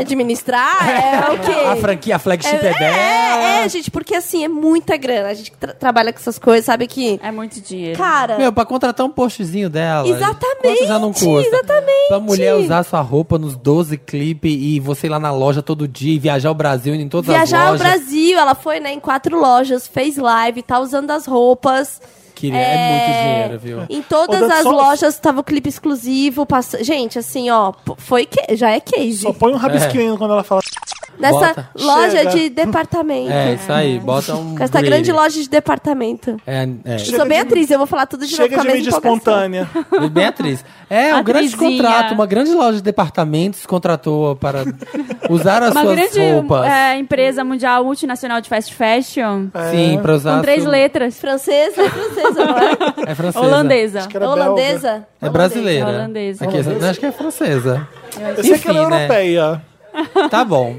[SPEAKER 3] administrar? É o
[SPEAKER 2] A
[SPEAKER 3] quê?
[SPEAKER 2] franquia, a flagship é,
[SPEAKER 3] É,
[SPEAKER 2] dela.
[SPEAKER 3] é, é, gente, porque assim, é muita grana. A gente tra- trabalha com essas coisas, sabe que...
[SPEAKER 4] É muito dinheiro.
[SPEAKER 3] Cara...
[SPEAKER 2] Meu, pra contratar um postzinho dela.
[SPEAKER 3] Exatamente,
[SPEAKER 2] quanto já não custa?
[SPEAKER 3] exatamente.
[SPEAKER 2] Pra mulher usar sua roupa nos 12 clipes e você ir lá na loja todo dia e viajar o Brasil indo em todas
[SPEAKER 3] Viajar
[SPEAKER 2] as
[SPEAKER 3] ao
[SPEAKER 2] lojas.
[SPEAKER 3] Brasil, ela foi, né, em quatro lojas, fez live, tá usando as roupas.
[SPEAKER 2] Queria, é... muito dinheiro, viu?
[SPEAKER 3] Em todas
[SPEAKER 1] Ô, Dan,
[SPEAKER 3] as
[SPEAKER 1] só-
[SPEAKER 3] lojas tava o clipe exclusivo. Passa... Gente, assim, ó, p- foi que... já é case.
[SPEAKER 1] Só põe um rabisquinho quando ela fala.
[SPEAKER 3] Nessa
[SPEAKER 2] Bota.
[SPEAKER 3] loja
[SPEAKER 2] Chega.
[SPEAKER 3] de departamento.
[SPEAKER 2] É, isso aí, bota um
[SPEAKER 3] Com essa
[SPEAKER 2] brilho.
[SPEAKER 3] grande loja de departamento.
[SPEAKER 2] É, é.
[SPEAKER 3] Eu sou bem atriz, eu vou falar tudo de novo
[SPEAKER 1] Chega
[SPEAKER 3] com a
[SPEAKER 1] de
[SPEAKER 3] mesma
[SPEAKER 1] mídia
[SPEAKER 3] empolgação.
[SPEAKER 1] espontânea.
[SPEAKER 2] E Beatriz. É, um grande
[SPEAKER 3] Atrizinha.
[SPEAKER 2] contrato, uma grande loja de departamentos contratou para usar as
[SPEAKER 4] Uma
[SPEAKER 2] suas
[SPEAKER 4] grande
[SPEAKER 2] roupas.
[SPEAKER 4] é, empresa mundial multinacional de fast fashion.
[SPEAKER 2] Sim, pra usar
[SPEAKER 4] Com três
[SPEAKER 2] su-
[SPEAKER 4] letras.
[SPEAKER 3] Francesa, é francesa, não é?
[SPEAKER 2] É francesa.
[SPEAKER 4] Holandesa.
[SPEAKER 3] que era É holandesa? belga.
[SPEAKER 2] É brasileira.
[SPEAKER 4] Holandesa.
[SPEAKER 2] Aqui,
[SPEAKER 4] Holandesa.
[SPEAKER 2] não, acho que é francesa.
[SPEAKER 4] Eu sei que ela é
[SPEAKER 2] né?
[SPEAKER 1] europeia.
[SPEAKER 2] Tá bom.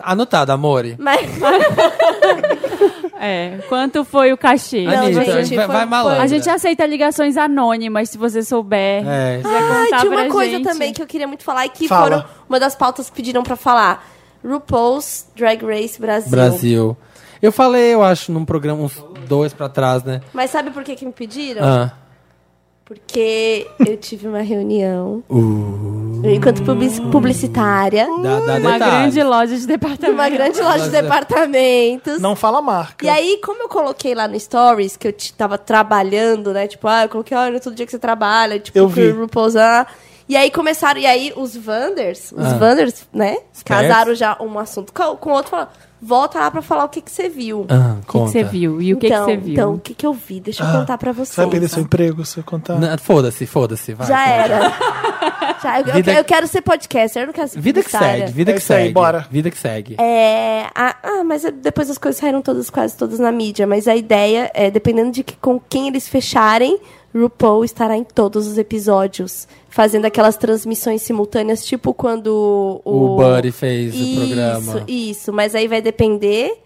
[SPEAKER 2] Anotado, amore.
[SPEAKER 3] Mas...
[SPEAKER 4] é, quanto foi o cachê?
[SPEAKER 2] Não, Anitta, gente, vai- foi- vai malandra.
[SPEAKER 4] A gente aceita ligações anônimas, se você souber.
[SPEAKER 2] É.
[SPEAKER 4] Vai
[SPEAKER 3] Ah,
[SPEAKER 4] contar
[SPEAKER 3] tinha uma
[SPEAKER 4] pra
[SPEAKER 3] coisa
[SPEAKER 4] gente.
[SPEAKER 3] também que eu queria muito falar e que
[SPEAKER 2] Fala.
[SPEAKER 3] foram uma das pautas que pediram pra falar. RuPaul's Drag Race Brasil.
[SPEAKER 2] Brasil. Eu falei, eu acho, num programa uns dois pra trás, né?
[SPEAKER 3] Mas sabe por que que me pediram?
[SPEAKER 2] Ah.
[SPEAKER 3] Porque eu tive uma reunião
[SPEAKER 2] Uh.
[SPEAKER 3] enquanto publici- publicitária.
[SPEAKER 2] Dá- Ah, dá Uma detalhes. grande
[SPEAKER 4] loja de departamentos.
[SPEAKER 3] Uma grande loja de
[SPEAKER 2] Loja-
[SPEAKER 3] departamentos.
[SPEAKER 1] Não fala marca.
[SPEAKER 3] E aí, como eu coloquei lá no Stories que eu t- tava trabalhando, né? Tipo, ah, eu coloquei, olha, todo dia que você trabalha, tipo,
[SPEAKER 2] Eu
[SPEAKER 3] que
[SPEAKER 2] vi.
[SPEAKER 3] o RuPaul's, ah. E aí começaram, e aí os Wanders, os
[SPEAKER 2] Ah.
[SPEAKER 3] Wanders, né?
[SPEAKER 2] Espertos.
[SPEAKER 3] Casaram já um assunto co- com o outro, falaram, volta lá pra falar o que, que você viu.
[SPEAKER 2] Ah,
[SPEAKER 3] O
[SPEAKER 2] conta.
[SPEAKER 3] então, Então, o que, que eu vi? Deixa eu
[SPEAKER 2] Ah,
[SPEAKER 3] contar pra vocês.
[SPEAKER 1] Você vai perder seu emprego se eu contar.
[SPEAKER 2] Na- Foda-se, foda-se, vai.
[SPEAKER 3] Já era. Já, eu, eu
[SPEAKER 2] Vida-
[SPEAKER 3] que- eu quero ser podcaster, eu não quero ser
[SPEAKER 2] Vida que
[SPEAKER 3] publicitária.
[SPEAKER 2] segue, vida que segue. bora. Vida que segue.
[SPEAKER 3] É, a- ah, mas depois as coisas saíram todas, quase todas na mídia. Mas a ideia é, dependendo de que- com quem eles fecharem, RuPaul estará em todos os episódios, fazendo aquelas transmissões simultâneas, tipo quando o.
[SPEAKER 2] O Buddy fez o
[SPEAKER 3] isso,
[SPEAKER 2] programa.
[SPEAKER 3] Isso, mas aí vai depender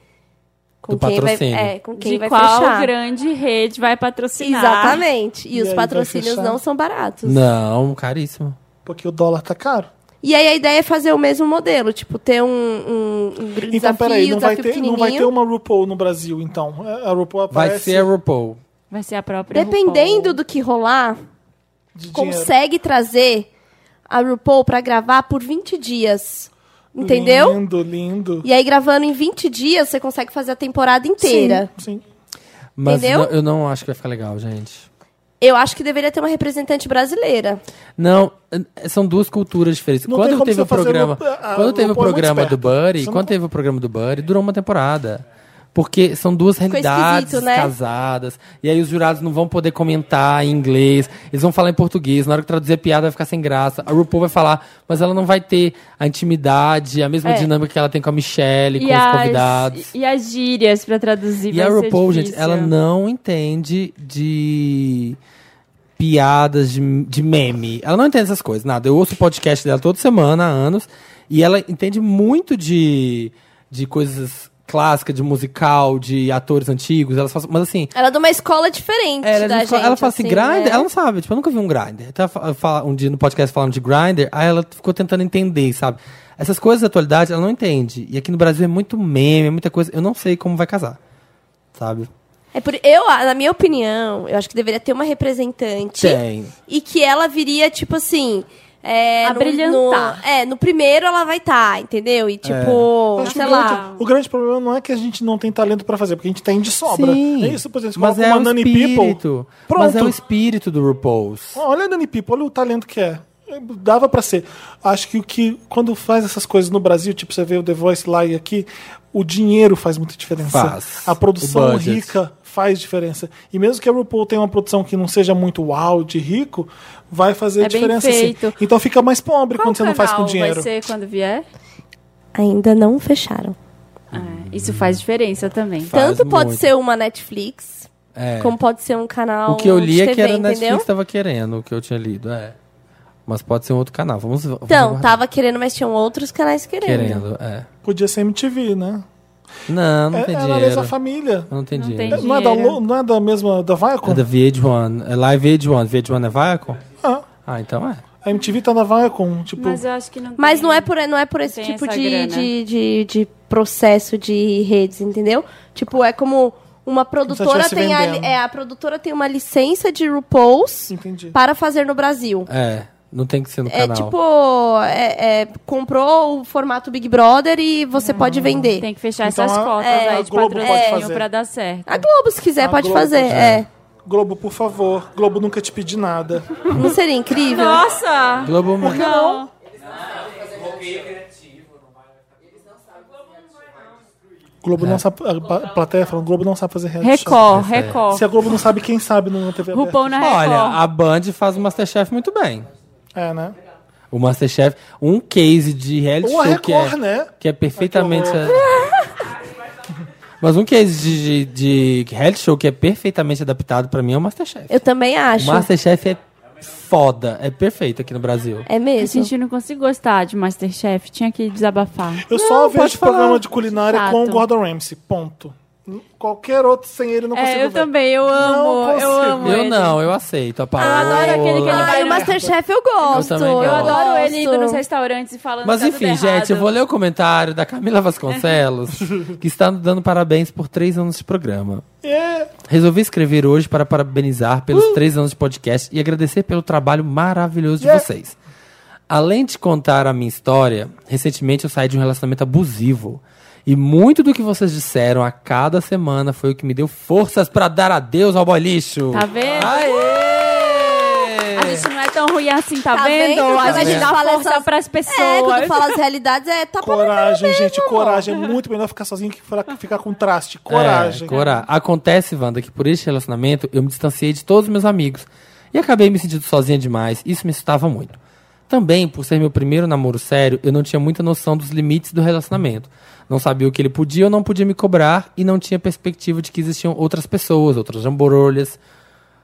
[SPEAKER 3] com
[SPEAKER 2] Do
[SPEAKER 3] quem vai,
[SPEAKER 2] patrocínio.
[SPEAKER 3] é, com quem
[SPEAKER 4] de
[SPEAKER 3] vai
[SPEAKER 4] qual
[SPEAKER 3] fechar.
[SPEAKER 4] grande rede vai patrocinar.
[SPEAKER 3] Exatamente. E, os patrocínios
[SPEAKER 4] fechar?
[SPEAKER 3] não são baratos.
[SPEAKER 2] Não, caríssimo.
[SPEAKER 1] Porque o dólar tá caro.
[SPEAKER 3] E aí a ideia é fazer o mesmo modelo, tipo, ter um, um, um desafio,
[SPEAKER 1] Então, peraí, não vai, ter,
[SPEAKER 3] desafio
[SPEAKER 1] não
[SPEAKER 3] pequenininho.
[SPEAKER 1] vai ter um uma RuPaul no Brasil, então. É, A RuPaul
[SPEAKER 2] Vai
[SPEAKER 1] aparece...
[SPEAKER 2] ser a RuPaul.
[SPEAKER 4] Vai ser a própria
[SPEAKER 3] Dependendo do que rolar, consegue trazer a RuPaul pra gravar por 20 dias. Entendeu?
[SPEAKER 1] Lindo, lindo.
[SPEAKER 3] E aí, gravando em 20 dias, você consegue fazer a temporada inteira.
[SPEAKER 1] Sim,
[SPEAKER 2] Mas
[SPEAKER 3] Entendeu?
[SPEAKER 2] não- eu não acho que vai ficar legal, gente.
[SPEAKER 3] Eu acho que deveria ter uma representante brasileira.
[SPEAKER 2] Não, eh, são duas culturas diferentes.
[SPEAKER 3] Não tem
[SPEAKER 2] quando
[SPEAKER 3] como
[SPEAKER 2] teve
[SPEAKER 3] você
[SPEAKER 2] o
[SPEAKER 3] fazer
[SPEAKER 2] programa,
[SPEAKER 3] lu- a- a
[SPEAKER 2] quando teve o
[SPEAKER 3] RuPaul é muito
[SPEAKER 2] programa do
[SPEAKER 3] esperta.
[SPEAKER 2] Buddy,
[SPEAKER 3] Você não
[SPEAKER 2] quando teve o programa do Buddy, durou uma temporada. Porque são duas realidades
[SPEAKER 3] esquisito, né?
[SPEAKER 2] casadas. E aí os jurados não vão poder comentar em inglês. Eles vão falar em português. Na hora que traduzir a piada vai ficar sem graça. A RuPaul vai falar, mas ela não vai ter a intimidade, a mesma
[SPEAKER 4] É.
[SPEAKER 2] dinâmica que ela tem com a Michelle, com
[SPEAKER 4] e
[SPEAKER 2] os
[SPEAKER 4] as,
[SPEAKER 2] convidados.
[SPEAKER 4] E as gírias pra traduzir.
[SPEAKER 2] E
[SPEAKER 4] vai
[SPEAKER 2] a
[SPEAKER 4] ser
[SPEAKER 2] RuPaul, gente,
[SPEAKER 4] difícil.
[SPEAKER 2] ela não entende de piadas, de, de meme. Ela não entende essas coisas, nada. Eu ouço o podcast dela toda semana, há anos, e ela entende muito de, de coisas clássicas, de musical, de atores antigos. Elas fazem, mas assim,
[SPEAKER 3] Ela é de uma escola diferente
[SPEAKER 2] ela,
[SPEAKER 3] da
[SPEAKER 2] diz-
[SPEAKER 3] gente.
[SPEAKER 2] ela fala assim, grinder,
[SPEAKER 3] né?
[SPEAKER 2] ela não sabe, tipo, eu nunca vi um grinder. Então, ela fa- fala- um dia no podcast falando de grinder, aí ela ficou tentando entender, sabe? Essas coisas da atualidade, ela não entende. E aqui no Brasil é muito meme, é muita coisa. Eu não sei como vai casar, sabe?
[SPEAKER 3] É por, eu, ah, na minha opinião, eu acho que deveria ter uma representante.
[SPEAKER 2] Tem.
[SPEAKER 3] E que ela viria, tipo assim. É,
[SPEAKER 4] A
[SPEAKER 3] no-
[SPEAKER 4] brilhantar.
[SPEAKER 3] no- é, no primeiro ela vai estar, entendeu?
[SPEAKER 2] É.
[SPEAKER 3] E
[SPEAKER 1] Eu
[SPEAKER 3] tipo,
[SPEAKER 1] acho que
[SPEAKER 3] sei
[SPEAKER 1] o
[SPEAKER 3] lá.
[SPEAKER 1] grande- o grande problema não é que a gente não tem talento pra fazer, porque a gente tem de sobra.
[SPEAKER 2] Sim.
[SPEAKER 1] É isso, por exemplo, você
[SPEAKER 2] mas
[SPEAKER 1] coloca
[SPEAKER 2] é
[SPEAKER 1] uma
[SPEAKER 2] o
[SPEAKER 1] Nani People.
[SPEAKER 2] espírito.
[SPEAKER 1] Pronto.
[SPEAKER 2] Mas é o espírito do RuPaul's.
[SPEAKER 1] Olha a Nani People, olha o talento que é. Dava pra ser. Acho que o que. Quando faz essas coisas no Brasil, tipo, você vê o The Voice lá e aqui, o dinheiro faz muita diferença.
[SPEAKER 2] Faz.
[SPEAKER 1] A
[SPEAKER 2] O
[SPEAKER 1] produção
[SPEAKER 2] budget.
[SPEAKER 1] rica faz diferença. E mesmo que a RuPaul tenha uma produção que não seja muito uau de rico, vai fazer
[SPEAKER 4] É bem
[SPEAKER 1] diferença
[SPEAKER 4] feito.
[SPEAKER 1] sim. Então fica mais pobre
[SPEAKER 4] Qual
[SPEAKER 1] quando você não faz com
[SPEAKER 4] canal
[SPEAKER 1] dinheiro.
[SPEAKER 4] Vai ser quando vier?
[SPEAKER 3] Ainda não fecharam.
[SPEAKER 4] É, Isso faz diferença também.
[SPEAKER 3] Tanto pode ser uma Netflix,
[SPEAKER 2] É.
[SPEAKER 3] como pode ser um canal.
[SPEAKER 2] o que eu li
[SPEAKER 3] de
[SPEAKER 2] é
[SPEAKER 3] TV,
[SPEAKER 2] que era a
[SPEAKER 3] entendeu?
[SPEAKER 2] Netflix tava querendo, o que eu tinha lido, é. Mas pode ser um outro canal. Vamos, vamos
[SPEAKER 3] Então,
[SPEAKER 1] tá
[SPEAKER 2] aguardar.
[SPEAKER 3] tava querendo, mas tinham outros canais querendo.
[SPEAKER 2] querendo, é.
[SPEAKER 1] Podia ser MTV, né?
[SPEAKER 2] Não, não
[SPEAKER 1] É-
[SPEAKER 2] tem
[SPEAKER 1] ela
[SPEAKER 2] dinheiro.
[SPEAKER 1] lesa a família.
[SPEAKER 2] Não tem
[SPEAKER 1] É,
[SPEAKER 2] dinheiro.
[SPEAKER 1] Não é, da, Lo- não é da mesma da Viacom?
[SPEAKER 2] É da VH1. É lá é VH1. VH1 é Viacom?
[SPEAKER 1] Ah.
[SPEAKER 2] Ah, então é.
[SPEAKER 1] A MTV tá na Viacom, tipo.
[SPEAKER 4] Mas eu acho que não
[SPEAKER 3] Mas
[SPEAKER 4] tem-
[SPEAKER 3] não é por, não é por esse
[SPEAKER 4] tem
[SPEAKER 3] tipo
[SPEAKER 4] essa
[SPEAKER 3] de,
[SPEAKER 4] grana.
[SPEAKER 3] de, de, de processo de redes, entendeu? Tipo, é como uma produtora
[SPEAKER 4] estivesse
[SPEAKER 3] tem a, li-
[SPEAKER 4] vendendo.
[SPEAKER 3] é, a produtora tem uma licença de RuPaul's
[SPEAKER 1] assim,
[SPEAKER 3] para fazer no Brasil.
[SPEAKER 2] É, não tem que ser no
[SPEAKER 3] É
[SPEAKER 2] canal.
[SPEAKER 3] tipo, é- é, comprou o formato Big Brother e
[SPEAKER 4] Hum,
[SPEAKER 3] você pode vender.
[SPEAKER 4] Tem que fechar
[SPEAKER 2] Então, é,
[SPEAKER 4] essas cotas aí de
[SPEAKER 1] pode
[SPEAKER 4] patrocínio
[SPEAKER 1] fazer.
[SPEAKER 4] pra dar certo.
[SPEAKER 3] A Globo, se quiser,
[SPEAKER 1] A
[SPEAKER 3] pode
[SPEAKER 1] Globo, né?
[SPEAKER 3] fazer. É.
[SPEAKER 1] Globo, por favor. Globo nunca te pedi nada.
[SPEAKER 3] Não seria incrível?
[SPEAKER 4] Nossa!
[SPEAKER 2] Globo
[SPEAKER 1] Por que não? Globo
[SPEAKER 2] É.
[SPEAKER 1] não sabe. A a plateia falando, Globo não sabe fazer reality
[SPEAKER 4] Record,
[SPEAKER 1] show.
[SPEAKER 4] Record.
[SPEAKER 1] Se a Globo não sabe, quem sabe numa TV aberta?
[SPEAKER 4] RuPaul na
[SPEAKER 2] Olha, a Band faz o Masterchef muito bem.
[SPEAKER 1] É, né?
[SPEAKER 2] O Masterchef, um case de reality
[SPEAKER 1] Ou a
[SPEAKER 2] show que é,
[SPEAKER 1] Record, né?
[SPEAKER 2] que é perfeitamente. Mas um case de, de, de reality show que é perfeitamente adaptado pra mim é o Masterchef.
[SPEAKER 3] Eu também acho.
[SPEAKER 2] O Masterchef é foda, é perfeito aqui no Brasil.
[SPEAKER 3] É mesmo.
[SPEAKER 4] Gente, eu não consigo gostar de Masterchef. Tinha que desabafar.
[SPEAKER 1] Eu só vejo programa de culinária com o Gordon Ramsay. Ponto. Qualquer outro sem ele não
[SPEAKER 4] É,
[SPEAKER 1] consigo
[SPEAKER 4] eu
[SPEAKER 1] ver.
[SPEAKER 4] também, eu amo, eu
[SPEAKER 1] consigo.
[SPEAKER 4] amo
[SPEAKER 2] Eu não, eu
[SPEAKER 4] Ah,
[SPEAKER 2] aceito a palavra.
[SPEAKER 3] Ai, o Masterchef eu gosto.
[SPEAKER 2] Eu também gosto.
[SPEAKER 4] adoro ele indo
[SPEAKER 3] Gosto.
[SPEAKER 4] nos restaurantes e falando
[SPEAKER 2] Mas
[SPEAKER 4] tá tudo
[SPEAKER 2] enfim,
[SPEAKER 4] errado.
[SPEAKER 2] gente, eu vou ler o comentário da Camila Vasconcelos, que está nos dando parabéns por três anos de programa.
[SPEAKER 1] É.
[SPEAKER 4] Tá
[SPEAKER 2] Resolvi escrever hoje para parabenizar pelos
[SPEAKER 4] Uh!
[SPEAKER 2] três anos de podcast e agradecer pelo trabalho maravilhoso de
[SPEAKER 1] Yeah.
[SPEAKER 2] vocês. Além de contar a minha história, recentemente eu saí de um relacionamento abusivo. E muito do que vocês disseram a cada semana foi o que me deu forças para dar adeus ao boy lixo.
[SPEAKER 4] Tá vendo? A gente não é tão ruim assim, tá,
[SPEAKER 3] Tá
[SPEAKER 4] vendo?
[SPEAKER 3] vendo?
[SPEAKER 4] A
[SPEAKER 3] Quando
[SPEAKER 4] gente dá
[SPEAKER 3] fala
[SPEAKER 4] força
[SPEAKER 3] essas-
[SPEAKER 4] pras pessoas.
[SPEAKER 3] É, quando fala as realidades, é tá
[SPEAKER 1] Coragem, gente, coragem. É muito melhor ficar sozinho que fra- ficar com traste. Coragem. né?
[SPEAKER 2] É, cora- Acontece, Wanda, que por este relacionamento eu me distanciei de todos os meus amigos e acabei me sentindo sozinha demais. Isso me assustava muito. Também, por ser meu primeiro namoro sério, eu não tinha muita noção dos limites do relacionamento. Não sabia o que ele podia ou não podia me cobrar e não tinha perspectiva de que existiam outras pessoas, outras jamborolhas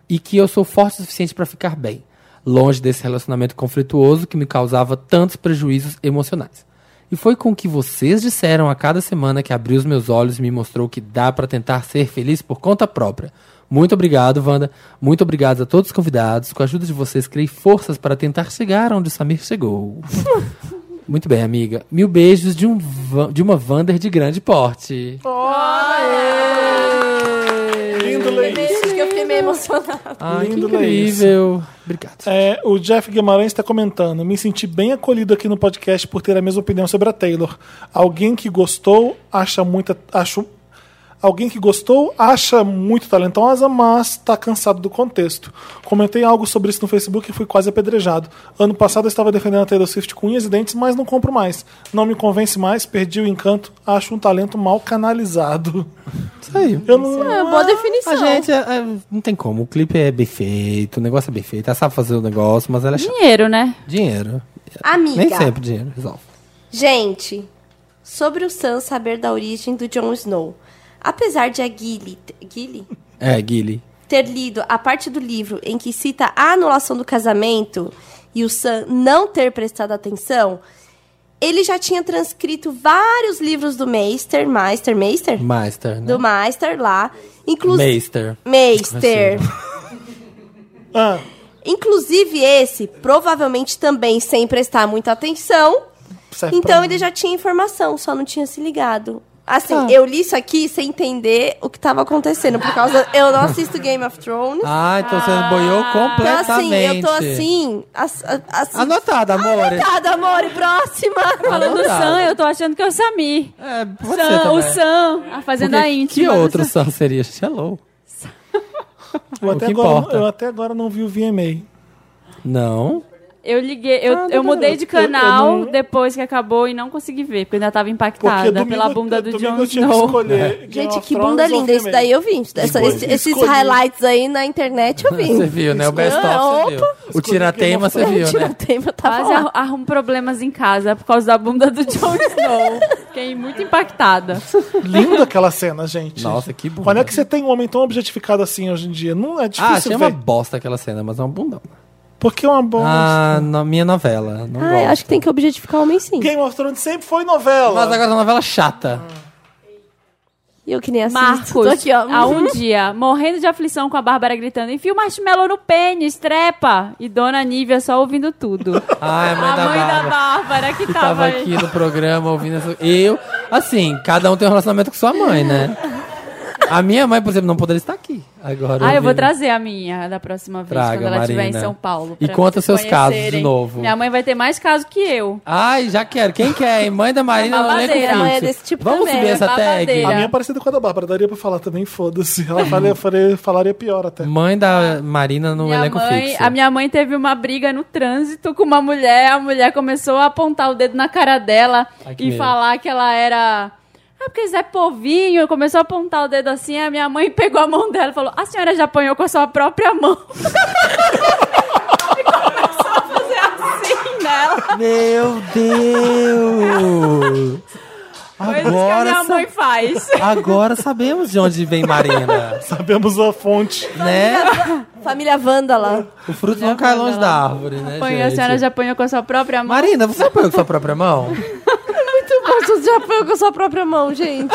[SPEAKER 2] e que eu sou forte o suficiente para ficar bem, longe desse relacionamento conflituoso que me causava tantos prejuízos emocionais. E foi com o que vocês disseram a cada semana que abriu os meus olhos e me mostrou que dá para tentar ser feliz por conta própria. Muito obrigado, Wanda. Muito obrigado a todos os convidados. Com a ajuda de vocês, criei forças para tentar chegar onde o Samir chegou. Muito bem, amiga. Mil beijos de, um, Wa- de uma Wander de grande porte.
[SPEAKER 1] Lindo, Leis.
[SPEAKER 3] Acho que eu fiquei meio emocionada.
[SPEAKER 2] Ai, que
[SPEAKER 1] Lindo, Leis.
[SPEAKER 2] incrível. Obrigado.
[SPEAKER 1] É, o Jeff Guimarães está comentando. Me senti bem acolhido aqui no podcast por ter a mesma opinião sobre a Taylor. Alguém que gostou acha muita. Acho, alguém que gostou acha muito talentosa, mas está cansado do contexto. Comentei algo sobre isso no Facebook e fui quase apedrejado. Ano passado eu estava defendendo a Taylor Swift com unhas e dentes, mas não compro mais. Não me convence mais, perdi o encanto, acho um talento mal canalizado.
[SPEAKER 2] Isso aí.
[SPEAKER 1] Eu não,
[SPEAKER 3] É uma boa definição.
[SPEAKER 2] A gente, é, é, não tem como. O clipe é bem feito, o negócio é bem feito. Ela sabe fazer o negócio, mas ela é chata.
[SPEAKER 4] Dinheiro, né?
[SPEAKER 2] Dinheiro.
[SPEAKER 3] Amiga.
[SPEAKER 2] Nem sempre dinheiro resolve.
[SPEAKER 3] Gente, sobre o Sam saber da origem do Jon Snow. Apesar de a Gilly, Gilly
[SPEAKER 2] É, Guile.
[SPEAKER 3] ter lido a parte do livro em que cita a anulação do casamento e o Sam não ter prestado atenção, ele já tinha transcrito vários livros do Meister, Meister, Meister?
[SPEAKER 2] Master, né?
[SPEAKER 3] Do Meister lá. Inclusive.
[SPEAKER 2] Meister.
[SPEAKER 3] Meister.
[SPEAKER 1] Ah,
[SPEAKER 3] Inclusive esse, provavelmente também sem prestar muita atenção.
[SPEAKER 1] serve
[SPEAKER 3] Então
[SPEAKER 1] pra-
[SPEAKER 3] ele já tinha informação, só não tinha se ligado. Assim,
[SPEAKER 2] Ah.
[SPEAKER 3] eu li isso aqui sem entender o que tava acontecendo, por causa. Eu não assisto Game of Thrones.
[SPEAKER 2] Ah, então você boiou
[SPEAKER 3] Então, assim,
[SPEAKER 2] completamente.
[SPEAKER 3] eu tô assim. ass- a- assim
[SPEAKER 2] Anotada, amor.
[SPEAKER 3] Obrigada, amor, e próxima!
[SPEAKER 4] Falando do
[SPEAKER 2] Adorado.
[SPEAKER 4] Sam, eu tô achando que é o Samir.
[SPEAKER 2] É, pode ser
[SPEAKER 4] Sam, o
[SPEAKER 2] também.
[SPEAKER 4] Sam, a Fazenda
[SPEAKER 2] Porque
[SPEAKER 4] Íntima.
[SPEAKER 2] Que
[SPEAKER 4] do
[SPEAKER 2] outro
[SPEAKER 4] Sam.
[SPEAKER 2] Sam seria? é Hello.
[SPEAKER 1] Eu
[SPEAKER 2] O
[SPEAKER 1] até,
[SPEAKER 2] que
[SPEAKER 1] agora,
[SPEAKER 2] importa.
[SPEAKER 1] eu até agora não vi o VMA.
[SPEAKER 2] Não.
[SPEAKER 4] Eu liguei, eu,
[SPEAKER 1] Ah,
[SPEAKER 4] eu
[SPEAKER 1] não,
[SPEAKER 4] mudei
[SPEAKER 1] não,
[SPEAKER 4] de
[SPEAKER 1] eu- eu
[SPEAKER 4] canal
[SPEAKER 1] não-
[SPEAKER 4] depois que acabou e não consegui ver, porque ainda tava impactada
[SPEAKER 1] domingo-
[SPEAKER 4] pela bunda do
[SPEAKER 1] domingo
[SPEAKER 4] Jon
[SPEAKER 1] eu tinha que
[SPEAKER 4] Snow.
[SPEAKER 1] escolher Game
[SPEAKER 3] Gente,
[SPEAKER 1] of
[SPEAKER 3] que
[SPEAKER 1] Thrones
[SPEAKER 3] bunda
[SPEAKER 1] ou
[SPEAKER 3] linda. Isso
[SPEAKER 1] VMA.
[SPEAKER 3] daí eu vi. isso- essa-
[SPEAKER 1] Escolhi.
[SPEAKER 3] esse- esses
[SPEAKER 1] Escolhi.
[SPEAKER 3] highlights aí na internet eu vi.
[SPEAKER 2] Você viu, né? O best of você viu. O tiratema você viu, né?
[SPEAKER 3] Tiratema tava
[SPEAKER 4] Quase
[SPEAKER 3] lá.
[SPEAKER 4] arru- arrumo problemas em casa por causa da bunda do Jon Snow. Fiquei muito impactada.
[SPEAKER 1] Linda aquela cena, gente.
[SPEAKER 2] Nossa, que bunda.
[SPEAKER 1] Quando é que você tem um homem tão objetificado assim hoje em dia? Não é
[SPEAKER 2] Ah,
[SPEAKER 1] difícil
[SPEAKER 2] achei uma
[SPEAKER 1] ver.
[SPEAKER 2] bosta aquela cena, mas é um bundão.
[SPEAKER 1] Porque é uma bosta.
[SPEAKER 2] Ah, na minha novela. Não
[SPEAKER 3] Ai,
[SPEAKER 2] gosto.
[SPEAKER 3] acho que tem que objetificar o homem sim.
[SPEAKER 1] Game of Thrones sempre foi novela.
[SPEAKER 2] Mas agora é uma novela chata.
[SPEAKER 3] E eu que nem assisto.
[SPEAKER 4] Marcos,
[SPEAKER 3] Tô aqui, ó. Uhum.
[SPEAKER 4] há um dia, morrendo de aflição com a Bárbara gritando: enfia o marshmallow no pênis, trepa! E Dona Nívia só ouvindo tudo.
[SPEAKER 2] Ai, mãe
[SPEAKER 4] a
[SPEAKER 2] da
[SPEAKER 4] mãe da
[SPEAKER 2] Bárbara.
[SPEAKER 4] Bárbara que
[SPEAKER 2] que
[SPEAKER 4] tava,
[SPEAKER 2] tava
[SPEAKER 4] aí.
[SPEAKER 2] aqui no programa ouvindo essa... Eu, assim, cada um tem um relacionamento com sua mãe, né? A minha mãe, por exemplo, não poderia estar aqui agora.
[SPEAKER 4] Ah, eu vou
[SPEAKER 2] ouvindo.
[SPEAKER 4] trazer a minha da próxima vez,
[SPEAKER 2] Traga,
[SPEAKER 4] quando ela estiver em
[SPEAKER 2] Marina.
[SPEAKER 4] São Paulo.
[SPEAKER 2] E
[SPEAKER 4] pra
[SPEAKER 2] conta
[SPEAKER 4] vocês
[SPEAKER 2] seus casos de
[SPEAKER 4] conhecerem.
[SPEAKER 2] novo.
[SPEAKER 4] Minha mãe vai ter mais caso que eu.
[SPEAKER 2] Ai, já quero. Quem quer, hein? Mãe da Marina, não lembro
[SPEAKER 4] babadeira,
[SPEAKER 3] mãe é desse tipo
[SPEAKER 2] Vamos
[SPEAKER 3] também,
[SPEAKER 2] subir
[SPEAKER 4] é
[SPEAKER 2] essa tag?
[SPEAKER 4] babadeira.
[SPEAKER 1] A minha é parecida com a da Bárbara. Daria pra falar também, foda-se. Ela faria, faria- falaria pior até.
[SPEAKER 2] Mãe da Marina no
[SPEAKER 4] Minha
[SPEAKER 2] elenco
[SPEAKER 4] mãe,
[SPEAKER 2] fixo.
[SPEAKER 4] a minha mãe teve uma briga no trânsito com uma mulher. A mulher começou a apontar o dedo na cara dela
[SPEAKER 2] Ai, que
[SPEAKER 4] e
[SPEAKER 2] medo.
[SPEAKER 4] falar que ela era. É porque Zé Povinho começou a apontar o dedo assim, a minha mãe pegou a mão dela e falou: A senhora já apanhou com a sua própria mão. Sim, assim nela.
[SPEAKER 2] Meu Deus!
[SPEAKER 4] Coisas que a minha
[SPEAKER 2] sa-
[SPEAKER 4] mãe faz.
[SPEAKER 2] agora sabemos de onde vem Marina.
[SPEAKER 1] sabemos a fonte.
[SPEAKER 2] Né?
[SPEAKER 3] Família Vândala.
[SPEAKER 2] O fruto não cai longe da árvore, né,
[SPEAKER 4] Apanhou, a
[SPEAKER 2] gente?
[SPEAKER 4] senhora já apanhou com a sua própria mão.
[SPEAKER 2] Marina, você apanhou com sua própria mão?
[SPEAKER 3] Muito bom, você já apanhou com a sua própria mão, gente.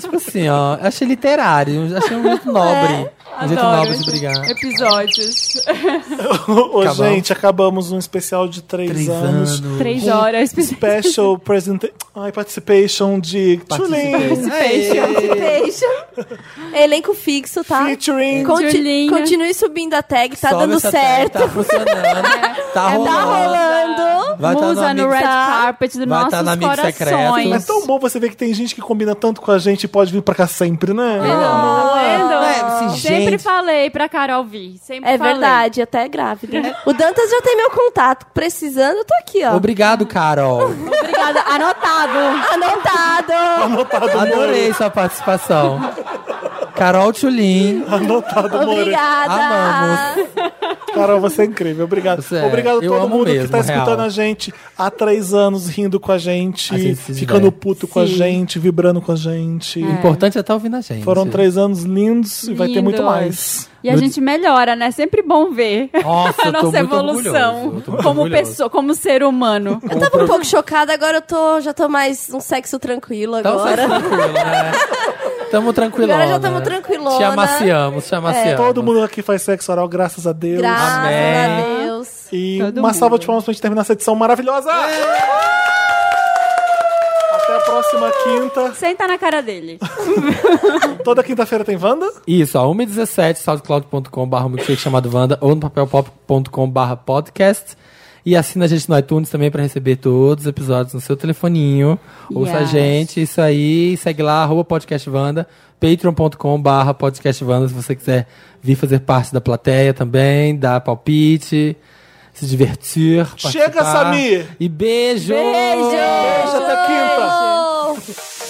[SPEAKER 2] Tipo assim, ó. Achei literário, achei um jeito nobre. um jeito
[SPEAKER 4] É, Adoro
[SPEAKER 2] nobre de
[SPEAKER 4] esses
[SPEAKER 2] brigar.
[SPEAKER 4] Episódios.
[SPEAKER 1] Ô,
[SPEAKER 2] Acabamos.
[SPEAKER 1] gente, acabamos um especial de três,
[SPEAKER 2] Três
[SPEAKER 1] anos.
[SPEAKER 2] anos.
[SPEAKER 4] Três
[SPEAKER 1] Um
[SPEAKER 4] horas.
[SPEAKER 1] Special presentation. Ai, participation de Tulin.
[SPEAKER 2] É
[SPEAKER 3] Participation. Elenco fixo, tá?
[SPEAKER 1] Featuring.
[SPEAKER 3] Conti-
[SPEAKER 4] Julina.
[SPEAKER 3] continue subindo a tag, tá
[SPEAKER 2] Sobe
[SPEAKER 3] dando
[SPEAKER 2] essa
[SPEAKER 3] certo.
[SPEAKER 2] tag, Tá funcionando. Tá rolando.
[SPEAKER 3] Tá rolando.
[SPEAKER 2] Vai tá
[SPEAKER 4] É, Musa no
[SPEAKER 2] amigo-
[SPEAKER 4] red carpet dos
[SPEAKER 2] Vai
[SPEAKER 4] nossos
[SPEAKER 2] tá no amigo
[SPEAKER 4] corações.
[SPEAKER 2] secreto.
[SPEAKER 1] É tão bom você ver que tem gente que combina tanto com a gente e pode vir pra cá sempre, né?
[SPEAKER 4] Tá vendo?
[SPEAKER 2] É, assim,
[SPEAKER 4] Sempre
[SPEAKER 2] gente.
[SPEAKER 4] falei pra Carol vir. Sempre
[SPEAKER 3] É
[SPEAKER 4] falei.
[SPEAKER 3] verdade, até grávida. O Dantas já tem meu contato. Precisando, eu tô aqui, ó.
[SPEAKER 2] Obrigado, Carol.
[SPEAKER 4] Obrigada. Anotado.
[SPEAKER 3] Anotado!
[SPEAKER 1] Anotado,
[SPEAKER 2] Adorei sua participação. Carol Tulin.
[SPEAKER 4] É.
[SPEAKER 1] Anotado, More.
[SPEAKER 3] Obrigada!
[SPEAKER 2] Amamos.
[SPEAKER 1] Carol, você é incrível. Obrigado.
[SPEAKER 2] Você é.
[SPEAKER 1] Obrigado a
[SPEAKER 2] Eu
[SPEAKER 1] todo
[SPEAKER 2] amo
[SPEAKER 1] mundo que
[SPEAKER 2] mesmo,
[SPEAKER 1] tá
[SPEAKER 2] real.
[SPEAKER 1] escutando a gente há três anos, rindo com a gente,
[SPEAKER 2] A gente se
[SPEAKER 1] ficando
[SPEAKER 2] diverte.
[SPEAKER 1] puto com a
[SPEAKER 4] Sim.
[SPEAKER 1] gente, vibrando com a gente.
[SPEAKER 2] O importante é estar ouvindo a gente.
[SPEAKER 1] Foram três anos lindos e vai ter muito
[SPEAKER 4] Lindos.
[SPEAKER 1] mais.
[SPEAKER 4] E a
[SPEAKER 2] No
[SPEAKER 4] gente melhora, né? Sempre bom ver
[SPEAKER 2] Nossa,
[SPEAKER 4] a
[SPEAKER 2] eu tô
[SPEAKER 4] nossa
[SPEAKER 2] muito orgulhoso,
[SPEAKER 4] evolução
[SPEAKER 2] eu tô muito
[SPEAKER 4] como
[SPEAKER 2] orgulhoso.
[SPEAKER 4] pessoa, como ser humano.
[SPEAKER 3] Eu tava um pouco chocada, agora eu tô, já tô mais um sexo tranquilo
[SPEAKER 2] Então, vocês
[SPEAKER 3] agora.
[SPEAKER 2] tranquilo, né? Tamo tranquilona. né?
[SPEAKER 3] Agora já tamo tranquilona.
[SPEAKER 2] Te amaciamos, te amaciamos.
[SPEAKER 1] É, Todo mundo aqui faz sexo oral, graças a Deus.
[SPEAKER 3] Graças a
[SPEAKER 2] Amém.
[SPEAKER 3] Deus.
[SPEAKER 1] E
[SPEAKER 4] Todo
[SPEAKER 1] uma salva
[SPEAKER 4] mundo.
[SPEAKER 1] de palmas pra gente terminar essa edição maravilhosa.
[SPEAKER 2] É.
[SPEAKER 1] Até a próxima quinta.
[SPEAKER 4] Senta na cara dele.
[SPEAKER 1] Toda quinta-feira tem Wanda.
[SPEAKER 2] Isso, ó, 1h17, soundcloud.com.br, milkshake chamado Wanda, ou no papelpop.com.br podcast. E assina a gente no iTunes também pra receber todos os episódios no seu telefoninho. Ouça a
[SPEAKER 4] Yes.
[SPEAKER 2] gente, isso aí. Segue lá, arroba podcastvanda, patreon.com.br podcastvanda, se você quiser vir fazer parte da plateia também, dar palpite, se divertir.
[SPEAKER 1] Chega,
[SPEAKER 2] participar.
[SPEAKER 1] Samir!
[SPEAKER 2] E beijo!
[SPEAKER 3] Beijo!
[SPEAKER 1] Beijo, até quinta!
[SPEAKER 3] Beijo!